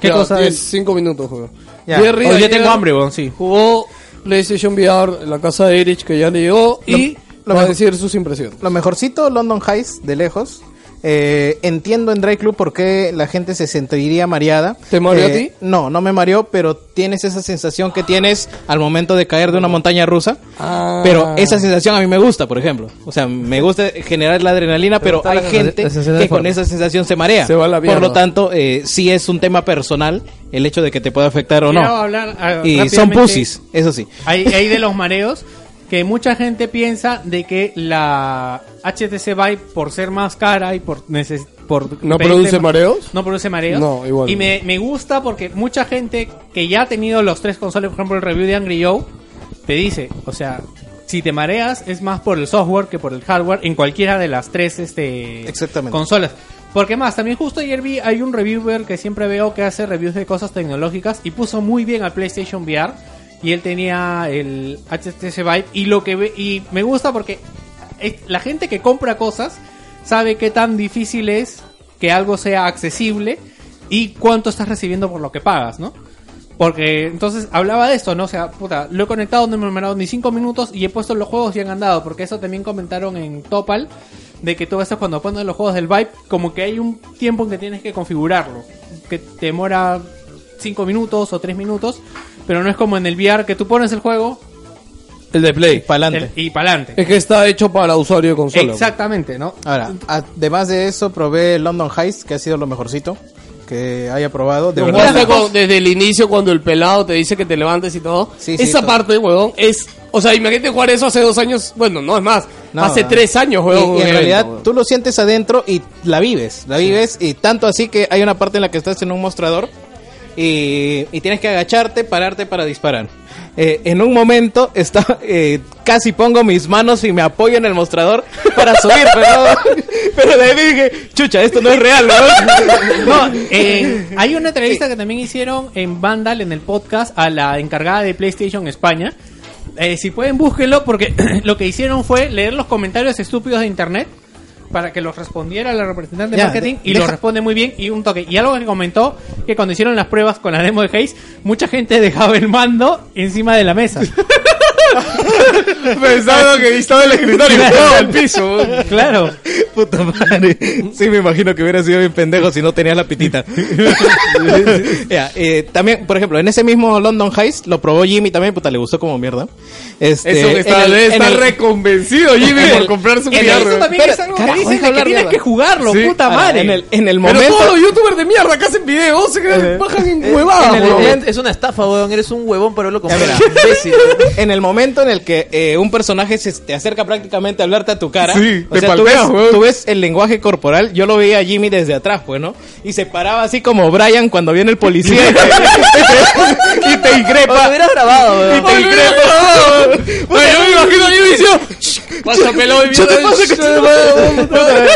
C: ¿Qué
B: Ya,
C: cosa
B: tienes
C: es?
B: Cinco minutos, juego.
D: Ya.
B: Jerry
C: Hoy ya
B: ayer
C: tengo hambre, weón, sí.
B: Jugó PlayStation VR en la casa de Erich, que ya le llegó, y
E: lo
B: va a
E: mejor-
B: decir sus impresiones.
E: Lo mejorcito, London Heights, de lejos. Eh, entiendo en Dry Club por qué la gente se sentiría mareada.
B: ¿Te mareó
E: Eh,
B: a ti?
E: No, no me mareó, pero tienes esa sensación que tienes al momento de caer de una montaña rusa.
B: Ah.
E: Pero esa sensación a mí me gusta, por ejemplo. O sea, me gusta generar la adrenalina, pero,
D: gusta
E: hay
D: la sensación-
E: gente
D: la sensación de
E: que con
D: forma.
E: esa sensación se marea.
B: Se va a la
E: por lo
B: mierda.
E: tanto, eh, sí es un tema personal el hecho de que te pueda afectar o no.
C: Quiero hablar, ah,
E: y son
C: rápidamente.
E: pussies, eso sí.
C: Hay, hay de los mareos que mucha gente piensa de que la HTC Vive por ser más cara y por neces- por
B: ¿No
C: pedirte
B: produce
C: ma-
B: mareos?
C: No produce mareos.
B: No, igual.
C: Y me, me gusta porque mucha gente que ya ha tenido los tres consolas, por ejemplo el review de Angry Joe, te dice, o sea, si te mareas es más por el software que por el hardware en cualquiera de las tres este,
E: Exactamente.
C: consolas. Porque más, también justo ayer vi, hay un reviewer que siempre veo que hace reviews de cosas tecnológicas y puso muy bien al PlayStation VR y él tenía el HTC Vive y lo que ve, y me gusta porque es- la gente que compra cosas sabe qué tan difícil es que algo sea accesible y cuánto estás recibiendo por lo que pagas, ¿no? Porque entonces hablaba de esto, ¿no? O sea, puta, lo he conectado, no me he demorado ni 5 minutos y he puesto los juegos y han andado. Porque eso también comentaron en Topal, de que tú a veces cuando pones los juegos del Vibe, como que hay un tiempo en que tienes que configurarlo. Que te demora 5 minutos o 3 minutos, pero no es como en el VR que tú pones el juego
E: El de Play. Para
C: el- y pa'lante.
B: Es que está hecho para usuario de consola. güey.
C: Exactamente, ¿no?
E: Ahora, además de eso, probé London Heights, que ha sido lo mejorcito que haya probado.
B: ¿Te
E: De verdad.
B: acuerdas cuando- desde el inicio cuando el pelado te dice que te levantes y todo?
E: Sí, sí,
B: Esa
E: todo.
B: parte, huevón, es... O sea, imagínate jugar eso hace dos años. Bueno, no, es más.
E: No,
B: hace
E: no.
B: tres años,
E: Y-
B: huevón.
E: y,
B: un
E: en
B: evento,
E: realidad
B: huevón.
E: tú lo sientes adentro y la vives, la vives y tanto así que hay una parte en la que estás en un mostrador y, y tienes que agacharte, pararte para disparar. Eh, en un momento está, eh, casi pongo mis manos y me apoyo en el mostrador para subir, pero, pero de ahí dije, chucha, esto no es real, ¿no?
C: No, eh, hay una entrevista que también hicieron en Vandal, en el podcast, a la encargada de PlayStation España. Eh, si pueden, búsquenlo porque lo que hicieron fue leer los comentarios estúpidos de internet para que los respondiera la representante de
E: Ya,
C: marketing
E: de-
C: y lo
E: deja-
C: responde muy bien y un toque. Y algo que comentó que cuando hicieron las pruebas con la demo de Hayes, mucha gente dejaba el mando encima de la mesa.
E: Pensaba que estaba en el escritorio
C: ¡pum!
E: al piso.
C: claro.
E: Puta madre. Sí, me imagino que hubiera sido bien pendejo si no tenías la pitita. Ya, eh, también, por ejemplo, en ese mismo London Heist lo probó Jimmy también, puta, le gustó como mierda. Este,
G: Eso que está,
E: en el-
G: debe
E: en
G: estar
E: el-
G: reconvencido Jimmy por comprarse un
C: Y eso
G: VR.
C: también es algo que
E: Carajo,
C: dicen
E: deja
C: de que
E: hablar,
C: tienes
E: mierda.
C: que jugarlo,
E: Sí.
C: puta
E: Ahora,
C: madre.
E: En el, en
B: Pero
E: el momento. Eh,
B: todos los youtubers de mierda que hacen videos se quedan- bajan en huevadas,
D: Ah,
E: en el-
B: huevón.
E: en
D: Es una estafa, weón. Eres un huevón para lo
E: Ya
D: comprar.
E: verás. en el momento en el que eh, un personaje se te acerca prácticamente a hablarte a tu cara,
G: Sí,
E: o
G: te
E: sea,
G: palpeas,
E: tú,
G: weón.
E: ves, tú ves el lenguaje corporal, yo lo veía a Jimmy desde atrás, pues, ¿no? Y se paraba así como Brian cuando viene el policía y te, y te
D: Lo
E: increpa.
D: hubieras grabado,
E: Y
D: weón.
E: te increpa. Puta, yo me imagino a Jimmy diciendo,
G: Pásamelo,
E: "Yo te paso que te mando, puta".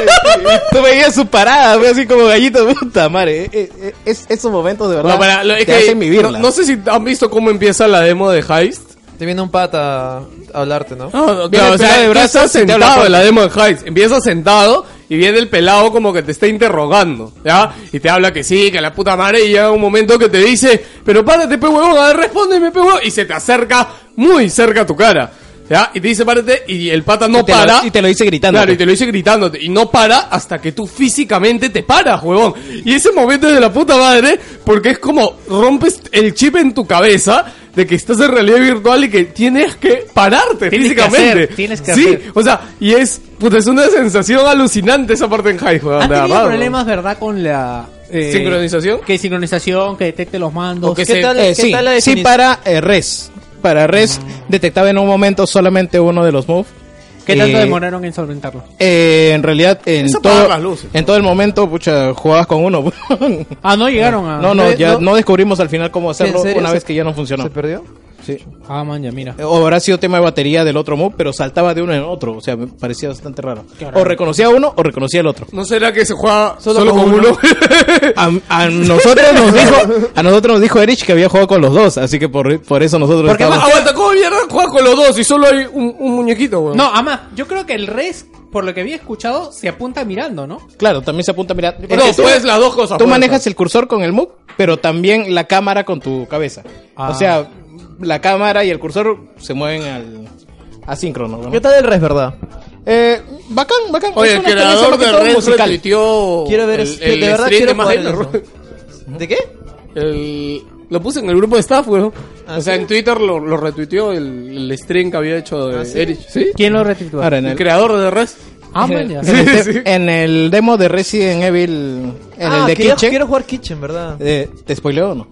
E: Y Tú veías su parada, fue así como gallito, puta madre. eh, eh, eh, es, esos momentos de verdad
B: No, para, lo- es
E: te
B: que
E: hacen vivirla.
B: no, no sé si han visto cómo empieza la demo de Heist.
D: Te viene un pata a hablarte, ¿no?
B: No, no,
E: Viene
B: claro, o
E: el pelado
B: sea,
E: de
B: tú
E: brazos
B: estás
E: y te habla
B: sentado
E: por-
B: en la demo de Heist. Empiezas sentado y viene el pelado como que te está interrogando, ¿ya? Y te habla que sí, que la puta madre, y llega un momento que te dice, pero párate, pe huevón, a ver, respóndeme, pe huevón", y se te acerca muy cerca a tu cara, ¿ya? Y te dice, párate, y el pata no
E: Y te lo-
B: para.
E: y te lo dice gritando.
B: Claro, y te lo dice gritándote. Y no para hasta que tú físicamente te paras, huevón. Y ese momento es de la puta madre, porque es como rompes el chip en tu cabeza de que estás en realidad virtual y que tienes que pararte
C: Tienes que
B: físicamente.
C: hacer, tienes que
B: sí,
C: hacer.
B: o sea, y es, puta, es una sensación alucinante esa parte en High, huevón.
C: ¿Han
B: de
C: tenido
B: verdad,
C: problemas, verdad, con la... eh,
B: huevón. ¿Sincronización?
C: Que sincronización, que detecte los mandos.
E: ¿Qué,
D: Pues, ¿Qué tal-
E: eh,
D: qué
E: sí,
D: tal la
E: sí
D: definición?
E: para eh, res. Para res detectaba en un momento solamente uno de los moves.
C: ¿Qué tanto
E: Eh,
C: demoraron en solventarlo?
E: eh, en realidad, en
B: Eso apaga
E: todo,
B: las luces.
E: en todo el momento, pucha, jugabas con uno.
C: Ah, no llegaron a...
E: no, no,
D: ¿Eh?
E: ya
D: ¿No?
E: no. descubrimos al final cómo hacerlo
D: ¿En serio?
E: una
D: ¿Se-
E: vez que ya no
D: ¿Se
E: funcionó.
D: perdió?
C: Ah, man, ya, mira.
E: O habrá sido tema de batería del otro move, pero saltaba de uno en otro. O sea, me parecía bastante raro. O reconocía uno o reconocía el otro.
B: ¿No será que se juega solo,
D: Solo
B: con,
D: con
B: uno?
E: A, a nosotros nos dijo, a nosotros nos dijo Erich que había jugado con los dos, así que por, por eso nosotros
B: porque
E: estábamos-
B: además, aguanta, ¿cómo mierda juega con los dos y solo hay un, un muñequito, huevón?
C: No, ama, yo creo que el res, por lo que había escuchado, se apunta mirando, ¿no?
E: Claro, también se apunta, mira.
B: No, pues las dos cosas.
E: Tú
B: huevón.
E: manejas el cursor con el move, pero también la cámara con tu cabeza.
B: Ah.
E: O sea, la cámara y el cursor se mueven al asíncrono. ¿no?
D: ¿Qué tal el res, verdad?
E: Eh, bacán, bacán.
B: Oye,
E: Es
B: el
E: una experiencia
B: creador
E: más que
B: de
E: todo
B: Red
E: musical.
B: retuiteó
D: Quiero ver
B: el,
D: es- de-
B: el
D: de verdad
B: stream de
D: quiero
B: más
D: jugar
B: de la
D: eso.
B: Red.
D: ¿De qué?
B: El- Lo puse en el grupo de staff, weón.
D: ¿Ah,
B: o sea,
D: sí?
B: en Twitter lo, lo retuiteó el, el stream que había hecho de Erich. ¿Sí?
C: ¿Quién lo retituló?
E: Ahora, en
B: El
E: el,
B: creador de Res.
C: Ah, man, ya.
E: en el- en el demo de Resident Evil, en
D: Ah,
E: el de
D: quiero,
E: Kitchen.
D: quiero jugar Kitchen, ¿verdad?
E: eh, ¿Te spoileo o no?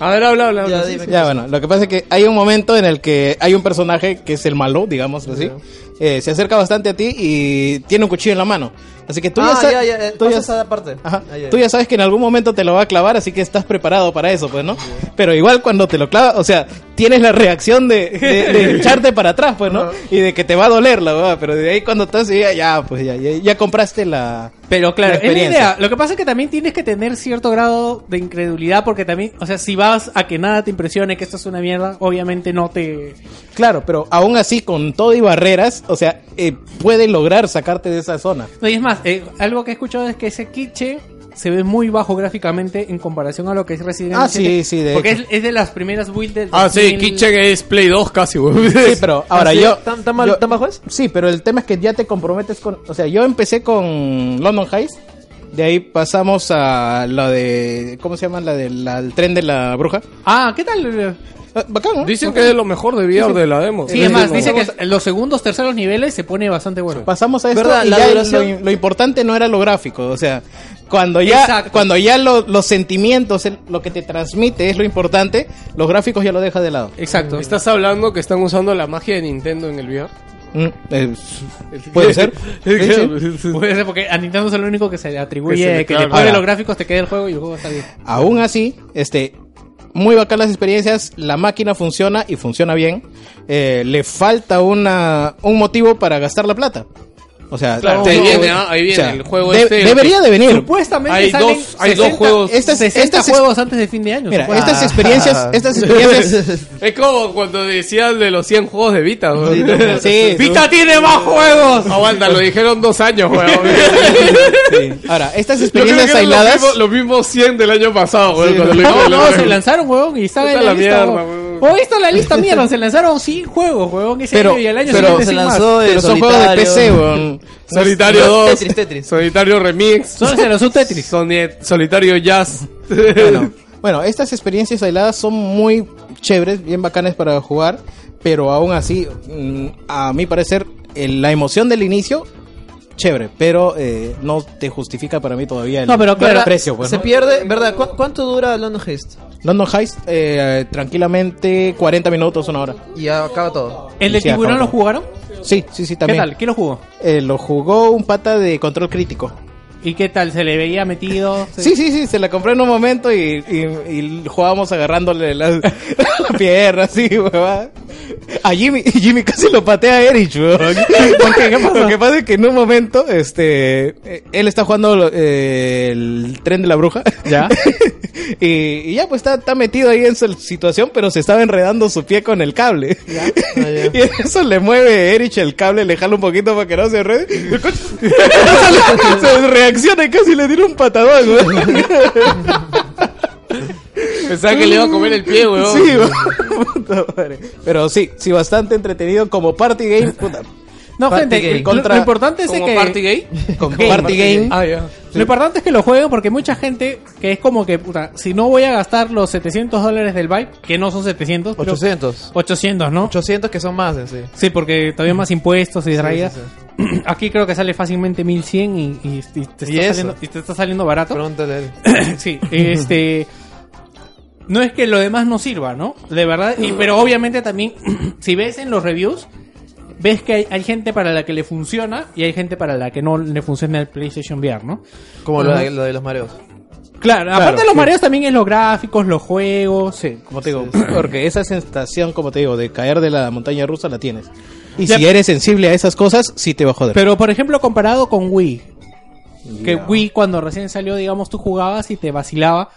B: A ver, habla, habla.
D: Ya,
B: habla.
D: dime.
E: Ya, bueno, lo que pasa es que hay un momento en el que hay un personaje que es el malo, digamos así, eh, se acerca bastante a ti y tiene un cuchillo en la mano. Así que tú
D: ah,
E: ya sabes.
D: ya, ya, eh,
E: tú
D: pasa
E: ya-
D: esa parte.
E: Ajá.
D: Ah,
E: Tú ya sabes que en algún momento te lo va a clavar, así que estás preparado para eso, pues, ¿no? Pero igual cuando te lo clava, o sea, tienes la reacción de, de- de echarte para atrás, pues, ¿no? Y de que te va a doler la verdad, pero de ahí cuando estás, ya, ya pues, ya, ya, ya compraste la...
C: Pero claro,
E: La
C: es la
E: experiencia.
C: idea. Lo que pasa es que también tienes que tener cierto grado de incredulidad, porque también, o sea, si vas a que nada te impresione, que esto es una mierda, obviamente no te.
E: Claro, pero aún así, con todo y barreras, o sea, eh, puede lograr sacarte de esa zona.
C: No, y es más, eh, algo que he escuchado es que ese quiche se ve muy bajo gráficamente en comparación a lo que es Resident Evil.
E: Ah, sí,
C: 7,
E: sí, de
C: Porque
E: hecho.
C: es, es de las primeras builds del.
B: Ah, sí,
C: 2000.
B: Kitchen es Play 2 casi, weón.
E: Sí, pero ahora yo...
D: ¿Tan, tan, mal-
E: yo-
D: tan bajo es?
E: Sí, pero el tema es que ya te comprometes con... O sea, yo empecé con London Heist. De ahí pasamos a la de... ¿Cómo se llama? La del la- el tren de la bruja.
C: Ah, ¿qué tal?
E: Ah, Bacán, ¿no?
B: Dicen que es lo mejor de VR de la demo.
C: Sí, es más, dice que los segundos, terceros niveles se pone bastante bueno.
E: Pasamos a esto
D: ¿Verdad?
E: y
D: La
E: ya
D: duración-
E: lo, lo importante no era lo gráfico. O sea, cuando ya,
C: Exacto.
E: cuando ya lo- los sentimientos, el- lo que te transmite es lo importante, los gráficos ya lo dejas de lado.
C: Exacto.
B: ¿Estás hablando que están usando la magia de Nintendo en el VR?
E: Mm, eh, ¿Puede ser? Sí, sí.
C: Puede ser porque a Nintendo es el único que se le atribuye
B: Que
C: que,
B: se le- claro.
C: después de
E: Ahora.
C: los gráficos te quede el juego y el juego está bien.
E: Aún así, este, muy bacán las experiencias, la máquina funciona y funciona bien. Eh, le falta una, un motivo para gastar la plata. O sea,
C: Claro,
E: te-
C: ahí
E: te-
C: viene, ¿ah? Ahí viene el juego
E: de-
C: este,
E: Debería de venir.
D: Supuestamente
C: Hay
D: salen
C: dos, hay
D: 60
C: dos juegos.
E: Estas,
C: estas
E: estas,
C: juegos antes de fin de año.
E: este mira,
C: supongo.
D: Ah.
E: estas experiencias, estas experiencias,
B: Es como cuando decían de los 100 juegos de Vita. weón.
E: sí,
B: ¡Vita tiene más juegos! Aguanta, lo dijeron dos años, weón.
E: ahora, estas
B: Yo creo
E: experiencias
B: que eran los
E: aisladas,
B: mismos- los mismos 100 del año pasado, weón. cuando lo
C: No,
B: dijeron.
C: no, se lanzaron, huevón, y estaba en
B: Puta
C: la,
B: la
C: lista.
B: mierda,
C: huevón.
B: huevón.
C: Oh, está en la lista, mierda, se lanzaron 100 juegos, huevón, ese
E: Pero-
C: año y al año
E: pero
C: siguiente
D: se
C: sin
D: lanzó
C: más.
D: el
E: pero son juegos de PC, weón.
B: Solitario 2.
D: Tetris, Tetris.
B: Solitario Remix.
C: Solo se lanzó un Tetris.
B: Sony- Solitario Jazz.
E: Bueno, bueno, estas experiencias aisladas son muy chéveres, bien bacanas para jugar, pero aún así, mm, a mi parecer, el- la emoción del inicio, chévere, pero eh, no te justifica para mí todavía el,
C: No, pero claro,
E: el precio. Pues,
D: Se
E: ¿no?
D: pierde, ¿verdad? ¿Cu- ¿Cuánto dura London Heist?
E: London Heist, eh, tranquilamente, 40 minutos, una hora.
D: Y ya acaba todo.
C: ¿El de
E: Sí,
C: tiburón
E: acabo.
C: lo jugaron?
E: Sí, sí, sí,
C: ¿Qué
E: también.
C: tal? ¿Quién lo jugó?
E: Eh, lo jugó un pata de control crítico.
C: ¿Y qué tal? ¿Se le veía metido?
E: Sí, sí, sí, se la compré en un momento y, y- y jugábamos agarrándole la, la pierna, así, huevada. A Jimmy, y Jimmy casi lo patea a Erich, huevón. Porque Lo que pasa es que en un momento, este, eh, él está jugando lo- eh, el tren de la bruja. Ya. y, y ya, pues está, está metido ahí en su situación, pero se estaba enredando su pie con el cable. y en eso le mueve Erich el cable, le jala un poquito para que no se enrede. Y el coche- se reacciona y casi le tira un patadón, huevón.
B: Pensaba que le iba a comer el pie, weón.
E: Sí, weón. Puta madre. Pero sí, sí, bastante entretenido como party game. Puta,
C: No,
D: Party
C: gente,
D: game.
C: lo-
E: Contra-
C: lo importante es
B: ¿Como
C: que...
B: party gay?
E: como
C: Game.
E: party game.
B: Ah, ya.
C: Lo importante es que lo jueguen porque mucha gente que es como que, puta, si no voy a gastar los 700 dólares del Vibe, que no son 700, pero
D: 800.
C: 800, ¿no?
D: 800 que son más en sí.
C: Sí, porque todavía más impuestos y traídas.
D: sí,
C: Aquí creo que sale fácilmente 1100 y, y- y te,
D: ¿Y
C: está
D: eso?
C: saliendo, y te está saliendo barato.
D: Pregúntale a él.
C: sí, este. No es que lo demás no sirva, ¿no? De verdad. Y, pero obviamente también, si ves en los reviews, ves que hay, hay gente para la que le funciona y hay gente para la que no le funciona el PlayStation VR, ¿no?
D: Como lo de, lo de los mareos.
C: Claro, aparte de los mareos también es los gráficos, los juegos. Sí.
E: Como te digo, porque esa sensación, como te digo, de caer de la montaña rusa la tienes. Y
C: Ya.
E: si eres sensible a esas cosas, sí te va a joder.
C: Pero por ejemplo, comparado con Wii, que Wii cuando recién salió, digamos, tú jugabas y te vacilaba.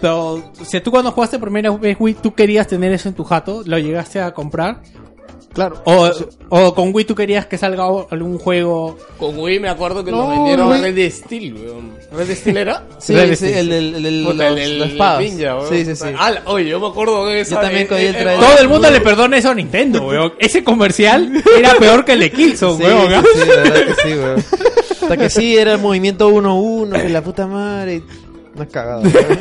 C: Pero, o sea, tú cuando jugaste primera vez Wii, tú querías tener eso en tu jato, lo llegaste a comprar.
E: claro.
C: O, o con Wii tú querías que salga o- algún juego.
B: Con Wii me acuerdo que
E: No,
B: nos vendieron
E: Wii.
B: Red Steel, weón. ¿Red Steel era?
D: Sí,
C: Real
D: sí,
C: estate.
D: el del el, del-
B: Puta,
D: los-
B: el- el
D: los espadas.
B: ninja, weón.
D: sí, sí, sí.
B: Ah, la- oye, yo me acuerdo que esa... eh,
D: Yo también cogí el trailer.
C: Todo el mundo le perdona eso a Nintendo, weón. Ese comercial era peor que el de Killzone,
D: Sí,
C: weón.
D: sí,
C: ¿ah?
D: sí, la verdad que sí, weón. Hasta que sí, era el movimiento 1-1, que la puta madre. Una cagada. weón.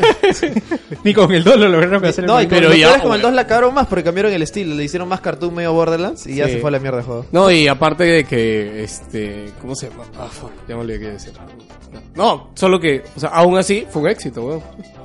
C: Ni con el dólar lograron hacer el
D: No, y
C: movimiento.
B: Pero
D: pero los
B: ya,
D: actores como el
B: weón.
D: 2 la cagaron más porque cambiaron el estilo. Le hicieron más cartoon medio Borderlands y ya
B: Sí.
D: se fue a la mierda el juego.
B: No, y aparte de que, este, ¿cómo se llama? Ah, fuck, ya me olvidé qué decir. No, solo que, o sea, aún así fue un éxito, weón.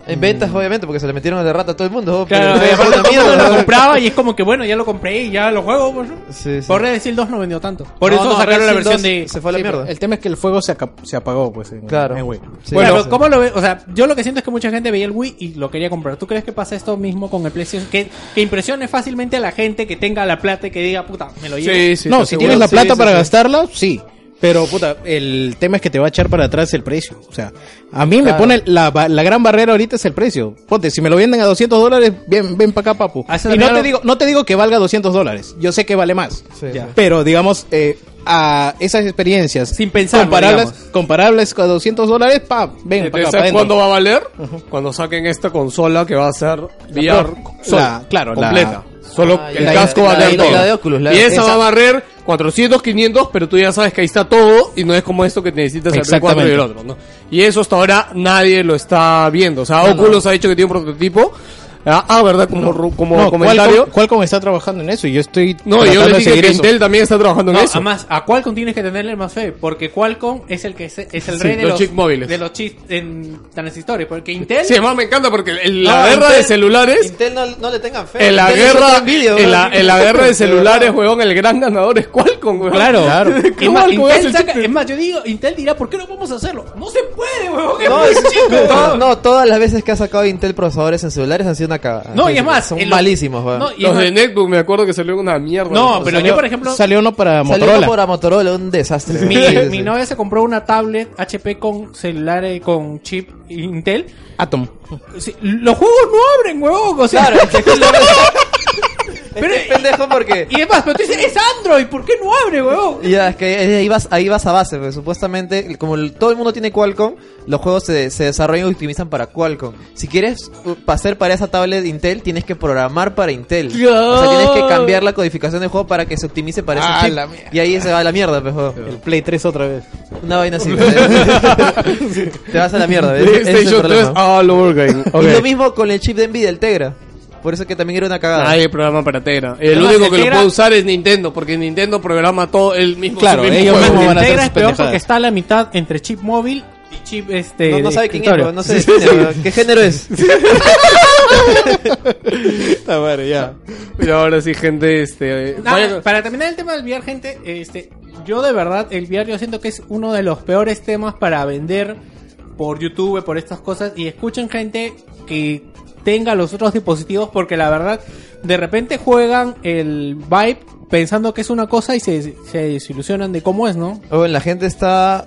D: En ventas, obviamente, porque se le metieron de rata a todo el mundo. weón,
C: Claro,
D: pero-
C: y aparte
D: puta
C: todo el mundo
D: mierda,
C: lo
D: weón.
C: compraba y es como que bueno, ya lo compré y ya lo juego. Pues, ¿no?
D: Sí, sí.
C: Por Red Steel 2 no vendió tanto. Por
D: No,
C: eso
D: no,
C: sacaron la
D: Resident 2
C: versión de.
D: Se fue a la mierda.
E: El tema es que el fuego se, aca- se apagó, pues. en-
D: Claro.
E: en Wii.
D: Sí.
C: Eh, bueno,
D: Claro,
C: pero ¿cómo lo ve? O sea, yo lo que siento es que mucha gente veía el Wii y lo quería comprar. ¿Tú crees que pasa esto mismo con el PlayStation? Que, que impresione fácilmente a la gente que tenga la plata y que diga, puta, me lo llevo.
E: no, si tienes la plata para gastarla, sí. Pero, puta, el tema es que te va a echar para atrás el precio. O sea, a mí me pone la, ba- la gran barrera ahorita es el precio. Ponte, si me lo venden a 200 dólares, ven, ven para acá, papu.
C: Ah, eso
E: Y no
C: también
E: te,
C: lo-
E: digo, no te digo que valga 200 dólares. Yo sé que vale más.
D: Sí,
E: Ya.
D: sí.
E: Pero, digamos, eh, a esas experiencias.
C: Sin pensarlo,
E: Comparables,
C: digamos.
E: comparables a 200 dólares, pa, ven para acá. pa'
B: ¿Sabes
E: dentro.
B: cuándo va a valer? Cuando saquen esta consola que va a ser VR
E: pro-
B: sola,
E: la- claro, la-
B: completa. Solo
D: Ah,
B: el
D: ya,
B: casco
D: la-
B: va a
D: la-
B: valer
D: la-
B: todo.
D: la de Oculus, la
B: y
D: de-
B: esa, va a
D: esa.
B: barrer 400, 500, pero tú ya sabes que ahí está todo y no es como esto que necesitas el Play 4 y el otro. ¿no? Y eso hasta ahora nadie lo está viendo. O sea, Oculus ha dicho que tiene un prototipo. Ah, ah, ¿verdad? Como, ru- como
E: No,
B: comentario.
E: Qualcomm, Qualcomm está trabajando en eso y yo estoy.
B: No, yo le
E: tratando de
B: dije
E: seguir
B: que
E: eso.
B: Intel también está trabajando
C: No,
B: en eso.
C: además, a Qualcomm tienes que tenerle más fe, porque Qualcomm es el que es, es el
B: Sí,
C: rey de
B: los
C: los,
B: chips móviles.
C: de los chips en transistores, porque Intel
B: Sí, además me encanta porque el- la
D: No,
B: guerra de
D: Ah, Intel-
B: celulares
D: Intel no, no le tengan fe.
B: En la
D: Intel es
B: guerra,
D: otra envidia,
B: en
D: weón.
B: la, en la guerra de celulares,
D: verdad.
B: weón, el gran ganador es Qualcomm, weón.
C: Claro, Es, más,
B: Qualcomm es
C: Intel
B: el
C: saca-
B: chip.
C: es más, yo digo, Intel dirá, ¿por qué no vamos a hacerlo? No se puede, huevón. es
D: No,
C: muy
D: es-
C: chico.
D: no, no, todas las veces que ha sacado Intel procesadores en celulares han sido una una cagada.
C: No, y es más,
D: Son
C: en los-
D: malísimos, weón.
C: No, y es
B: Los
C: más-
B: de netbook me acuerdo que salió una mierda.
C: no, pero yo, por ejemplo,
E: Salió uno para
D: Salió
E: Motorola.
D: por a Motorola, un desastre.
C: Pues mi,
D: Sí, sí,
C: mi
D: sí.
C: novia se compró una tablet HP con celular, eh, con chip Intel.
E: Atom.
C: Sí, los juegos no abren, huevón. O sea,
D: Claro, es que es
C: Pero-
D: es Este pendejo porque...
C: Y es más, pero tú dices, es Android, ¿por qué no abre, huevón?
D: Ya, es que ahí vas, ahí vas a base, porque supuestamente, el- como el- todo el mundo tiene Qualcomm, los juegos se, se desarrollan y optimizan para Qualcomm. Si quieres uh, hacer para esa tablet Intel, tienes que programar para Intel. O sea, tienes que cambiar la codificación del juego para que se optimice para ese
E: Ah,
D: chip.
E: la mierda.
D: y ahí se va a la mierda, pejo.
E: El Play 3 otra vez.
D: Una vaina así. Te vas a la mierda, ¿ves? Ese es el
B: PlayStation ah. 3
D: problema.
B: all over again.
D: Y lo
B: Ok.
D: mismo con el chip de Nvidia, el Tegra. Por eso que también era una cagada.
B: Hay el programa para Tegra. El
C: Además,
B: único
C: el
B: que lo
C: Tegra-
B: puede usar es Nintendo, porque Nintendo programa todo el mismo.
E: Claro,
B: su mismo
E: ellos
B: juego.
E: mismos van a hacer
C: Integra
E: sus
C: es peor porque
E: pendejadas.
C: está a la mitad entre chip móvil y chip este.
D: no, no
C: de
D: sabe quién es,
C: escritorio.
D: pero no se define, ¿verdad? ¿Qué género es?
E: Puta madre, ya.
B: Pero ahora sí, gente, este. eh,
C: Nada,
B: vaya-
C: para terminar el tema del VR, gente, este, yo de verdad, el VR yo siento que es uno de los peores temas para vender por YouTube, por estas cosas. Y escuchen gente que tenga los otros dispositivos porque la verdad, de repente juegan el Vibe pensando que es una cosa y se, se desilusionan de cómo es, ¿no?
D: Oye, la gente está...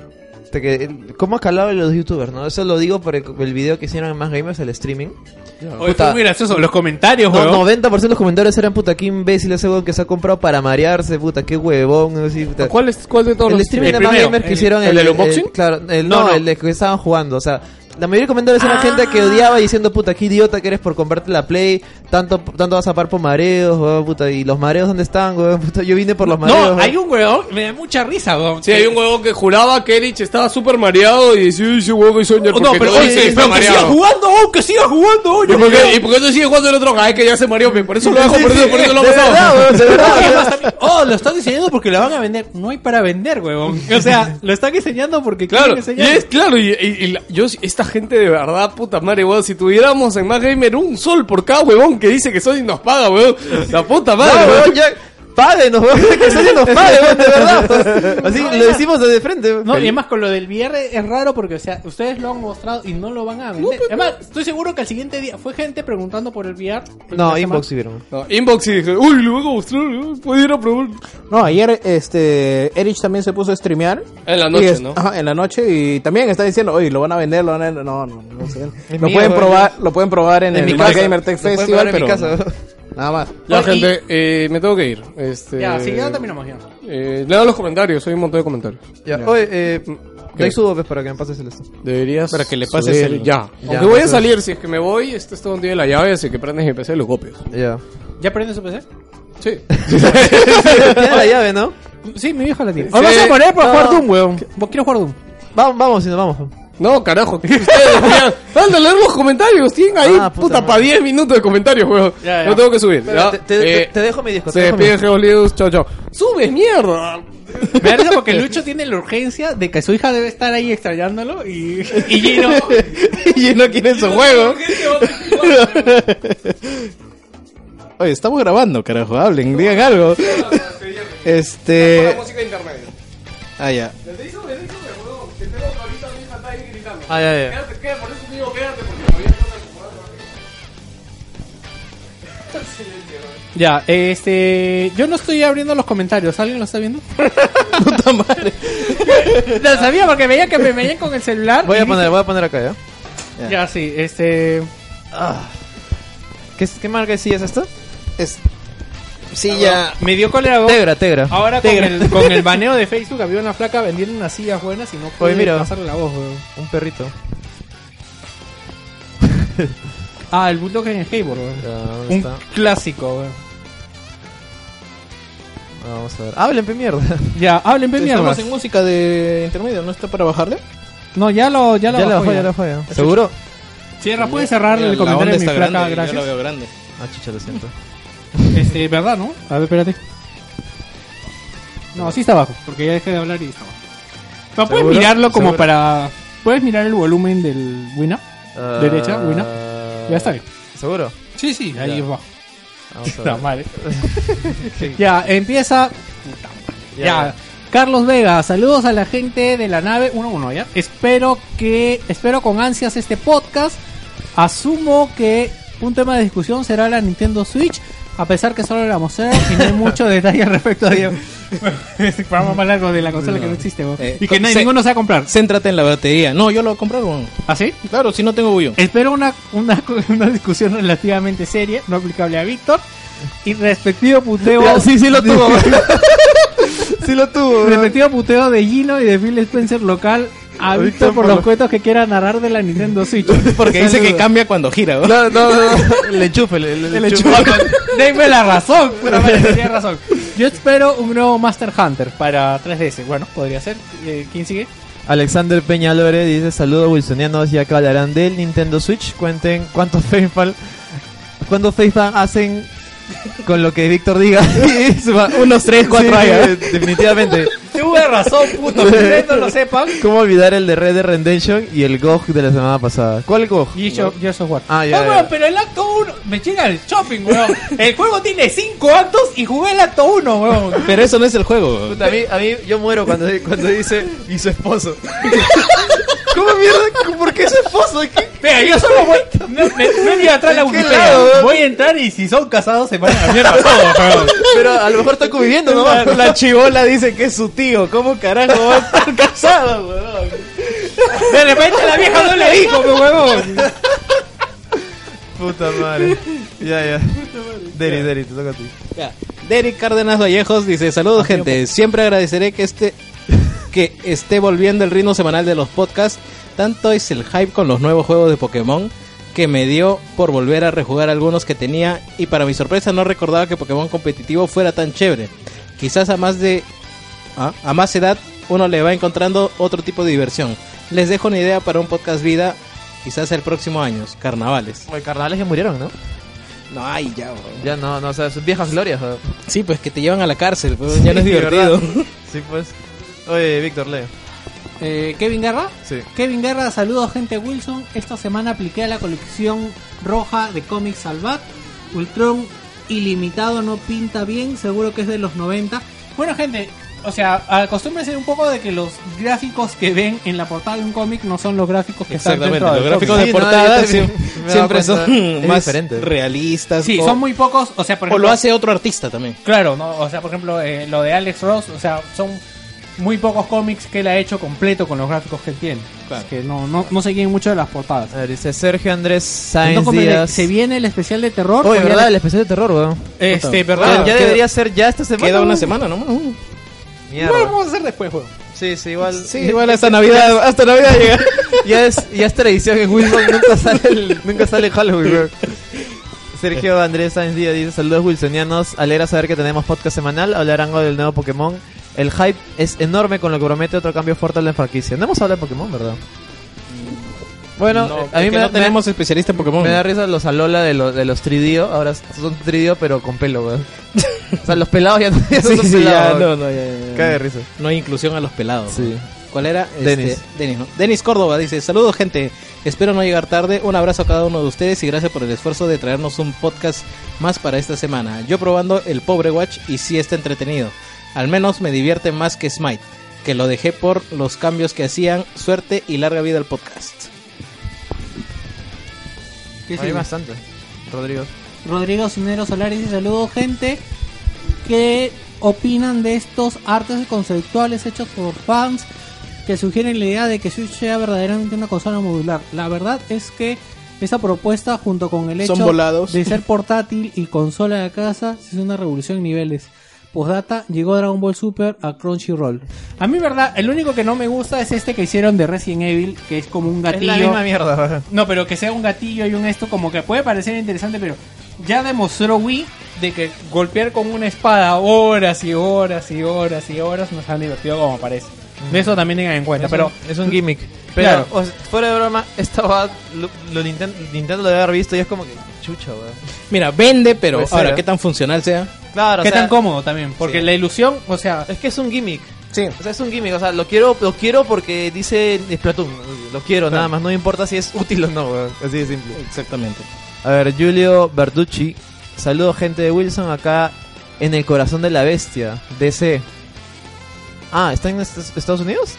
D: te que- ¿Cómo ha calado los youtubers, no? Eso lo digo por el, el video que hicieron en Más Gamers, el streaming.
C: Oye,
D: Puta.
C: fue muy gracioso, los
B: Ah,
C: comentarios,
D: No,
C: huevón.
D: 90% de los comentarios eran, puta, qué imbécil ese huevón que se ha comprado para marearse, puta, qué huevón. Así, puta.
B: ¿Cuál, es, ¿Cuál de todos
D: El
B: los
D: streaming de
B: el
D: Más
B: primero,
D: Gamers que
B: el-
D: hicieron...
B: ¿El del unboxing?
D: Claro, el-
C: No,
D: no,
C: no.
D: el de que estaban jugando, o sea... La mayoría de comentarios era gente
B: Ah.
D: que odiaba diciendo, puta, qué idiota que eres por comprarte la Play, tanto, tanto vas a par por mareos, huevón, puta, y los mareos, ¿dónde están, huevón? Puta, yo vine por los mareos.
C: No,
D: huevón".
C: hay un huevón, me da mucha risa, huevón.
B: Sí, hay un huevón que juraba que Erich estaba súper mareado y decía, ese huevón es soñar
C: No, pero oye,
B: dice que está
C: que siga
B: mareado.
C: jugando, oh, que siga jugando, oye.
B: ¿Y por, qué, ¿Y por qué no sigue jugando el otro? Ay, que ya se mareó, pe, por eso lo dejo, por eso, por eso lo ha
D: De verdad,
B: pasado.
D: huevón, de verdad, de verdad.
C: Oh, lo están diseñando porque la van a vender. No hay para vender, huevón. O sea, lo están diseñando porque
B: Claro,
C: quieren
B: y
C: diseñar.
B: es claro, y, y- y la- yo, esta gente de verdad, puta madre, huevón, si tuviéramos en más gamer un sol por cada huevón que dice que Sony nos paga, huevón, la puta
D: No,
B: madre,
D: weón,
B: huevón.
D: ya. Páguenos, weón, que Sony nos pague, weón, de verdad. pues. Así lo decimos desde frente. weón.
C: No, y además con lo del VR es raro porque, o sea, ustedes lo han mostrado y no lo van a vender. Además, estoy seguro que al siguiente día fue gente preguntando por el Pues, VR.
D: No,
C: La
D: inbox
C: semana-
D: vieron.
B: No, inbox y dije, uy, lo voy a mostrar, huevón, puedo ir a probar.
E: No, ayer este Erich también se puso a streamear.
B: En la
E: Y
B: noche,
E: es-
B: ¿no?
E: Ajá, en la noche y también está diciendo, oye, lo van a vender, lo van a vender. No, no, no sé. Lo
D: mío,
E: pueden
D: güey.
E: probar, lo pueden probar en,
D: En
E: el
D: mi
E: Mad
D: casa.
E: Gamer Tech
D: Lo pueden
E: Festival,
D: probar en mi
E: pero
D: casa.
E: nada más.
B: Ya,
C: Oye,
B: gente, eh, me tengo que ir. Este,
C: Ya, sí, ya terminamos ya.
B: Eh, leo los comentarios, hay un montón de comentarios.
D: Ya, Oye, eh, de ahí subo, pues, para que me pases el esto.
B: Deberías. Para que le
E: pases el-
B: Ya.
D: Ya,
B: Aunque voy a
D: eso.
B: salir, si es que me voy, este es todo un día de la llave, así que prendes mi PC y lo copias.
D: Ya.
C: ¿Ya prende su PC?
B: Sí.
D: Tiene la llave, ¿no?
C: Sí, mi vieja la tiene.
B: Sí.
C: Vamos a poner para
D: No.
C: jugar Doom, huevón. Vos quiero jugar Doom.
D: Vamos, vamos, si nos vamos.
B: No, carajo. Ustedes deberían- Falta leer los comentarios. Tienen ahí,
D: Ah, puta
B: puta,
D: madre.
B: para 10 minutos de comentarios, weón.
C: Ya, ya.
B: Lo tengo que subir. ya.
D: Te, te-
B: Eh,
D: te dejo mi disco.
B: se
D: te dejo mi
B: despide
D: disco.
B: Geolius. Chao, chao. ¡Subes, mierda!
C: Me da risa porque Lucho tiene la urgencia de que su hija debe estar ahí extrañándolo y, y Gino.
E: y no quieren su juego. Oye, estamos grabando, carajo. Hablen, digan algo. Este. Ah, ya.
D: Ah, ya, ya.
C: Ya, este. Yo no estoy abriendo los comentarios. ¿Alguien lo está viendo?
E: Puta madre.
C: Lo sabía porque veía que me veían con el celular.
D: Voy
C: y
D: a
C: dije-
D: poner, voy a poner acá, ¿ya?
C: Ya, sí, este.
D: ¿Qué, qué marca sí es esto?
E: Es- Sí, ya.
C: Me dio cólera. vos.
D: Tegra, Tegra.
C: Ahora con el, con el baneo de Facebook había una flaca vendiendo unas sillas buenas y no pude
D: mira.
C: pasarle la voz, weón.
D: Un perrito.
C: Ah, el bulldog en el skateboard, weón.
D: Ya, ¿dónde
C: Un
D: está?
C: clásico, weón.
D: Ah, Vamos a ver. Hablen, pe mierda.
C: Ya, hablen, pe mierda.
E: Estamos en música de intermedio, ¿no está para bajarle?
C: No, ya lo, ya lo,
D: Ya la
C: bajó,
D: bajó, ya
C: ya.
D: la bajó, ya. ¿Seguro?
C: Cierra, pues. puedes cerrar
E: Mira,
C: el
E: la
C: comentario
E: onda
C: de mi
E: está
C: flaca,
E: grande,
C: gracias.
E: Yo la veo grande.
D: Ah, chicha, lo siento.
C: Este, ¿verdad, no? A ver, espérate. No, sí está abajo, porque ya dejé de hablar y está abajo. Pero puedes
D: ¿Seguro?
C: mirarlo como
D: ¿Seguro?
C: para. Puedes mirar el volumen del Winamp.
D: Ah,
C: Derecha, buena. Ya está bien.
D: ¿Seguro?
C: Sí, sí, ahí
D: Ya.
C: es bajo.
D: Vamos a
C: Puta
D: ver.
C: madre. ya, empieza. Ya.
D: Ya.
C: Carlos Vega, saludos a la gente de la nave 11, ¿ya? Espero que. Espero con ansias este podcast. Asumo que Un tema de discusión será la Nintendo Switch, a pesar que solo la mostraron y no hay mucho detalle al respecto de ella. es el programa más largo de la consola que no existe, weón.
E: Eh,
C: y que nadie,
E: se-
C: ninguno se va a comprar. ¿ah,
E: Céntrate en la batería. No, yo lo voy a comprar, weón.
C: ¿Así?
E: Claro, si no tengo bullo.
C: Espero una, una, una discusión relativamente seria, no aplicable a Víctor. Y respectivo puteo.
D: sí, sí lo tuvo. sí lo tuvo.
C: Respectivo puteo de Gino y de Phil Spencer local a Víctor por los cuentos que quiera narrar de la Nintendo Switch.
E: Porque dice que cambia cuando gira, weón.
D: No, no, no. Le enchufe, le, le- le enchufe.
C: Denme la razón, puta madre, tenía razón. Yo espero un nuevo Master Hunter para 3DS. Bueno, podría ser. Eh, ¿Quién sigue?
D: Alexander Peñalore dice: Saludos wilsonianos, ya que hablarán del Nintendo Switch. Cuenten cuántos facepal cuántos facepal hacen con lo que Víctor diga.
E: Unos 3, 4
D: Sí,
E: años.
D: sí, definitivamente.
C: Tuve razón, puto. Ustedes no lo sepan.
D: ¿Cómo olvidar el de Red Dead Redemption y el GOG de la semana pasada? ¿Cuál GOG?
C: Y yo, yo software.
D: Ah, ya,
C: Ah,
D: ya.
C: weón, pero el acto 1. Me llega el shopping, weón. El juego tiene 5 actos y jugué el acto 1, weón.
E: Pero eso no es el juego. weón.
D: Puta, a, mí, a mí yo muero cuando, cuando dice y su esposo. ¿Cómo mierda? ¿Por qué su esposo? ¿Qué?
C: Mira, yo solo voy. No, me, me voy a entrar a la
D: ¿En qué
C: Wikipedia.
D: lado, weón?
C: Voy a entrar y si son casados se van a la mierda todos, weón.
D: Pero a lo mejor está conviviendo nomás.
E: La, la chivola dice que es su tío. ¿Cómo carajo va a estar casado, weón?
C: De repente la vieja no le dijo, pues, weón.
D: Puta madre. Ya, ya. Deri, Deri, te toca a ti.
E: Ya. Derek Cárdenas Vallejos dice, saludos gente, siempre agradeceré que este que esté volviendo el ritmo semanal de los podcasts. Tanto es el hype con los nuevos juegos de Pokémon que me dio por volver a rejugar algunos que tenía y para mi sorpresa no recordaba que Pokémon competitivo fuera tan chévere. Quizás a más de ¿ah? a más edad uno le va encontrando otro tipo de diversión. Les dejo una idea para un podcast vida, quizás el próximo año, carnavales.
D: Los carnavales ya murieron, ¿no?
E: No, ay, ya. bro.
D: Ya no, no, o sea, sus viejas glorias. weón.
E: Sí, pues que te llevan a la cárcel, pues, ya no es
D: Sí,
E: divertido.
D: ¿verdad? Sí, pues. Oye, Víctor, lee.
C: Eh, Kevin Guerra.
D: Sí.
C: Kevin Guerra, saludos gente Wilson. Esta semana apliqué a la colección roja de cómics Salvat. Ultron ilimitado no pinta bien, seguro que es de los 90. Bueno gente, o sea, acostúmbrense un poco de que los gráficos que ven en la portada de un cómic no son los gráficos que están
E: Exactamente,
C: dentro
E: los
C: del
E: gráficos
C: cómic.
E: de
D: Sí, no,
E: portada
D: yo también
E: siem-
D: me he dado
E: siempre
D: cuenta.
E: son
D: Es
E: más
D: diferente.
E: realistas.
C: Sí,
E: o,
C: son muy pocos, o sea, por
E: o
C: ejemplo,
E: lo hace otro artista también.
C: Claro, ¿no? o sea, por ejemplo, eh, lo de Alex Ross, o sea, son muy pocos cómics que él ha hecho completo con los gráficos que él tiene.
E: Claro.
C: Es que no, no, no se guíen mucho de las portadas.
D: A ver, dice Sergio Andrés Sáenz
C: Entonces,
D: Díaz.
C: se viene el especial de terror.
D: Oye,
C: o ya
D: ¿verdad? El
C: le-
D: especial de terror, weón.
C: Este,
D: Ya-
C: ¿verdad?
D: ya debería ser ya esta semana.
E: Queda una
D: weón.
E: semana nomás.
D: Mierda.
C: Bueno, vamos a hacer después, weón.
D: Sí, sí, igual.
E: Sí, igual hasta Navidad, hasta Navidad llega.
D: ya es, ya es tradición que Wilson nunca sale, el- nunca sale Halloween. bro. Sergio Andrés Sáenz Díaz dice saludos wilsonianos, alegra saber que tenemos podcast semanal, hablarán algo del nuevo Pokémon. El hype es enorme con lo que promete otro cambio fuerte en la franquicia. No hemos hablado de Pokémon, ¿verdad? Bueno,
E: No,
D: a mí
E: es que
D: me, da-
E: no
D: me da-
E: tenemos especialista en Pokémon.
D: me da risa los Alola de, los de los Tridio, ahora son Tridio pero con pelo, weón. O sea, los pelados ya, no- ya no
E: Sí,
D: son
E: sí, ya,
D: pelados.
E: no,
D: weón.
E: no, ya, ya, ya.
D: Cae de risa.
E: No hay inclusión a los pelados.
D: Sí.
E: ¿Cuál era?
D: Denis.
E: Este, Denis, ¿no? Denis Córdoba dice, saludos gente, espero no llegar tarde, un abrazo a cada uno de ustedes y gracias por el esfuerzo de traernos un podcast más para esta semana. Yo probando el pobre Watch y sí está entretenido, al menos me divierte más que Smite, que lo dejé por los cambios que hacían, suerte y larga vida al podcast.
C: ¿Qué
D: Hay
C: sigue?
D: bastante. Rodrigo.
C: Rodrigo Cinero Solares dice saludos, gente. ¿Qué opinan de estos artes conceptuales hechos por fans que sugieren la idea de que Switch sea verdaderamente una consola modular? La verdad es que esa propuesta, junto con el hecho
E: Son volados.
C: de ser portátil y consola de casa, es una revolución en niveles. Postdata, llegó Dragon Ball Super a Crunchyroll. A mí, verdad, el único que no me gusta es este que hicieron de Resident Evil, que es como un
D: Es la misma mierda, weón.
C: no, pero que sea un gatillo y un esto, como que puede parecer interesante, pero ya demostró Wii de que golpear con una espada horas y horas y horas y horas no es tan divertido como parece. De eso también tengan en cuenta,
D: Es
C: pero
D: un- es un gimmick. Pero,
C: Claro.
D: o sea, fuera de broma, esta va. Lo, lo Ninten- Nintendo lo debe haber visto y es como que. Chucha, weón.
E: Mira, vende, pero
D: Puede ser,
E: ahora,
D: ¿eh?
E: ¿qué tan funcional sea?
D: Claro, o
C: qué
D: sea,
C: tan cómodo también, porque
D: sí.
C: la ilusión, o sea,
D: Es que es un gimmick.
E: Sí.
D: O sea, es un gimmick. O sea, lo quiero, lo quiero porque dice Splatoon. Lo quiero, nada más. No me importa si es útil o no, weón. Así de simple.
E: Exactamente.
D: A ver, Julio Bertucci. Saludos, gente de Wilson, acá en el corazón de la bestia, DC. Ah, ¿está en est- Estados Unidos?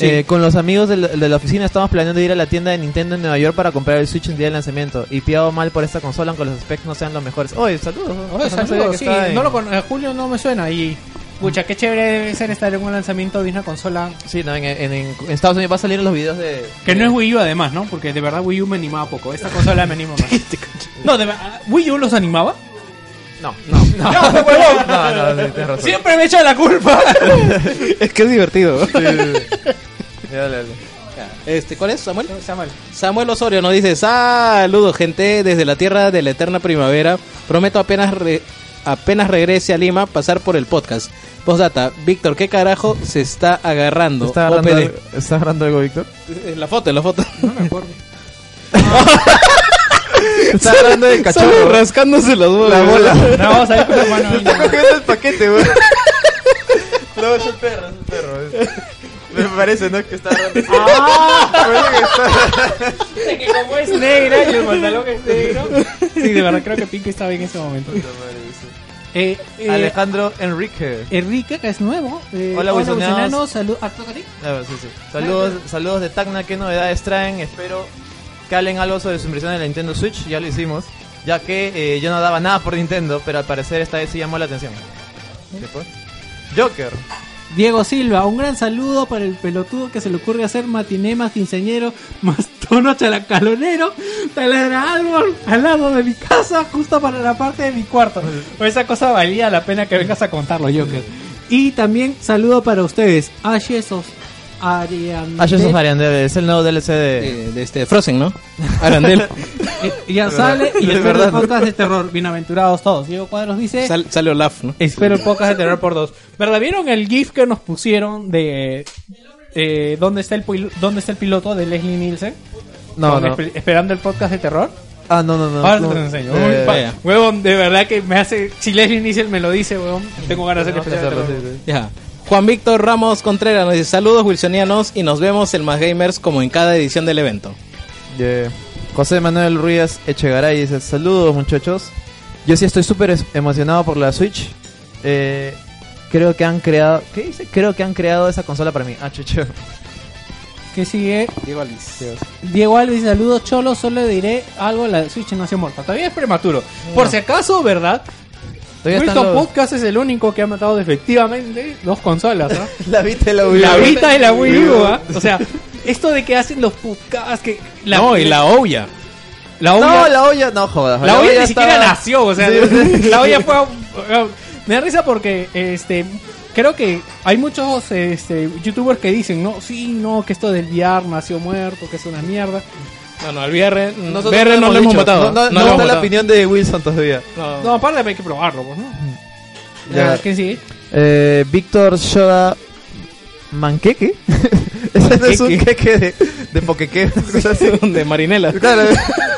D: Eh, con los amigos del- de, la oficina estamos planeando ir a la tienda de Nintendo en Nueva York para comprar el Switch el día del lanzamiento. Y piado mal por esta consola, aunque los specs no sean los mejores. Oye, saludos.
C: Oye,
D: O sea, no
C: saludos,
D: sabía que
C: sí,
D: estaba en-
C: no lo con- eh, Julio no me suena y pucha, qué chévere debe ser estar en un lanzamiento de una consola
D: Sí, no, en, en- en Estados Unidos va a salir en los videos de...
C: que no es Wii U además, ¿no? Porque de verdad Wii U me animaba poco, esta consola me anima más. No, de verdad, Wii U los animaba.
D: No, no, no. No, no, no, sí, tienes razón.
C: Siempre me echa la culpa.
E: Es que es divertido.
D: Ya, dale, dale.
E: Este, ¿Cuál es, Samuel? Samuel. Osorio nos dice, saludos gente desde la tierra de la eterna primavera. Prometo apenas, re- apenas regrese a Lima pasar por el podcast. Postdata, Víctor, ¿qué carajo se está agarrando?
D: ¿Está agarrando,
E: OPD.
D: algo- ¿Está agarrando algo, Víctor?
E: En Eh, La foto, en la foto.
D: Está agarrando el
E: Solo
D: cachorro.
E: rascándose las bolas.
C: No, vamos a ir con la mano ahí, ¿no?
D: el paquete, güey. No, es el perro, es el perro. Ah. es- Me parece, ¿no? Que está Ah. agarrando...
F: que como es negra y el pantalón es negro.
C: Sí, de verdad creo que Pinky estaba en ese momento. Eh, eh,
D: Alejandro Enrique.
C: Enrique, que es nuevo. eh,
D: Hola, Wilsoneados.
C: Wilsoneanos, salud. Ah, toca a ti.
D: Ah, sí, sí. Saludos, saludos de Tacna, ¿qué novedades traen? Espero que hablen algo sobre su impresión de la Nintendo Switch, ya lo hicimos, ya que eh, yo no daba nada por Nintendo, pero al parecer esta vez sí llamó la atención. ¿Qué fue? Joker.
C: Diego Silva, un gran saludo para el pelotudo que se le ocurre hacer matiné más quinceañero, más tono chalacalonero, taladra árbol al lado de mi casa, justo para la parte de mi cuarto. Pues Esa cosa valía la pena que vengas a contarlo, Joker. Y también saludo para ustedes, Ashes of Ariandel.
D: Ashes of Ariandel, es el nuevo DLC de...
E: Eh, de este, Frozen, ¿no? Arandel.
C: Eh, ya sale y espero el podcast de terror. Bienaventurados todos. Diego Cuadros dice...
E: Sal- sale Olaf, ¿no?
C: Espero el podcast de terror por dos. ¿Verdad? ¿Vieron el GIF que nos pusieron de eh, ¿dónde, está el pil- ¿Dónde está el piloto de Leslie Nielsen?
D: No,
C: Con
D: no.
C: espe- Esperando el podcast de terror.
D: Ah, no, no, no.
C: Ahora
D: no.
C: te lo enseño.
D: Eh,
C: Uy, pa-
E: vaya.
C: Huevón, de verdad que me hace. Si Leslie Nielsen me lo dice, huevón, tengo ganas de hacer
D: tenemos que
C: el especial de
D: hacerlo,
C: terror.
D: sí, sí.
E: Ya. Juan Víctor Ramos Contreras nos dice, saludos wilsonianos y nos vemos el Más Gamers como en cada edición del evento.
D: Yeah. José Manuel Ruiz Echegaray dice, saludos muchachos. Yo sí estoy súper es- emocionado por la Switch. Eh, creo que han creado... ¿Qué dice? Creo que han creado esa consola para mí. Ah, chucho.
C: ¿Qué sigue? Diego Alves, saludos cholo, solo le diré algo, la Switch no nació muerta. Todavía es prematuro. Por si acaso, ¿verdad?
D: Todavía están
C: Wilson
D: los-
C: Podcast es el único que ha matado efectivamente dos consolas, ¿no?
D: La viste la
C: La Vita y la Wii U, ¿ah? O sea, esto de que hacen los podcasts que... La,
E: no, y la olla.
C: la
D: No,
C: olla,
D: la olla, no jodas.
C: la olla ni siquiera
D: estaba-
C: nació, o sea,
D: Sí, sí.
C: la olla fue... a- Me da risa porque, este, creo que hay muchos este, youtubers que dicen, no, sí, no, que esto del VR nació muerto, que es una mierda.
E: No, no, al VR,
D: Nosotros
E: VR no lo hemos
D: dicho.
E: matado.
D: No, no, no
E: lo
D: está
E: hemos
D: la
E: matado.
D: opinión de Wilson todavía.
C: No, aparte hay que probarlo, pues, ¿no?
D: Ya.
C: Ya, ¿Qué sigue?
D: Eh, Víctor Shoda Manqueque. Ese no es un queque de, de poqueque. una cosa así.
E: de Marinela.
D: Claro,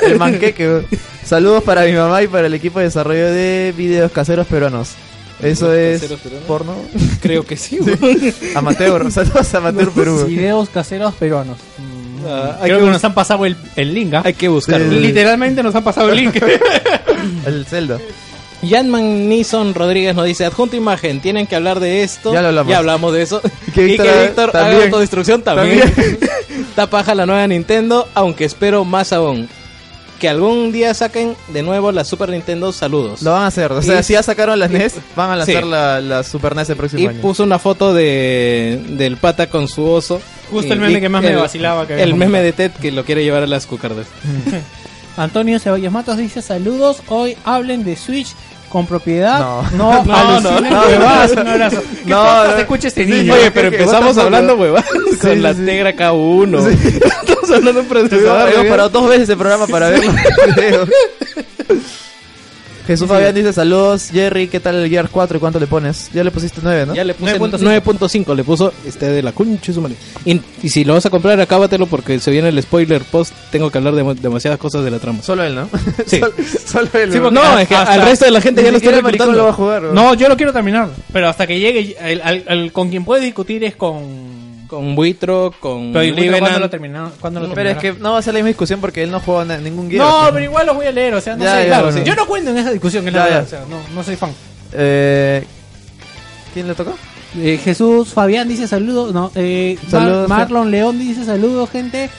D: el manqueque. bro. Saludos para mi mamá y para el equipo de desarrollo de videos caseros peruanos. Eso es porno
E: Creo que sí.
D: amateur. Saludos a amateur Perú.
C: Videos caseros peruanos.
E: Ah, hay,
C: Creo
E: que,
C: que nos han pasado el, el link, ¿ah?
E: hay que buscarlo.
D: Sí.
C: Literalmente nos han pasado el link.
D: El Zelda.
E: Janman Nison Rodríguez nos dice, adjunto imagen, tienen que hablar de esto.
D: Ya lo hablamos.
E: de eso.
D: Y que
E: y
D: Víctor
E: que Víctor haga
D: también.
E: autodestrucción también. Está paja la nueva Nintendo, aunque espero más aún. Que algún día saquen de nuevo la Super Nintendo, saludos.
D: Lo van a hacer. O sea,
E: Y-
D: si ya sacaron las NES, van a lanzar
E: Sí.
D: la, la Super NES el próximo
E: y
D: año.
E: puso una foto de del pata con su oso.
C: Justo
E: Y
C: el meme
E: Vic-
C: que más me
E: el-
C: vacilaba que había
E: el
C: comentado.
E: meme de Ted que lo quiere llevar a las cucardas.
C: Antonio Ceballos Matos dice saludos, hoy hablen de Switch con propiedad.
D: No.
C: no,
D: No,
C: alucinen,
D: no, no.
C: huevadas, un abrazo. ¿Qué
D: No,
C: podcast
D: no.
C: escucha este
D: Sí,
C: niño?
D: oye,
E: Oye, pero
D: que-
E: empezamos
D: what the
E: hablando, huevón, con
D: sí,
E: la
D: sí.
E: Tegra K1. Estamos hablando de un procesador. ¿eh?
D: Hemos
E: huevón.
D: parado dos veces el programa para ver los videos. Jesús Fabián dice saludos, Jerry, ¿qué tal el Gear 4 y cuánto le pones? Ya le pusiste 9, ¿no?
E: Ya le puse 9.5, le puso este de la concha de su madre. Y, y si lo vas a comprar, acábatelo porque se viene el spoiler post. Tengo que hablar de demasiadas cosas de la trama.
D: Solo él, ¿no?
E: Sí.
D: Sol- solo él.
E: Sí,
D: ¿no?
E: porque no, es que al resto de la gente
D: Ni
E: ya lo estoy
D: siquiera Maricón lo va a
E: reclutando.
D: jugar. ¿no?
C: No, yo lo quiero terminar. Pero hasta que llegue, el- al- al- con quien puede discutir es con...
E: Con Buitro, con
C: Pero igual, ¿cuándo lo
E: Livenant.
C: terminaron? ¿Cuándo lo
D: Pero es
C: terminará?
D: que no va a ser la misma discusión porque él no juega na- ningún Gear.
C: No, pero igual los voy a leer, o sea, no
D: Ya,
C: sé,
D: ya,
C: claro,
D: bueno.
C: sí. Yo no cuento en esa discusión, que es la
D: Ya,
C: verdad,
D: ya.
C: o sea, no, no soy fan.
D: Eh, ¿Quién le tocó?
H: Eh, Jesús Fabián dice saludos. No, eh, Mar-
D: Saludos,
H: Marlon León dice saludos, gente.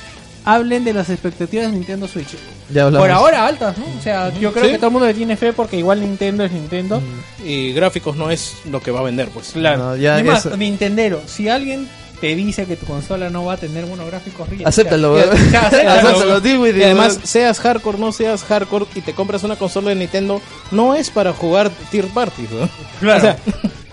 H: Hablen de las expectativas de Nintendo Switch.
D: Ya hablamos.
H: Por ahora altas, ¿no? O sea, yo creo que todo el mundo le tiene fe porque igual Nintendo es Nintendo.
E: Mm. Y gráficos no es lo que va a vender, pues.
H: Claro.
D: No, ya
H: y más,
D: eso-
H: Nintendero, si alguien te dice que tu consola no va a tener buenos gráficos, ríe.
D: Acéptalo,
H: Ya,
D: weón.
H: ya, acéptalo.
D: Acéptalo, deal with it,
E: Y además,
D: weón.
E: seas hardcore, no seas hardcore, y te compras una consola de Nintendo, no es para jugar tier parties, ¿no?
H: Claro.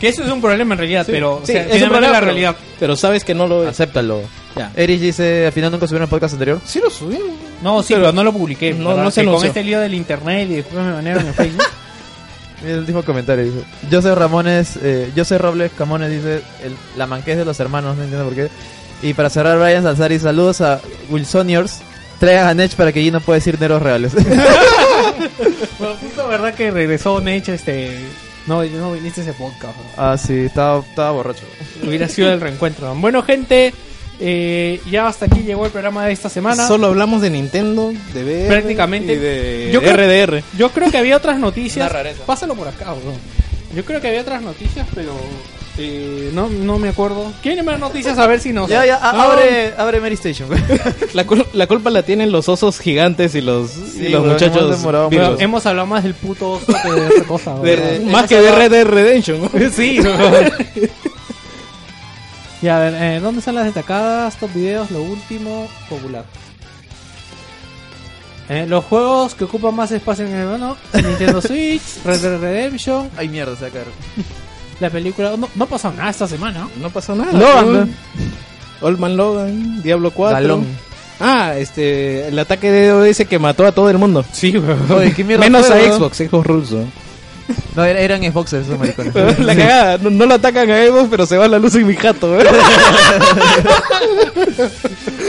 H: que eso es un problema en realidad, pero o
E: Sí,
H: sea,
E: es un
H: finalmente
E: problema,
H: la
E: pero-
H: realidad.
E: Pero sabes que no lo es.
D: acéptalo.
E: Ya.
D: Erich dice, al final nunca subieron el podcast anterior.
E: Sí lo subimos.
H: No, sí, pero no lo publiqué.
E: No,
H: ¿verdad?
E: no se
H: Que Con
E: anunció.
H: este lío del internet y después me banearon en Facebook.
D: Mira el último comentario. Dice. José Ramones, eh, José Robles Camones dice, el- la manquez de los hermanos, no entiendo por qué. Y para cerrar, Brian Salzari, saludos a Wilsoniors. Traigan a Nech para que allí no pueda decir neros reales.
H: Bueno, justo verdad que regresó Nech, este... No, no viniste a ese podcast. ¿no?
D: ah, sí, estaba, estaba borracho.
H: Hubiera sido el reencuentro. Bueno, gente, eh, ya hasta aquí llegó el programa de esta semana.
E: Solo hablamos de Nintendo, de VR
H: Prácticamente.
E: y de
H: Yo creo-
E: RDR.
H: Yo creo que había otras noticias. Pásalo por acá, bro. Yo creo que había otras noticias, pero... eh, no, no me acuerdo. ¿Quieren más noticias? A ver si nos...
D: Ya, ya, a-
H: Ah,
D: abre, abre Mary Station.
E: La, cul- la culpa la tienen los osos gigantes y los, y los
D: weón,
E: muchachos.
D: hemos demorado
H: Pero
E: virgos.
H: hemos hablado más del puto oso que de otra cosa. bro.
E: De-
D: Eh,
E: más que de Red Dead Redemption. ¿no?
H: Sí. y a ver, eh, ¿dónde están las destacadas? Top videos, lo último, popular. Eh, los juegos que ocupan más espacio en el bueno, Nintendo Switch, Red Dead Redemption,
D: Ay, mierda, se va a caer.
H: la película... No, no ha pasado nada esta semana.
E: No pasó nada.
D: Logan,
E: weón.
D: ¿no?
E: Old Man Logan, Diablo 4.
D: Galón.
E: Ah, este, el ataque de DOS que mató a todo el mundo.
H: Sí,
D: Oye, ¿qué mierda
E: Menos
D: fue,
E: a
D: weón?
E: Xbox, Xbox ruso.
D: No, era- eran Xboxers esos maricones.
E: la cagada, no, no lo atacan a Xbox, pero se va la luz en mi jato. ¿eh? weón.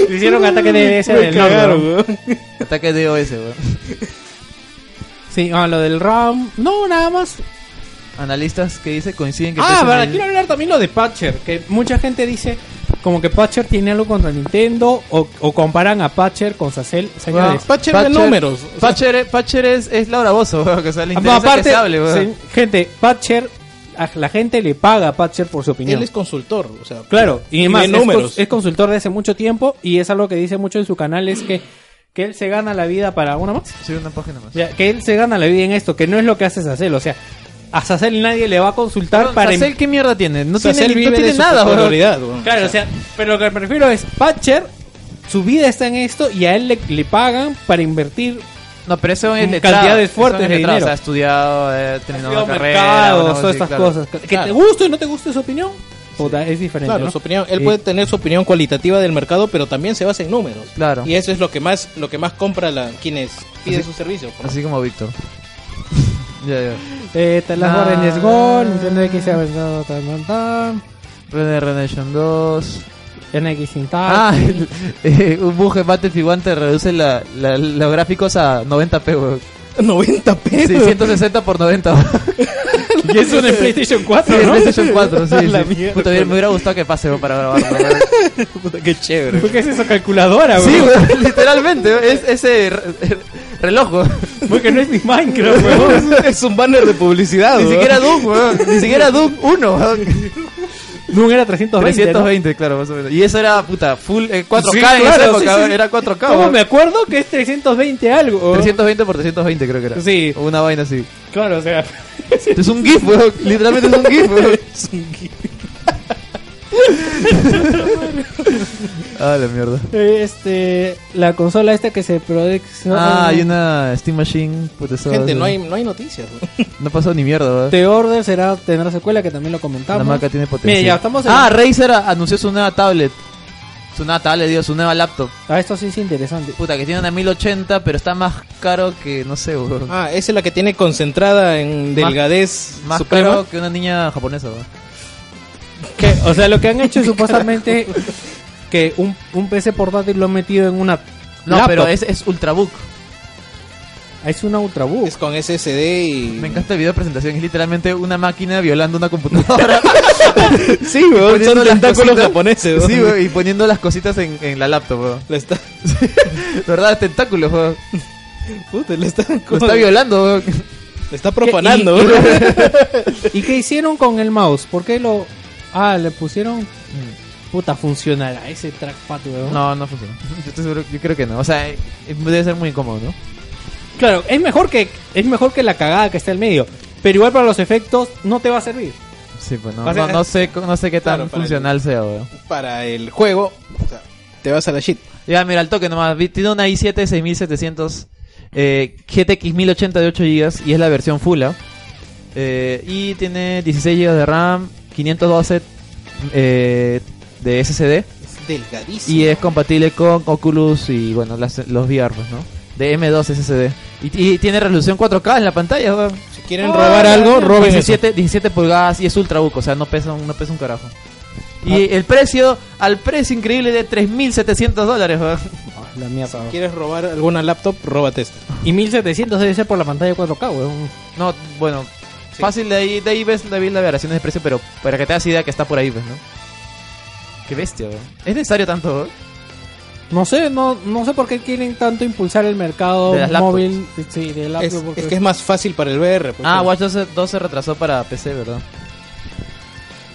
H: Hicieron ataque de ese
E: Me
H: del norte,
E: cagaron,
H: ¿no?
E: weón.
D: Ataque de OS, weón.
H: Sí, ah, lo del RAM. No, nada más.
D: Analistas que dice coinciden que
H: Ah,
D: PlayStation
H: verdad,
D: es-
H: quiero hablar también lo de Patcher, que mucha gente dice como que Patcher tiene algo contra Nintendo o, o comparan a Patcher con Sacel, señores.
D: Ah,
E: Patcher de números. O sea,
D: Patcher, Patcher es, es Laura Bozo, weón, que o sea, le interesa que se hable, weón.
H: sí, Ah, gente, Patcher, a la gente le paga a Patcher por su opinión.
E: Él es consultor, o sea,
H: Claro, y además
E: de
H: es,
E: números.
H: cons- es consultor de hace mucho tiempo y es algo que dice mucho en su canal, es que, que él se gana la vida para una más.
D: Sí, una página más.
H: Ya, que él se gana la vida en esto, que no es lo que hace Sacel, o sea, a Sacel nadie le va a consultar
D: Perdón,
H: para... em-
D: Sacel, ¿qué mierda tiene? No
E: o sea,
D: tiene,
E: él
D: ni-
E: vive
D: no
E: de
D: tiene
E: su
D: nada, weón.
E: popularidad, weón.
H: Claro, o sea, pero lo que me refiero es Patcher, su vida está en esto y a él le, le pagan para invertir.
D: No, pero ese es
H: Mm,
D: letrado.
H: cantidades
D: ese
H: fuertes
D: es
H: de
D: letrado,
H: dinero.
D: O sea, ha estudiado, eh, terminado
H: mercados,
D: una carrera. una cosa
H: todas
D: así,
H: estas
D: claro.
H: cosas. Que
E: Claro.
H: te guste o no te guste su opinión, puta, es diferente.
E: Claro,
H: ¿no?
E: su opinión, él
H: Sí.
E: puede tener su opinión cualitativa del mercado, pero también se basa en números.
D: Claro.
E: Y eso es lo que más, lo que más compra la, quienes piden su servicio. por-
D: Así como Víctor. ya, ya.
H: Eh, The Last
D: Ah.
H: Guardian is Gone, Nintendo X se ha aventado tan, tan, tan,
D: Red Dead Redemption 2.
H: NX sin tal.
D: Ah, el- eh, un bug en Battlefield 1 te reduce la, la- los gráficos a 90p, weón.
E: 90 pesos.
D: Sí, 160 por 90, weón.
H: y eso en el PlayStation 4,
D: Sí, en
H: ¿no?
D: PlayStation 4, sí.
E: La
D: sí.
E: mierda.
D: Puta, me hubiera gustado que pase weón, para grabarlo. weón.
E: Puta, qué chévere.
H: ¿Por qué es eso calculadora,
D: Sí,
H: weón?
D: weón, literalmente, weón, es ese re- re- reloj, weón.
H: Porque no es ni Minecraft, weón.
E: es un banner de publicidad.
D: Ni
E: weón.
D: siquiera Doom, weón. Ni siquiera Doom 1, weón.
H: Doom era 320. ¿no?
D: 320, claro, más o menos. Y eso era, puta, full eh, 4K
H: Sí,
D: en esa
H: claro,
D: época,
H: sí, sí.
D: weón, era 4K,
H: ¿Cómo
D: weón.
H: me acuerdo que es 320 algo?
D: 320 por 320 creo que era.
H: Sí.
D: O Una vaina así.
H: Claro, o sea.
D: Es un GIF, weón. Literalmente es un GIF, weón. es un GIF. ah, la mierda.
H: Este, la consola esta que se produce.
D: Ah, hay una Steam Machine. puta, eso-
E: Gente, no hay, no hay noticias.
D: No pasó ni mierda, weón.
H: The Order será tendrá secuela que también lo comentamos.
D: La marca tiene potencial.
H: Mira, ya estamos en-
D: Ah, Razer a- anunció su nueva tablet. Su nueva tablet, digo, su nueva laptop.
H: Ah, esto sí es interesante.
D: Puta, que tiene una 1080, pero está más caro que, no sé, weón.
E: Ah, esa es la que tiene concentrada en delgadez
D: más
E: suprema.
D: caro que una niña japonesa, weón.
H: Que, o sea, lo que han hecho es supuestamente que un, un PC portátil lo han metido en una
D: No,
H: laptop. Ah,
D: pero es, es Ultrabook.
H: es una ultrabook.
E: Es con SSD y.
D: Me encanta el video de presentación. Es literalmente una máquina violando una computadora.
E: Sí, weón,
D: Poniendo
E: son
D: las
E: tentáculos
D: cositas.
E: japoneses. weón.
D: sí, weón, y poniendo las cositas en, en la laptop, weón.
E: La está,
D: De verdad, tentáculos, weón.
E: puta, la está,
D: Lo está violando, weón.
E: Te está profanando.
C: ¿Y qué hicieron con el mouse? ¿Por qué lo.? Ah, le pusieron. Puta, funcionará ese trackpad, weón.
D: No, no funciona. Yo, estoy seguro- yo creo que no. O sea, eh, debe ser muy incómodo, ¿no?
C: Claro, es mejor, que, es mejor que la cagada que está en medio. Pero igual para los efectos no te va a servir.
D: Sí, pues no.
C: O sea,
D: no, no sé, no sé qué tan
E: claro, para
D: funcional sea, weón.
E: Para el juego, o sea, te vas a la shit.
D: Ya, mira, al toque nomás. Vi- Tiene una i7 6700 eh, GTX 1080 de 8 GB y es la versión full. ¿ah? Eh, y tiene 16 GB de RAM, 512 eh, de SSD
E: Es delgadísimo.
D: y es compatible con Oculus y bueno, las- los VR, pues, ¿no? De M2 SSD. Y, y tiene resolución 4K en la pantalla, weón.
E: Si quieren robar algo, roben eso.
D: 17, 17 pulgadas y es ultra buco, o sea, no pesa, un- no pesa un carajo. Y el precio, al precio increíble de 3.700 dólares, weón.
C: la mierda.
E: ¿Quieres robar alguna laptop? Róbate esta.
C: Y 1700 debe ser por la pantalla 4K, weón.
D: No, bueno, fácil de ahí, de ahí ves de ahí las variaciones de precio, pero para que te hagas idea que está por ahí, pues, ¿no? Qué bestia, weón. ¿Es necesario tanto? weón?
C: No sé, no, no sé por qué quieren tanto impulsar el mercado
D: De las laptops.
C: móvil. Sí, de laptop.
E: Es,
C: porque-
E: es que es más fácil para el VR. pues,
D: Ah,
E: pero-
D: Watch 2 se, 2 se retrasó para PC, ¿verdad?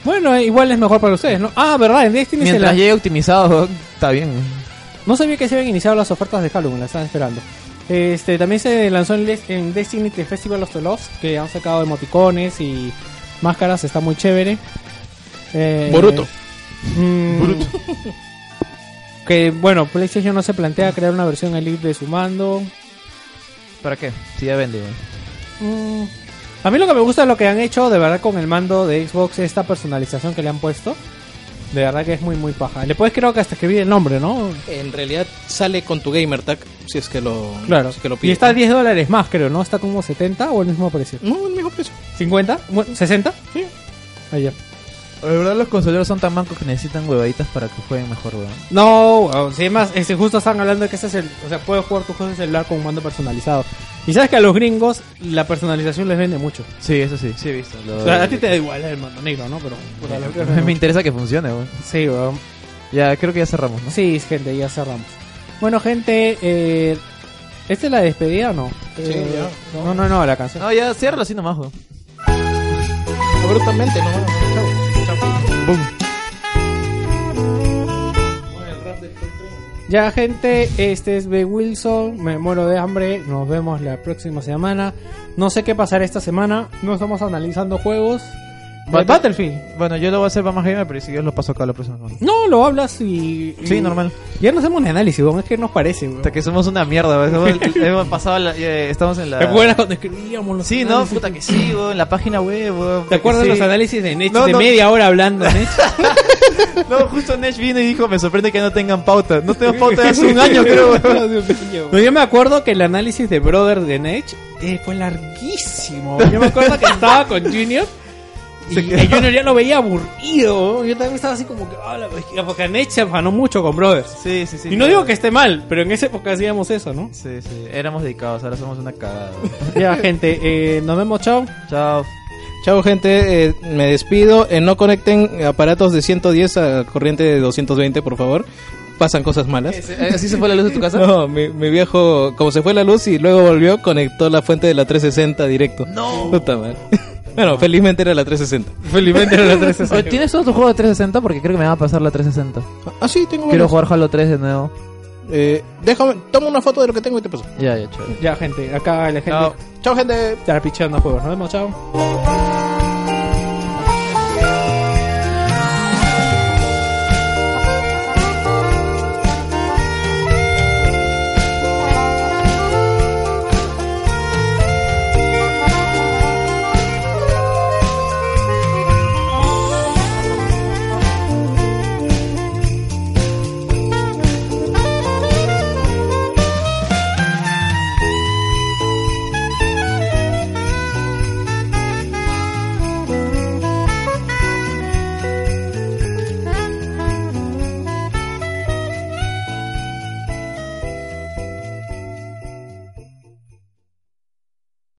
C: Bueno, eh, igual es mejor para ustedes, ¿no? Ah, verdad, en Destiny se
D: Mientras
C: la...
D: llegue optimizado, weón, está bien.
C: No sabía que se habían iniciado las ofertas de Halloween, las estaban esperando. Este, también se lanzó en, Des- en Destiny The Festival of the Lost, que han sacado emoticones y máscaras, está muy chévere. Eh,
E: Boruto.
C: Mm, Que bueno, PlayStation no se plantea crear una versión Elite de su mando.
D: ¿Para qué? Si ya vende, weón.
C: Mm, A mí lo que me gusta es lo que han hecho de verdad con el mando de Xbox, esta personalización que le han puesto. De verdad que es muy, muy paja. Le puedes creo que hasta escribir el nombre, ¿no?
E: En realidad sale con tu gamer tag si es que lo,
C: Claro.
E: si es que lo
C: y
E: pides.
C: está a 10 dólares más, creo, ¿no? Está como 70 o el mismo precio.
E: No, el mismo precio.
C: ¿50? Bueno, ¿60? Sí.
D: La verdad, los consoleros son tan mancos que necesitan huevaditas para que jueguen mejor, weón.
C: No, weón, si además, este, justo estaban hablando de que este es el. O sea, puedes jugar tus juegos de celular con un mando personalizado. Y sabes que a los gringos la personalización les vende mucho.
D: Sí, eso sí, sí he visto.
C: O sea, a ti te da igual el mando negro, ¿no? Pero. puta, a los gringos
D: Me
C: no.
D: interesa que funcione, weón.
C: Sí, weón.
D: Ya, creo que ya cerramos, ¿no?
C: Sí, gente, ya cerramos. Bueno, gente, eh, ¿esta es la despedida o no? Eh, no, no, no, la canción.
D: No, ya, ciérralo así nomás, weón.
E: Abruptamente, no. Chao.
C: Ya, gente, este es B. Wilson, me muero de hambre, nos vemos la próxima semana. No sé qué pasará esta semana, no estamos analizando juegos.
D: Bat-
C: Eh, Battlefield.
D: Bueno, yo lo voy a hacer para más gamer, pero si Dios lo paso acá la próxima semana.
C: No, lo hablas y... y-
D: Sí, normal.
C: Ya no hacemos ni análisis, weón, es que nos parece, weón.
D: Puta, que somos una mierda, weón. Somos- hemos pasado la- eh, estamos en la...
C: ¿Te acuerdas cuando escribíamos los
D: Sí, no,
C: análisis?
D: puta que sí, weón, en la página web, weón.
C: ¿Te acuerdas
D: Sí.
C: los análisis de Nech?
D: No,
C: de
D: no.
C: media hora hablando, Nech.
D: No, justo Nesh vino y dijo, me sorprende que no tengan pauta. No tengo pauta de hace un año, creo, weón.
C: No, yo me acuerdo que el análisis de Brother de Nech eh, fue larguísimo. Yo me acuerdo que estaba con Junior y
D: Se quedó.
C: a Junior ya lo veía aburrido. Yo también estaba así como que, "Ah, la bestia", porque Nech se afanó mucho con Brothers.
D: Sí, sí, sí.
C: y no digo que esté mal, pero en esa época hacíamos eso, ¿no?
D: Sí, sí, éramos dedicados, ahora somos una cagada. weón.
C: Ya, gente, eh, nos vemos, chao.
D: Chao.
E: Chao gente, eh, me despido. Eh, no conecten aparatos de 110 a corriente de 220, por favor. Pasan cosas malas.
D: Eh, ¿Así se fue la luz de tu casa?
E: No, mi, mi viejo, como se fue la luz y luego volvió, conectó la fuente de la 360 directo. No. Puta madre. Bueno, felizmente era la 360.
C: Felizmente era la 360.
D: Oye, ¿Tienes otro juego de 360? Porque creo que me va a pasar la 360.
E: Ah, sí, tengo
D: Quiero
E: varios.
D: jugar Halo 3 de nuevo.
E: Eh, déjame, toma una foto de lo que tengo y te paso.
D: Ya, ya, chévere.
C: Ya, gente, acá la gente
D: Chao.
E: Chao gente.
C: está pichando juegos. Nos vemos, chao.